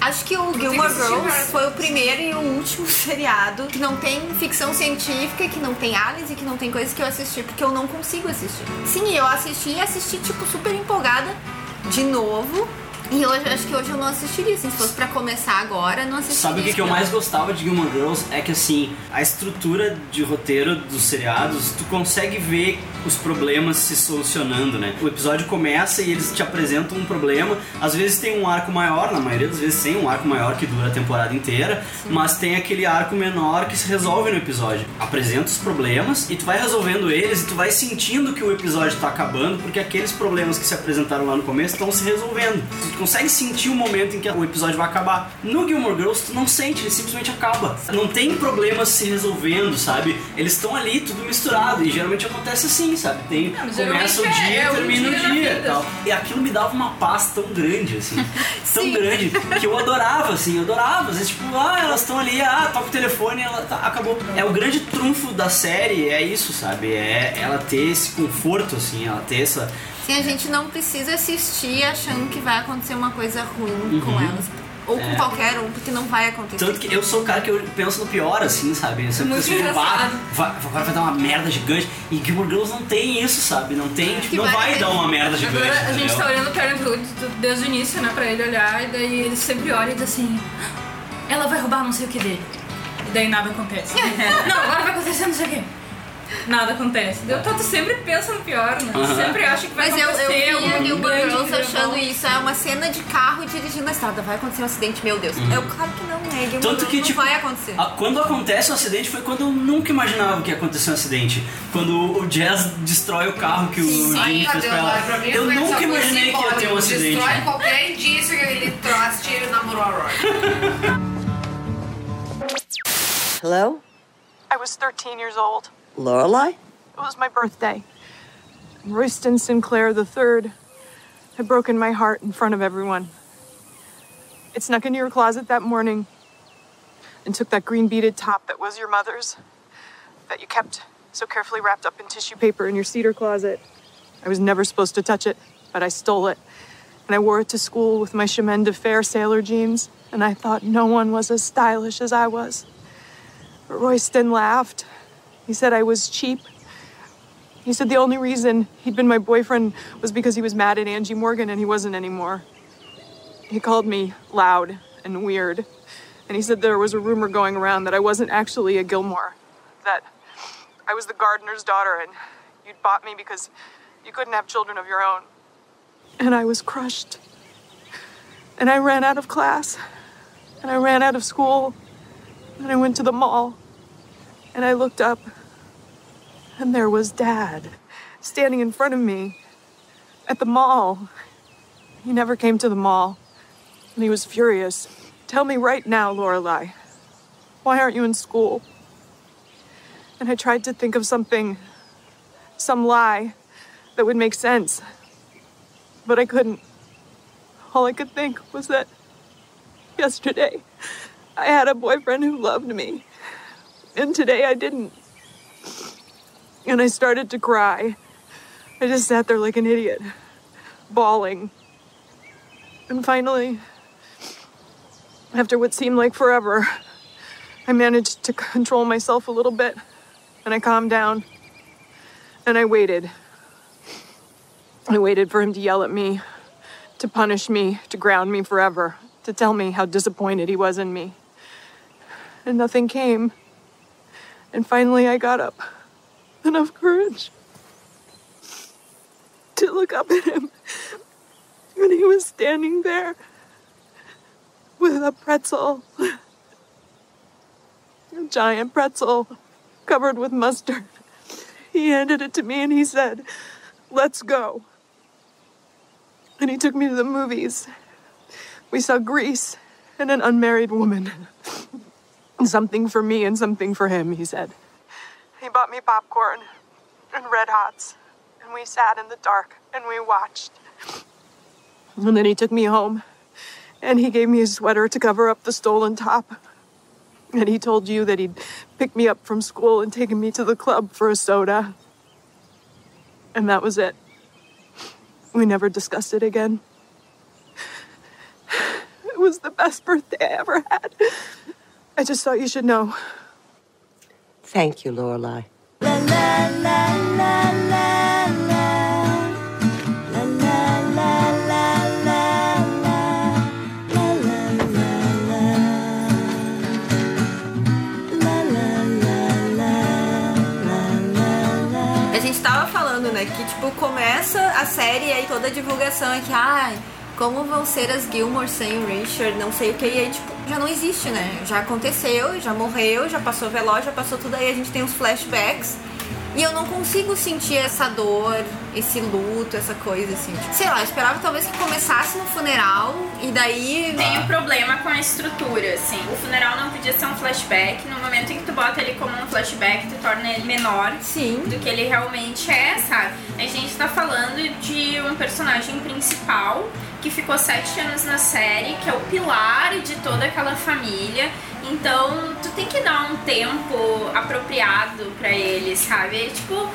S5: Acho que o
S4: que
S5: Gilmore
S4: assistir,
S5: Girls
S4: cara.
S5: foi o primeiro e o último seriado que não tem ficção científica, que não tem aliens e que não tem coisas que eu assisti, porque eu não consigo assistir. Sim, eu assisti e assisti, tipo, super empolgada de novo. E hoje, acho que hoje eu não assistiria, assim, se fosse pra começar agora, eu não assistiria.
S3: Sabe o que, que eu
S5: não.
S3: mais gostava de Gilmore Girls? É que assim, a estrutura de roteiro dos seriados, tu consegue ver os problemas se solucionando, né? O episódio começa e eles te apresentam um problema. Às vezes tem um arco maior, na maioria das vezes tem um arco maior que dura a temporada inteira, mas tem aquele arco menor que se resolve no episódio. Apresenta os problemas e tu vai resolvendo eles e tu vai sentindo que o episódio tá acabando, porque aqueles problemas que se apresentaram lá no começo estão se resolvendo. Tu consegue sentir o momento em que o episódio vai acabar. No Gilmore Girls, tu não sente, ele simplesmente acaba. Não tem problemas se resolvendo, sabe? Eles estão ali, tudo misturado. E geralmente acontece assim, sabe? Tem,
S4: mas
S3: começa o
S4: geralmente
S3: dia,
S4: é- é um
S3: termina
S4: dia
S3: o
S4: na
S3: dia e
S4: vida.
S3: tal. E aquilo me dava uma paz tão grande, assim. tão grande, que eu adorava, assim, eu adorava. Às vezes, tipo, ah, elas estão ali, ah, toca o telefone, ela tá, acabou. É o grande trunfo da série, é isso, sabe? É ela ter esse conforto, assim, ela ter essa.
S5: Sim, a gente não precisa assistir achando que vai acontecer uma coisa ruim com
S3: Uhum.
S5: elas. Ou com
S3: É.
S5: qualquer um, porque não vai acontecer.
S3: Tanto que eu sou o cara que eu penso no pior, assim, sabe? Eu sempre
S5: Muito
S3: penso, tipo,
S5: engraçado.
S3: "Ah, vai, agora vai dar uma merda gigante. E Gilmore Girls não tem isso, sabe? Não tem, tipo,
S4: É. Que
S3: não vai
S4: ter-
S3: dar uma merda gigante.
S4: Agora a gente
S3: entendeu?
S4: tá olhando o Parenthood do- desde o início, né, pra ele olhar, e daí ele sempre olha e diz assim: ela vai roubar não sei o que dele. E daí nada acontece. não, agora vai acontecer não sei o que. Nada acontece. Deu, tá, tu sempre pensa no pior, né?
S5: Aham.
S4: Sempre acha que vai
S5: Mas eu, eu
S4: acontecer.
S5: vi
S4: alguma
S5: a Gilmore
S4: grande né?
S5: Girls
S4: reviravolta.
S5: achando isso.
S4: um-
S5: É uma cena de carro dirigindo na estrada. Vai acontecer um acidente, meu Deus.
S3: Uhum.
S5: Eu, claro que não, né? Gilmore
S3: Tanto
S5: Girls
S3: que,
S5: não
S3: tipo,
S5: vai acontecer.
S3: A- Quando acontece o acidente foi quando eu nunca imaginava que ia acontecer um acidente. Quando o Jazz destrói o carro que o Jimmy fez pra
S6: né?
S3: ela. eu nunca imaginei que ia ter um acidente.
S6: Destrói qualquer indício que ele traz tiro na Mororoy.
S12: Hello?
S20: I was 13 years old.
S12: Lorelai?
S20: It was my birthday. Royston Sinclair III had broken my heart in front of everyone. It snuck into your closet that morning and took that green beaded top that was your mother's, that you kept so carefully wrapped up in tissue paper in your cedar closet. I was never supposed to touch it, but I stole it. And I wore it to school with my chemin de fer sailor jeans, and I thought no one was as stylish as I was. But Royston laughed. He said I was cheap. He said the only reason he'd been my boyfriend was because he was mad at Angie Morgan and he wasn't anymore. He called me loud and weird. And he said there was a rumor going around that I wasn't actually a Gilmore, that I was the gardener's daughter and you'd bought me because you couldn't have children of your own. And I was crushed. And I ran out of class. And I ran out of school. And I went to the mall. And I looked up. And there was Dad standing in front of me at the mall. He never came to the mall. And he was furious. Tell me right now, Lorelei, why aren't you in school? And I tried to think of something, some lie that would make sense. But I couldn't. All I could think was that Yesterday, I had a boyfriend who loved me, and today I didn't. And I started to cry. I just sat there like an idiot, bawling. And finally, after what seemed like forever, I managed to control myself a little bit, and I calmed down, and I waited. I waited for him to yell at me, to punish me, to ground me forever, to tell me how disappointed he was in me. And nothing came. And finally, I got up. Enough courage to look up at him. And he was standing there with a pretzel, a giant pretzel covered with mustard. He handed it to me and he said, Let's go. And he took me to the movies. We saw Grease and an unmarried woman. something for me and something for him, he said. He bought me popcorn and red hots, and we sat in the dark and we watched. And then he took me home and he gave me his sweater to cover up the stolen top. And he told you that he'd picked me up from school and taken me to the club for a soda. And that was it. We never discussed it again. It was the best birthday I ever had. I just thought you should know.
S12: Thank you, Lorelai.
S5: A gente tava falando, né, que tipo, começa a série e aí toda a divulgação é que, ai, como vão ser as Gilmore sem o Richard, não sei o que, e aí, tipo, já não existe, né? Já aconteceu, já morreu, já passou velório, já passou tudo, aí a gente tem uns flashbacks. E eu não consigo sentir essa dor, esse luto, essa coisa assim. Tipo, sei lá, eu esperava talvez que começasse no funeral e daí.
S7: Tem um problema com a estrutura, assim. O funeral não podia ser um flashback. No momento em que tu bota ele como um flashback, tu torna ele menor do que ele realmente é, sabe? A gente tá falando de um personagem principal que ficou sete anos na série, que é o pilar de toda aquela família. Então, tu tem que dar um tempo apropriado pra ele, sabe? É Tipo,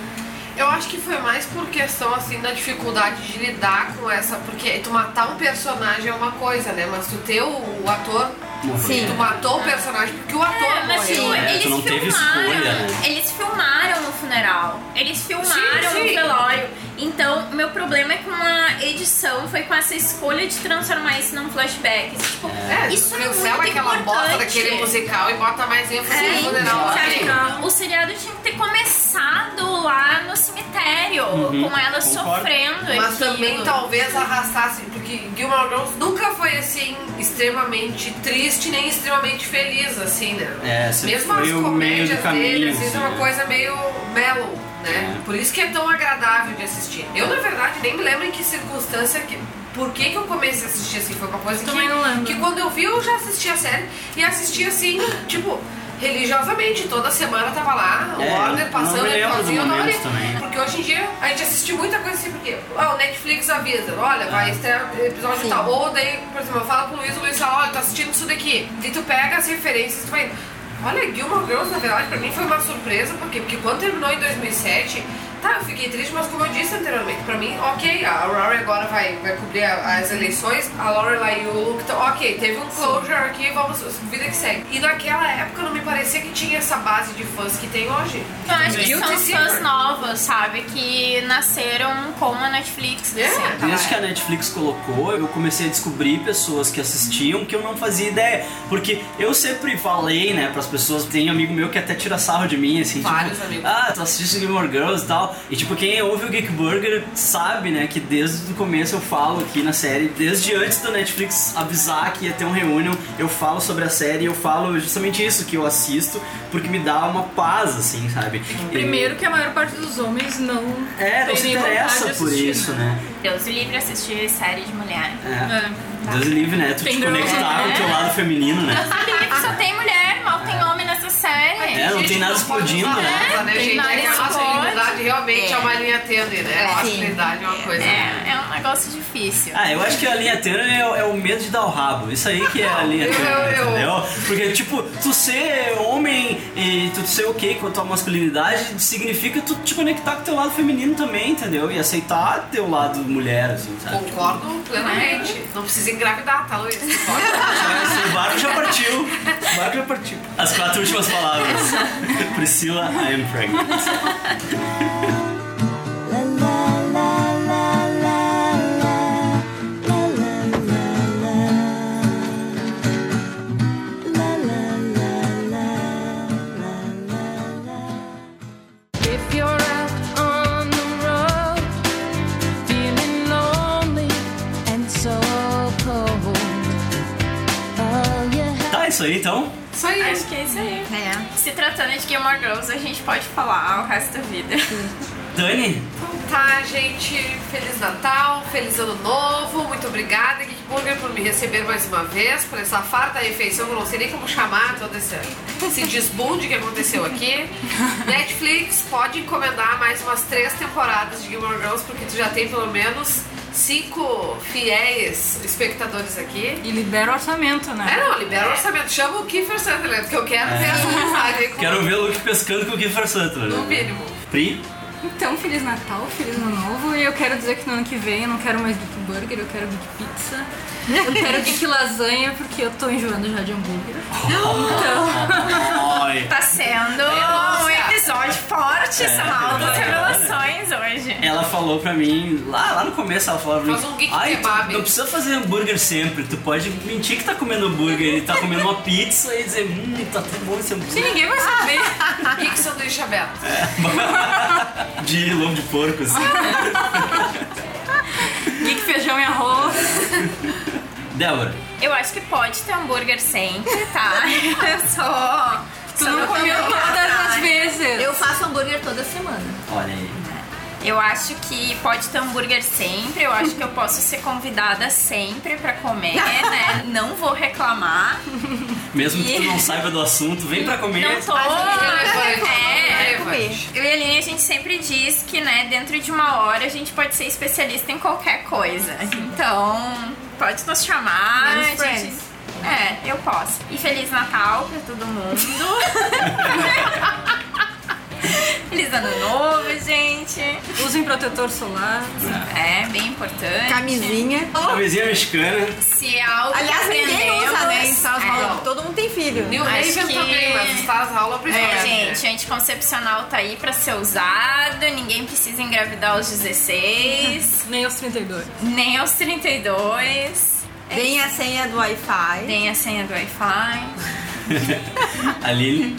S6: Eu acho que foi mais por questão assim da dificuldade de lidar com essa, porque tu matar um personagem é uma coisa, né? Mas tu ter o, o ator,
S7: Morreu. Sim.
S6: tu matou o personagem porque o ator
S7: É, mas
S6: morreu.
S7: tipo,
S6: né?
S7: eles filmaram. Eles filmaram o funeral. Eles filmaram
S6: Sim, sim.
S7: o velório. Então, meu problema é com a edição, foi com essa escolha de transformar isso num flashback. Tipo,
S6: É,
S7: isso é muito
S6: cancela aquela
S7: importante.
S6: bosta daquele musical e bota mais ênfase
S7: É,
S6: no funeral.
S7: sabe,
S6: ok?
S7: o seriado tinha que ter começado lá no cemitério,
S6: Uhum,
S7: com
S6: concordo.
S7: ela sofrendo.
S6: Mas
S7: aquilo.
S6: também talvez arrastasse, porque Gilmore Girls nunca foi assim extremamente triste nem extremamente feliz, assim, né?
S3: É, sempre
S6: Mesmo
S3: foi
S6: as
S3: o meio do
S6: comédias
S3: caminho,
S6: dele, às vezes é
S3: assim,
S6: uma
S3: né?
S6: coisa meio mellow, né? Por isso que é tão agradável de assistir. Eu, na verdade, nem me lembro em que circunstância que. Por que, que eu comecei a assistir assim? Foi uma coisa que, que quando eu vi eu já assisti a série e assisti assim, tipo, religiosamente, toda semana eu tava lá, o
S3: É, eu
S6: Warner
S3: não
S6: passando
S3: me
S6: ele
S3: lembro do
S6: sozinho, eu tava ali.
S3: momento também.
S6: Porque hoje em dia a gente assiste muita coisa assim, porque ah, o Netflix avisa, olha,
S3: É.
S6: vai estrear episódio tal. Ou daí, por exemplo, eu falo pro Luiz, o Luiz fala, olha, tô assistindo isso daqui. E tu pega as referências, tu vai. indo. Olha, Gilmore Girls, na verdade, pra mim foi uma surpresa, porque, porque quando terminou em 2007, tá, eu fiquei triste, mas como eu disse anteriormente, pra mim, ok, a Rory agora vai, vai cobrir a- as eleições, a Lorelai e o Luke, tão- ok, teve um closure aqui, vamos, vida que segue. E naquela época não me parecia que tinha essa base de fãs que tem hoje.
S7: Eu acho que são
S6: Guilty
S7: os
S6: Secret.
S7: fãs novos, sabe? Que nasceram com a Netflix.
S6: É, tá
S7: assim, aquela
S3: Desde que a Netflix colocou, eu comecei a descobrir pessoas que assistiam que eu não fazia ideia. Porque eu sempre falei, né, pras pessoas, tem um amigo meu que até tira sarro de mim, assim, tipo, ah, tu assiste Gilmore Girls e tal. E tipo, quem ouve o Geek Burger sabe, né, que desde o começo eu falo aqui na série, desde antes da Netflix avisar que ia ter um reunion, eu falo sobre a série e eu falo justamente isso, que eu assisto, porque me dá uma paz, assim, sabe?
S4: Primeiro É que a maior parte dos homens não
S3: É, não se
S4: tem nem vontade
S3: interessa
S4: de
S3: por
S4: assistir,
S3: isso,
S4: né?
S3: né?
S7: Deus o livre assistir série de mulher. Ah, tá.
S3: É. Deus livre, né? Tu
S7: Tem
S3: te
S7: droga,
S3: conectar com o teu
S7: né?
S3: lado feminino, né?
S7: Deus o livre, só tem mulher, mal tem homem nessa série.
S3: É, não tem nada explodindo, né?
S6: né, gente? É que a nossa realidade realmente é, uma linha tênue, né? A nossa realidade é uma coisa.
S7: É, é um negócio difícil.
S3: Ah, eu acho que a linha tênue é, o- é o medo de dar o rabo. Isso aí que é a linha
S6: Eu-
S3: tênue,
S6: eu- eu-
S3: entendeu? Porque, tipo, tu ser homem e tu ser ok com a tua masculinidade significa tu te conectar com o teu lado feminino também, entendeu? E aceitar teu lado mulher, assim, sabe? Tipo,
S6: Concordo
S7: É.
S6: plenamente. Não precisa engravidar, tá, Luiz?
S3: o barco já partiu. O barco já partiu. As quatro últimas palavras. Priscila, I am pregnant.
S2: If you're out on the road, feeling lonely and so cold, all you have
S3: Tá, isso aí então.
S7: Isso aí. Acho que é isso aí. Se tratando de Gilmore Girls, a gente pode falar o resto da vida.
S3: Dani,
S6: Tá, gente, Feliz Natal, Feliz Ano Novo, muito obrigada, Geek Burger, por me receber mais uma vez, por essa farta refeição, que eu não sei nem como chamar todo esse, esse desbunde que aconteceu aqui. Netflix, pode encomendar mais umas três temporadas de Gilmore Girls, porque tu já tem pelo menos cinco fiéis espectadores aqui.
S4: E libera o orçamento, né? É.
S6: É, não, libera o orçamento, chama o Kiefer Sutherland, que eu quero ver essa mensagem aí com
S3: quero ver o Luke pescando com o Kiefer Sutherland.
S6: no mínimo.
S3: Pri,
S4: Então, Feliz Natal, Feliz Ano Novo. E eu quero dizer que no ano que vem eu não quero mais Geek Burger, eu quero Geek Pizza. Eu quero Geek Lasanha porque eu tô enjoando já de hambúrguer.
S3: Oi.
S7: Tá sendo
S6: É,
S7: um episódio forte,
S3: É,
S7: são altas
S3: é.
S7: revelações hoje.
S3: Ela falou pra mim, lá, lá no começo ela falou pra mim,
S7: Faz um geek
S3: "Ai, tu
S7: kebab."
S3: não precisa fazer hambúrguer sempre, tu pode mentir que tá comendo hambúrguer e tá comendo uma pizza e dizer, hum, tá tão bom esse hambúrguer.
S6: vai saber. Geek sanduíche aberto.
S3: De lombo de porco, assim.
S7: Geek feijão e arroz.
S3: Débora,
S7: Eu acho que pode ter hambúrguer sempre, tá? Eu sou.
S4: Tu
S7: sou
S4: não comeu
S7: vegetariana.
S4: todas as vezes.
S7: Eu faço hambúrguer toda semana.
S3: olha aí.
S7: Eu acho que pode ter hambúrguer sempre, eu acho que eu posso ser convidada sempre pra comer, né? Não vou reclamar.
S3: Mesmo que tu não saiba do assunto, vem pra comer.
S7: Não tô.
S6: relevante,
S7: É,
S6: relevante.
S7: eu e a Aline, a gente sempre diz que, né, dentro de uma hora a gente pode ser especialista em qualquer coisa. Então, pode nos chamar.
S5: Menos
S7: a gente-
S5: Friends.
S7: É, eu posso. E Feliz Natal pra todo mundo. Feliz Ano Novo, gente.
S4: Usem protetor solar.
S7: É, bem importante.
S5: Camisinha.
S3: Camisinha mexicana.
S7: Se algo
S5: Aliás, ninguém usa, né? Em Estados
S7: É.
S5: Unidos. Todo mundo tem filho.
S7: New Haven também, mas
S6: Estados Unidos
S7: É,
S6: principalmente.
S7: gente, anticoncepcional tá aí pra ser usado, ninguém precisa engravidar aos 16.
S4: Nem aos 32.
S7: Nem aos 32.
S5: Tem a senha do Wi-Fi.
S7: Tem a senha do Wi-Fi.
S3: A Lili,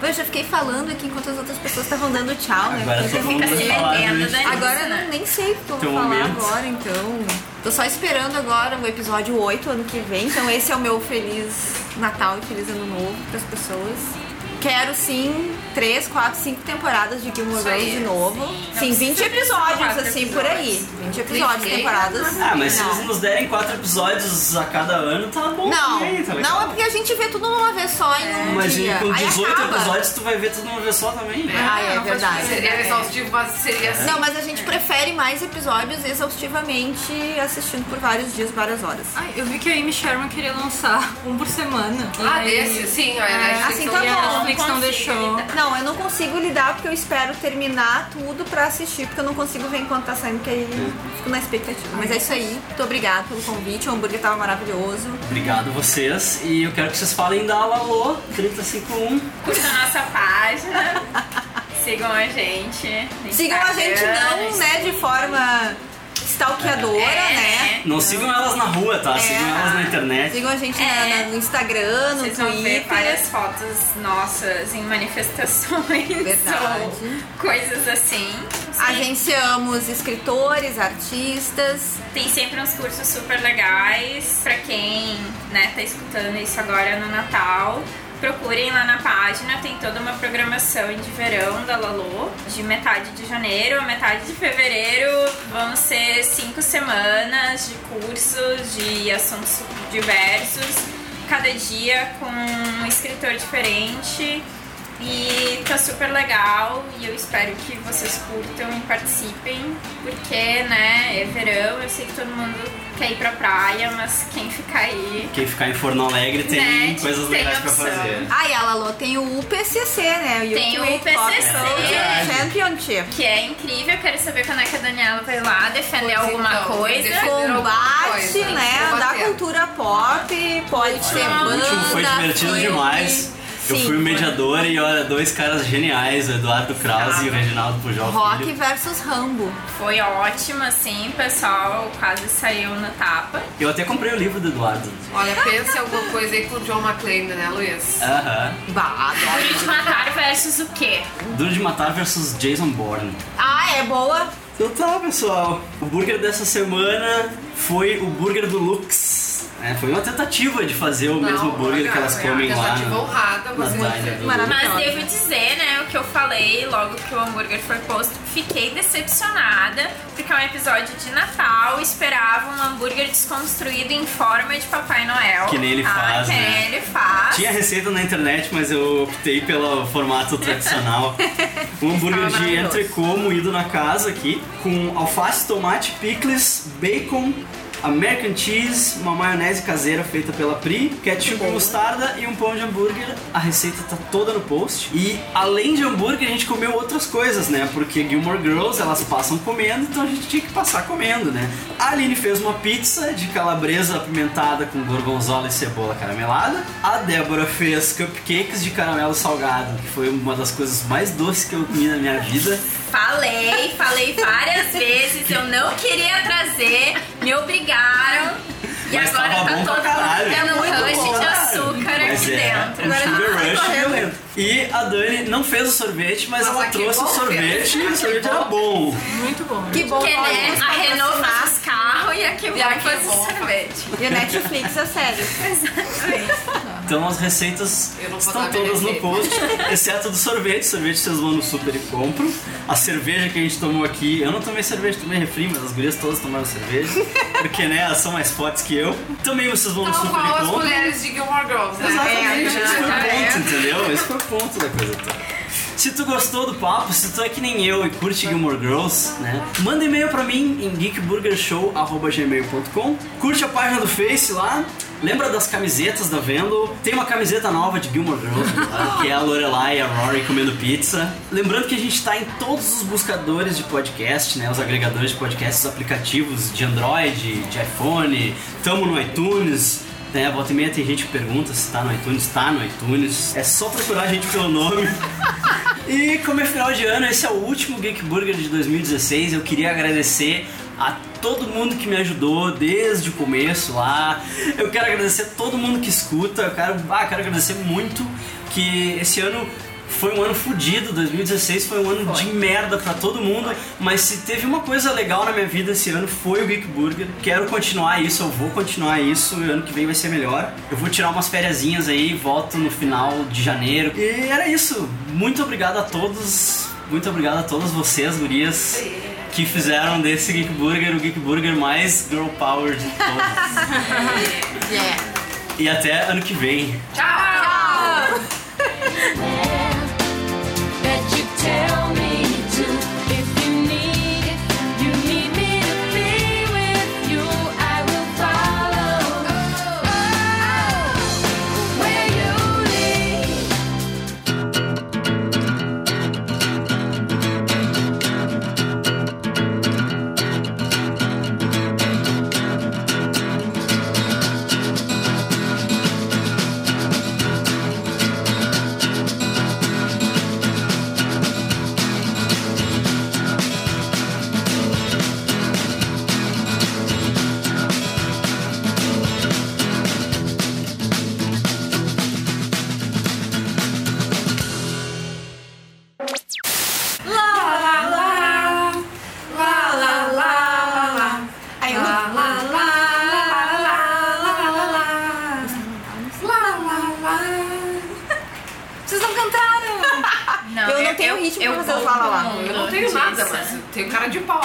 S5: Pô, eu já fiquei falando aqui enquanto as outras pessoas estavam dando tchau, né?
S3: Agora
S5: Porque
S3: todo
S5: eu
S3: mundo vai
S5: fico assim,
S3: falar,
S5: metendo,
S3: gente.
S5: né? Agora eu não, nem sei o que eu
S3: Teu
S5: vou falar
S3: um momento.
S5: agora, então. Tô só esperando agora o episódio 8 ano que vem. Então esse é o meu feliz Natal e feliz ano novo pras pessoas. Quero sim 3, 4, 5 temporadas de Gilmore
S7: Isso
S5: Girls
S7: aí,
S5: de novo.
S7: sim.
S5: Sim,
S7: Não
S5: 20
S7: precisa
S5: episódios,
S7: quatro
S5: assim, por aí. 20 episódios,
S7: Ninguém-
S5: temporadas.
S3: Ah, mas se
S5: Não.
S3: eles nos derem quatro episódios a cada ano, tá bom
S5: Não,
S3: também, tá legal.
S5: não é porque a gente vê tudo numa vez só em um
S3: Mas em-
S5: dia.
S3: com
S5: Aí
S3: 18
S5: acaba.
S3: episódios tu vai ver tudo numa vez só também. né?
S5: Ah, é verdade.
S6: Seria exaustivo, mas seria assim.
S5: Não, mas a gente prefere mais episódios exaustivamente assistindo por vários dias, várias horas.
S4: Ai, eu vi que a Amy Sherman queria lançar um por semana.
S6: Ah,
S4: E aí-
S6: desse, sim, a
S4: É,
S6: Netflix
S5: Assim,
S6: não né?
S5: tá
S4: e a
S5: bom.
S4: Netflix não deixou.
S5: Não, eu não consigo lidar porque eu espero terminar tudo pra assistir, porque eu não consigo ver enquanto tá saindo, que aí eu fico na expectativa. Mas é isso aí. Muito obrigada pelo convite. O hambúrguer tava maravilhoso.
S3: Obrigado vocês. E eu quero que vocês falem da Alalô 351.
S7: Curta a nossa página. Sigam a gente. no
S5: Sigam a gente
S7: Instagram.
S5: não, né, de forma stalkeadora,
S7: É,
S5: né?
S3: Não sigam elas na rua, tá? Sigam
S5: É.
S3: elas na internet.
S5: Sigam a gente na- na- no Instagram, no
S7: É. Vocês vão ver
S5: Twitter.
S7: várias fotos nossas em manifestações
S5: Verdade.
S7: ou coisas assim.
S5: Agenciamos escritores, artistas.
S7: Tem sempre uns cursos super legais pra quem né, tá escutando isso agora no Natal. Procurem lá na página, tem toda uma programação de verão da Lalô. De metade de janeiro a metade de fevereiro vão ser cinco semanas de cursos de assuntos diversos. cada dia com um escritor diferente. E tá super legal e eu espero que vocês curtam e participem, porque, né, é verão, eu sei que todo mundo quer ir pra praia, mas quem ficar aí
S3: Quem ficar em Forno Alegre tem
S7: Né,
S3: coisas
S7: tem
S3: legais
S7: opção.
S3: pra fazer.
S5: Ah, e ela Lô, tem o UPCC, né? O
S7: Tem o
S5: Ultimate
S7: PCC.
S3: É
S5: Pop Championship.
S7: Que é incrível, quero saber quando é que a Daniela vai lá defender alguma
S5: Então,
S7: coisa.
S5: defender alguma coisa. Combate, né? Da cultura pop,
S7: É,
S5: pode ser
S3: O
S5: banda.
S3: último foi divertido
S5: filme.
S3: demais. Eu
S5: Sim.
S3: fui o mediador e olha, dois caras geniais, o Eduardo Krause e o Reginaldo Pujol.
S7: Rock
S3: Filho.
S7: versus Rambo. Foi ótimo, assim, o pessoal quase saiu na tapa.
S3: Eu até comprei o livro do Eduardo.
S6: Olha, pensa em alguma coisa aí com o John McClane, né, Luiz? Ah,
S3: Aham.
S5: Bah,
S7: Duro de matar versus o quê?
S3: Duro de Matar versus Jason Bourne.
S5: Ah, é boa?
S3: Então tá, pessoal. O burger dessa semana foi o burger do Lux. É, foi uma tentativa de fazer o mesmo burger que elas comem lá. né? no- na diner do Lux.
S7: Mas devo dizer, né, o que eu falei logo que o hambúrguer foi posto, fiquei decepcionada, porque é um episódio de Natal, esperava um hambúrguer desconstruído em forma de Papai Noel.
S3: Que nem ele
S7: Ah,
S3: faz,
S7: que
S3: né?
S7: ele faz.
S3: Tinha receita na internet, mas eu optei pelo formato tradicional. Um hambúrguer de entrecô moído na casa aqui, com alface, tomate, picles, bacon, American cheese, uma maionese caseira feita pela Pri, ketchup e mostarda e um pão de hambúrguer. A receita tá toda no post. E além de hambúrguer, a gente comeu outras coisas, né? Porque Gilmore Girls, elas passam comendo, então a gente tinha que passar comendo, né? A Aline fez uma pizza de calabresa apimentada com gorgonzola e cebola caramelada. A Débora fez cupcakes de caramelo salgado, que foi uma das coisas mais doces que eu comi na minha vida.
S7: Falei, falei várias vezes, eu não queria trazer, me obrigaram. E
S3: Mas
S7: agora
S3: tava
S7: tá
S3: bom pra
S7: todo
S3: caralho.
S7: mundo tendo um
S3: Muito bom,
S7: rush de
S3: cara.
S7: açúcar
S3: Mas
S7: aqui
S3: é,
S7: dentro.
S3: um
S7: Agora tá
S3: sugar
S7: tudo
S3: rush
S7: correndo. é
S3: violento. E a Dani não fez o sorvete, mas, ela trouxe o sorvete e o sorvete era bom.
S6: Muito bom.
S5: Que bom
S7: Porque,
S5: nós
S7: né,
S5: nos
S7: a Renault
S5: patrocinar.
S7: faz os carros e a que
S5: E a
S7: vai faz o
S5: Kibon.
S7: sorvete.
S5: E a Netflix, é sério.
S3: Então as receitas estão
S5: dar
S3: todas no
S5: minha
S3: post,
S5: receita.
S3: exceto do sorvete. Sorvete vocês vão no super e compram. A cerveja que a gente tomou aqui, eu não tomei cerveja, tomei refri, mas as gurias todas tomaram cerveja. Porque, né, elas são mais fortes que eu. Também vocês
S5: Tá
S3: vão no
S6: Então,
S3: super
S6: igual
S3: e
S6: as
S3: compram.
S6: mulheres de Gilmore Girls, né?
S3: Exatamente, esse foi o
S6: É,
S3: ponto,
S6: é.
S3: entendeu? Esse foi o ponto da coisa toda. Se tu gostou do papo, se tu é que nem eu e curte Gilmore Girls, né? Manda e-mail pra mim em geekburgershow.gmail.com Curte a página do Face lá. Lembra das camisetas da Vendo? Tem uma camiseta nova de Gilmore Girls, lá, que é a Lorelai e a Rory comendo pizza. Lembrando que a gente tá em todos os buscadores de podcast, né? Os agregadores de podcasts, os aplicativos de Android, de iPhone. Tamo no iTunes, né? Volta e meia tem gente que pergunta se tá no iTunes, tá no iTunes. É só procurar a gente pelo nome. E como é final de ano, esse é o último Geek Burger de 2016. Eu queria agradecer a todo mundo que me ajudou desde o começo lá. Eu quero agradecer a todo mundo que escuta. Eu quero, ah, quero agradecer muito que esse ano foi um ano fudido, 2016 foi um ano de merda pra todo mundo, mas se teve uma coisa legal na minha vida esse ano foi o Geek Burger. Quero continuar isso, eu vou continuar isso, e ano que vem vai ser melhor. Eu vou tirar umas fériasinhas aí, volto no final de janeiro. E era isso. Muito obrigado a todos, muito obrigado a todas vocês, gurias, que fizeram desse Geek Burger o Geek Burger mais girl power de todos.
S5: Yeah.
S3: e até ano que vem.
S2: Tchau! Bet you tell me to if you need it. You need me to be with you. I will follow. Where you lead.
S5: Ah,
S4: Ah.
S5: Vocês não cantaram!
S7: Não,
S5: eu
S7: eu-
S5: não tenho
S7: eu-
S5: ritmo
S7: eu
S5: pra vocês
S7: vou
S5: falar
S7: com-
S5: lá.
S6: Eu não tenho nada, mas eu tenho cara de pau.